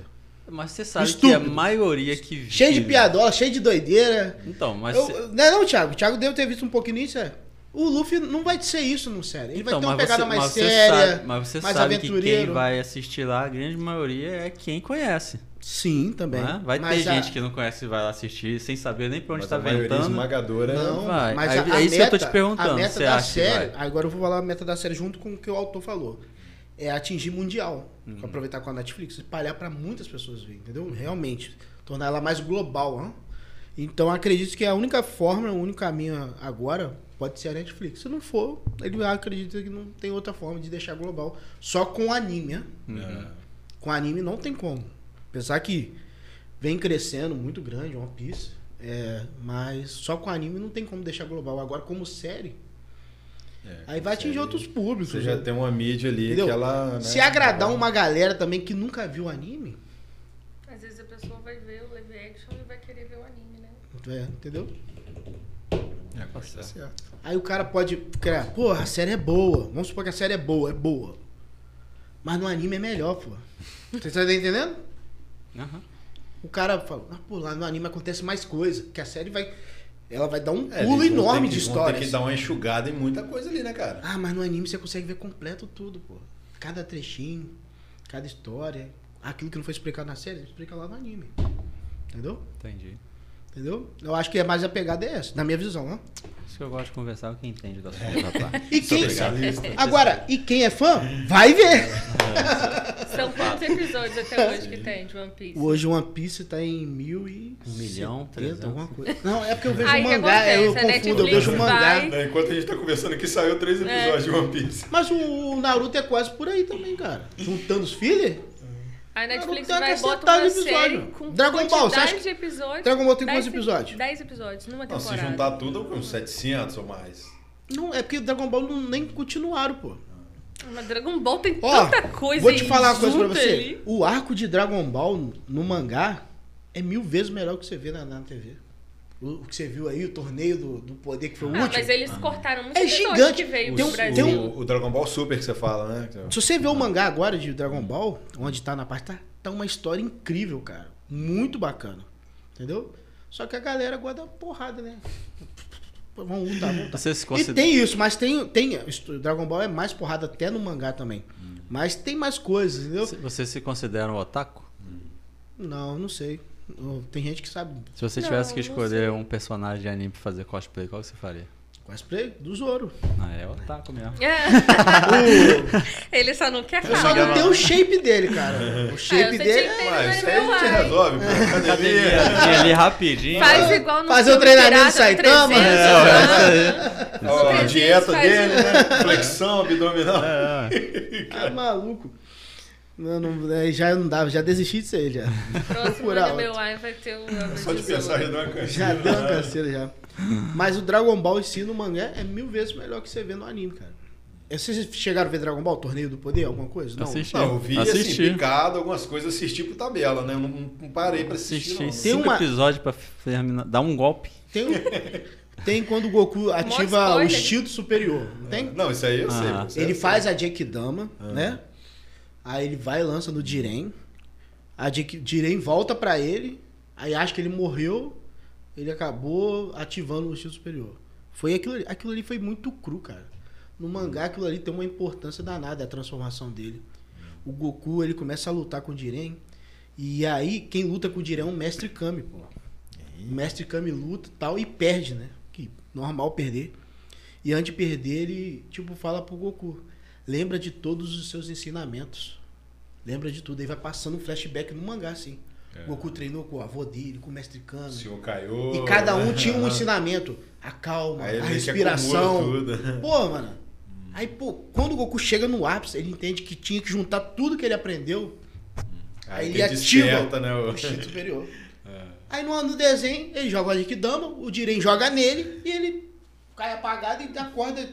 Speaker 5: Mas você sabe que a
Speaker 2: é Estúpido.
Speaker 5: maioria que vive...
Speaker 2: Cheio de piadola, cheio de doideira.
Speaker 5: Então, mas...
Speaker 2: Eu-
Speaker 5: cê-
Speaker 2: eu- não é não, Thiago? O Thiago deve ter visto um pouquinho isso, é. O Luffy não vai ser isso no sério. Ele vai ter uma
Speaker 5: então, mas
Speaker 2: pegada
Speaker 5: você-
Speaker 2: mais
Speaker 5: mas você
Speaker 2: séria,
Speaker 5: sabe- mas você
Speaker 2: mais
Speaker 5: sabe que
Speaker 2: aventureiro.
Speaker 5: quem vai assistir lá, a grande maioria é quem conhece.
Speaker 2: Sim, também.
Speaker 5: né? Vai
Speaker 2: Mas
Speaker 5: ter
Speaker 2: a-
Speaker 5: gente que não conhece e vai lá assistir sem saber nem pra onde
Speaker 6: Mas
Speaker 5: tá
Speaker 6: a maioria
Speaker 5: ventando.
Speaker 6: esmagadora é um-
Speaker 2: Não,
Speaker 5: Vai.
Speaker 2: mas
Speaker 5: Aí-
Speaker 2: a,
Speaker 5: é
Speaker 2: a
Speaker 5: isso que eu
Speaker 2: meta,
Speaker 5: tô te perguntando,
Speaker 2: A meta
Speaker 5: você
Speaker 2: da
Speaker 5: acha que
Speaker 2: série, agora eu vou falar a meta da série junto com o que o autor falou. É atingir mundial.
Speaker 5: Uhum.
Speaker 2: Aproveitar com a Netflix, espalhar para muitas pessoas verem, entendeu? Realmente. Tornar ela mais global. Hein? Então acredito que a única forma, o único caminho agora pode ser a Netflix. Se não for, ele acredita que não tem outra forma de deixar global. Só com anime. né?
Speaker 5: Uhum.
Speaker 6: É.
Speaker 2: Com anime não tem como. Apesar que vem crescendo muito grande, One Piece. é, mas só com anime não tem como deixar global. Agora, como série,
Speaker 6: É,
Speaker 2: aí vai atingir
Speaker 6: série,
Speaker 2: outros públicos.
Speaker 6: Você já
Speaker 2: né?
Speaker 6: tem uma mídia ali
Speaker 2: Entendeu?
Speaker 6: que ela. né,
Speaker 2: Se agradar uma galera também que nunca viu anime,
Speaker 3: Às vezes a pessoa vai ver o live action e vai querer ver o anime, né?
Speaker 2: é, entendeu? um
Speaker 6: É, pode tá certo.
Speaker 2: Aí o cara pode criar, pô, a série é boa. Vamos supor que a série é boa, é boa. Mas no anime é melhor, pô. Você tá entendendo?
Speaker 5: Aham.
Speaker 2: O cara fala, ah, pô, lá no anime acontece mais coisa. Que a série vai. Ela vai dar um
Speaker 6: É,
Speaker 2: pulo
Speaker 6: eles vão
Speaker 2: enorme
Speaker 6: ter
Speaker 2: de
Speaker 6: que- vão
Speaker 2: histórias.
Speaker 6: Ter que dar uma enxugada em muita coisa ali, né, cara?
Speaker 2: Ah, mas no anime você consegue ver completo tudo, pô. Cada trechinho, cada história. Aquilo que não foi explicado na série, explica lá no anime. Entendeu?
Speaker 5: Entendi.
Speaker 2: Entendeu? Eu acho que é mais a pegada é essa, na minha visão, né?
Speaker 5: Por isso que eu gosto de conversar com quem entende tá, do
Speaker 6: É.
Speaker 5: assunto, rapaz.
Speaker 2: E quem...
Speaker 6: Especialista.
Speaker 2: Agora, e quem é fã, vai ver!
Speaker 3: São quantos episódios até hoje que tem de One Piece?
Speaker 2: Hoje o One Piece tá em mil e...
Speaker 5: Um milhão,
Speaker 2: 70,
Speaker 5: 300.
Speaker 2: alguma coisa. Não, é porque eu vejo
Speaker 3: Aí
Speaker 2: o
Speaker 3: que
Speaker 2: mangá,
Speaker 3: acontece,
Speaker 2: eu
Speaker 3: a
Speaker 2: confundo, eu
Speaker 3: Netflix
Speaker 2: vejo o mangá.
Speaker 3: vai-
Speaker 6: Enquanto a gente tá conversando aqui, saiu
Speaker 3: É.
Speaker 6: três episódios de One Piece.
Speaker 2: Mas o Naruto é quase por aí também, cara. Juntando os filhos,
Speaker 3: A Netflix
Speaker 2: Cara, não tem
Speaker 3: vai
Speaker 2: uma
Speaker 3: botar uma
Speaker 2: cacetada de
Speaker 3: série
Speaker 2: episódio.
Speaker 3: com
Speaker 2: Dragon Ball, você
Speaker 3: quantidade
Speaker 2: acha que-
Speaker 3: de episódios.
Speaker 2: Dragon Ball tem
Speaker 3: Dez
Speaker 2: quantos episódios?
Speaker 3: 10 episódios numa
Speaker 6: Não, se
Speaker 3: temporada.
Speaker 6: juntar tudo, é uns 700 ou mais.
Speaker 2: não, é porque Dragon Ball não, nem continuaram, pô.
Speaker 3: Mas Dragon Ball tem
Speaker 2: Ó,
Speaker 3: tanta coisa
Speaker 2: vou te
Speaker 3: aí
Speaker 2: falar uma coisa pra
Speaker 3: junto
Speaker 2: você.
Speaker 3: é, ali.
Speaker 2: O arco de Dragon Ball no mangá é mil vezes melhor que você vê na, na TV. O, o que você viu aí, o torneio do, do poder, que foi o
Speaker 3: Ah,
Speaker 2: último.
Speaker 3: mas eles cortaram muito
Speaker 2: É
Speaker 3: episódio
Speaker 2: gigante.
Speaker 3: que
Speaker 2: Tem
Speaker 3: veio pro
Speaker 2: um-
Speaker 3: Brasil.
Speaker 2: tem um-
Speaker 6: O, o Dragon Ball Super que você fala, né?
Speaker 2: Se você vê o mangá agora de Dragon Ball, onde tá na parte, tá, tá uma história incrível, cara. Muito bacana. Entendeu? Só que a galera guarda porrada, né? Vamos lutar, vamos lutar.
Speaker 5: Você se
Speaker 2: E
Speaker 5: considera...
Speaker 2: tem isso, mas tem, tem. isso, Dragon Ball é mais porrada até no mangá também. Mas tem mais coisas, entendeu?
Speaker 5: Se- Você se considera um otaku?
Speaker 2: Não, não sei. Eu- Tem gente que sabe.
Speaker 5: Se você
Speaker 3: Não,
Speaker 5: tivesse que
Speaker 3: não
Speaker 5: escolher um personagem de anime pra fazer cosplay, qual que você faria?
Speaker 2: Cosplay do Zoro.
Speaker 5: Ah, é otaku mesmo.
Speaker 3: É. Ele só não quer
Speaker 2: Eu só
Speaker 3: falar.
Speaker 2: não tenho o shape dele, cara. O
Speaker 3: Ah, eu
Speaker 2: shape
Speaker 3: senti
Speaker 2: dele é.
Speaker 3: que ele
Speaker 6: Ah,
Speaker 3: não
Speaker 6: isso
Speaker 3: é
Speaker 6: aí a
Speaker 3: meu
Speaker 6: gente
Speaker 3: ar.
Speaker 6: resolve, pô. Academia.
Speaker 5: Academia ali rapidinho.
Speaker 3: Faz igual no
Speaker 2: Fazer o
Speaker 3: filme
Speaker 2: treinamento
Speaker 3: Pirata do
Speaker 2: Saitama?
Speaker 3: 300, né?
Speaker 6: Ó, a
Speaker 3: Faz isso,
Speaker 6: dieta
Speaker 3: faz um
Speaker 6: dele,
Speaker 3: isso.
Speaker 6: né? Flexão abdominal.
Speaker 2: É. Tá maluco. Não, não, aí já não dava, já desisti de ser já.
Speaker 3: Próximo
Speaker 2: Por
Speaker 3: ano
Speaker 2: alto.
Speaker 3: meu ar vai ter o
Speaker 6: É, Só de pensar é já dá uma
Speaker 2: Já
Speaker 6: canseira.
Speaker 2: deu uma canseira já. Mas o Dragon Ball em si no mangá é mil vezes melhor que você vê no anime, cara. É, Vocês chegaram a ver Dragon Ball, Torneio do Poder, alguma coisa? Não.
Speaker 5: Assisti.
Speaker 6: Não, eu vi
Speaker 5: assisti.
Speaker 6: assim, picado, algumas coisas, assisti por tabela, né? Eu não, não parei pra assistir,
Speaker 5: assisti
Speaker 6: não.
Speaker 2: Tem
Speaker 5: cinco
Speaker 2: uma-
Speaker 5: episódios pra terminar, dar um golpe.
Speaker 2: Tem, um, tem quando o Goku ativa o
Speaker 3: spoiler.
Speaker 2: instinto superior. Não tem?
Speaker 6: Não, isso aí eu sei.
Speaker 5: Ah.
Speaker 6: isso aí eu
Speaker 2: Ele
Speaker 6: sei.
Speaker 2: faz a Jequidama, né? Aí ele vai e lança no Jiren. A Jek- Jiren volta pra ele. Aí acha que ele morreu. Ele acabou ativando o instinto superior. Foi aquilo ali. Aquilo ali foi muito cru, cara. No mangá, aquilo ali tem uma importância danada, a transformação dele. O Goku, ele começa a lutar com o Jiren. E aí, quem luta com o Jiren é o Mestre Kami, pô. O Mestre Kami luta e tal e perde, né? Que normal perder. E antes de perder, ele, tipo, fala pro Goku: lembra de todos os seus ensinamentos. Lembra de tudo. Aí vai passando um flashback no mangá, assim.
Speaker 6: É.
Speaker 2: Goku treinou com o avô dele, com o mestre Kano.
Speaker 6: O senhor caiu.
Speaker 2: E cada um
Speaker 6: né?
Speaker 2: tinha um ensinamento. A calma,
Speaker 6: Aí
Speaker 2: a
Speaker 6: ele meio que
Speaker 2: respiração.
Speaker 6: acumula tudo.
Speaker 2: Pô, mano. Aí, pô, quando o Goku chega no ápice, ele entende que tinha que juntar tudo que ele aprendeu Aí
Speaker 6: que
Speaker 2: ele ativa.
Speaker 6: desperta, né?
Speaker 2: no
Speaker 6: o-
Speaker 2: instinto superior. Aí no ano do desenho, ele joga o Adikidama, o Jiren joga nele e ele cai apagado e acorda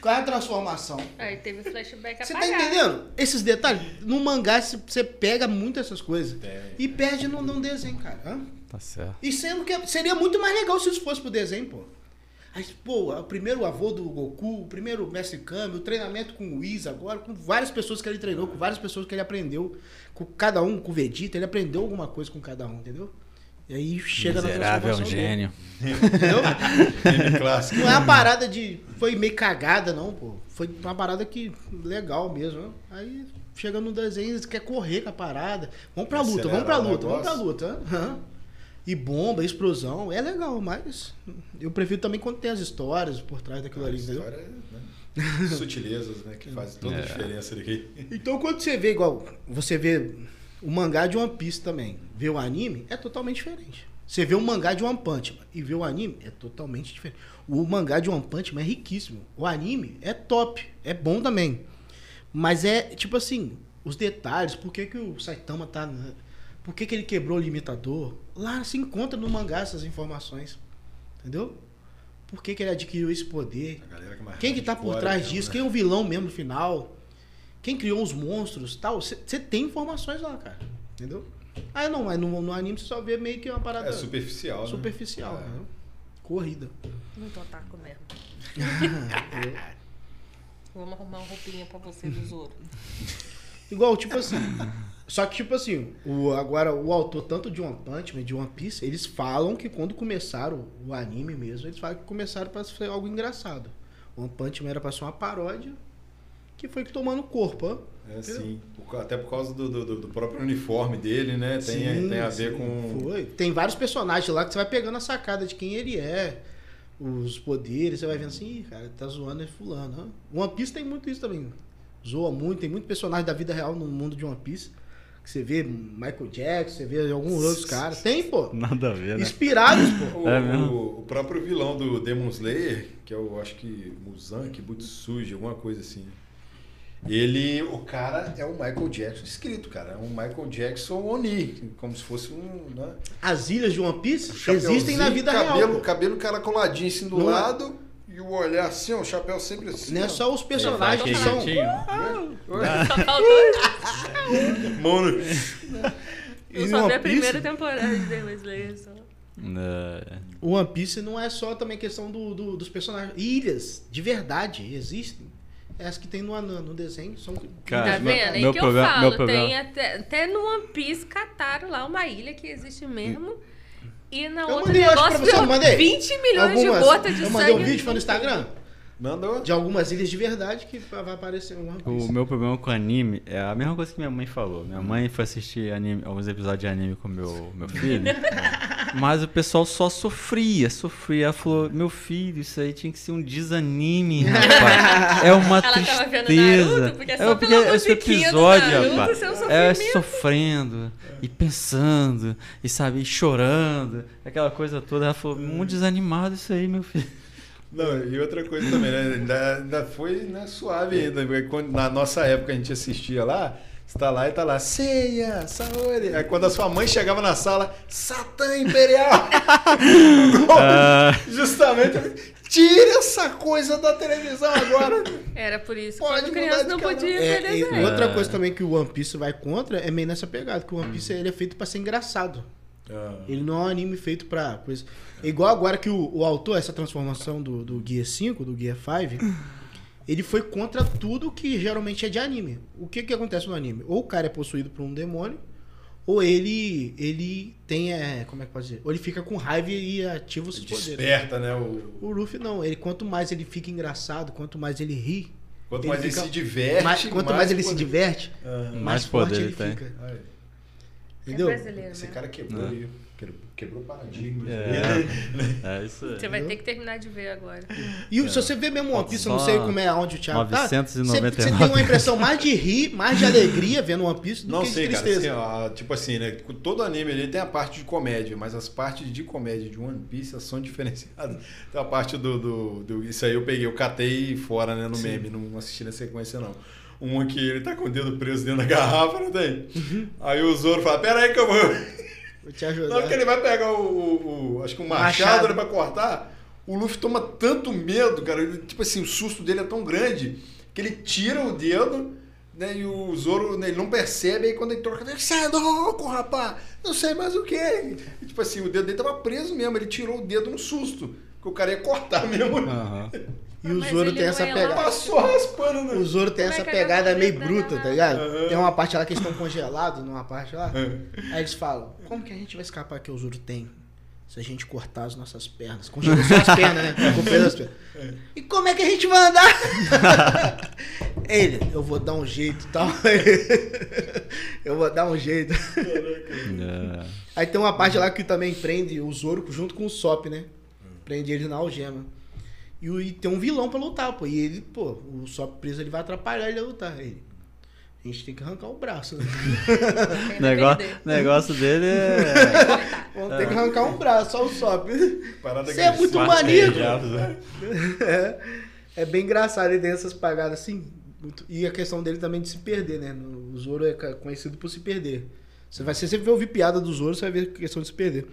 Speaker 2: com a transformação.
Speaker 3: Aí teve flashback
Speaker 2: Você tá
Speaker 3: apagado.
Speaker 2: entendendo? Esses detalhes, no mangá você- você pega muito essas coisas.
Speaker 1: É,
Speaker 2: E perde num, num desenho, cara. Hã?
Speaker 5: Tá certo.
Speaker 2: E sendo que é, seria muito mais legal se isso fosse pro desenho, pô. Aí, pô, o primeiro avô do Goku, o primeiro Mestre Kami, o treinamento com o Whis agora, com várias pessoas que ele treinou, com várias pessoas que ele aprendeu, com cada um, com o Vegeta, ele aprendeu alguma coisa com cada um, entendeu? E aí chega
Speaker 5: Miserável, é
Speaker 2: na
Speaker 5: um
Speaker 2: transformação dele,
Speaker 5: gênio.
Speaker 2: entendeu?
Speaker 6: Filme clássico. né?
Speaker 2: Não é uma parada de... Foi meio cagada, não, pô. Foi uma parada que... Legal mesmo, né? Aí chega no desenho, eles querem correr com a parada. Vamos pra luta, vamos pra
Speaker 6: Acelerar o
Speaker 2: luta, vamos pra
Speaker 6: negócio.
Speaker 2: luta. Aham. E bomba, explosão, é legal, mas eu prefiro também quando tem as histórias por trás daquilo ali, entendeu?
Speaker 6: História, né? Sutilezas, né? Que fazem
Speaker 5: É.
Speaker 6: toda a diferença aqui.
Speaker 2: Então quando você vê igual, você vê o mangá de One Piece também, vê o anime, é totalmente diferente. Você vê o mangá de One Punch Man e vê o anime, é totalmente diferente. O mangá de One Punch Man é riquíssimo. O anime é top, é bom também. Mas é, tipo assim, os detalhes, por que, que o Saitama tá... na- Por que, que ele quebrou o limitador? Lá se encontra no mangá essas informações, entendeu? Por que, que ele adquiriu esse poder?
Speaker 6: A galera que é mais
Speaker 2: Quem que tá por
Speaker 6: hardcore,
Speaker 2: trás
Speaker 6: né?
Speaker 2: disso? Quem é o vilão mesmo no final? Quem criou os monstros tal? Você tem informações lá, cara. Entendeu? Ah, não, mas no, no anime você só vê meio que uma parada
Speaker 6: É superficial. né?
Speaker 2: superficial,
Speaker 6: É.
Speaker 2: entendeu? Corrida.
Speaker 3: Muito otaku mesmo. Vamos arrumar uma roupinha pra você do Zoro.
Speaker 2: Igual, tipo assim. só que, tipo assim, o, agora o autor, tanto de One Punch Man, de One Piece, eles falam que quando começaram o anime mesmo, eles falam que começaram pra ser algo engraçado. One Punch Man era pra ser uma paródia que foi tomando corpo, ó.
Speaker 6: É, sim. Por ca- Até por causa do, do, do próprio uniforme dele, né? Tem,
Speaker 2: Sim,
Speaker 6: tem a
Speaker 2: sim,
Speaker 6: ver com.
Speaker 2: Foi. Tem vários personagens lá que você vai pegando a sacada de quem ele é, os poderes, você vai vendo assim, "Ih, cara, tá zoando é fulano. ó." One Piece tem muito isso também. Zoa muito, tem muito personagem da vida real no mundo de One Piece. Que você vê Michael Jackson, você vê alguns outros caras. Tem, pô.
Speaker 5: Nada a ver, né?
Speaker 2: Inspirados, pô.
Speaker 6: O,
Speaker 5: É mesmo?
Speaker 6: o- o próprio vilão do Demon Slayer, que eu acho que Muzan, que Butsuji, alguma coisa assim. Ele, o cara é o Michael Jackson escrito, cara. É um Michael Jackson Oni, como se fosse um. Né?
Speaker 2: As ilhas de One Piece existem
Speaker 6: Chapeuzinho,
Speaker 2: na vida
Speaker 6: cabelo,
Speaker 2: real. pô.
Speaker 6: Cabelo caracoladinho assim do
Speaker 2: Não é?
Speaker 6: lado e o olhar assim, ó, o chapéu sempre assim.
Speaker 2: Não é
Speaker 6: ó.
Speaker 2: só os
Speaker 5: Faz
Speaker 2: personagens que são.
Speaker 5: quentinho.
Speaker 3: Só faltou.
Speaker 6: Mano,
Speaker 2: E
Speaker 3: Eu só vi
Speaker 2: One
Speaker 3: a
Speaker 2: Piece?
Speaker 3: primeira temporada de Demon Slayer só.
Speaker 5: É,
Speaker 2: O One Piece não é só também questão do, do- dos personagens. Ilhas, de verdade, existem. Essas que tem no, no no desenho são.
Speaker 5: Cara,
Speaker 3: tá
Speaker 5: meu-
Speaker 3: vendo? É
Speaker 5: meu
Speaker 3: que
Speaker 5: problema-
Speaker 3: eu falo.
Speaker 5: meu problema-
Speaker 3: Tem até, até no One Piece cataram lá uma ilha que existe mesmo. E na
Speaker 2: Eu
Speaker 3: outra
Speaker 2: mandei, eu acho,
Speaker 3: negócio
Speaker 2: pra você, eu
Speaker 3: deu
Speaker 2: mandei.
Speaker 3: 20 milhões de gotas de
Speaker 2: eu
Speaker 3: sangue.
Speaker 2: mandei um vídeo foi no Instagram
Speaker 1: Mandou.
Speaker 2: de algumas ilhas de verdade que vai aparecer no One Piece.
Speaker 5: O meu problema com anime é a mesma coisa que minha mãe falou. Minha mãe foi assistir anime- alguns episódios de anime com meu, meu filho. mas o pessoal só sofria, sofria. Ela falou: Meu filho, isso aí tinha que ser um desanime, rapaz. É uma
Speaker 3: Ela
Speaker 5: tristeza.
Speaker 3: tava vendo Naruto, porque é só pela
Speaker 5: esse
Speaker 3: musiquinha do
Speaker 5: episódio,
Speaker 3: Naruto,
Speaker 5: rapaz.
Speaker 3: seu
Speaker 5: É
Speaker 3: sofrimento.
Speaker 5: sofrendo e pensando e sabe, e chorando, aquela coisa toda. Ela falou: Muito desanimado isso aí, meu filho.
Speaker 1: Não, e outra coisa também, né? Ainda, ainda foi né, suave ainda. porque quando- na nossa época a gente assistia lá, você tá lá e tá lá, ceia, saori. Aí quando a sua mãe chegava na sala, Satã Imperial! Justamente, tira essa coisa da televisão agora.
Speaker 5: É.
Speaker 3: Era por isso que
Speaker 1: Pode
Speaker 3: quando
Speaker 1: mudar
Speaker 3: criança
Speaker 1: de
Speaker 3: não
Speaker 1: canal.
Speaker 3: podia ver
Speaker 2: É, e
Speaker 3: desenho.
Speaker 2: outra coisa também que o One Piece vai contra é meio nessa pegada, que o One Piece ele é feito pra ser engraçado. Ele não é um anime feito pra. Coisa... É Igual agora que o, o autor, essa transformação do, do Gear 5, do Gear 5, ele foi contra tudo que geralmente é de anime. O que que acontece no anime? Ou o cara é possuído por um demônio, ou ele ele tem. É, como é que pode dizer? Ou ele fica com raiva e ativa os poderes.
Speaker 1: Desperta, né? O,
Speaker 2: O Luffy não, ele quanto mais ele fica engraçado, quanto mais ele ri,
Speaker 1: quanto
Speaker 2: Ele
Speaker 1: mais ele,
Speaker 2: fica-
Speaker 1: se diverte.
Speaker 2: mais- quanto mais, ele se diverte,
Speaker 1: É.
Speaker 2: mais,
Speaker 5: Mais
Speaker 2: forte
Speaker 5: poder
Speaker 2: ele
Speaker 5: ele tem.
Speaker 2: fica.
Speaker 1: Ai,
Speaker 2: Entendeu?
Speaker 3: É brasileiro,
Speaker 1: Esse
Speaker 3: né?
Speaker 1: cara quebrou, aí, quebrou, quebrou paradigmas.
Speaker 5: É, é isso aí.
Speaker 3: Você vai ter que terminar de ver agora.
Speaker 2: E se você vê mesmo One Piece, eu não
Speaker 5: Só
Speaker 2: sei como é onde o Thiago tá. Você, você
Speaker 5: 999.
Speaker 2: tem uma impressão mais de rir, mais de alegria vendo One Piece do
Speaker 1: Não
Speaker 2: que
Speaker 1: sei,
Speaker 2: de
Speaker 1: cara.
Speaker 2: tristeza.
Speaker 1: assim, ó, tipo assim, né? Todo anime ali tem a parte de comédia, mas as partes de comédia de One Piece elas são diferenciadas. Então a parte do, do, do- Isso aí eu peguei, eu catei fora, né? No meme, não assisti na sequência, não. Um que ele tá com o dedo preso dentro da garrafa, não tem?
Speaker 2: Uhum.
Speaker 1: Aí o Zoro fala: Pera aí que eu vou.
Speaker 2: Vou te
Speaker 1: Na hora que
Speaker 2: ajudar.
Speaker 1: ele vai pegar o, o- o- acho que o machado,
Speaker 2: Machado.
Speaker 1: né, pra cortar, o Luffy toma tanto medo, cara. ele- tipo assim, o susto dele é tão grande que ele tira o dedo, né? E o Zoro, né, ele não percebe, aí quando ele troca, ele sai louco, rapaz! Não sei mais o que. Tipo assim, o dedo dele tava preso mesmo, ele tirou o dedo num susto. Que o cara ia cortar mesmo.
Speaker 5: Aham.
Speaker 2: E o
Speaker 3: Mas
Speaker 2: Zoro
Speaker 3: ele
Speaker 2: tem
Speaker 3: não
Speaker 2: essa
Speaker 3: é
Speaker 2: pegada.
Speaker 1: Passou raspando,
Speaker 2: O
Speaker 1: né?
Speaker 2: Zoro tem
Speaker 3: Como é
Speaker 2: essa
Speaker 3: que ele
Speaker 2: pegada
Speaker 3: vai
Speaker 2: meio
Speaker 3: lidar,
Speaker 2: bruta,
Speaker 3: né?
Speaker 2: tá ligado? Tem uma parte lá que eles estão congelados, numa parte lá. Aí eles falam, como que a gente vai escapar que o Zoro tem? Se a gente cortar as nossas pernas. Congelou só as pernas, né? Ficou preso as pernas. E como é que a gente vai andar? Ele, eu vou dar um jeito e tal. eu vou dar um jeito.
Speaker 5: É.
Speaker 2: Aí tem uma parte lá que também prende o Zoro junto com o Sop, né? Prende ele na algema. E, o- e tem um vilão pra lutar, pô. E ele, pô, o Sop preso ele vai atrapalhar ele a lutar. Aí Ele, a gente tem que arrancar o braço, né?
Speaker 3: Quem vai
Speaker 5: Negócio,
Speaker 3: perder?
Speaker 5: negócio dele é.
Speaker 2: Vamos ter que arrancar um braço, só o Sop.
Speaker 1: Parada
Speaker 2: Você
Speaker 1: que
Speaker 2: é
Speaker 1: ele
Speaker 2: muito
Speaker 1: faz.
Speaker 2: maníaco.
Speaker 5: né?
Speaker 2: é, é bem engraçado ele tem essas pagadas assim. muito- E a questão dele também de se perder, né? No- O Zoro é ca- conhecido por se perder. Você vai, se você vai ouvir piada do Zoro, você vai ver a questão de se perder.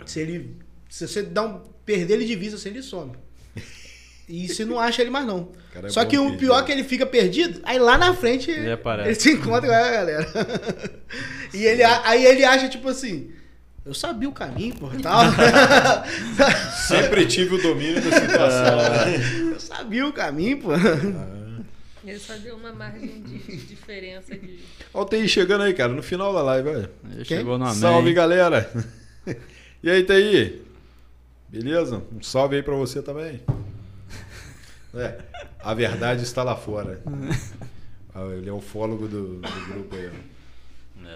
Speaker 1: É.
Speaker 2: Se ele. Se você dá um, perder ele de vista, assim, ele some. E você não acha ele mais, não.
Speaker 1: Cara, é
Speaker 2: Só
Speaker 1: bom
Speaker 2: que o
Speaker 1: que-
Speaker 2: pior é que ele fica perdido, aí lá na frente
Speaker 5: Ele aparece.
Speaker 2: ele se encontra com a galera. E ele, a- aí ele acha, tipo assim, eu sabia o caminho, portal.
Speaker 1: Sempre tive o domínio da situação.
Speaker 2: eu sabia o caminho, pô.
Speaker 3: Ele só deu uma margem de diferença de.
Speaker 1: Olha o TI chegando aí, cara, no final da live, olha.
Speaker 5: Ele Chegou no amém.
Speaker 1: Salve, galera! E aí, Thaí? Beleza? Um salve aí pra você também. É, a verdade está lá fora. Ah, Ele é o fólogo do, do grupo aí. ó.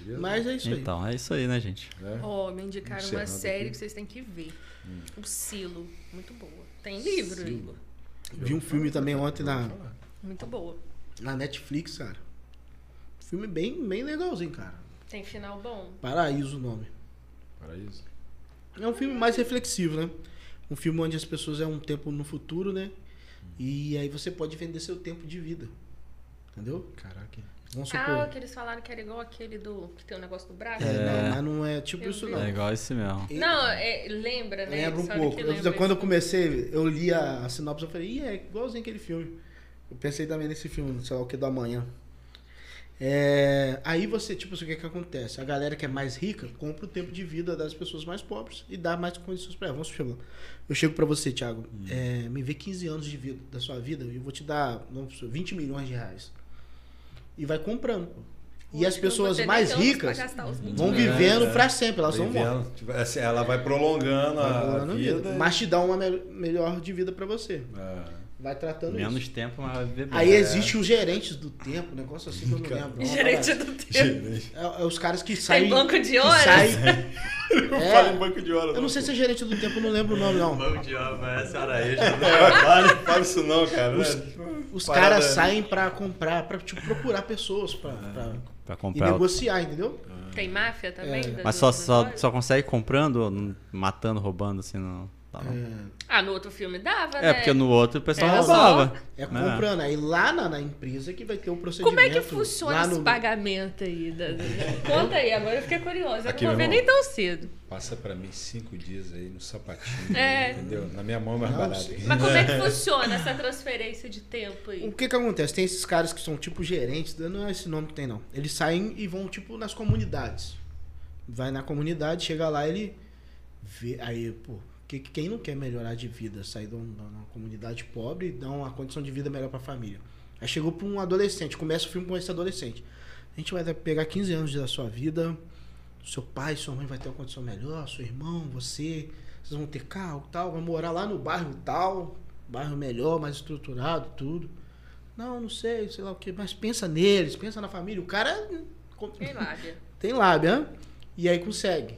Speaker 1: Beleza?
Speaker 2: Mas é isso aí.
Speaker 5: Então, é isso aí, né, gente?
Speaker 1: É.
Speaker 3: Ó, me indicaram uma
Speaker 1: Encerrado
Speaker 3: série
Speaker 1: aqui.
Speaker 3: que vocês têm que ver.
Speaker 2: Hum.
Speaker 3: O Silo. Muito boa. Tem livro, Igor.
Speaker 2: Vi um filme também ontem na,
Speaker 3: Muito boa.
Speaker 2: na Netflix, cara. Filme bem, bem legalzinho, cara.
Speaker 3: Tem final bom.
Speaker 2: Paraíso o nome.
Speaker 1: Paraíso.
Speaker 2: É um filme mais reflexivo, né? Um filme onde as pessoas é um tempo no futuro, né? E aí você pode vender seu tempo de vida. Entendeu?
Speaker 1: Caraca.
Speaker 2: Vamos
Speaker 3: Ah,
Speaker 2: supor.
Speaker 3: que eles falaram que era igual aquele do. que tem o negócio do braço.
Speaker 2: É, não, mas não é tipo
Speaker 3: Eu
Speaker 2: isso,
Speaker 3: vi.
Speaker 2: não.
Speaker 5: É igual esse mesmo.
Speaker 3: Não, é, lembra, né?
Speaker 2: Lembra um
Speaker 3: Sabe
Speaker 2: pouco.
Speaker 3: que
Speaker 2: Eu-
Speaker 3: lembra
Speaker 2: quando eu
Speaker 3: isso.
Speaker 2: comecei, eu li a, a sinopse, eu falei, Ih, é igualzinho aquele filme. Eu pensei também nesse filme, sei lá o que, do amanhã. É, aí você, tipo, assim, o que, que acontece? A galera que é mais rica compra o tempo de vida das pessoas mais pobres e dá mais condições para elas. Vamos supor, eu chego para você, Thiago,
Speaker 6: Hum.
Speaker 2: é, me vê 15 anos de vida, da sua vida, e eu vou te dar vamos supor, 20 milhões de reais. E vai comprando. pô. E as pessoas mais ricas vão
Speaker 3: Vão
Speaker 5: milhões.
Speaker 2: vivendo
Speaker 6: É,
Speaker 2: pra sempre, elas vão morrer.
Speaker 6: Vivendo, tipo,
Speaker 1: é,
Speaker 6: assim, ela vai prolongando
Speaker 2: Vai
Speaker 6: a
Speaker 2: melhorando a vida,
Speaker 6: vida.
Speaker 2: Mas te dá uma me- melhor de vida pra você.
Speaker 1: Ah,
Speaker 6: É.
Speaker 2: Vai tratando
Speaker 5: Menos
Speaker 2: Então
Speaker 5: É.
Speaker 2: isso.
Speaker 5: tempo, mas vai viver bem.
Speaker 2: Aí é- existe os gerentes do tempo, um negócio assim que eu não lembro. É uma
Speaker 3: Gerente
Speaker 2: parada.
Speaker 3: do tempo.
Speaker 2: É, é os caras que saem.
Speaker 3: banco de
Speaker 2: que
Speaker 3: horas?
Speaker 2: saem-
Speaker 6: Não
Speaker 2: É.
Speaker 6: fala em banco de horas.
Speaker 2: eu não sei se é gerente do tempo, eu não lembro o nome, não.
Speaker 5: Mão de obra, essa hora né, extra.
Speaker 1: É,
Speaker 6: Fala, fala isso não,
Speaker 1: né?
Speaker 6: cara.
Speaker 2: Os- Os
Speaker 6: Parada-
Speaker 2: caras saem pra comprar, pra tipo, procurar pessoas pra, pra-
Speaker 5: Pra
Speaker 2: e
Speaker 5: É. comprar. o-
Speaker 2: negociar, entendeu?
Speaker 3: Tem máfia também?
Speaker 2: É.
Speaker 3: da-
Speaker 5: Mas
Speaker 3: do-
Speaker 5: só,
Speaker 3: do
Speaker 5: só,
Speaker 3: Roy?
Speaker 5: só consegue comprando, ou n- matando, roubando, assim, não. tá bom.
Speaker 3: Ah, no outro filme dava,
Speaker 5: É,
Speaker 3: né?
Speaker 5: porque no outro o pessoal
Speaker 3: Era
Speaker 5: roubava.
Speaker 2: É
Speaker 5: É.
Speaker 2: comprando. Aí lá na, na empresa que vai ter o procedimento.
Speaker 3: Como é que funciona
Speaker 2: lá
Speaker 3: esse
Speaker 2: no-
Speaker 3: pagamento aí? da- da- Conta aí, agora eu fiquei curiosa. Eu
Speaker 6: Aqui,
Speaker 3: não vou
Speaker 6: meu
Speaker 3: ver
Speaker 6: irmão.
Speaker 3: nem tão cedo.
Speaker 6: Passa pra mim cinco dias aí no sapatinho.
Speaker 3: É.
Speaker 6: Entendeu? Na minha mão é mais
Speaker 2: Não,
Speaker 6: barato.
Speaker 2: sim.
Speaker 3: Mas como é que funciona essa transferência de tempo
Speaker 2: O
Speaker 3: aí?
Speaker 2: que que acontece? Tem esses caras que são tipo gerentes, não é esse nome que tem não. Eles saem e vão tipo nas comunidades. Vai na comunidade, chega lá, ele vê, aí, pô, que, que- quem não quer melhorar de vida, sair de um- de uma comunidade pobre e dar uma condição de vida melhor pra família. Aí chegou pra um adolescente, começa o filme com esse adolescente. A gente vai dar- pegar 15 anos da sua vida, seu pai, sua mãe vai ter uma condição melhor, seu irmão, você, vocês vão ter carro, tal, vai morar lá no bairro tal, bairro melhor, mais estruturado, tudo. Não, não sei, sei lá o quê, mas pensa neles, pensa na família. O cara com-
Speaker 3: Tem lábia.
Speaker 2: tem lábia, né? e aí consegue.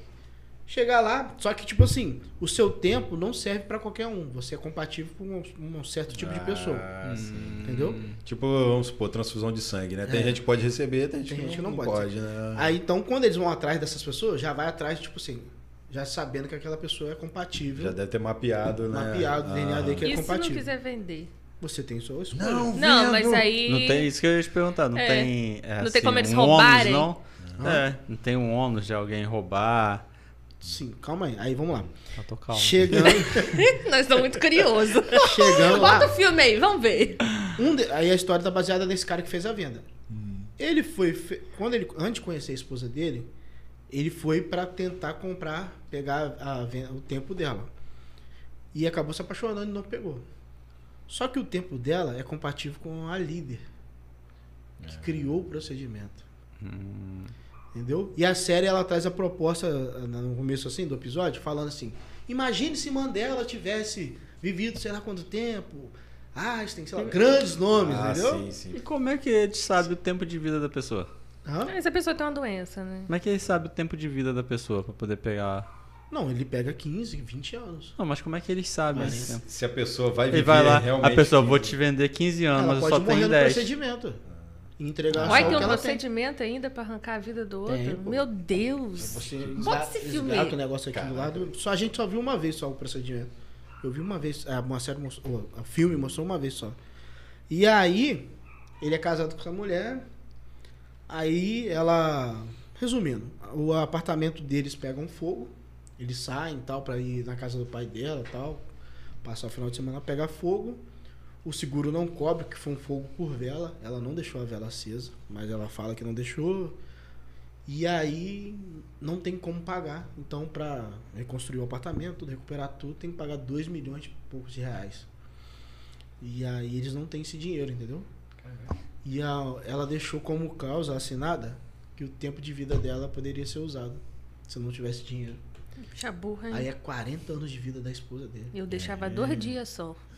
Speaker 2: Chegar lá, só que tipo assim, o seu tempo não serve pra qualquer um. Você é compatível com um, um certo tipo de pessoa,
Speaker 6: Ah, sim.
Speaker 5: Hum.
Speaker 2: entendeu?
Speaker 6: Tipo, vamos supor, transfusão de sangue, né? Tem
Speaker 2: É.
Speaker 6: gente que pode receber, tem gente,
Speaker 2: Tem
Speaker 6: que não, pode, né?
Speaker 2: Aí então, quando eles vão atrás dessas pessoas, já vai atrás, tipo assim, já sabendo que aquela pessoa é compatível.
Speaker 6: Já deve ter mapeado, né?
Speaker 2: Mapeado, DNA dele que é
Speaker 3: E se não
Speaker 2: compatível.
Speaker 3: quiser vender?
Speaker 2: Você tem sua escolha.
Speaker 6: Não,
Speaker 3: Não,
Speaker 6: vendo.
Speaker 3: mas aí.
Speaker 5: Não tem isso que eu ia te perguntar. Não
Speaker 3: É.
Speaker 5: tem.
Speaker 3: Não
Speaker 5: é,
Speaker 3: tem
Speaker 5: assim,
Speaker 3: como eles
Speaker 5: um
Speaker 3: roubarem?
Speaker 5: Ônus, não? É, não tem um ônus de alguém roubar.
Speaker 2: Sim, calma aí. Aí vamos lá.
Speaker 5: Eu Ah, tô calmo.
Speaker 2: Chegando,
Speaker 3: Nós estamos muito curiosos.
Speaker 2: chegando É, lá.
Speaker 3: Bota o filme aí, vamos ver.
Speaker 2: Um de- Aí a história tá baseada nesse cara que fez a venda.
Speaker 6: Hum.
Speaker 2: Ele foi. fe- Quando ele, antes de conhecer a esposa dele, ele foi pra tentar comprar, pegar a ven- o tempo dela. E acabou se apaixonando e não pegou. Só que o tempo dela é compatível com a líder
Speaker 6: É.
Speaker 2: que criou o procedimento.
Speaker 5: Hum.
Speaker 2: Entendeu? E a série ela traz a proposta ah, no começo assim do episódio, falando assim: imagine se Mandela tivesse vivido sei lá quanto tempo. Einstein, sei lá, grandes nomes,
Speaker 6: Ah,
Speaker 2: entendeu?
Speaker 6: sim, sim.
Speaker 5: E como é que eles sabem o tempo de vida da pessoa?
Speaker 2: Hã?
Speaker 3: Essa pessoa tem uma doença, né?
Speaker 5: Como é que eles sabem o tempo de vida da pessoa pra poder pegar.
Speaker 2: Não, ele pega 15, 20 anos.
Speaker 5: Não, mas como é que eles sabem esse tempo?
Speaker 6: Se a pessoa vai viver
Speaker 5: Ele vai lá,
Speaker 6: realmente...
Speaker 5: a pessoa, vou te vender 15 anos,
Speaker 2: Ela
Speaker 5: mas eu
Speaker 2: pode
Speaker 5: só
Speaker 2: morrer
Speaker 5: tenho
Speaker 2: no
Speaker 5: 10.
Speaker 2: procedimento. E entregar
Speaker 3: Vai
Speaker 2: só
Speaker 3: ter
Speaker 2: o que
Speaker 3: um
Speaker 2: ela tem.
Speaker 3: procedimento ainda pra arrancar a vida do outro?
Speaker 2: Tem, pô.
Speaker 3: Meu Deus.
Speaker 2: É, Você
Speaker 3: Bota
Speaker 2: esga-
Speaker 3: esse filme
Speaker 2: esgata o
Speaker 3: aí.
Speaker 2: negócio aqui do lado. Só, a gente só viu uma vez só o procedimento. Eu vi uma vez, a uma série mostrou, o filme mostrou uma vez só. E aí, ele é casado com essa mulher. Aí ela. Resumindo, o apartamento deles pega um fogo. Eles saem e tal pra ir na casa do pai dela e tal. Passar o final de semana, pega fogo. O seguro não cobre, que foi um fogo por vela. Ela não deixou a vela acesa, mas ela fala que não deixou. E aí não tem como pagar. Então, pra reconstruir o apartamento, tudo, recuperar tudo, tem que pagar 2 milhões de poucos de reais. E aí eles não têm esse dinheiro, entendeu? E a- ela deixou como causa assinada que o tempo de vida dela poderia ser usado se não tivesse dinheiro.
Speaker 3: Puxa burra, hein?
Speaker 2: Aí é 40 anos de vida da esposa dele.
Speaker 3: Eu deixava dois dias só.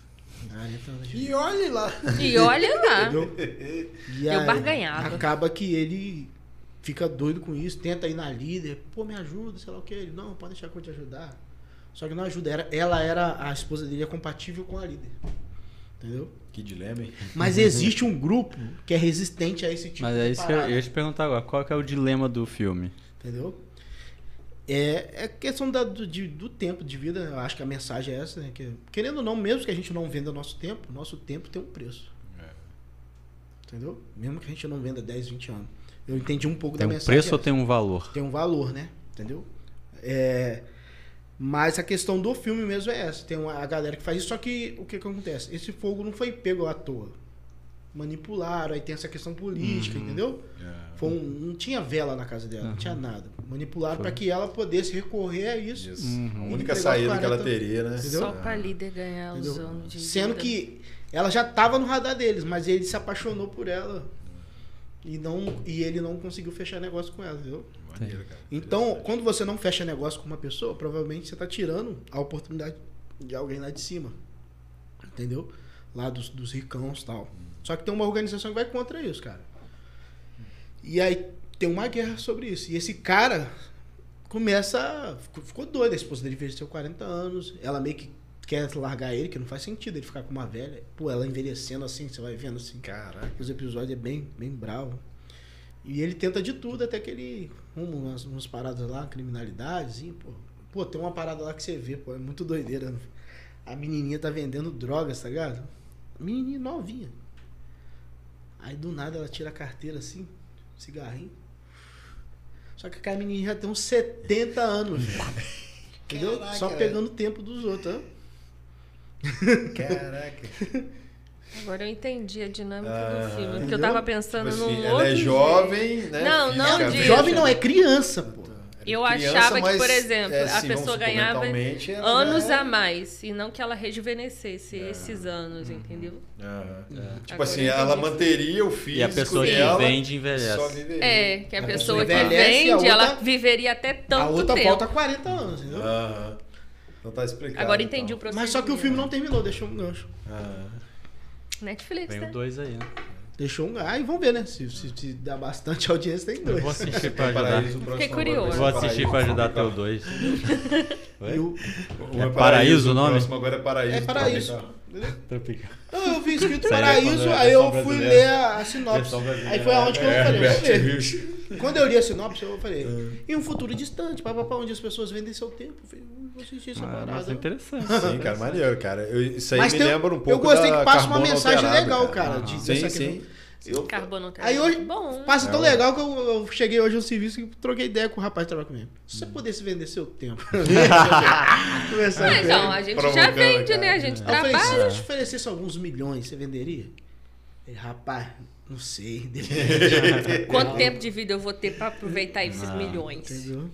Speaker 2: 40 anos de vida.
Speaker 6: E olhe lá.
Speaker 3: E olha lá.
Speaker 2: Entendeu? E
Speaker 3: Eu
Speaker 2: aí,
Speaker 3: barganhava.
Speaker 2: Acaba que ele fica doido com isso, tenta ir na líder, pô, me ajuda, sei lá o que. Ele, não, pode deixar que eu te ajudar. Só que não ajuda. Era, ela era, a esposa dele é compatível com a líder. Entendeu?
Speaker 6: Que dilema, hein?
Speaker 2: Mas existe um grupo que é resistente a esse tipo
Speaker 5: Uhum. Mas
Speaker 2: de
Speaker 5: é isso que eu,
Speaker 2: parada,
Speaker 5: eu ia te perguntar agora. Qual que é o dilema do filme?
Speaker 2: Entendeu? É, é questão da- do, de- do tempo de vida. Eu acho que a mensagem é essa, né? Que, querendo ou não, mesmo que a gente não venda nosso tempo, nosso tempo tem um preço. Entendeu? Mesmo que a gente não venda 10, 20 anos. Eu entendi um pouco
Speaker 5: Tem
Speaker 2: da
Speaker 5: um
Speaker 2: mensagem.
Speaker 5: preço ou
Speaker 2: essa
Speaker 5: tem um valor?
Speaker 2: tem um valor, né? Entendeu? É, mas a questão do filme mesmo é essa. Tem uma, a galera que faz isso, só que o que, que acontece? Esse fogo não foi pego à toa. manipularam, aí tem essa questão política, entendeu?
Speaker 1: É.
Speaker 6: Ah,
Speaker 2: Foi um- não tinha vela na casa dela, não tinha nada. Manipularam para que ela pudesse recorrer a isso.
Speaker 1: Isso. A única
Speaker 2: Entregar
Speaker 1: saída que ela
Speaker 2: 40.
Speaker 1: teria, né?
Speaker 2: Entendeu?
Speaker 3: Só pra líder ganhar os
Speaker 2: Entendeu?
Speaker 3: anos de
Speaker 2: Sendo
Speaker 3: vida.
Speaker 2: que ela já tava no radar deles, mas ele se apaixonou por ela. E, não, e ele não conseguiu fechar negócio com ela, entendeu?
Speaker 1: Maneiro, cara.
Speaker 2: Então, quando você não fecha negócio com uma pessoa, provavelmente você tá tirando a oportunidade de alguém lá de cima. Entendeu? Lá dos, dos ricãos e tal. Só que tem uma organização que vai contra isso, cara. E aí tem uma guerra sobre isso. E esse cara começa. a- Ficou, ficou doido. A esposa dele envelheceu 40 anos. Ela meio que quer largar ele, que não faz sentido ele ficar com uma velha. Pô, ela envelhecendo assim, você vai vendo assim.
Speaker 1: Caraca.
Speaker 2: Os episódios é bem, bem bravo. E ele tenta de tudo, até que ele arruma umas, umas paradas lá, criminalidade, assim, pô. Pô, tem uma parada lá que você vê, pô, é muito doideira. né? A menininha tá vendendo drogas, tá ligado? Menininha novinha. Aí do nada ela tira a carteira assim, cigarrinho. Só que a menininha já tem uns 70 anos. entendeu? Só
Speaker 1: Caraca,
Speaker 2: pegando o tempo dos outros, né?
Speaker 1: Caraca.
Speaker 3: Agora eu entendi a dinâmica
Speaker 1: Ah,
Speaker 3: do filme. Porque
Speaker 2: entendeu?
Speaker 3: eu tava pensando
Speaker 1: Tipo
Speaker 3: num
Speaker 1: assim,
Speaker 3: outro
Speaker 1: ela é
Speaker 3: jeito.
Speaker 1: jovem, né?
Speaker 3: Não, não
Speaker 1: fisicamente.
Speaker 3: disso.
Speaker 2: Jovem não, é criança, pô.
Speaker 3: Eu
Speaker 1: Criança,
Speaker 3: achava que,
Speaker 1: mas,
Speaker 3: por exemplo,
Speaker 1: é,
Speaker 3: a
Speaker 1: sim, vamos
Speaker 3: pessoa
Speaker 1: supor,
Speaker 3: ganhava
Speaker 1: mentalmente, ela
Speaker 2: é-
Speaker 6: é
Speaker 3: Anos
Speaker 1: já-
Speaker 3: a mais. E não que ela rejuvenescesse
Speaker 2: Ah.
Speaker 3: esses anos, entendeu?
Speaker 2: Uhum.
Speaker 1: Aham. Tipo
Speaker 3: Agora
Speaker 1: assim,
Speaker 3: eu entendi.
Speaker 1: ela manteria o
Speaker 2: um
Speaker 1: físico
Speaker 5: então, E a pessoa que
Speaker 1: dela,
Speaker 5: vende
Speaker 1: só
Speaker 5: envelhece.
Speaker 1: viveria.
Speaker 3: É, que a, pessoa que
Speaker 2: envelhece,
Speaker 3: vende,
Speaker 2: a outra-
Speaker 3: ela viveria até tanto
Speaker 2: a outra
Speaker 3: tempo.
Speaker 2: volta 40 anos, entendeu?
Speaker 1: Aham. Então tá explicado.
Speaker 3: Agora entendi o
Speaker 1: então.
Speaker 3: processo.
Speaker 2: Mas só que o filme não terminou, deixou um gancho.
Speaker 1: Aham.
Speaker 3: Netflix,
Speaker 5: Tem
Speaker 3: né?
Speaker 5: um dois aí, né?
Speaker 2: Deixou um gancho. Aí vamos ver, né? Se, se, se dá bastante audiência, tem
Speaker 5: Eu
Speaker 2: dois.
Speaker 5: vou assistir pra ajudar.
Speaker 1: Paraíso, o próximo
Speaker 3: Fiquei
Speaker 1: agora
Speaker 3: curioso.
Speaker 1: vai ser
Speaker 5: Vou assistir
Speaker 1: Paraíso.
Speaker 5: pra ajudar teu dois.
Speaker 2: E o-
Speaker 1: Um
Speaker 5: É Paraíso o nome?
Speaker 1: próximo agora é Paraíso.
Speaker 2: É Paraíso.
Speaker 5: Tropical.
Speaker 2: Não, eu vi escrito
Speaker 5: Isso aí é
Speaker 2: Paraíso,
Speaker 5: quando é
Speaker 2: aí eu
Speaker 5: versão
Speaker 2: fui
Speaker 5: brasileira.
Speaker 2: ler a, a sinopse.
Speaker 5: Versão brasileira. É,
Speaker 2: Aí foi aonde que eu falei, vamos ver.
Speaker 1: Rios.
Speaker 2: Quando eu li a sinopse, eu falei,
Speaker 5: É.
Speaker 2: em um futuro distante, papapá, onde as pessoas vendem seu tempo. Eu falei, "Hum, vou assistir essa
Speaker 5: Ah,
Speaker 2: parada.
Speaker 5: Nossa, interessante.
Speaker 1: Sim, cara, maneiro, cara. Eu- isso aí
Speaker 2: Mas
Speaker 1: me
Speaker 2: tem-
Speaker 1: lembra um pouco
Speaker 2: eu gostei
Speaker 1: da
Speaker 2: que passa uma
Speaker 1: Carbono
Speaker 2: mensagem
Speaker 1: Alterado,
Speaker 2: legal, cara. de-
Speaker 1: Sim,
Speaker 2: dessa
Speaker 1: sim.
Speaker 2: questão. Eu-
Speaker 3: Carbono tá
Speaker 2: Aí hoje
Speaker 3: bom.
Speaker 2: passa tão
Speaker 5: um
Speaker 1: É, ué.
Speaker 2: legal que eu, eu cheguei hoje no serviço e troquei ideia com o rapaz que trabalha comigo. Se você
Speaker 5: Hum.
Speaker 2: pudesse vender seu tempo. Conversar com
Speaker 3: Mas
Speaker 2: ele.
Speaker 3: não, a gente já
Speaker 1: Provocando,
Speaker 3: vende,
Speaker 1: cara.
Speaker 3: né? A gente
Speaker 2: Eu falei, se
Speaker 3: trabalha.
Speaker 2: eu te oferecesse alguns milhões, você venderia? Ele, rapaz, não sei. depende."
Speaker 3: Quanto tempo de vida eu vou ter pra aproveitar esses
Speaker 5: Ah,
Speaker 3: milhões?
Speaker 2: Entendeu?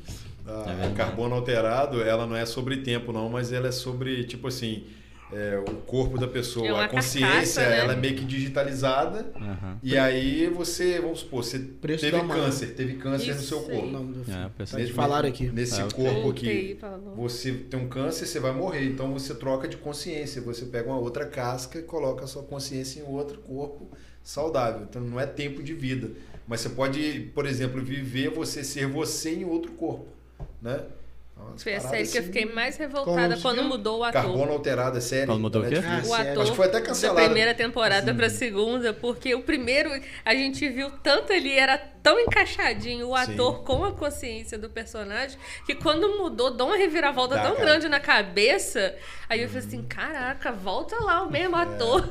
Speaker 2: É
Speaker 1: A Ah, carbono alterado, ela não é sobre tempo, não, mas ela é sobre, tipo assim, é, o corpo da pessoa,
Speaker 3: É uma
Speaker 1: a consciência,
Speaker 3: carcaça, né?
Speaker 1: ela é meio que digitalizada.
Speaker 5: Aham.
Speaker 1: E aí você, vamos supor, você
Speaker 2: Preço
Speaker 1: teve
Speaker 2: da mãe.
Speaker 1: câncer, teve câncer no
Speaker 3: Isso
Speaker 1: seu
Speaker 3: aí.
Speaker 2: O
Speaker 1: corpo.
Speaker 2: nome do
Speaker 5: É,
Speaker 2: filme.
Speaker 5: pessoal.
Speaker 2: Eles falaram aqui.
Speaker 1: Nesse
Speaker 5: Ah, ok.
Speaker 1: corpo
Speaker 3: Voltei,
Speaker 1: aqui.
Speaker 3: falou.
Speaker 1: Você tem um câncer, você vai morrer. Então você troca de consciência. Você pega uma outra casca e coloca a sua consciência em outro corpo saudável. Então não é tempo de vida. Mas você pode, por exemplo, viver você ser você em outro corpo. Né? Umas
Speaker 3: Foi a
Speaker 1: paradas
Speaker 3: série que eu
Speaker 1: assim,
Speaker 3: fiquei mais
Speaker 2: é
Speaker 3: revoltada
Speaker 2: Como
Speaker 3: quando
Speaker 2: se-
Speaker 3: mudou o ator.
Speaker 1: Carbono alterado, é série.
Speaker 5: Quando mudou
Speaker 1: da
Speaker 5: o quê?
Speaker 1: Netflix.
Speaker 2: Ah,
Speaker 3: O
Speaker 2: sério?
Speaker 3: ator
Speaker 1: Acho que foi até
Speaker 3: da
Speaker 1: cancelado.
Speaker 3: primeira temporada pra segunda, porque o primeiro a gente viu tanto ele era tão encaixadinho o ator com a consciência do personagem que quando mudou dá uma reviravolta
Speaker 1: Dá,
Speaker 3: tão
Speaker 1: cara. Hum.
Speaker 3: grande na cabeça. Aí eu falei assim, caraca, volta lá o
Speaker 1: É,
Speaker 3: mesmo ator.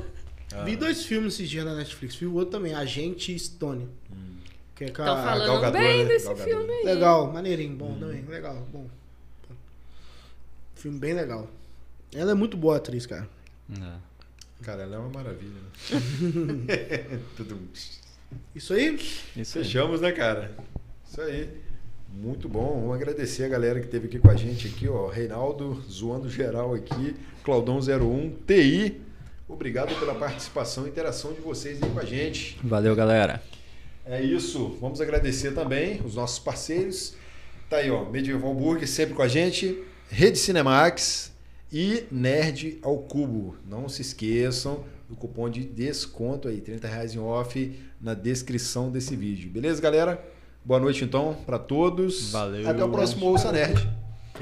Speaker 2: Vi dois filmes esses dias na Netflix. Vi o outro também, Agente Stone. Que é com a-
Speaker 3: Estão
Speaker 1: Gal
Speaker 3: falando
Speaker 1: Gadot,
Speaker 3: bem
Speaker 1: né?
Speaker 3: desse
Speaker 1: Gal Gadot.
Speaker 3: filme Então aí.
Speaker 2: Legal, maneirinho, bom também. Legal, bom. Filme bem legal. Ela é muito boa atriz, cara.
Speaker 5: É.
Speaker 1: Cara, ela é uma maravilha. né? Tudo
Speaker 2: Isso aí?
Speaker 5: Isso aí.
Speaker 1: Fechamos, né, cara? Isso aí. Muito bom. Vamos agradecer a galera que esteve aqui com a gente aqui, ó. Reinaldo zoando geral aqui, Claudão01 TI. Obrigado pela participação e interação de vocês aí com a gente.
Speaker 5: Valeu, galera.
Speaker 1: É isso. Vamos agradecer também os nossos parceiros. Tá aí, ó, Medieval Burger sempre com a gente, Rede Cinemax e Nerd ao Cubo. Não se esqueçam do cupom de desconto aí, 30 reais em off na descrição desse vídeo. Beleza, galera? Boa noite então para todos.
Speaker 5: Valeu.
Speaker 1: Até o próximo Ouça Nerd.